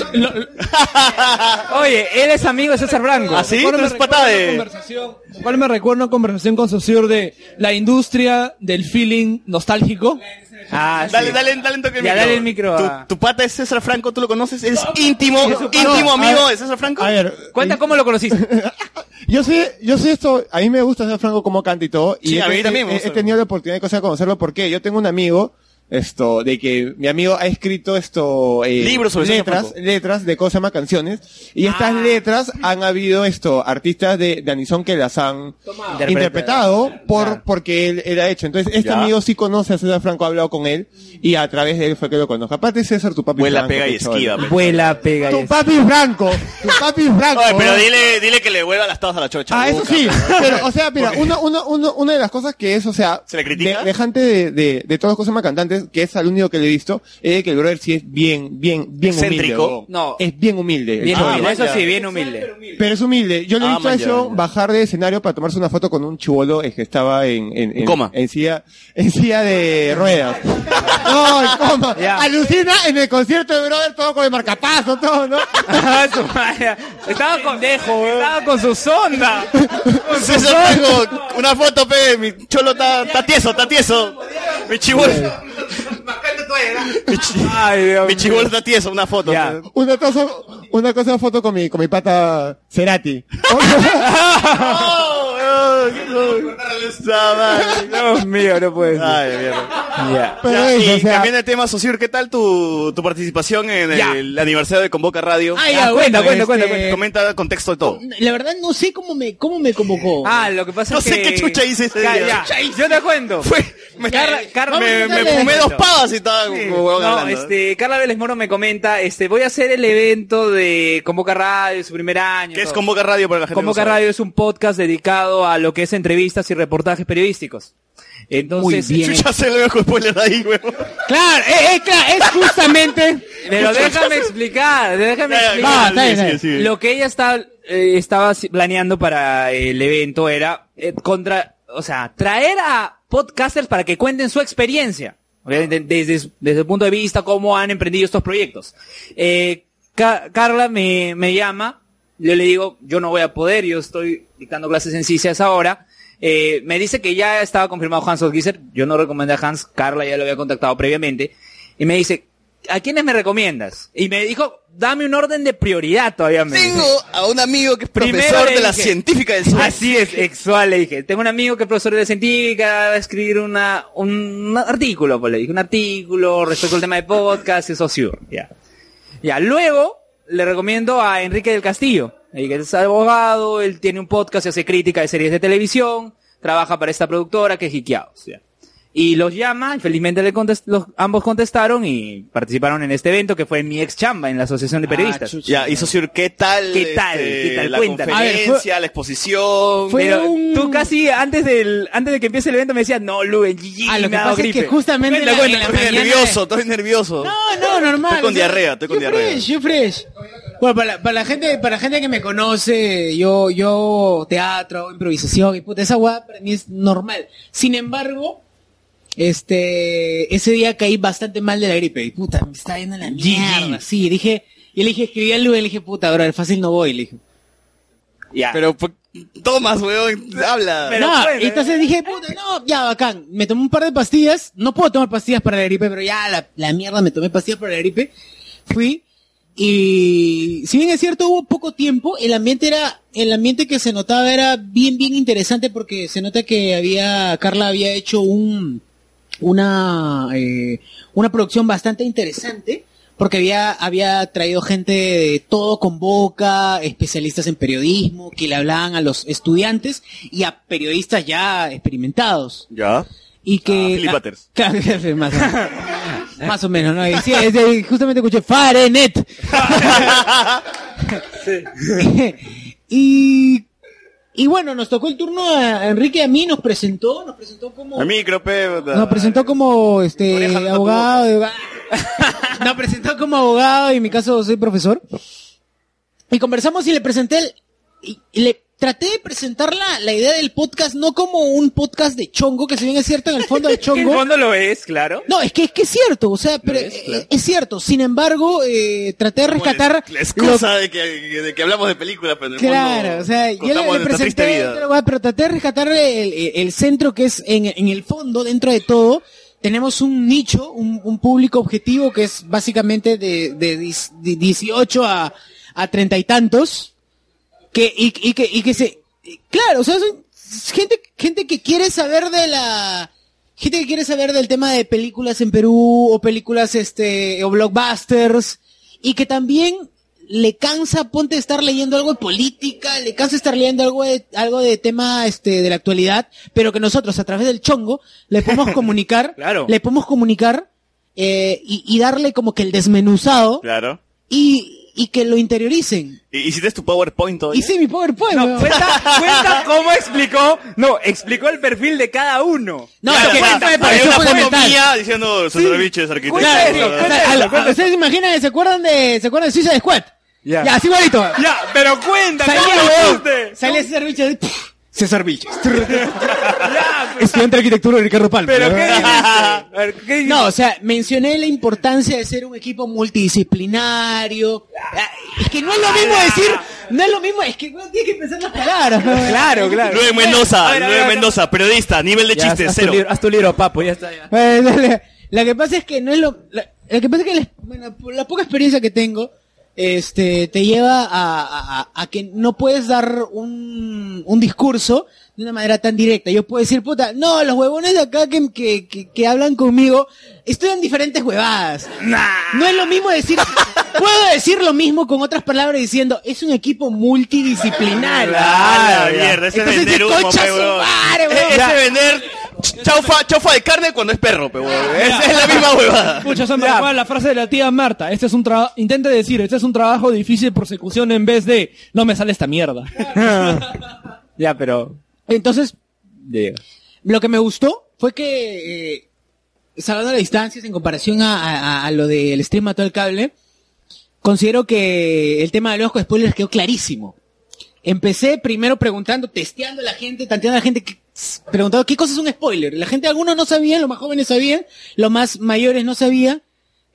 Oye, él es amigo de César Branco.
¿Ah, sí?
¿Cuál
Tú
me
eres pata
recuerda
de-
la
conversación? Lo cual me recuerda una conversación con Socior de la industria del feeling nostálgico.
Ah,
Dale, dale, dale un toque el
Ya,
micro.
dale el micro
Tu,
a-
tu pata es César Franco, tú lo conoces, eres íntimo,
Eso,
íntimo
no,
amigo
a-
de César Franco.
a ver,
Cuenta cómo lo conociste.
Yo sé, yo sé esto, a mí me gusta ser franco como canta y todo. Y
Sí,
he,
a mí
he-
también me
he-
gusta.
he tenido la oportunidad de cosa de conocerlo porque yo tengo un amigo, esto, de que mi amigo ha escrito esto, eh,
Libros sobre Ah. César
letras,
Franco.
letras de cosas más canciones. Y estas letras han habido esto, artistas de, de Anisón que las han
Interpretado.
interpretado por, porque él, él ha hecho. Entonces, este
Ah. Ya.
amigo sí conoce a César Franco, ha hablado con él y a través de él fue que lo conozco. Aparte, César, tu papi
Vuela,
Franco,
pega y
tu chaval.
esquiva, pues. pe.
Vuela, pega
Tu papi Franco, tu papi Franco.
Oye, pero dile, dile que le vuelva las tabas a la chocha.
Ah, eso
boca.
sí. Pero, o sea, mira, una, una, una, una de las cosas que es, o sea,
¿Se le critica?
de- dejante de, de, de todas las cosas más cantantes, que es al único que le he visto, es que el brother sí es bien, bien, bien humilde.
Excéntrico.
huevón.
No.
Es bien humilde. el
Bien
cholo.
humilde, eso sí, bien humilde.
Pero es humilde. Yo le he
Ah,
visto a
man,
eso
ya,
bajar de escenario para tomarse una foto con un chivolo eh, que estaba en, en, en,
Coma.
en silla, en silla de ruedas. No, en coma. Alucina en el concierto de brother todo con el marcapaso, todo, ¿no?
Estaba con dejo, estaba con su sonda. Con su
César
sonda.
Franco, una foto, pe, mi cholo está, está tieso, está tieso. Mi chibolo. Mi chi- Mi chibolo está tieso, una foto. pe.
Una cosa, una cosa foto con mi, con mi pata Cerati.
Dios mío, no puede ser. Ay, mierda. Ya.
Pero
Ya,
eso,
y
o sea-
cambiando de tema, Sosir, ¿qué tal tu, tu participación en
Ya.
el aniversario de Convoca Radio?
Ah, ya, bueno,
cuenta,
este-
cuenta, cuenta. Comenta el contexto de todo.
La verdad no sé cómo me, cómo me convocó.
Ah, lo que pasa
No
es que...
sé qué chucha hice ese
Ya,
día.
ya.
Chucha
Yo te cuento.
me, eh,
Carla- Carla-
me- me fumé dos pavas y estaba como huevón
No,
hablando.
este, Carla Vélez Moro me comenta, este, voy a hacer el evento de Convoca Radio, su primer año.
¿Qué es Convoca Radio para la gente que no
Convoca
sabe?
Radio es un podcast dedicado a lo que es entrevistas y reportajes periodísticos. Entonces,
Muy bien. Chucha, se lo dejo spoiler ahí, huevón.
Claro, eh, eh, claro, es justamente. Pero déjame explicar, déjame
Ya, ya,
explicar.
Ah,
ya, Va, sigue, está bien, sigue, sigue.
Lo que ella está, eh, estaba si- planeando para el evento era eh, contra, o sea, traer a podcasters para que cuenten su experiencia. ¿ok? De- Desde, su- desde el punto de vista cómo han emprendido estos proyectos. Eh, Ca- Carla me, me llama, yo le digo, yo no voy a poder, yo estoy dictando clases en ciencias ahora. Eh, me dice que ya estaba confirmado Hans Gizer, yo no recomendé a Hans, Carla ya lo había contactado previamente, y me dice, ¿a quiénes me recomiendas? Y me dijo, dame un orden de prioridad todavía. Me dice.
Tengo a un amigo que es
Primero
profesor
le
de la
dije-
científica del sur.
Así es, sexual, le dije. Tengo un amigo que es profesor de científica, va a escribir una, un artículo, pues le dije, un artículo respecto al tema de podcast y socio. Ya. Ya, luego le recomiendo a Enrique del Castillo. Enrique es abogado, él tiene un podcast y hace crítica de series de televisión, trabaja para esta productora que es Jiquiaos. ya. Y los llama, y felizmente le contest- los, ambos contestaron y participaron en este evento que fue en mi ex chamba, en la Asociación de
Ah,
Periodistas.
Ya, y Sosur, ¿qué tal?
¿Qué tal?
este,
¿Qué tal?
La
Cuéntame.
conferencia, la exposición.
Pero tú casi antes del antes de que empiece el evento me decías, no, Lu, el GG
Ah,
me
lo que
ha dado
pasa es
gripe".
que justamente
Cuenta,
la-
cuenta.
en la Estoy mañana- nervioso, estoy nervioso.
No, no, normal.
Estoy con
o sea,
diarrea, estoy con
yo
diarrea.
fresh, yo fresh. Bueno, para la, para la gente, para la gente que me conoce, yo, yo teatro, hago improvisación y puta, esa guada para mí es normal. Sin embargo, este, ese día caí bastante mal de la gripe y puta, me está yendo a la mierda. Sí, dije, y le dije, escribí a Lu, y le dije, puta, bro, fácil no voy, le dije.
Ya.
Pero pues, tomas, weón, habla.
no, entonces dije, puta, no, ya, bacán. Me tomé un par de pastillas. No puedo tomar pastillas para la gripe, pero ya, la, la mierda, me tomé pastillas para la gripe. Fui. Y si bien es cierto, hubo poco tiempo, el ambiente era, el ambiente que se notaba era bien, bien interesante porque se nota que había, Carla había hecho un, una, eh, una producción bastante interesante porque había, había traído gente de todo con boca, especialistas en periodismo, que le hablaban a los estudiantes y a periodistas ya experimentados.
Ya.
Y que...
Philip
ah,
Butters.
claro, más, o menos, Más o menos, ¿no? Y sí, es de- justamente escuché Farenet. y, y bueno, nos tocó el turno a Enrique y a mí, nos presentó, nos presentó como...
A micro, pe. puta.
Nos presentó como este abogado. de- Nos presentó como abogado y en mi caso soy profesor. Y conversamos y le presenté el- y, y le traté de presentar la, la idea del podcast no como un podcast de chongo, que si bien es cierto en el fondo del
En
chongo.
el fondo lo es, claro.
No, es que es que es cierto, o sea, pero eh, es, cierto. Sin embargo, eh, traté de rescatar
La excusa
lo-
de, que, de que hablamos de películas, pero en el
Claro,
fondo
o sea, yo le,
contamos
le
nuestra triste
presenté,
vida.
pero, bueno, pero traté de rescatar el, el- el centro que es en, en el fondo, dentro de todo. Tenemos un nicho, un, un público objetivo que es básicamente de, de, dis- de 18 a, a 30 y tantos. Que, y, y que, y que se, y claro, o sea, son gente, gente que quiere saber de la, gente que quiere saber del tema de películas en Perú o películas este o blockbusters y que también le cansa ponte estar leyendo algo de política, le cansa estar leyendo algo de algo de tema este de la actualidad, pero que nosotros a través del chongo le podemos comunicar,
Claro.
le podemos comunicar eh, y, y darle como que el desmenuzado
Claro.
y, y que lo interioricen.
¿Y- ¿Hiciste tu PowerPoint hoy?
Hice mi PowerPoint. weón.
Cuenta, cuenta cómo explicó, no, explicó el perfil de cada uno.
No,
Claro,
es que-
cuenta,
me pareció
había una foto
fundamental.
mía diciendo Sotroviches, arquitecto.
Claro, o sea, a- a- ¿Ustedes se imaginan, se acuerdan de, se acuerdan de Suiza de Squad? Ya. así igualito.
Ya, pero cuenta,
Salía,
¿cómo
weón.
lo hiciste?
Salía ese servicio de... César Vilches. Estudiante de arquitectura de Ricardo Palma.
Pero ¿qué
No, o sea, mencioné la importancia de ser un equipo multidisciplinario. Ah, Es que no es lo mismo decir, no es lo mismo, es que uno tiene que pensar las palabras. ¿no?
Luis
A
Mendoza,
ver, a ver,
Luis
a ver.
Mendoza, periodista, nivel de
Ya,
chiste,
haz tu
cero.
libro,
haz tu libro, papo, ya está.
Bueno, dale. La que pasa es que no es lo, la, la que pasa es que la, bueno, por la poca experiencia que tengo, este, te lleva a, a- a- a que no puedes dar un, un discurso de una manera tan directa. Yo puedo decir, puta, no, los huevones de acá que, que, que, que hablan conmigo estudian diferentes huevadas. No es lo mismo decir, puedo decir lo mismo con otras palabras diciendo, es un equipo multidisciplinario.
Ah, la mierda, ese es
Entonces,
vender humo,
concha
pe,
su
huevón.
madre,
E-
huevón.
Ese
Ya.
es vender ch- chaufa, chaufa de carne cuando es perro, pe, huevón. Esa es la misma huevada.
Escucha, Sandra, igual la frase de la tía Marta. Este es un trabajo, intente decir, este es un trabajo difícil prosecución en vez de, no me sale esta mierda.
Ya, pero.
Entonces,
Ya llega.
lo que me gustó fue que, eh, salvando las distancias en comparación a, a- a- a lo del stream mató el cable, considero que el tema de los spoilers quedó clarísimo. Empecé primero preguntando, testeando a la gente, tanteando a la gente, que- preguntando qué cosa es un spoiler. La gente, algunos no sabían, los más jóvenes sabían, los más mayores no sabían.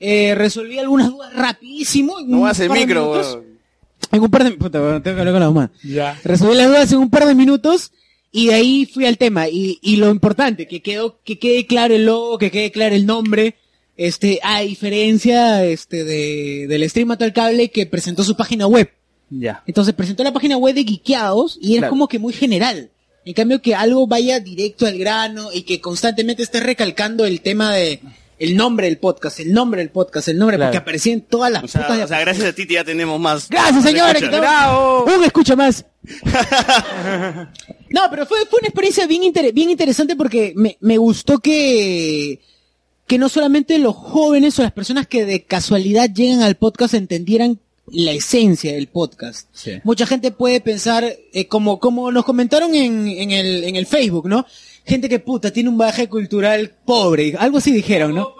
Eh, resolví algunas dudas rapidísimo. en un
No hace
par de
micro,
minutos.
huevón.
En un par de... Puta, huevón, tengo que hablar con la mamá.
Ya.
Resolví las dudas en un par de minutos y de ahí fui al tema. Y, y lo importante, que quedó, que quede claro el logo, que quede claro el nombre. Este, a diferencia, este, de, del stream Mató al Cable que presentó su página web.
Ya.
Entonces presentó la página web de Geekeados y es
Claro.
como que muy general. En cambio que algo vaya directo al grano y que constantemente esté recalcando el tema de el nombre del podcast, el nombre del podcast, el nombre,
Claro.
porque aparecía en todas las
O sea,
putas de
o sea, gracias a ti ya tenemos más.
Gracias, señores. que
Escucha.
tengo- Un escucha más. No, pero fue, fue una experiencia bien, inter- bien interesante porque me, me gustó que, que no solamente los jóvenes o las personas que de casualidad llegan al podcast entendieran la esencia del podcast. Mucha gente puede pensar, eh, como, como nos comentaron en, en, el, en el Facebook, ¿no? Gente que puta, tiene un bagaje cultural pobre. Algo así dijeron, ¿no?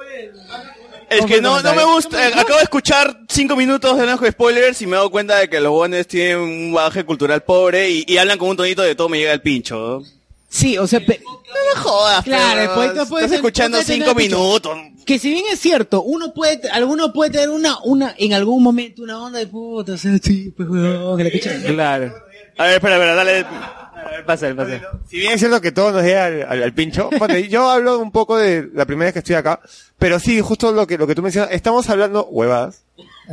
Es que no, no me
comentario.
gusta. eh, acabo de escuchar cinco minutos de Naco Spoilers y me he dado cuenta de que los bones tienen un bagaje cultural pobre y, y hablan con un tonito de todo me llega el pincho.
Sí, o sea, pe-
No me jodas,
Claro,
pero
el podcast puede
Estás
ser-
escuchando
puede tener
cinco
escucha-
minutos.
Que si bien es cierto, uno puede, te- alguno puede tener una, una, en algún momento, una onda de puta, o sea, sí, pues, huevón, que la escucha.
Claro.
A ver, espera, espera, dale.
Pasa, pasa.
Si bien es cierto que todo nos llega al, al- al pincho, bueno, yo hablo un poco de la primera vez que estoy acá, pero sí, justo lo que, lo que tú mencionas, estamos hablando huevadas.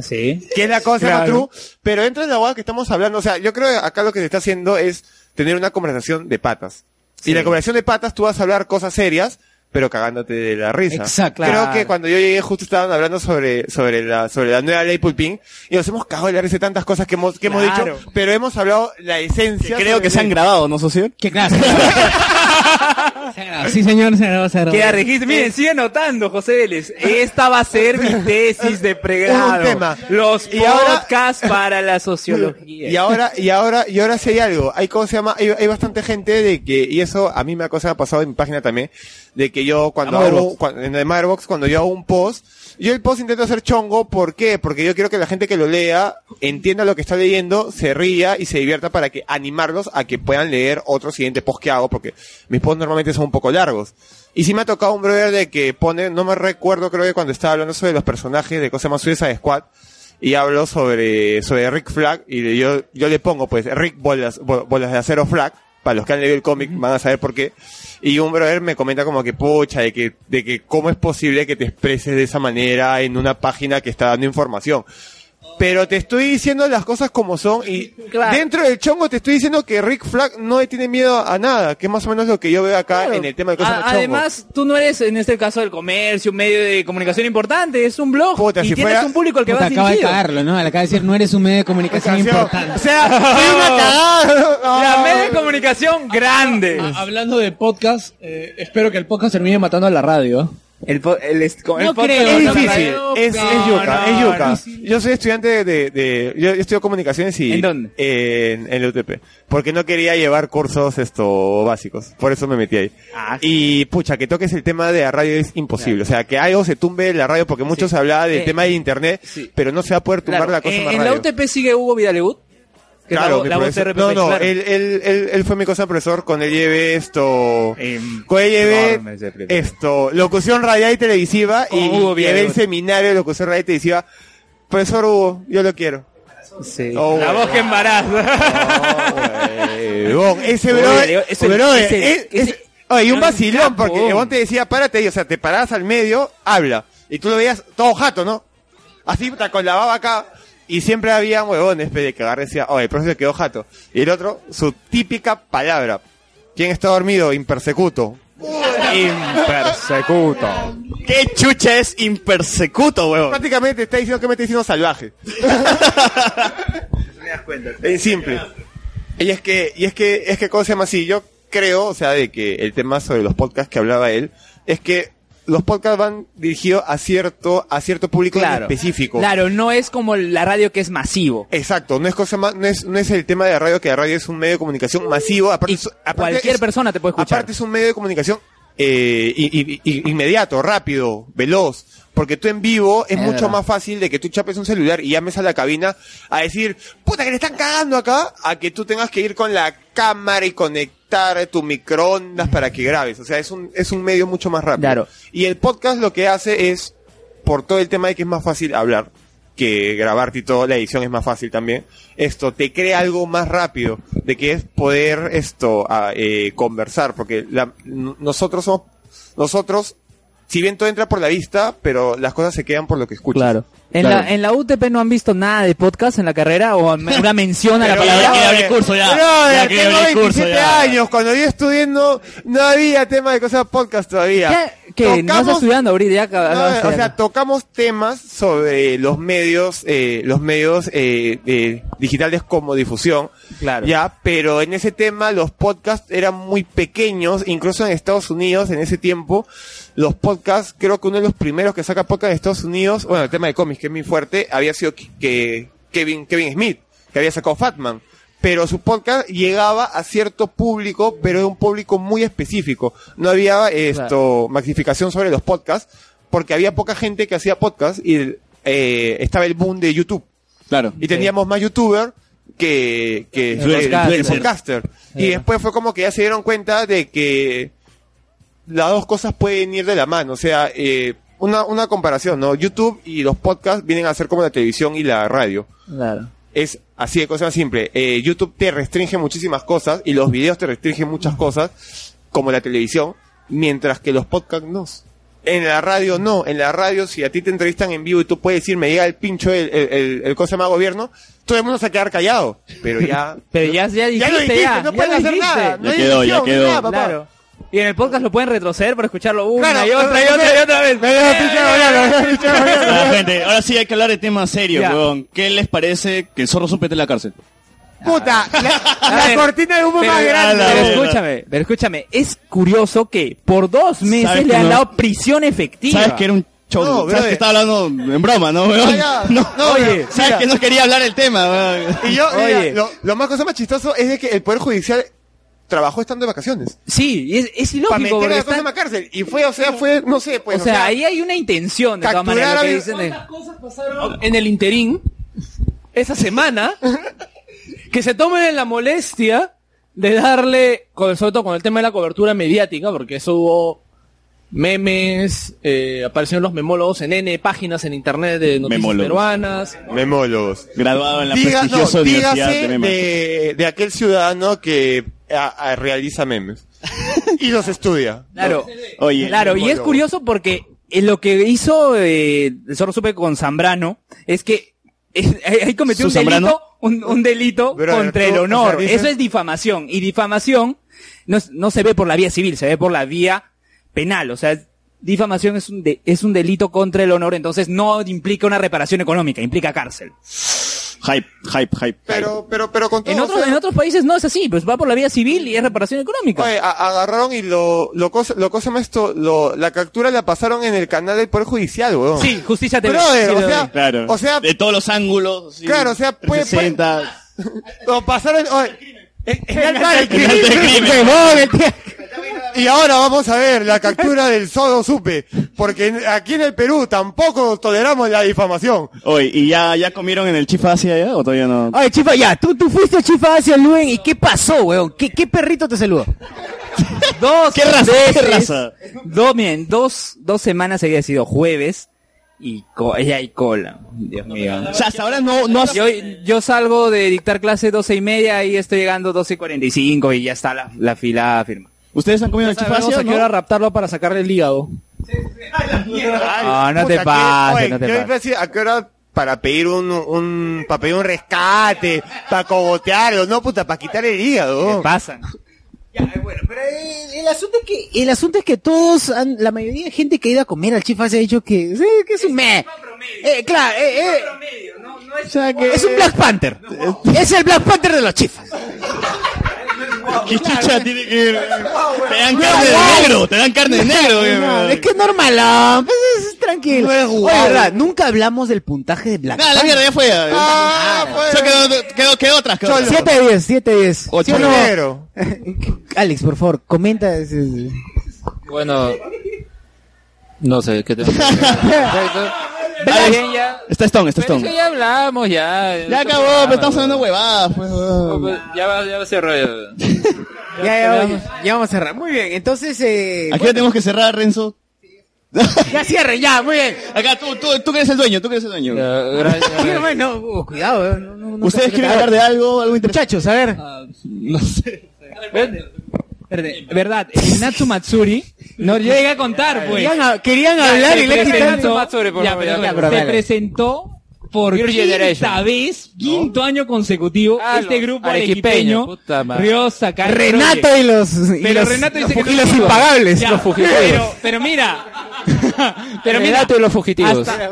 Sí.
que es la cosa más
Claro.
true, pero dentro de la hueá que estamos hablando, o sea, yo creo que acá lo que se está haciendo es tener una conversación de patas. Y la conversación de patas tú vas a hablar cosas serias, pero cagándote de la risa.
Exacto.
Creo
Claro.
que cuando yo llegué justo estaban hablando sobre, sobre la, sobre la nueva ley Pulpín, y nos hemos cagado de la risa de tantas cosas que hemos, que
Claro.
hemos dicho, pero hemos hablado la esencia.
Creo que se han grabado, ¿no, socio?
Que gracias. Sí, señor, se grabó, se grabó.
Queda registro. Miren, sigue anotando, José Vélez. Esta va a ser mi tesis de pregrado.
Un tema.
Los
Y ahora-
podcasts para la sociología.
Y ahora, y ahora, y ahora sí hay algo. Hay cómo se llama, hay, hay bastante gente de que, y eso a mí me ha cosa ha pasado en mi página también, de que yo cuando
A
hago,
Motherbox.
cuando, en el Motherbox, cuando yo hago un post, yo el post intento hacer chongo, ¿por qué? Porque yo quiero que la gente que lo lea entienda lo que está leyendo, se ría y se divierta para que animarlos a que puedan leer otro siguiente post que hago, porque mis posts normalmente son un poco largos. Y sí me ha tocado un brother de que pone, no me recuerdo creo que cuando estaba hablando sobre los personajes de cosas más Suicide Squad, y hablo sobre, sobre Rick Flag y le- yo, yo le pongo pues Rick bolas, Bo- bolas de acero Flag. Para los que han leído el cómic van a saber por qué. Y un brother me comenta como que, pucha, de que, de que cómo es posible que te expreses de esa manera en una página que está dando información. Pero te estoy diciendo las cosas como son y dentro del chongo te estoy diciendo que Rick Flag no le tiene miedo a nada, que es más o menos lo que yo veo acá en el tema de cosas
A-
más chongo.
además, tú no eres, en este caso, del comercio, un medio de comunicación importante, es un blog. y
si
tienes
fuera-
un público al que
Puta,
vas
acaba de
dirigido.
cagarlo, ¿no? Le acaba de decir, no eres un medio de comunicación importante.
O sea,
soy una
cagada.
La media de comunicación grande.
Ah, hablando de podcast, eh, espero que el podcast termine matando a la radio.
El, el,
el
No
podcast-
creo,
la
es
radio-
difícil, es, es yuca, es yuca. Yo soy estudiante de, de- yo, yo estudio comunicaciones y... ¿En dónde? En, en la UTP. Porque no quería llevar cursos esto básicos, por eso me metí ahí. y pucha, que toques el tema de la radio es imposible, o sea, que algo se tumbe de la radio porque mucho se hablaba del
Eh,
tema de internet, pero no se va a poder tumbar
Claro,
ah, la cosa
eh,
más
en
radio.
la UTP sigue Hugo Vidalegut. que es la
Claro,
voz-
mi
la voz
profesor-
de
no,
RPP,
no,
claro.
él, él, él, él fue mi cosa profesor, con él llevé esto, con él llevé
Em, enorme ese profesor.
esto, locución radial y televisiva
Con
y
Hugo
llevé el
Villalobos.
seminario de locución radial y televisiva. Profesor Hugo, yo lo quiero.
Sí.
Oh,
la voz que embaraza.
huevón, ese
Oye,
bro,
Leo, ese-
brother,
ese-
es- es- oye, y un vacilón, porque
huevón.
el huevón te decía, párate, y, o sea, te parabas al medio, habla. Y tú lo veías todo jato, ¿no? Así, puta, con la baba acá. Y siempre había huevones, pe, de que agarré y decía, oye, el profesor quedó jato. Y el otro, su típica palabra. ¿Quién está dormido? Impersecuto. Impersecuto.
¿Qué chucha es impersecuto, huevón?
Prácticamente está diciendo que me está diciendo salvaje.
me das cuenta.
En simple. Y es que, y es que, es que, ¿cómo se llama así? Yo creo, o sea, de que el tema sobre los podcasts que hablaba él, es que los podcasts van dirigidos a cierto, a cierto público en
Claro.
específico.
Claro, no es como la radio que es masivo.
Exacto, no es cosa más, no es, no es el tema de la radio, que la radio es un medio de comunicación masivo. Aparte, es- aparte
cualquier
es-
persona te puede escuchar.
Aparte es un medio de comunicación eh, i- i- i- inmediato, rápido, veloz. Porque tú en vivo es
Es
mucho
verdad.
más fácil de que tú chapes un celular y llames a la cabina a decir, puta que le están cagando acá, a que tú tengas que ir con la cámara y conectar tu microondas para que grabes. O sea, es un, es un medio mucho más rápido. Y el podcast lo que hace es, por todo el tema de que es más fácil hablar que grabarte y todo, la edición es más fácil también. Esto te crea algo más rápido de que es poder esto a, eh, conversar, porque la- n- nosotros somos, nosotros, si bien todo entra por la vista, pero las cosas se quedan por lo que escuchas. Claro.
En, La, en la UTP no han visto nada de podcast en la carrera o me- una mención a la
Pero
palabra.
brother, brother, tengo 27 años. Cuando yo estudié no, no había tema de cosas podcast todavía.
¿Qué? ¿Qué? ¿No estás estudiando ahorita? Ya acabas-
no,
no, estoy
o sea, tocamos temas sobre los medios, eh, los medios eh, eh, digitales como difusión.
Claro.
Ya, pero en ese tema los podcasts eran muy pequeños, incluso en Estados Unidos en ese tiempo, los podcasts, creo que uno de los primeros que saca podcast de Estados Unidos, bueno, el tema de cómics, que es muy fuerte, había sido que- que Kevin, Kevin Smith, que había sacado Fatman. Pero su podcast llegaba a cierto público, pero de un público muy específico. No había esto, maxificación sobre los podcasts, porque había poca gente que hacía podcasts y eh, estaba el boom de YouTube.
Claro.
Y teníamos más youtuber que, que
Influencer.
que- que
Influencer.
podcaster. Y después fue como que ya se dieron cuenta de que las dos cosas pueden ir de la mano. O sea, eh, una, una comparación, ¿no? YouTube y los podcasts vienen a ser como la televisión y la radio.
Claro.
Es así de cosa más simple. Eh, YouTube te restringe muchísimas cosas y los videos te restringen muchas cosas, como la televisión, mientras que los podcasts no. En la radio no, en la radio si a ti te entrevistan en vivo y tú puedes decir, me llega el pincho el, el, el, el cosa más gobierno, todo el mundo se va a quedar callado. Pero ya...
Pero ya, ya dijiste,
lo dijiste,
ya,
no
ya
pueden
lo
hacer
dijiste.
nada, no Ya hay quedó, ya edición, no hay quedó. nada, papá.
Claro. Y en el podcast lo pueden retroceder para escucharlo una
Claro,
y otra y
me-
otra y otra vez.
Ya, gente, ahora sí hay que hablar de temas serios,
Ya.
huevón. ¿Qué les parece que el zorro supe esté en la cárcel?
Puta, la,
la
cortina de humo
más grande.
Pero escúchame, pero escúchame, es curioso que por dos meses
¿Sabes
le
que
han
no?
dado prisión efectiva.
Sabes que era un show.
No,
Sabes
brother.
que estaba hablando en broma, ¿no, weón?
Ah, ya.
No,
No,
oye,
pero-
sabes
mira.
que no quería hablar el tema, weón.
Y yo, mira,
Oye.
lo, lo más cosa más chistoso es de que el Poder Judicial trabajó estando de vacaciones.
Sí, y es, es
Para
ilógico.
meter a
porque
la cosa en la cárcel. Y fue, o sea, fue, no sé, pues.
o sea, ahí hay una intención de todas
capturar
maneras. lo
a
que
mi-
dicen de-
cosas pasaron
en el interín esa semana que se tomen la molestia de darle, con- sobre todo con el tema de la cobertura mediática, porque eso hubo memes, eh, aparecieron los memólogos en N páginas en internet de noticias
Memólogos.
peruanas.
Memólogos.
Graduado en la
Diga- no,
prestigiosa Universidad
dígase
de Memes.
de, de aquel ciudadano que a- a- realiza memes. y los estudia.
Claro,
Oye.
claro, y es curioso porque eh, lo que hizo eh, el Zorro Supe con Zambrano es que es- ahí ahí cometió
¿Su
un delito,
Zambrano?
un, un delito
Brother,
contra el
tú, o
honor.
sea, dices-
Eso es difamación. Y difamación no, es- no se ve por la vía civil, se ve por la vía penal. O sea, difamación es un, de- es un delito contra el honor, entonces no implica una reparación económica, implica cárcel.
Hype, hype, hype.
Pero, pero, pero con todo.
En
o
otros,
sea,
en otros países no es así, pues va por la vía civil y es reparación económica.
oye, a- agarraron y lo, lo cosa, lo cosa más esto, lo, la captura la pasaron en el canal del Poder Judicial,
Oh.
weón.
Sí, justicia te
Brother,
sí,
o
lo-
sea,
Claro.
o sea,
de todos los ángulos. sí.
Claro, o sea, pues, puede, puede
360.
lo pasaron, oye, en alta del
En alta del
crimen.
crimen.
Huevón, el tío. Y ahora vamos a ver la captura del Sodo Supe, porque en- aquí en el Perú tampoco toleramos la difamación.
Oye, ¿y ya, ya comieron en el chifa hacia allá o todavía no?
Oye, Chifa, ya, tú, tú fuiste Chifa hacia Luen y ¿qué pasó, weón? ¿Qué, qué perrito te saludó?
dos
¿Qué raza?
veces,
¿Qué raza?
Dos, miren, dos, dos semanas había sido jueves y co- ella y cola. Dios mío.
O sea, hasta ahora no, no has...
Yo, yo salgo de dictar clase doce y media y estoy llegando doce y cuarenta y cinco y ya está la, la fila firma.
¿Ustedes han comido el chifa
Vamos
hacia
a qué hora raptarlo para sacarle el hígado.
Ah, no te
¿qué-
pases,
oye,
no te
yo iba a
pases.
decir, ¿a qué hora para pedir un, un, para pedir un rescate, para cogotearlo? No, puta, para quitar el hígado.
pasan?
El, el asunto es que, el asunto es que todos, han- la mayoría de gente que ha ido a comer al chifa se ha dicho que, sí, que es un meh. Eh, claro, eh, eh. O sea que- es un Black Panther. Es el Black Panther de los chifas.
¿Qué chucha tiene que ver?
ah,
Te dan
No,
carne de
guau.
negro, te dan carne de negro.
No,
weón.
es que es normal, pues, es, es tranquilo.
No es
Oye,
guau.
verdad, nunca hablamos del puntaje de Black
Nah, Ah, la mierda ya fue. ya.
Ah,
O sea, quedó, quedó, quedó otras. quedó otras.
7 de 10, 7 de 10.
Ocho.
¿Sí o no?
Negro.
Alex, por favor, comenta. ese-
Bueno, no sé qué te.
Black- Está Stone, está
Pero es
Stone.
que ya hablamos, ya.
Ya acabó, pero estamos hablando huevadas. Pues,
Pues, Ya va, ya va a ser rollo.
Ya, ya, vamos, ya vamos a cerrar. Muy bien, entonces. Eh,
Aquí ya tenemos que cerrar, Renzo.
Ya cierre, ya, muy bien.
Acá tú, tú, tú que eres el dueño, tú que eres el dueño.
Sí, hermano, uh, cuidado. eh, no- no- no-
¿Ustedes
no-
quieren hablar de algo, algo
interesante? Muchachos, a ver.
No sé. Verde, verdad, el Natsu Matsuri nos llega a contar, pues.
Querían a- querían hablar
se
y le
presentó-
quitaron- Natsu Matsuri, por
Ya,
favor,
pero
ya,
se
pero dale.
presentó por
Your
quinta
Generation. Ah,
vez, quinto año consecutivo, este grupo arequipeño,
puta madre.
Río Sakai
Renato
Project.
y los. y
Pero
los-
Renato dice
los-
que
y
no
los
iba.
impagables.
Ya,
los fugitivos.
Pero, pero mira. pero mira.
Renato y los fugitivos.
Hasta,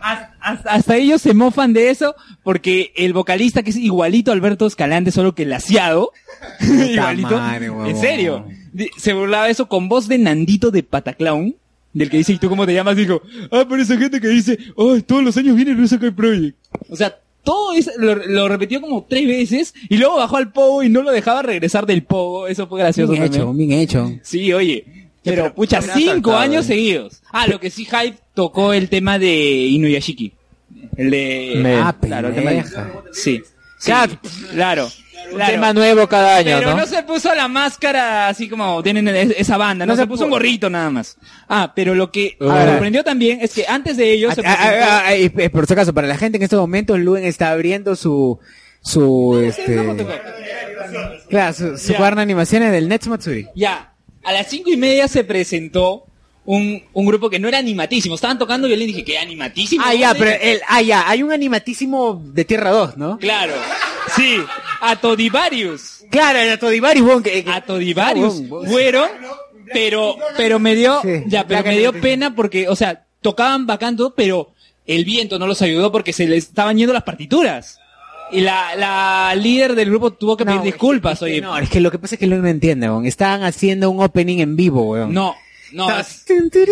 hasta- hasta- hasta ellos se mofan de eso porque el vocalista que es igualito a Alberto Escalante, solo que laciado. igualito.
madre, huevón.
en serio. Di- Se burlaba de eso con voz de Nandito de Pataclown. Del que dice, ¿y tú cómo te llamas? Dijo, ah, pero esa gente que dice, ay, todos los años viene Río Sakai Project. O sea, todo eso lo, lo repitió como tres veces y luego bajó al pogo y no lo dejaba regresar del pogo. Eso fue gracioso.
Bien
también.
hecho, bien hecho.
Sí, oye. Pero, pucha,
habrá
cinco
saltado,
años
eh.
seguidos. Ah, lo que sí, Hype tocó el tema de Inuyashiki. El de...
Me-
Ah, claro, el tema de... Sí. Sí, claro.
Un
claro.
tema nuevo cada año,
Pero
¿no?
no se puso la máscara así como tienen es- esa banda, no,
No
se,
se
puso un
puso.
gorrito nada más. Ah, pero lo que
A ver.
sorprendió también es que antes de ello se
Ah, ah,
presentó-
ah, ah, y, eh, por si acaso, para la gente en estos momentos, Luen está abriendo su. Su. Este, claro, su, su
Ya.
cuaderno de animaciones del Nets Matsuri.
Ya, a las cinco y media se presentó un, un grupo que no era animatísimo. Estaban tocando violín y dije, ¿qué animatísimo?
Ah, ya,
¿Dónde?
pero el, ah, ya, hay un animatísimo de Tierra 2, ¿no?
Claro, sí, a Todivarius.
Claro, a Todivarius,
A Todivarius
Ah, bon,
fueron, pero, pero me dio,
Sí,
ya, pero
Black
me dio
Animation.
pena porque, o sea, tocaban bacando, pero el viento no los ayudó porque se les estaban yendo las partituras. Y la, la líder del grupo tuvo que pedir disculpas, oye.
No, es que lo que pasa es que Luen no entiende, weón. Estaban haciendo un opening en vivo, weón.
No,
Ah,
no, es,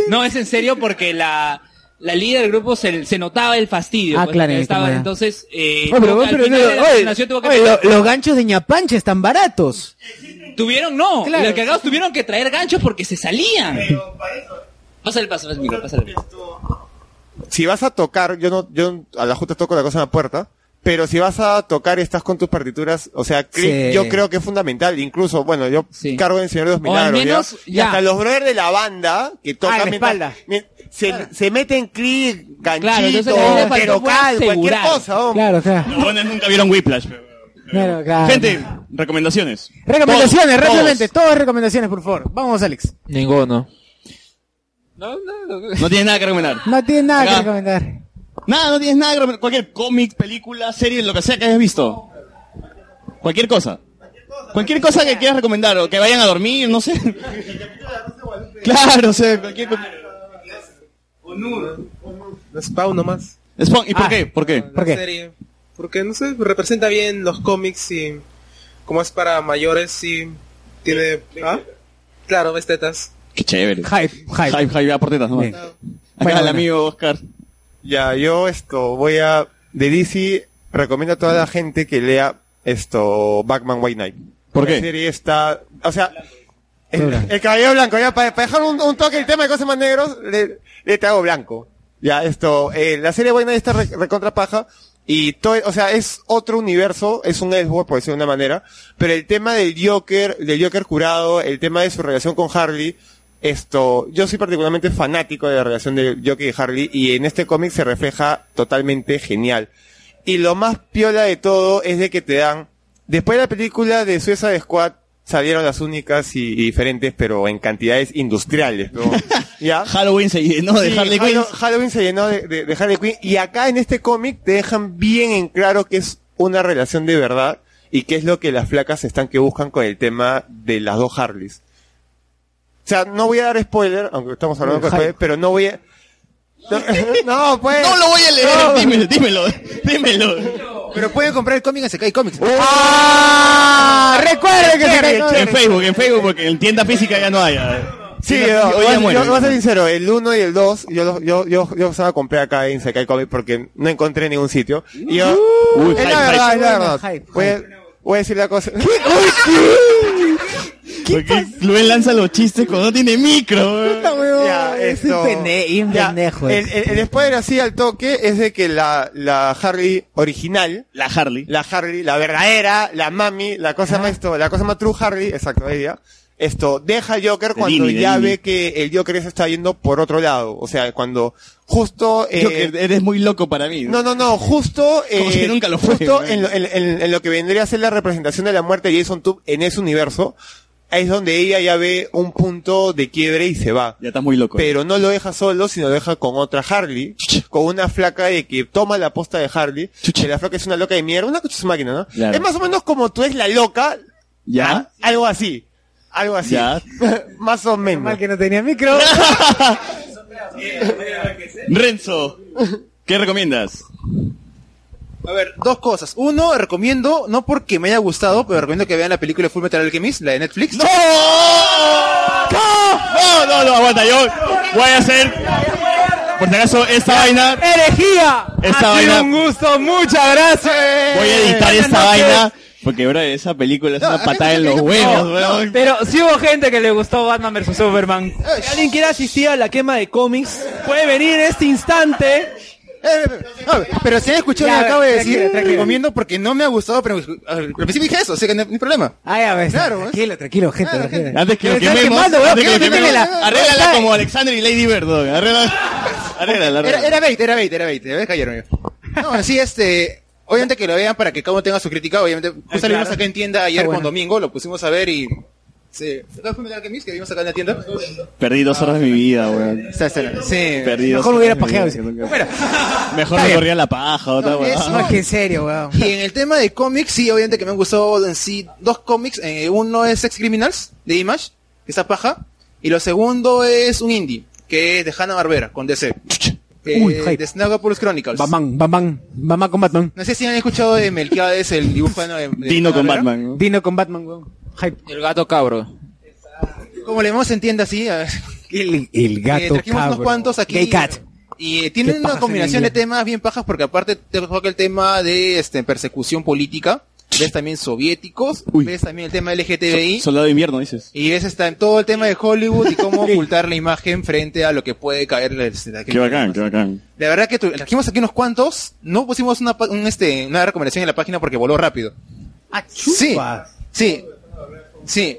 no es en serio porque la, la líder del grupo se, se notaba el fastidio.
Ah,
pues,
claro,
que estaba-
claro.
entonces, eh,
Oye, Oh, pero,
tuvo que-
weón,
al
pero no,
final de la
oye,
presentación tuvo que
oye,
pedir-
lo- los ganchos de ñapancha están baratos.
Tuvieron, no.
Claro.
Los cagados tuvieron que traer ganchos porque se salían. Pásale, pásale, micro, pásale.
si vas a tocar, yo no, yo a la justa toco la cosa en la puerta, pero si vas a tocar y estás con tus partituras, o sea, cre-
Sí.
yo creo que es fundamental, incluso, bueno, yo cargo en el Señor de los
O
Milagros, ¿ya?
al menos,
Y
ya.
hasta los brothers de la banda, que tocan
Ah, en la
mientras-
espalda.
mien- se, se meten clic,
Claro, entonces
ganchito,
la banda faltó
pero
fue
cal, cualquier
asegurar.
cosa, hombre.
Claro, claro.
Los buenos nunca vieron Whiplash. pero-
Claro, claro.
Gente, recomendaciones.
Recomendaciones,
Todos,
rápidamente, todas recomendaciones, por favor. Vamos, Alex.
Ninguno.
todos. No tienes nada que recomendar.
No tienes nada que
Acá.
recomendar.
Nada, no tienes nada que recomendar. Cualquier cómic, película, serie, lo que sea que hayas visto. Cualquier cosa. Cualquier cosa que quieras recomendar, o que vayan a dormir, no sé. Claro, o sea, cualquier co-
Spawn nomás.
Spawn,
Ah.
¿y por qué? ¿Por qué?
Ah, La serie. Porque, no sé, representa bien los cómics y como es para mayores y tiene... ¿Ah? Claro, ves tetas.
Qué chévere.
Hype,
hype. Hype, hype, aportetas nomás.
Bien.
Acá
Bueno,
el
bueno.
amigo Oscar.
Ya, yo esto, voy a, de DC, recomiendo a toda la gente que lea esto, Batman White Knight.
¿Por
La
qué?
serie está, o sea, el,
Blanco.
el caballero blanco, ya, para, dejar un, un toque el tema de cosas más negros, le, le traigo blanco. Ya, esto, eh, la serie White Knight está re- recontra paja, y todo, o sea, es otro universo, es un Elseworld, por decirlo de una manera, pero el tema del Joker, del Joker curado, el tema de su relación con Harley, esto, yo soy particularmente fanático de la relación del Joker y Harley, y en este cómic se refleja totalmente genial. Y lo más piola de todo es de que te dan, después de la película de Suicide Squad, salieron las únicas y, y diferentes, pero en cantidades industriales, ¿no? ¿Ya?
Halloween se llenó Eh, de
Sí,
Harley
Hallo-
Quinn.
Halloween se llenó de, de- de Harley Quinn. Y acá en este cómic te dejan bien en claro que es una relación de verdad. y qué es lo que las flacas están que buscan con el tema de las dos Harleys. O sea, no voy a dar spoiler, aunque estamos hablando con
Hype.
spoiler, pero no voy a... No, pues...
No lo voy a leer,
No.
dímelo, dímelo, dímelo. Oh.
Pero puede comprar el cómic en Sekai Comics.
¡Ah!
Recuerden que Sekai Comics-
En Facebook, en Facebook, porque en tienda física ya no hay.
Sí,
Tienda-
yo,
hoy
yo-
ya muere.
yo- voy a ser sincero, el 1 y el 2, yo los yo, yo, yo los estaba compré acá en Sekai Comic porque no encontré en ningún sitio. Y yo,
Uy,
es
Uh, hype,
la verdad,
hype.
es la verdad. Pues,
Hype, hype.
Voy a, voy a decir la cosa.
Porque Luis lanza los chistes cuando no tiene micro.
Ya,
es un
esto-
pene- y un
Ya,
pendejo
El, el, el spoiler así al toque es de que la, la Harley original.
La Harley.
La Harley, la verdadera, la mami, la cosa más esto, la cosa más true Harley, exacto, ella. Esto, deja a Joker
De
cuando
Lini, de
ya
Lini.
ve que el Joker se está yendo por otro lado. O sea, cuando justo... eh,
Joker, eres muy loco para mí.
no, no, no, justo, eh,
Como si nunca lo fue,
justo
¿no?
en, lo, en- en- en lo que vendría a ser la representación de la muerte de Jason Toop en ese universo, es donde ella ya ve un punto de quiebre y se va.
Ya estás muy loco.
Pero no lo deja solo, sino lo deja con otra Harley, con una flaca de que toma la posta de Harley, que la flaca es una loca de mierda, una cosa de su máquina, ¿no?
Claro.
Es más o menos como tú es la loca, ¿ah?
¿Ya?
algo así, algo así.
Ya.
más o menos.
que no tenía micro.
Renzo, ¿qué recomiendas?
A ver, dos cosas. Uno, recomiendo, no porque me haya gustado, pero recomiendo que vean la película Full Metal Alchemist, la de Netflix.
¡No! No, no, no, aguanta, yo voy a hacer. Por si acaso, eh, esta vaina.
¡Herejía!
Esta Ha sido vaina. un
gusto, muchas gracias.
Voy a
Eh,
editar
Buenas
esta
noches.
vaina. Porque, bro, esa película es una patada en los huevos, weón.
Pero si hubo gente que le gustó Batman vs Superman. Si alguien quiere asistir a la quema de cómics, puede venir en este instante.
Pero si han escuchado lo
Ya,
que acabo de
tranquilo,
decir,
tranquilo.
recomiendo porque no me ha gustado, pero al principio dije eso, así que no hay problema.
Ah, ya ves.
Claro,
tranquilo, tranquilo, gente.
Antes que lo
Pero está
quememos,
quemando, weón,
antes que lo
quémate,
quememos,
quémela.
arréglala
Está-
como Alexander y Lady Bird, weón, arréglala. Arréglala,
Era,
arréglala.
era bait, era bait, era bait. Ya ves, cayeron ya. No, así este. Obviamente que lo vean para que cada uno tenga su crítica. Obviamente, justo lo vimos acá en tienda ayer
Está bueno.
con Domingo, lo pusimos a ver y. Sí. ¿Cuál fue el Metal Alchemist que vimos acá en la tienda?
Perdí dos horas de mi vida, weón.
Sí.
Perdí dos
Mejor
horas de
hubiera
mi
pajeado,
vida. Mejor
Está
me
bien.
corría la paja, otra weón.
eso- No, que en
serio, weón.
Y en el tema de cómics, sí, obviamente que me han gustado en sí dos cómics. Eh, uno es Sex Criminals, de Image, que está paja. Y lo segundo es un indie, que es de Hanna Barbera, con DC. Eh,
Uy, hype.
de Snagapurus Chronicles.
Batman, Batman, Batman con Batman.
No sé si han escuchado de Melquiades, el dibujano de, de Hanna Barbera.
Dino con Batman, weón. Hype.
El gato cabro. Como le vemos en tienda así, a ver,
El, el
eh,
gato
trajimos unos
cabro.
cuantos aquí.
Gay cat.
Y eh, tienen
Qué
una
pajas
combinación
en
de
el día.
temas bien pajas porque aparte te juega el tema de este persecución política, ves también soviéticos, ves también el tema LGTBI.
So- soldado de invierno, dices.
y ves está en todo el tema de Hollywood y cómo ocultar la imagen frente a lo que puede caer. este, la- la-
Qué bacán, qué bacán.
La verdad que tu- trajimos aquí unos cuantos, no pusimos una, pa- un, este, una recomendación en la página porque voló rápido. Sí, sí, sí.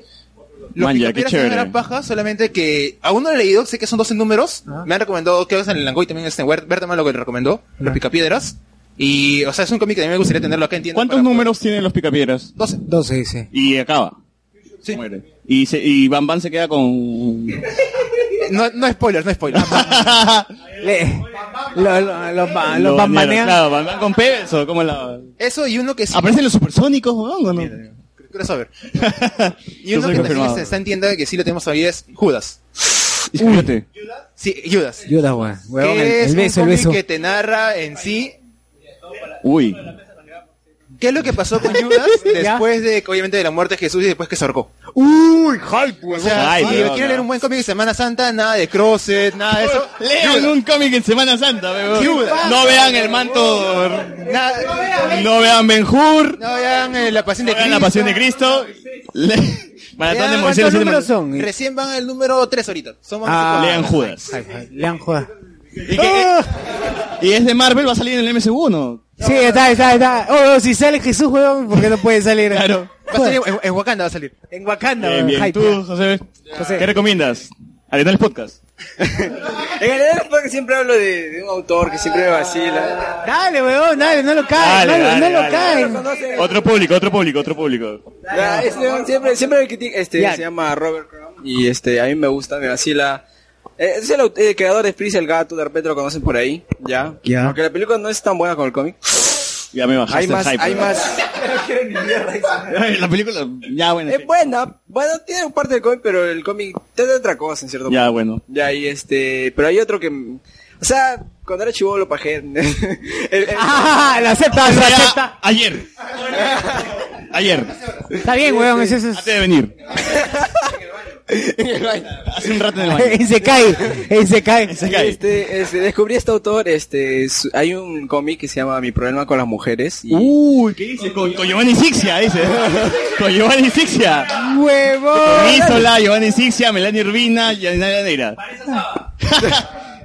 Lo
Man,
que
ya,
yo
qué
quiero hacer
chévere.
era paja, solamente que aún no lo he leído, sé que son 12 números. Me han recomendado, creo que es en el Langoy también, este, Wer- Berteman lo que le recomendó, Los Picapiedras. Y, o sea, es un cómic que a mí me gustaría tenerlo acá en tienda.
¿Cuántos números tienen los picapiedras?
12.
12, dice.
Y acaba.
Sí.
Muere. Y, se, y Bam Bam se queda con...
No, no spoilers, no spoilers.
Le- lo- lo- los ba- los
Lo banearon.
bambanean.
Claro, Bam Bam con Pebbles o cómo la...
Eso y uno que sí.
¿Aparecen los supersónicos, weón, o no?
Quiero saber. y
soy
uno que también
confirmado.
este, está en tienda que sí lo tenemos todavía es Judas.
Discúlpate.
Sí, Judas.
Ayuda, weón. Weón, el,
que es
el beso,
un
el
cómic
beso.
que te narra en sí
Uy.
qué es lo que pasó con Judas después de, obviamente, de la muerte de Jesús y después que se ahorcó.
Uy, hype,
O sea, si quieren leer un buen cómic de Semana Santa, nada de crosses, nada de eso.
Lean un cómic en Semana Santa, weón.
Judas.
No vean el manto...
Nada-
No vean Ben Hur.
No vean eh, la pasión de
No vean la pasión de Cristo. Le- Maratón de
Lean-
Moisés.
¿cuántos
los
números
siete
son? Recién van al número 3 ahorita. Somos
Ah, lean Judas.
Lean Judas.
Y, que- eh, y es de Marvel, va a salir en el MCU, ¿no?
Sí, está, está, está. Oh, oh, si sale Jesús, weón, ¿por qué no puede salir?
Claro.
Va a salir en, en Wakanda va a salir.
En Wakanda,
Bien, bien. ¿Tú, José? ¿Qué recomiendas? Arenales Podcast.
En realidad porque siempre hablo de, de un autor que siempre me vacila.
Dale, weón, dale, no lo caen,
Dale,
no, lo-
dale,
no lo
dale.
caen.
Otro público, otro público, otro público.
Ya, este man siempre, siempre me critica- este,
Ya.
se llama Robert Crumb y este, a mí me gusta, me vacila. Eh, es el, aut- eh, creador de Freeze el Gato, de repente lo conocen por ahí, ya.
Ya.
Aunque la película no es tan buena como el cómic.
Ya me bajaste
Hay más,
el hype.
hay
weón.
más.
La película, ya bueno.
Es buena, Eh, bueno, tiene parte del cómic, pero el cómic te da otra cosa en cierto
Ya,
punto.
bueno.
Ya, y este, pero hay otro que, o sea, cuando era chivolo lo pajé. El- el-
Ah, la acepta,
O
la
sea,
acepta. Ah, Ayer. Ayer.
Está bien, weón, es eso.
Antes de venir. Hace un rato en el baño.
Y se cae, y se cae.
Este, este, descubrí a este autor, este, su- hay un cómic que se llama Mi problema con las mujeres. Y,
Uy, ¿qué dice? Con, con Giovanni Sixia, dice. Con Giovanni Sixia.
¡Huevón!
Con Isola, Giovanni Sixia, Melania Urbina y Ana Neira.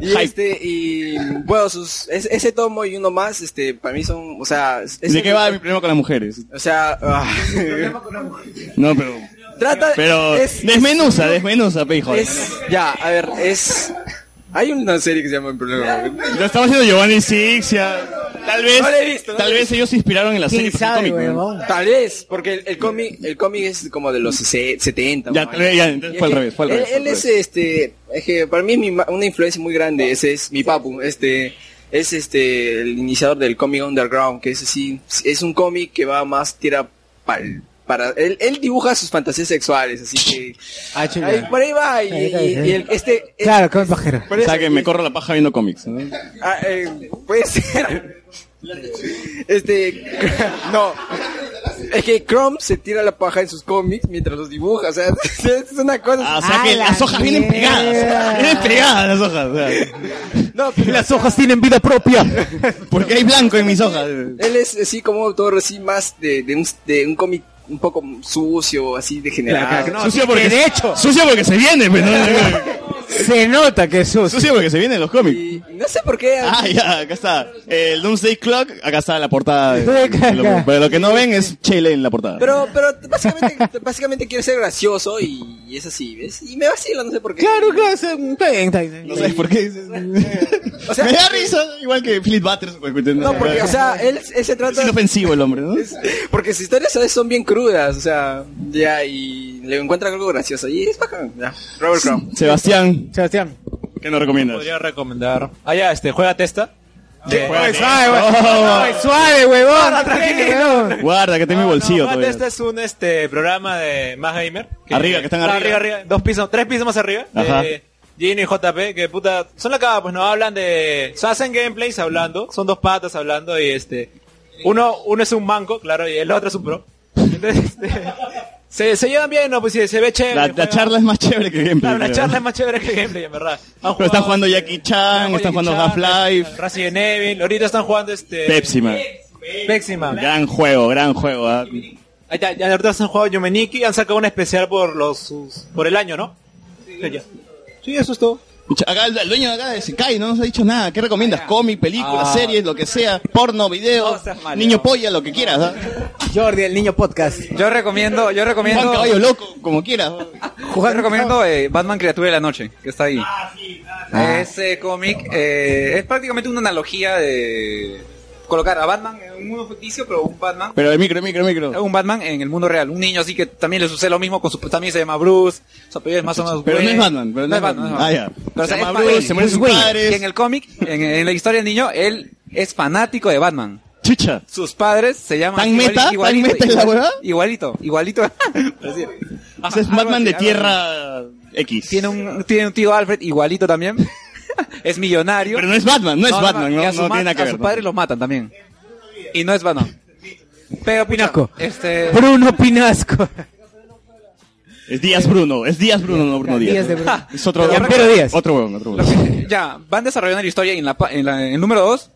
y este, y bueno, sus, es- ese tomo y uno más, este, para mí son, o sea, es-
¿De qué va mi problema con las mujeres?
o sea, ah.
No, pero...
trata,
Pero...
es-
desmenuza, desmenuza, peijo.
es, ya, a ver, es, hay una serie que se llama Mi problema.
Lo estaba haciendo Giovanni Sixia. Tal vez,
No la he visto, no
tal
la he
vez ellos se inspiraron en la serie. por su cómic, ¿no?
Tal vez, porque el, el cómic el cómic es como de los se- 70.
Ya,
¿no?
tal vez, ya, entonces fue al
Él-
revés, fue al revés,
Él,
fue al
es este, es que para mí es mi ma- una influencia muy grande, ese es mi papu, este es este el iniciador del cómic underground, que es así, es un cómic que va más tira pal- para él, él dibuja sus fantasías sexuales, así que
Ah,
Ahí- por ahí va y, y- y el- este
Claro, qué pajero.
O sea, que me corro la paja viendo cómics. ¿no?
Ah, eh, puede ser. Este, no. Es que Chrome se tira la paja en sus cómics mientras los dibuja, o sea, es una cosa...
Ah, o sea que las hojas vienen pegadas. Vienen pegadas las hojas. o sea.
Las hojas tienen vida propia.
Porque hay blanco en mis hojas.
Él es así como autor, así más de, de un, de un cómic un poco sucio, así degenerado.
Claro, claro, no, Ah, Sucio porque- de hecho. sucio porque se viene, pero no-
Se nota que es sucio.
Sucio porque se vienen los cómics.
No sé por qué.
Ah, ya, acá está. El Doomsday Clock, acá está la portada. de-
Sí, acá,
de-
acá.
pero lo que no ven es Chile en la portada.
Pero, pero básicamente, básicamente quiere ser gracioso y, y es así, ¿ves? Y me vacila, no sé por qué.
Claro, claro, está bien, está bien.
No sabes por qué.
O sea,
me da risa, igual que Philip Butters.
No, porque, o sea, él, él se trata...
Es inofensivo el hombre, ¿no?
Porque sus historias ¿sabes? son bien crudas, o sea, ya, y le encuentran algo gracioso. Y es bacán, ya. Robert Crumb.
Sebastián.
Sebastián.
¿Qué nos recomiendas?
Podría recomendar. Ah, ya, este, juega testa.
Juega Oh. Testa.
No,
suave, huevón.
Oh. no, tranquilo.
Guarda, que tengo mi bolsillo
Juega
todavía.
Testa es un este programa de más gamer.
Arriba, que están
Está
arriba.
arriba, Dos pisos, tres pisos más arriba.
Ajá.
De Gino y JP, que puta, son la cava, pues no hablan de, o sea, hacen gameplays hablando, son dos patas hablando y este, uno, uno es un manco, claro, y el otro es un pro. Entonces, este, se, se llevan bien, no, pues sí, se ve chévere.
La, la
juegan.
charla es más chévere que gameplay.
Claro, la
creo.
charla es más chévere que gameplay, en verdad. Han
Pero están
jugado-
jugando Jackie Chan, están jugando Half-Life.
Resident Evil, ahorita están jugando este...
Pepsi Man.
Pepsiman.
Gran juego, gran juego. ah.
Ahí está, ya ahorita han jugado Yomeniki y han sacado una especial por los sus- por el año, ¿no? Sí, ya. Sí, eso es todo.
Escucha, Acá el, el dueño de acá de Sekai no nos ha dicho nada. ¿Qué recomiendas? Cómic, películas,
Ah.
series, lo que sea, porno, video, niño polla, lo que quieras. ¿ah?
Jordi, el niño podcast.
Yo recomiendo, yo recomiendo.
Juan Caballo Loco, como quieras.
Yo recomiendo eh, Batman Criatura de la Noche, que está ahí. Ah.
Ah.
Ese cómic eh, es prácticamente una analogía de colocar a Batman en un mundo ficticio, pero un Batman.
Pero el micro, el micro, el micro.
Un Batman en el mundo real, un niño así que también le sucede lo mismo, con su, también se llama Bruce, su apellido es más o menos
Pero no
Wayne.
es Batman, pero no es Batman.
no es
Ah, ya.
Pero
Se
o sea,
llama
es
Bruce,
Wayne.
se mueren sus padres.
Y en el cómic, en, en la historia del niño, él es fanático de Batman.
Chicha.
Sus padres se llaman
¿Tan meta? ¿Tan meta es la huevada?
Igualito, igualito. Es decir,
O sea, es
Ah, algo
Batman
así,
de
algo
tierra X.
Tiene un, tiene un tío Alfred igualito también. es millonario.
Pero no es Batman, no es Batman, no-
y a su
no
ma-
tiene nada que
a
ver,
su
¿no?
padre lo matan también. Y no es Batman. Pero Pinasco. Este,
Bruno Pinasco.
Es Díaz Bruno, es Díaz Bruno, no Bruno Díaz.
Díaz de Bruno.
Es otro
Pero Díaz.
Otro huevón, otro huevón.
ya, van desarrollando la historia y en, la, pa- en, la- en el número 2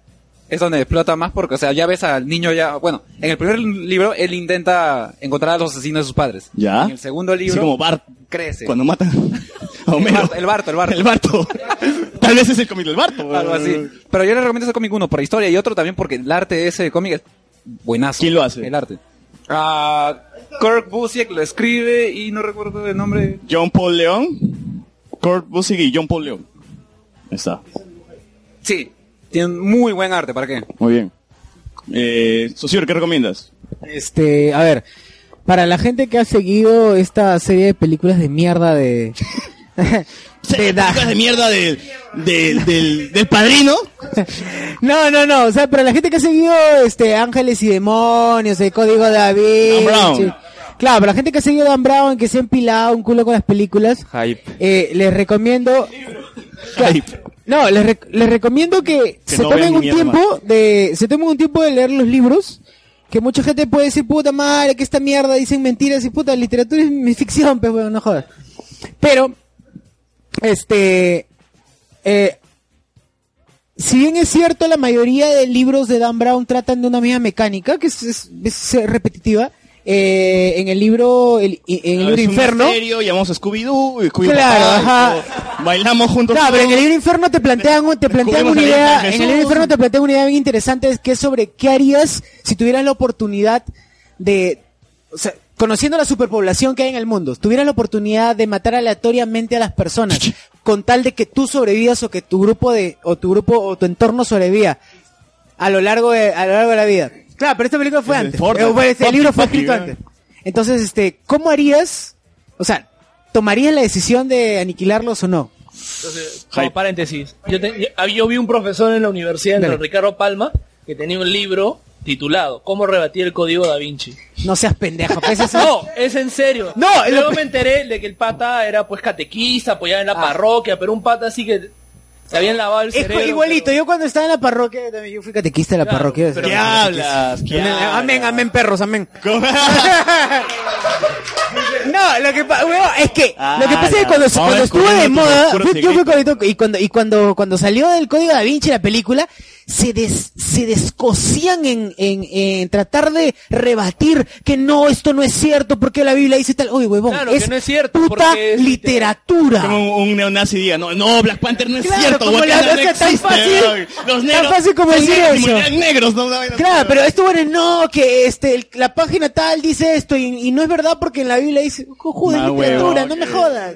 es donde explota más porque, o sea, ya ves al niño ya... Bueno, en el primer libro él intenta encontrar a los asesinos de sus padres.
Ya.
En el segundo libro...
Así como Bart.
Crece.
Cuando matan a
El
Homero.
Barto, el Barto, el Barto.
El Barto. Tal vez es el cómic del Barto.
Algo así. Pero yo le recomiendo ese cómic uno por historia y otro también porque el arte de ese cómic es buenazo. ¿Quién
lo hace?
El arte. Ah, Kirk Busiek lo escribe y no recuerdo el nombre.
John Paul León, Kurt Busiek y John Paul León. Ahí está.
Sí, tiene muy buen arte, ¿para qué?
Muy bien. Eh, Socio, ¿qué recomiendas?
Este, a ver, para la gente que ha seguido esta serie de películas de mierda de
películas de mierda del, del, del, del padrino.
No, no, no. O sea, para la gente que ha seguido este, Ángeles y Demonios, el Código Da Vinci.
Dan Brown.
Claro, para la gente que ha seguido Dan Brown, que se ha empilado un culo con las películas,
Hype.
eh, les recomiendo. Claro, No, les, rec- les recomiendo que,
Que
se
no
tomen
vean ni
un
mierda
tiempo de se tomen un tiempo de leer los libros. Que mucha gente puede decir, puta madre, que esta mierda dicen mentiras y puta, literatura es mi ficción, pues, bueno, no jodas. Pero, este, eh, si bien es cierto, la mayoría de libros de Dan Brown tratan de una misma mecánica, que es, es- es, eh, repetitiva, eh, en el libro, el- en el libro
Es un
Inferno.
misterio, llamamos a Scooby-Doo, Scooby
Claro, ajá.
Bailamos juntos.
No, pero en el libro Inferno te plantean, un- te plantean
Descubrimos
una
a la
idea,
Virgen
en el libro
Jesús.
Inferno te plantean una idea bien interesante que es sobre qué harías si tuvieras la oportunidad de, o sea, conociendo la superpoblación que hay en el mundo, tuvieras la oportunidad de matar aleatoriamente a las personas con tal de que tú sobrevivas o que tu grupo de, o tu grupo o tu entorno sobreviva a lo largo de, a lo largo de la vida. Claro, pero esta película fue antes.
Fortnite.
Eh, fue- este
Fuck
libro
you,
fue
fuck you,
escrito
¿no?
antes. Entonces, este, ¿cómo harías? O sea, ¿tomarías la decisión de aniquilarlos o no?
Entonces, como paréntesis, yo, te- yo- yo vi un profesor en la universidad, en el
Dale.
Ricardo Palma, que tenía un libro titulado ¿Cómo rebatir el código da Vinci?
No seas pendejo, pues eso-
No, es en serio.
No, es
luego
lo-
me enteré de que el pata era pues catequista, apoyaba en la parroquia, pero un pata así que se habían lavado el
Ah. Es
cerebro.
igualito, yo cuando estaba en la parroquia, también yo fui catequista de la parroquia.
pero-
Sí,
¿Qué hablas?
catequista.
¿Qué
Amén,
hablas?
Amén, amén, perros, amén. no, lo que pasa, es que, lo que pasa es que cuando, cuando
Ah, la-
estuvo
vamos
de
descubriendo tus
moda,
oscuros
fui- yo fui cuando, y cuando, y cuando, cuando salió del Código Da Vinci la película, se des- se descosían en, en, en tratar de rebatir que no, esto no es cierto, porque la Biblia dice tal, uy, huevón,
Claro, que
es,
no es cierto,
puta
porque es
literatura.
Como un, un neonazi diga, no, no, Black Panther no es
Claro,
cierto,
como
Wakanda
la-
no
es que tan
existe,
fácil-
ay, los
tan
negros,
fácil como
son
decir
negros,
eso.
y morirán negros, no, no, no.
Claro, pero esto bueno, no, que este, el- la página tal dice esto y, y no es verdad porque en la Biblia dice, cojudo, es
Más
literatura,
huevón,
no me jodas.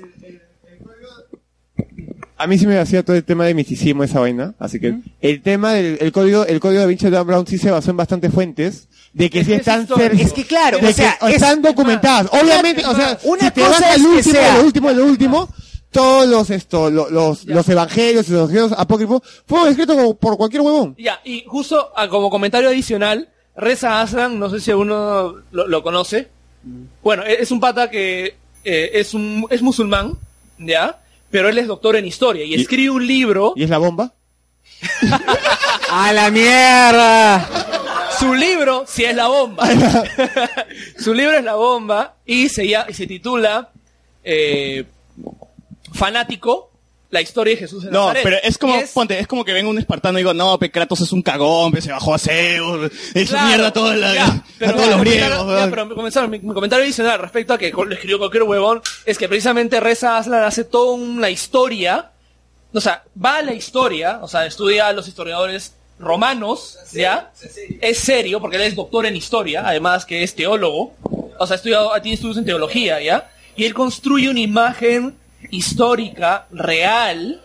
A mí sí me hacía todo el tema de misticismo esa vaina, así que el tema del el código, el código de Vinci de Dan Brown sí se basó en bastantes fuentes de que sí están cerca,
Es que claro,
de
o sea,
que
es-
están documentadas.
más,
Obviamente,
es
o sea,
más, una
si te
cosa
vas
es
al
que
último,
sea-
lo último, lo último, todos los esto, lo- los los evangelios, los evangelios apócrifos fueron escritos como por cualquier huevón.
Ya, y justo ah, como comentario adicional, Reza Aslan, no sé si alguno lo, lo conoce.
Mm.
Bueno, e- es un pata que eh, es, un, es musulmán, ¿ya? Pero él es doctor en historia y, escribe un libro.
¿Y es la bomba?
¡A la mierda!
Su libro, si es la bomba. Su libro es la bomba y se, ya- y se titula eh, Fanático, la historia de Jesús de
No,
Nazaret.
pero es como,
Y es-
ponte, es como que venga un espartano y digo, no, pe, Kratos es un cagón, pe, se bajó a Zeus, hizo
Claro,
mierda a, toda la-
ya,
a todos los
mi
griegos.
comentario-
weón.
ya, pero mi comentario- mi, mi comentario adicional respecto a que co- lo escribió cualquier huevón es que precisamente Reza Aslan hace toda una historia, o sea, va a la historia, o sea, estudia a los historiadores romanos, ¿ya? Es serio, porque él es doctor en historia, además que es teólogo, o sea, ha estudiado, tiene estudios en teología, ¿ya? Y él construye una imagen histórica, real,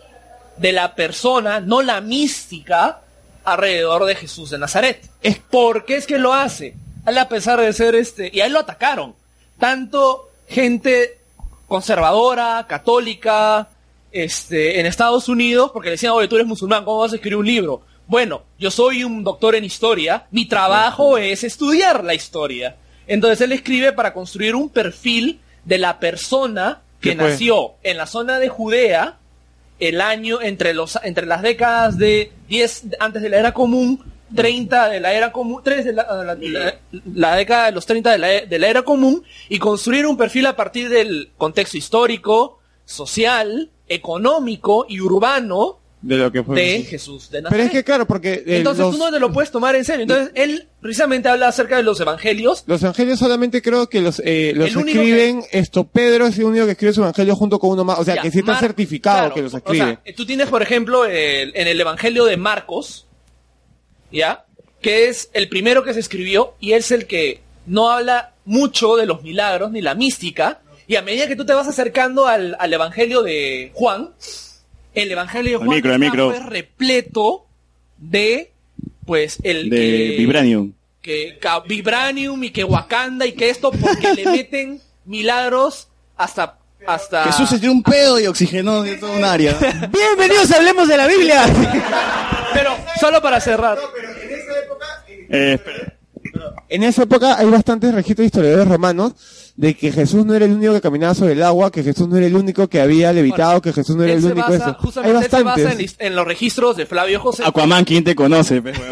de la persona, no la mística, alrededor de Jesús de Nazaret. Es porque es que lo hace. A Él a pesar de ser este, y a él lo atacaron. Tanto gente conservadora, católica, este, en Estados Unidos, porque le decían, oye, tú eres musulmán, ¿cómo vas a escribir un libro? Bueno, yo soy un doctor en historia, mi trabajo es estudiar la historia. Entonces él escribe para construir un perfil de la persona que
¿Qué fue?
nació en la zona de Judea, el año entre los entre las décadas de 10 antes de la era común 30 de la era común 3 de la, ah, la- la- la década de los 30 de la, e- de la era común y construir un perfil a partir del contexto histórico social económico y urbano
De lo que fue.
de Jesús de
Pero es
Nazaret
que claro, porque eh,
entonces
los-
tú no te lo puedes tomar en serio entonces él precisamente habla acerca de los evangelios
Los evangelios solamente creo que los, eh, los
El único
escriben, esto, Pedro es el único que escribe su evangelio junto con uno más, o sea,
Ya,
que sí está
Mar-
certificado
claro,
que los
O
escribe.
sea, tú tienes, por ejemplo, el- en el Evangelio de Marcos, ¿ya? Que es el primero que se escribió y es el que no habla mucho de los milagros ni la mística. Y a medida que tú te vas acercando al, al Evangelio de Juan, el Evangelio de
Al
Juan
micro, al
está,
micro.
pues, repleto de, pues, el...
de
que-
Vibranium.
que ca- Vibranium y que Wakanda y que esto porque le meten milagros hasta
hasta...
Jesús se dio un pedo y oxigenó de todo un área.
Bienvenidos, hablemos de la Biblia.
Pero solo para cerrar.
Eh,
En esa época hay bastantes registros de historiadores romanos de que Jesús no era el único que caminaba sobre el agua, que Jesús no era el único que había levitado, que Jesús no era
Él
el
se
único
basa,
eso.
justamente
Hay
él se basa en,
bastantes.
la his- en los registros de Flavio José.
Aquaman, ¿quién te conoce? pe, huevón?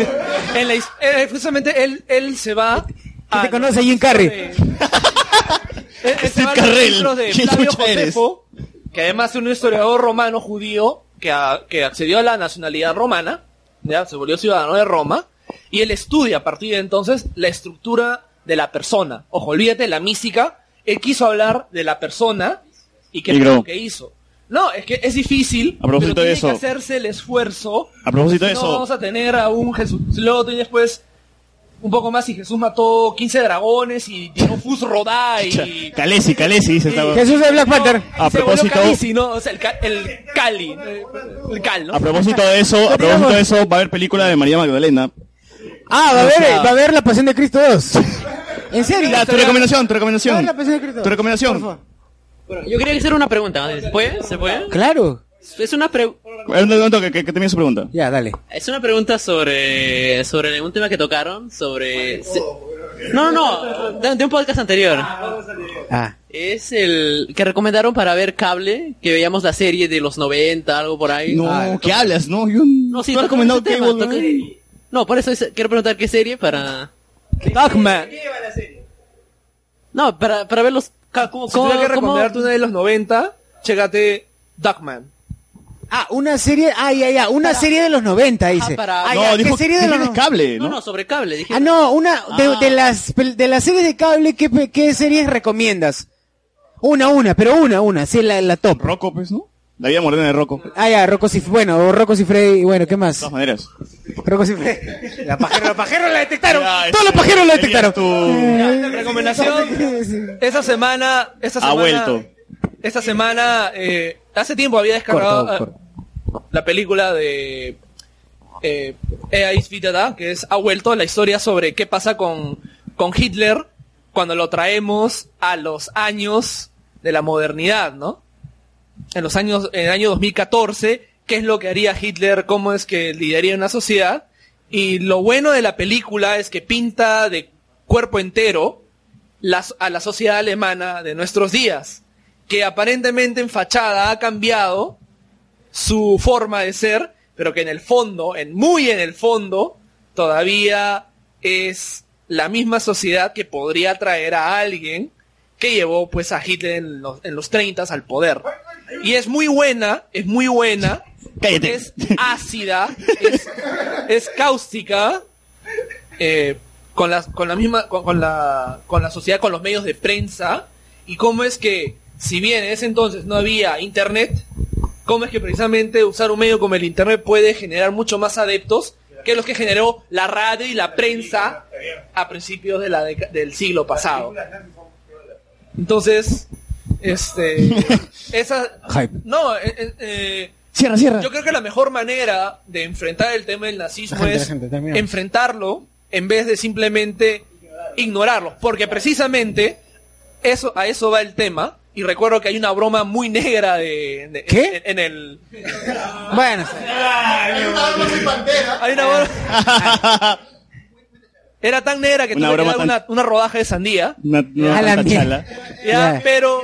En la his- eh, justamente él, él se va. a
te conoce, Jim Carrey?
Él- él Eh, se
Steve
va a los
Carrell.
registros de
¿Quién
Flavio
chucha eres?
Josefo, que además es un historiador romano judío que, a- que accedió a la nacionalidad romana, ya se volvió ciudadano de Roma, y él estudia a partir de entonces la estructura de la persona. Ojo, olvídate de la mística, él quiso hablar de la persona y qué
Y
fue
creo.
lo que hizo. No, es que es difícil,
A propósito
pero
de
tiene
eso.
que hacerse el esfuerzo
A propósito de
no,
eso.
vamos a tener a un Jesús. Luego tienes pues un poco más y Jesús mató 15 dragones y tiró Fus Rodá y...
Calesi, Calesi, dice esta huevón.
Jesús de Black Panther.
A
se volvió
propósito,
Calisi, ¿no? O sea, el, ca- el Cali. eh, El Cal, ¿no?
a propósito de eso, a propósito de eso, va a haber película de María Magdalena.
Ah, va a haber,
O sea-
va a haber la pasión de Cristo 2. ¿En serio?
Ya, tu recomendación, tu
Va a haber
recomendación.
la pasión de Cristo.
Tu recomendación.
Bueno, yo quería hacer una pregunta. ¿Se puede? ¿Se puede?
Claro.
Es una, pre-
Eh, no, no, que, que, que termine su pregunta.
Ya, dale.
es una pregunta sobre, sobre un tema que tocaron, sobre... se- No, no, no, de, de un podcast anterior.
Ah.
Es el que recomendaron para ver cable, que veíamos la serie de los 90, algo por ahí.
No,
Ah,
¿qué hablas? No, yo no
No, sí,
he
toca
recomendado
ese tema,
Cable,
toca-
¿no?
No, por eso es- quiero preguntar qué serie para...
Dogman.
No, para, para ver los... ca- ¿Cómo,
Si tuviera que
cómo- cómo-
recomendarte una de los 90, chécate Duckman.
Ah, una serie, ah, ya, ya, una serie de los 90, dice.
para-
Ah,
No,
ya,
dijo-
¿qué serie de los
dijiste
no-
cable,
No, no, sobre cable, dije.
Ah, no, una de, de las pel- de las series de cable, ¿qué, pe- qué series recomiendas? Una, una, pero una, una, sí, la, la top.
Rocco, pues, ¿no? La vida morena de Rocco. De
Ah, ya, Rocco y, bueno, o Rocco y Freddy, bueno, ¿qué más?
todas maneras.
Rocco y Freddy. La pajera, la pajera la detectaron.
este,
Todos los pajeros la detectaron.
Ya, recomendación. Esa semana, esa semana,
Ha vuelto.
Esta semana, eh, hace tiempo había descargado
Corta,
eh, la película de eh, Ea is Vita Da, que es Ha vuelto la historia sobre qué pasa con, con Hitler cuando lo traemos a los años de la modernidad, ¿no? En los años, en el año 2014, qué es lo que haría Hitler, cómo es que lideraría una sociedad. Y lo bueno de la película es que pinta de cuerpo entero las- a la sociedad alemana de nuestros días, que aparentemente en fachada ha cambiado su forma de ser, pero que en el fondo, en muy en el fondo, todavía es la misma sociedad que podría traer a alguien que llevó pues a Hitler en los, en los 30 al poder. Y es muy buena, es muy buena, es ácida, es, es cáustica, eh, con la, con la misma, con, con la, con la sociedad, con los medios de prensa, y cómo es que, si bien en ese entonces no había internet, cómo es que precisamente usar un medio como el internet puede generar mucho más adeptos que los que generó la radio y la prensa a principios de la deca- del siglo pasado. Entonces, este, esa, no, eh, eh, eh,
Cierra, cierra.
Yo creo que la mejor manera de enfrentar el tema del nazismo
La gente,
es
la gente, termina.
enfrentarlo en vez de simplemente ignorarlo, porque precisamente eso a eso va el tema. Y recuerdo que hay una broma muy negra de, de-
¿Qué?
En, en el
Bueno,
hay una broma. Era tan negra que
Una
tuve que dar
broma tan-
una, una rodaja de sandía.
Una, una
A la
tanta
mierda.
chala.
Ya,
Ya.
pero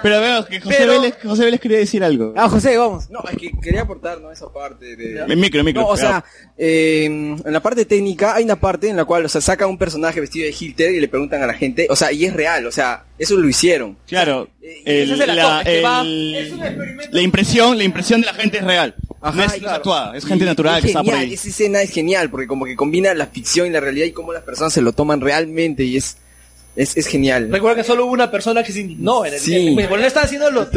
Pero veo que José,
Pero-
Vélez, José Vélez quería decir algo.
Ah, José, vamos.
No, es que quería aportar, ¿no? Esa parte de...
En micro, en micro,
No, o sea,
pegado.
eh, en la parte técnica hay una parte en la cual, o sea, saca un personaje vestido de Hitler y le preguntan a la gente, o sea, y es real, o sea, eso lo hicieron. Eh,
Claro.
ese es el
la,
actor, es que va-
el- la impresión, la impresión de la gente es real. no es actuada, es gente
Y-
natural
es
que está por
genial,
ahí.
Esa escena es genial porque como que combina la ficción y la realidad y cómo las personas se lo toman realmente y es, es, es genial.
recuerdo que solo hubo una persona que se indignó en el
Sí.
en el- porque no estaba haciendo los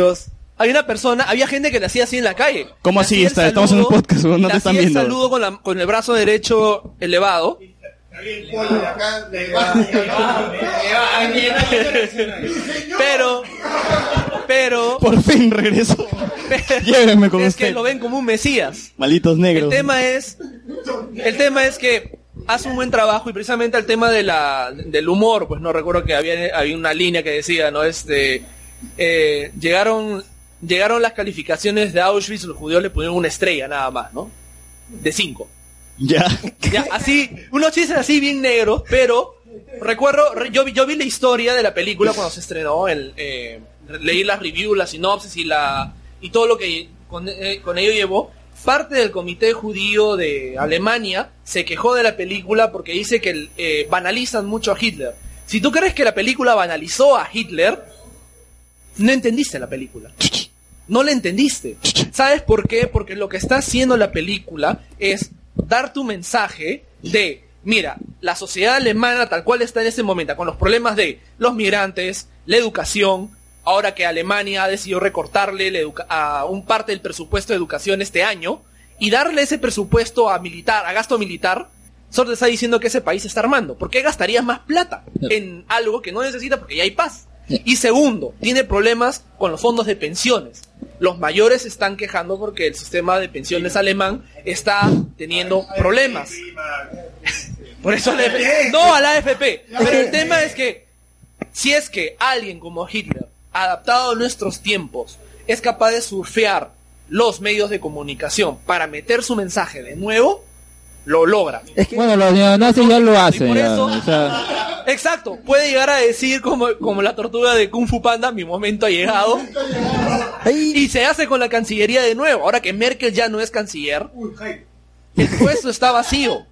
Había una persona, había gente que le hacía así en la calle.
¿Cómo
Le
así?
hacía el
Está- estamos en un
saludo,
podcast, no
le
te están
hacía el
viendo.
saludo con, la- con el brazo derecho elevado. Pero, pero,
Por fin regreso. Llévenme con
es
usted.
que lo ven como un mesías.
Malditos negros.
El tema es, el tema es que hace un buen trabajo y precisamente al tema de la, del humor, pues no recuerdo que había, había una línea que decía, ¿no? Este, eh, llegaron, llegaron las calificaciones de Auschwitz, los judíos le pusieron una estrella nada más, ¿no? De cinco.
Ya.
Ya, así, unos chistes así bien negros, pero recuerdo, re- yo, vi- yo vi la historia de la película cuando se estrenó, el, eh, leí las reviews, la sinopsis y, la, y todo lo que con, eh, con ello llevó. Parte del comité judío de Alemania se quejó de la película porque dice que el- eh, banalizan mucho a Hitler. Si tú crees que la película banalizó a Hitler, no entendiste la película. No la entendiste. ¿Sabes por qué? Porque lo que está haciendo la película es dar tu mensaje de, mira, la sociedad alemana tal cual está en ese momento, con los problemas de los migrantes, la educación, ahora que Alemania ha decidido recortarle la educa- a un parte del presupuesto de educación este año, y darle ese presupuesto a militar, a gasto militar, solo te está diciendo que ese país se está armando. ¿Por qué gastarías más plata en algo que no necesitas porque ya hay paz? Y segundo, tiene problemas con los fondos de pensiones. Los mayores se están quejando porque el sistema de pensiones alemán está teniendo problemas. Por eso le no a la AFP. Pero el tema es que si es que alguien como Hitler, adaptado a nuestros tiempos, es capaz de surfear los medios de comunicación para meter su mensaje de nuevo, lo logra.
Bueno, los neonazis ya lo hacen. ya, o sea,
Exacto, puede llegar a decir como, como la tortuga de Kung Fu Panda, mi momento ha llegado. Y se hace con la Cancillería de nuevo, ahora que Merkel ya no es canciller. El puesto está vacío.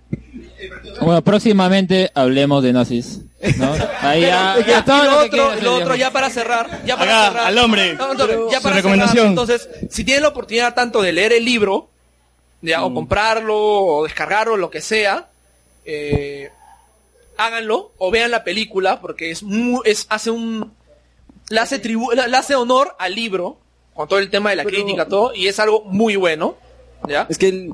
Bueno, próximamente hablemos de nazis. ¿no? Ahí ya,
Pero, ya,
todo
y lo
que
otro,
quieras,
lo otro,
digamos.
ya para cerrar, ya para
Acá,
cerrar.
al hombre.
No, no, no, ya
Su
para
recomendación.
cerrar. Entonces, si tienen la oportunidad tanto de leer el libro, ya,
Mm.
o comprarlo, o descargarlo, lo que sea, eh, háganlo, o vean la película, porque es mu- es, hace un, le hace tribu- le hace honor al libro, con todo el tema de la crítica, todo, y es algo muy bueno, ya.
Es que, el-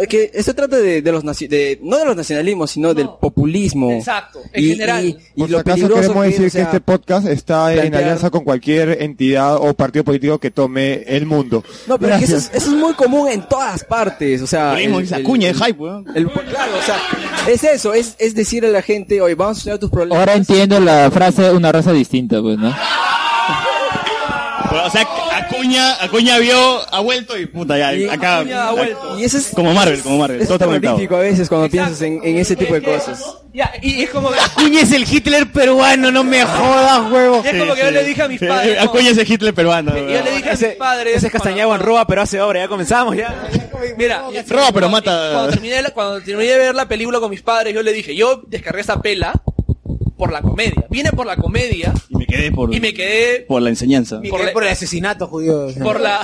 es que esto trata de, de los naci- de, no de los nacionalismos, sino del populismo.
Exacto,
en general. Y,
Por si
lo
acaso
peligroso
queremos
que es,
decir
o sea,
que este podcast está en
plantear-
alianza con cualquier entidad o partido político que tome el mundo.
No, pero es que eso
Gracias.
es, eso es muy común en todas partes, o
Ah,
sea...
Primo, esa cuña de hype,
el- Claro, o sea, es eso, es, es decir a la gente, oye, vamos a solucionar tus problemas.
Ahora entiendo la frase una raza distinta, pues, ¿no?
Bueno, o sea, Acuña, Acuña vio, ha vuelto y puta, ya,
Y
acá.
Acuña ha vuelto. Y eso es-
como Marvel, como Marvel.
Es
todo está conectado.
terrorífico a veces cuando piensas en, en ese tipo de cosas.
Ya, y es como que,
Acuña es el Hitler peruano, no me jodas, huevo.
y es como que yo le dije a mis padres. ¿no?
Acuña es el Hitler peruano.
Y yo le dije a mis padres.
Ese es Castañeda en Roa, pero hace obra, ya comenzamos ya.
Mira,
Roba, pero
Cuando
mata.
terminé, la- cuando terminé de ver la película con mis padres, yo le dije, yo descargué esa pela por la comedia. Vine por la comedia
Y me quedé por,
y me quedé
por la enseñanza.
por, la-
Por el asesinato judío.
por la...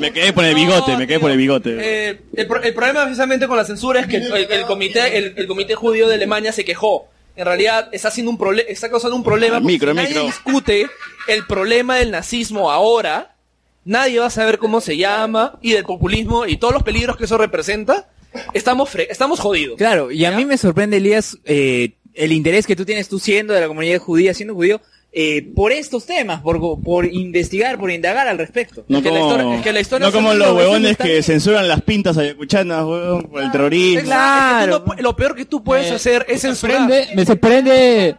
Me quedé por el bigote, me quedé por el bigote.
eh, el, pro- el problema precisamente con la censura es que el, el comité, el, el comité judío de Alemania se quejó. En realidad está, haciendo un prole- está causando un problema. porque
Micro,
si nadie
micro.
discute el problema del nazismo ahora. Nadie va a saber cómo se llama y del populismo y todos los peligros que eso representa. Estamos, fre- estamos jodidos.
Claro, y a mí me sorprende, Elías, eh, el interés que tú tienes tú siendo de la comunidad judía, siendo judío, eh, por estos temas, por, go- por investigar, por indagar al respecto.
No
Es que la
como,
historia- es que la historia
no
son
como los
1900
huevones que censuran las pintas ayacuchanas, huevón, por
Ah,
el terrorismo.
Claro. lo peor que tú puedes hacer es censurar.
Me sorprende.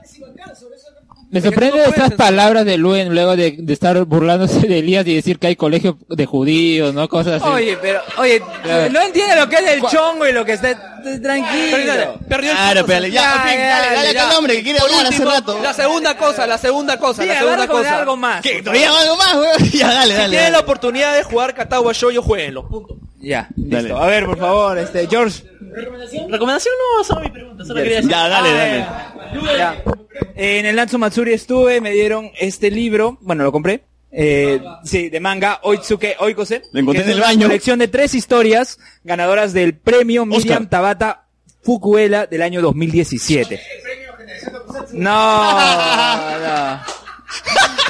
Me sorprende estas palabras de Luen luego de, de estar burlándose de Elías y decir que hay colegio de judíos, ¿no? Cosas así.
Oye, pero, oye, no entiende lo que es el chongo y lo que está tranquilo.
Perdió el
Claro,
punto,
pero ya,
señor.
al fin, dale, dale acá al hombre que quiere
Por
hablar hace
último,
rato.
La segunda cosa, la segunda cosa,
Sí,
la
a ver,
segunda
con
cosa.
algo más.
¿Qué? ¿Todavía algo más, huevón? Ya, dale,
si
dale.
tienen
dale.
la oportunidad de jugar Catagua Shoyo, jueguenlo. Punto.
Ya,
Dale.
listo. A ver, por favor, este, George.
Recomendación no, solo mi pregunta, solo quería decir.
Ya, dale, dale.
Ya. En el Natsu Matsuri estuve, me dieron este libro, bueno, lo compré. eh, sí, de manga Oitsuke Oikose.
Lo encontré
que es
en el
una
baño.
Colección de tres historias ganadoras del premio Miriam Tabata Fukuela del año 2017. No,
Ah,
no.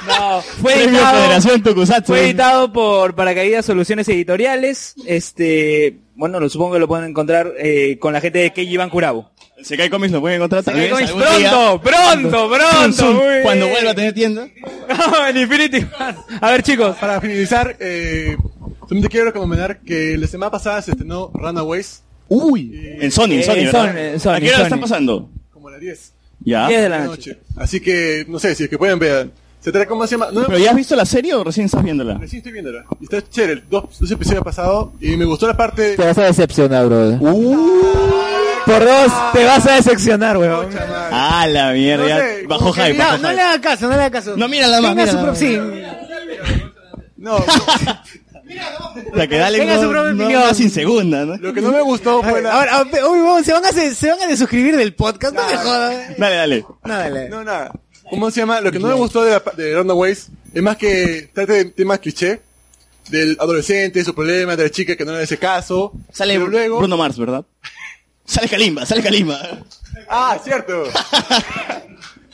No, fue
Premio
editado-
Federación Tokusatsu.
fue editado por Paracaídas Soluciones Editoriales. Este, bueno, lo supongo que lo pueden encontrar eh, con la gente de Keiji Bankurabu.
Se cae cómics, lo pueden encontrar
Sekai
también.
Comics,
algún día.
pronto, pronto, pronto,
Zoom,
muy bien.
Cuando vuelva a tener tienda.
en Infinity War. A ver, chicos.
Para finalizar, eh, solamente quiero recomendar que la semana pasada se estrenó Runaways.
Uy. En Sony, en
Eh,
Sony,
en
¿verdad?
Sony, en Sony,
¿A qué hora
en
están
Sony.
pasando?
Como a las 10.
Ya.
Así que, no sé, si es que pueden ver.
etcétera. ¿Cómo se llama? No,
¿Pero ya has visto la serie o recién estás viéndola?
Recién estoy viéndola. Y está chévere. Dos, dos episodios pasado y me gustó la parte...
Te vas a decepcionar, brother.
Uh.
Por dos, te vas a decepcionar, weón.
Ah, la mierda. ya bajó hype,
No,
bajó
no
hype.
le haga caso, no le haga caso.
No, mírala más,
Tenga su
mírala
pro-
más,
sí.
No.
O sea, que dale
Tenga
no,
su propia
no
opinión.
va sin segunda, ¿no?
Lo que no me gustó
Ahora, ahora, uy, vamos, se van a se, se van a desuscribir del podcast, no me jodan.
Dale, dale.
No, dale.
No, nada. ¿Cómo se llama? Lo que no me gustó de, la, pa- de Runaways es más que trate de temas cliché del adolescente, su problema, de la chica que no le hace caso.
Sale
pero luego...
Bruno Mars, ¿verdad? Sale Kalimba, sale Kalimba.
Ah, cierto.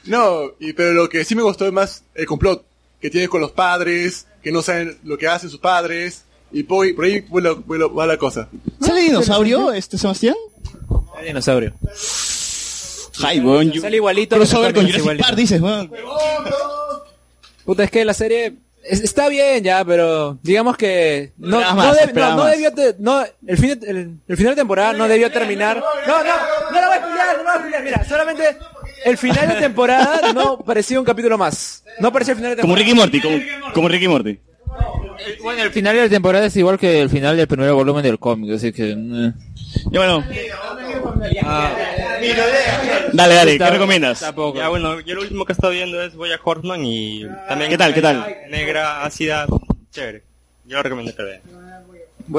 no, y, pero lo que sí me gustó es más el complot que tiene con los padres, que no saben lo que hacen sus padres, y por, ahí- por ahí fue la- fue la- va la cosa.
¿Sale dinosaurio, este Sebastián?
Dinosaurio.
Ay, weón. yo-
Sale igualito.
Crossover con Jurassic
Igualito.
Park, dices, weón.
Puta, es que la serie es- está bien ya, pero digamos que no,
Esperaba
no,
más,
deb-
esperaba
no- no
más.
debió te- no, el, fin de, el, el final de temporada no debió terminar. No, no, no la voy a explicar, no la voy a explicar. Mira, solamente el final de temporada no parecía un capítulo más. No parecía el final de
Como
temporada.
Ricky Morty, como, como Ricky Morty.
Bueno, el final de la temporada es igual que el final del primer volumen del cómic, así que... eh.
Ya bueno. Dale, dale, ¿qué
Está-
recomiendas?
Tampoco. Ah. Ya bueno, yo lo último que he estado viendo es Voy a Horseman y también...
¿Qué tal, qué tal?
Negra, ácida, chévere. Yo lo recomiendo que lo vean.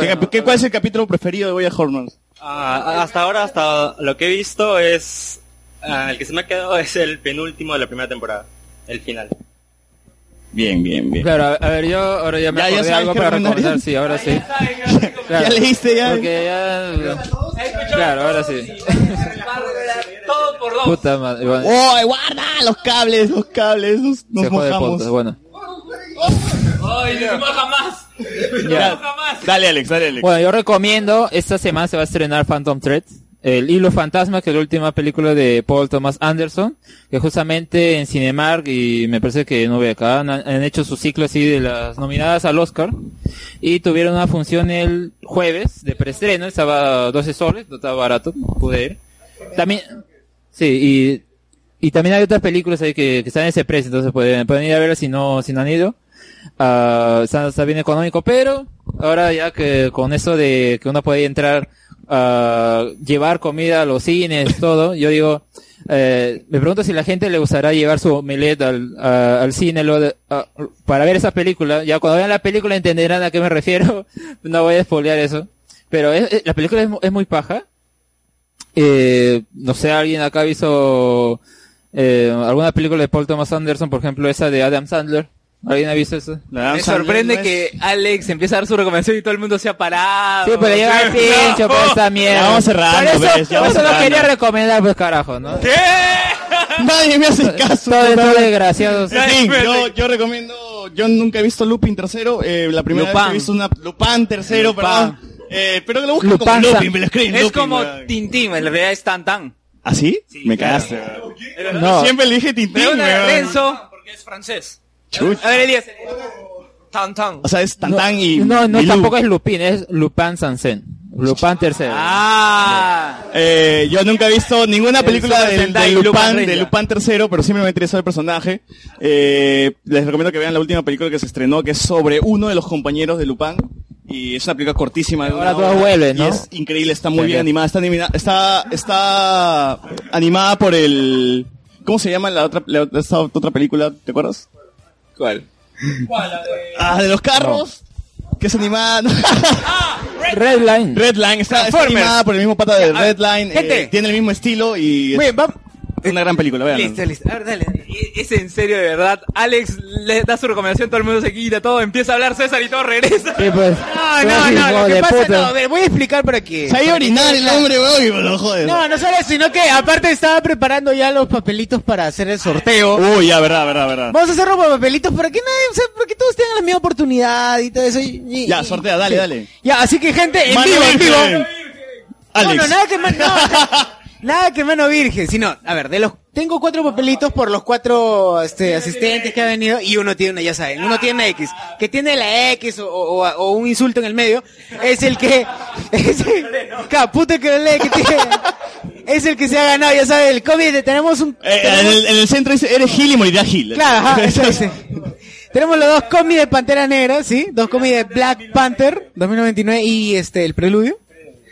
¿Qué, cap- qué- ¿Cuál es el capítulo preferido de Voy a Hormons?
Ah, hasta ahora, hasta lo que he visto es... ah, el que se me ha quedado es el penúltimo de la primera temporada. El final.
Bien, bien, bien.
Claro, a, a ver, yo ahora ya me
Ya- ya
acordé
sabes
algo
qué
para recordar,
recomendarías.
sí, ahora sí. Claro,
Ya leíste, ya.
Porque ya... Claro, ahora sí.
Todo por dos.
Puta madre. bueno,
¡Oh, guarda! Los cables, los cables, nos, nos
se jode el
mojamos.
podcast, bueno.
Ay, no se moja más.
Ya.
No se moja más.
Dale, Alex, dale, Alex.
Bueno, yo recomiendo, esta semana se va a estrenar Phantom Thread, el hilo fantasma, que es la última película de Paul Thomas Anderson, que justamente en Cinemark, y me parece que no ve acá, han, han hecho su ciclo así de las nominadas al Oscar, y tuvieron una función el jueves de preestreno, estaba 12 soles, no estaba barato, pude ir. También, sí, y, y también hay otras películas ahí que, que están en ese precio, entonces pueden, pueden ir a verlas si no, si no han ido. Ah, está, está bien económico, pero ahora ya que con eso de que uno puede entrar a llevar comida a los cines, todo, yo digo, eh, me pregunto si la gente le gustará llevar su omelette al, a- al cine luego de- a- para ver esa película. Ya cuando vean la película entenderán a qué me refiero, no voy a spoilear eso. Pero es- es- la película es mu- es muy paja, eh, no sé, alguien acá hizo eh, alguna película de Paul Thomas Anderson, por ejemplo, esa de Adam Sandler. ¿Alguien ha visto eso?
Me sorprende que Alex empiece a dar su recomendación y todo el mundo se ha parado.
Sí, pero llega el pincho por esta mierda.
Ya vamos cerrando,
pues,
Por
ves,
eso,
ya
por
vamos
eso lo
cerrando.
quería recomendar, pues carajo, ¿no?
¿Qué? Nadie me hace caso.
Todo, todo
Nadie.
desgraciado.
Sí, yo, yo recomiendo, yo nunca he visto Lupin tercero, eh, la primera vez
Lupin.
que he visto una Lupin tercero,
Lupin.
perdón. Eh, pero que lo busquen como Lupin, me lo escriben
Es
Lupin,
como
weón.
Tintín, en realidad es Tan Tan.
¿Así? me cagaste. weón. Siempre le dije Tintín,
Pero una de
weón.
Renzo, porque es francés.
Chuch.
A ver, Elías. Tan Tan.
O sea, es Tantán y
No, no,
y Lu.
tampoco es Lupin, es Lupin Sansen. Lupin tercero.
Ah. Eh, yo nunca he visto ninguna
El
película
Super
del- de,
Sentai
Lupin,
Lupin Rey,
de
ya.
Lupin tercero, pero siempre me interesó el personaje. Eh, les recomiendo que vean la última película que se estrenó, que es sobre uno de los compañeros de Lupin. Y es una película cortísima. de
Ahora
una
todos
hora,
vuelven, ¿no?
Y es increíble, está muy
Está
bien
bien.
animada. Está, animada, está, está animada por el... ¿Cómo se llama la otra, la- esta otra película? ¿Te acuerdas? ¿Cuál? Ah, de los carros. Que es animada.
Ah,
Redline.
Redline está, está Transformers. animada por el mismo pata de Redline. eh,
gente.
tiene el mismo estilo y es una gran película, vean.
Listo, listo. A ver, dale. E- Es en serio, de verdad. Alex le da su recomendación, todo el mundo se quita, todo empieza a hablar César y todo regresa.
No, no, no, lo que pasa, no, a ver, voy a explicar para qué.
Se ha ido a orinar el hombre, weón, y me lo jodes.
No, no solo eso, sino que aparte estaba preparando ya los papelitos para hacer el sorteo.
Uy, ya, verdad, verdad, verdad.
Vamos a hacerlo por papelitos para que nadie, o sea, para que todos tengan la misma oportunidad y todo eso. y- y-
Ya,
y-
sortea, dale,
sí.
dale.
Ya, así que gente, en
Mano
vivo, en vivo.
virgen. Alex.
No, no, nada que mano, no, nada que mano virgen, sino, a ver, de los tengo cuatro papelitos por los cuatro este, asistentes que han venido y uno tiene una, ya saben, uno tiene una X, que tiene la X o, o- o un insulto en el medio, es el que es el, Caputa que la ley que tiene es el que se ha ganado, ya sabes, el cómic. de- Tenemos un.
En
tenemos-
el, en el centro dice, eres Gil y morirás Gil.
Claro, ajá, eso dice. Tenemos los dos cómics de Pantera Negra, ¿sí? Dos cómics de Black Panther 2099 y este el preludio.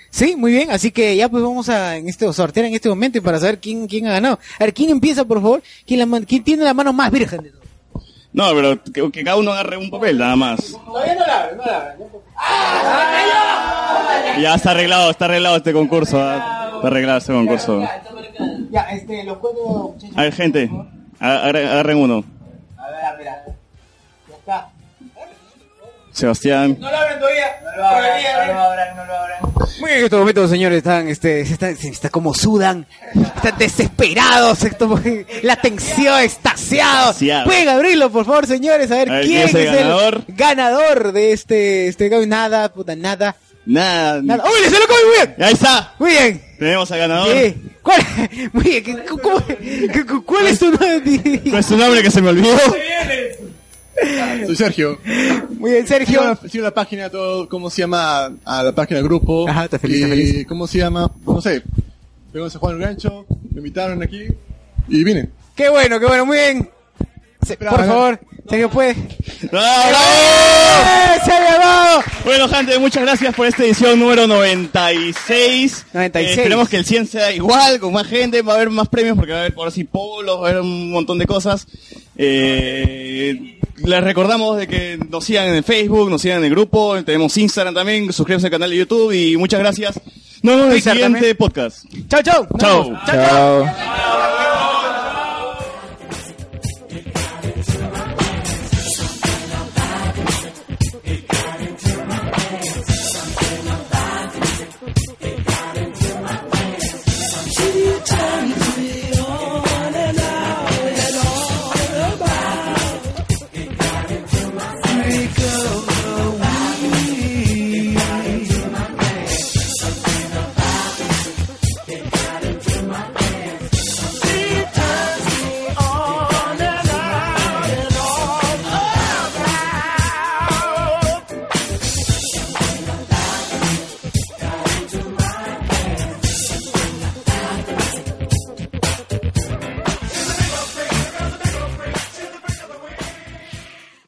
Sí, muy bien. Así que ya pues vamos a en este sortear en este momento y para saber quién quién ha ganado. A ver, ¿quién empieza, por favor? ¿Quién, la man- quién tiene la mano más virgen? de todos?
No, pero que, que cada uno agarre un papel, nada más.
Todavía no la abres, no la abres.
Ya está arreglado, está arreglado este concurso. ah. Está arreglado este concurso.
Ya, este, los cuatro muchachos.
A ver, gente, a- agarre- agarren uno.
A ver, a ver, a ver. Ya está.
Sebastián.
No lo abren todavía. No lo abren, no lo abren, no lo abren. Muy bien, en estos momentos, señores, están, este, se están, se está como sudan, están desesperados, esto- la tensión, extasiados.
Extasiados.
Pueden abrirlo, por favor, señores, a ver,
A ver,
quién es el ganador?
ganador?
de este, este, cómic? nada, puta, nada.
Nada.
Nada. ¡Uy, le salió cómic, muy bien!
Ahí está.
Muy bien.
Tenemos al ganador.
Sí. ¿Cuál, muy bien, ¿qué- cu- cómo- cu- cu- ¿cuál es tu nombre?
¿Cuál es tu nombre que se me olvidó? Soy Sergio.
Muy bien, Sergio.
Sigo la, sigo la página, todo, ¿cómo se llama? A la página del grupo. Ajá, te
feliz,
y,
te feliz.
¿Cómo se llama? No sé. Vengo a San Juan del Gancho, me invitaron aquí y vine.
Qué bueno, qué bueno, muy bien. Se-
Bravo,
por
eh.
favor, Sergio, puede.
¡Bravo!
¡Se pues. ha llamado!
Bueno, gente, muchas gracias por esta edición número 96.
96.
Eh, esperemos que el 100 sea igual, con más gente, va a haber más premios porque va a haber por así polos, va a haber un montón de cosas. Eh, les recordamos de que nos sigan en el Facebook, nos sigan en el grupo, tenemos Instagram también, suscríbanse al canal de YouTube y muchas gracias. Nos vemos en el
Twitter
siguiente
también.
podcast.
Chao, chao.
Chao.
Chao.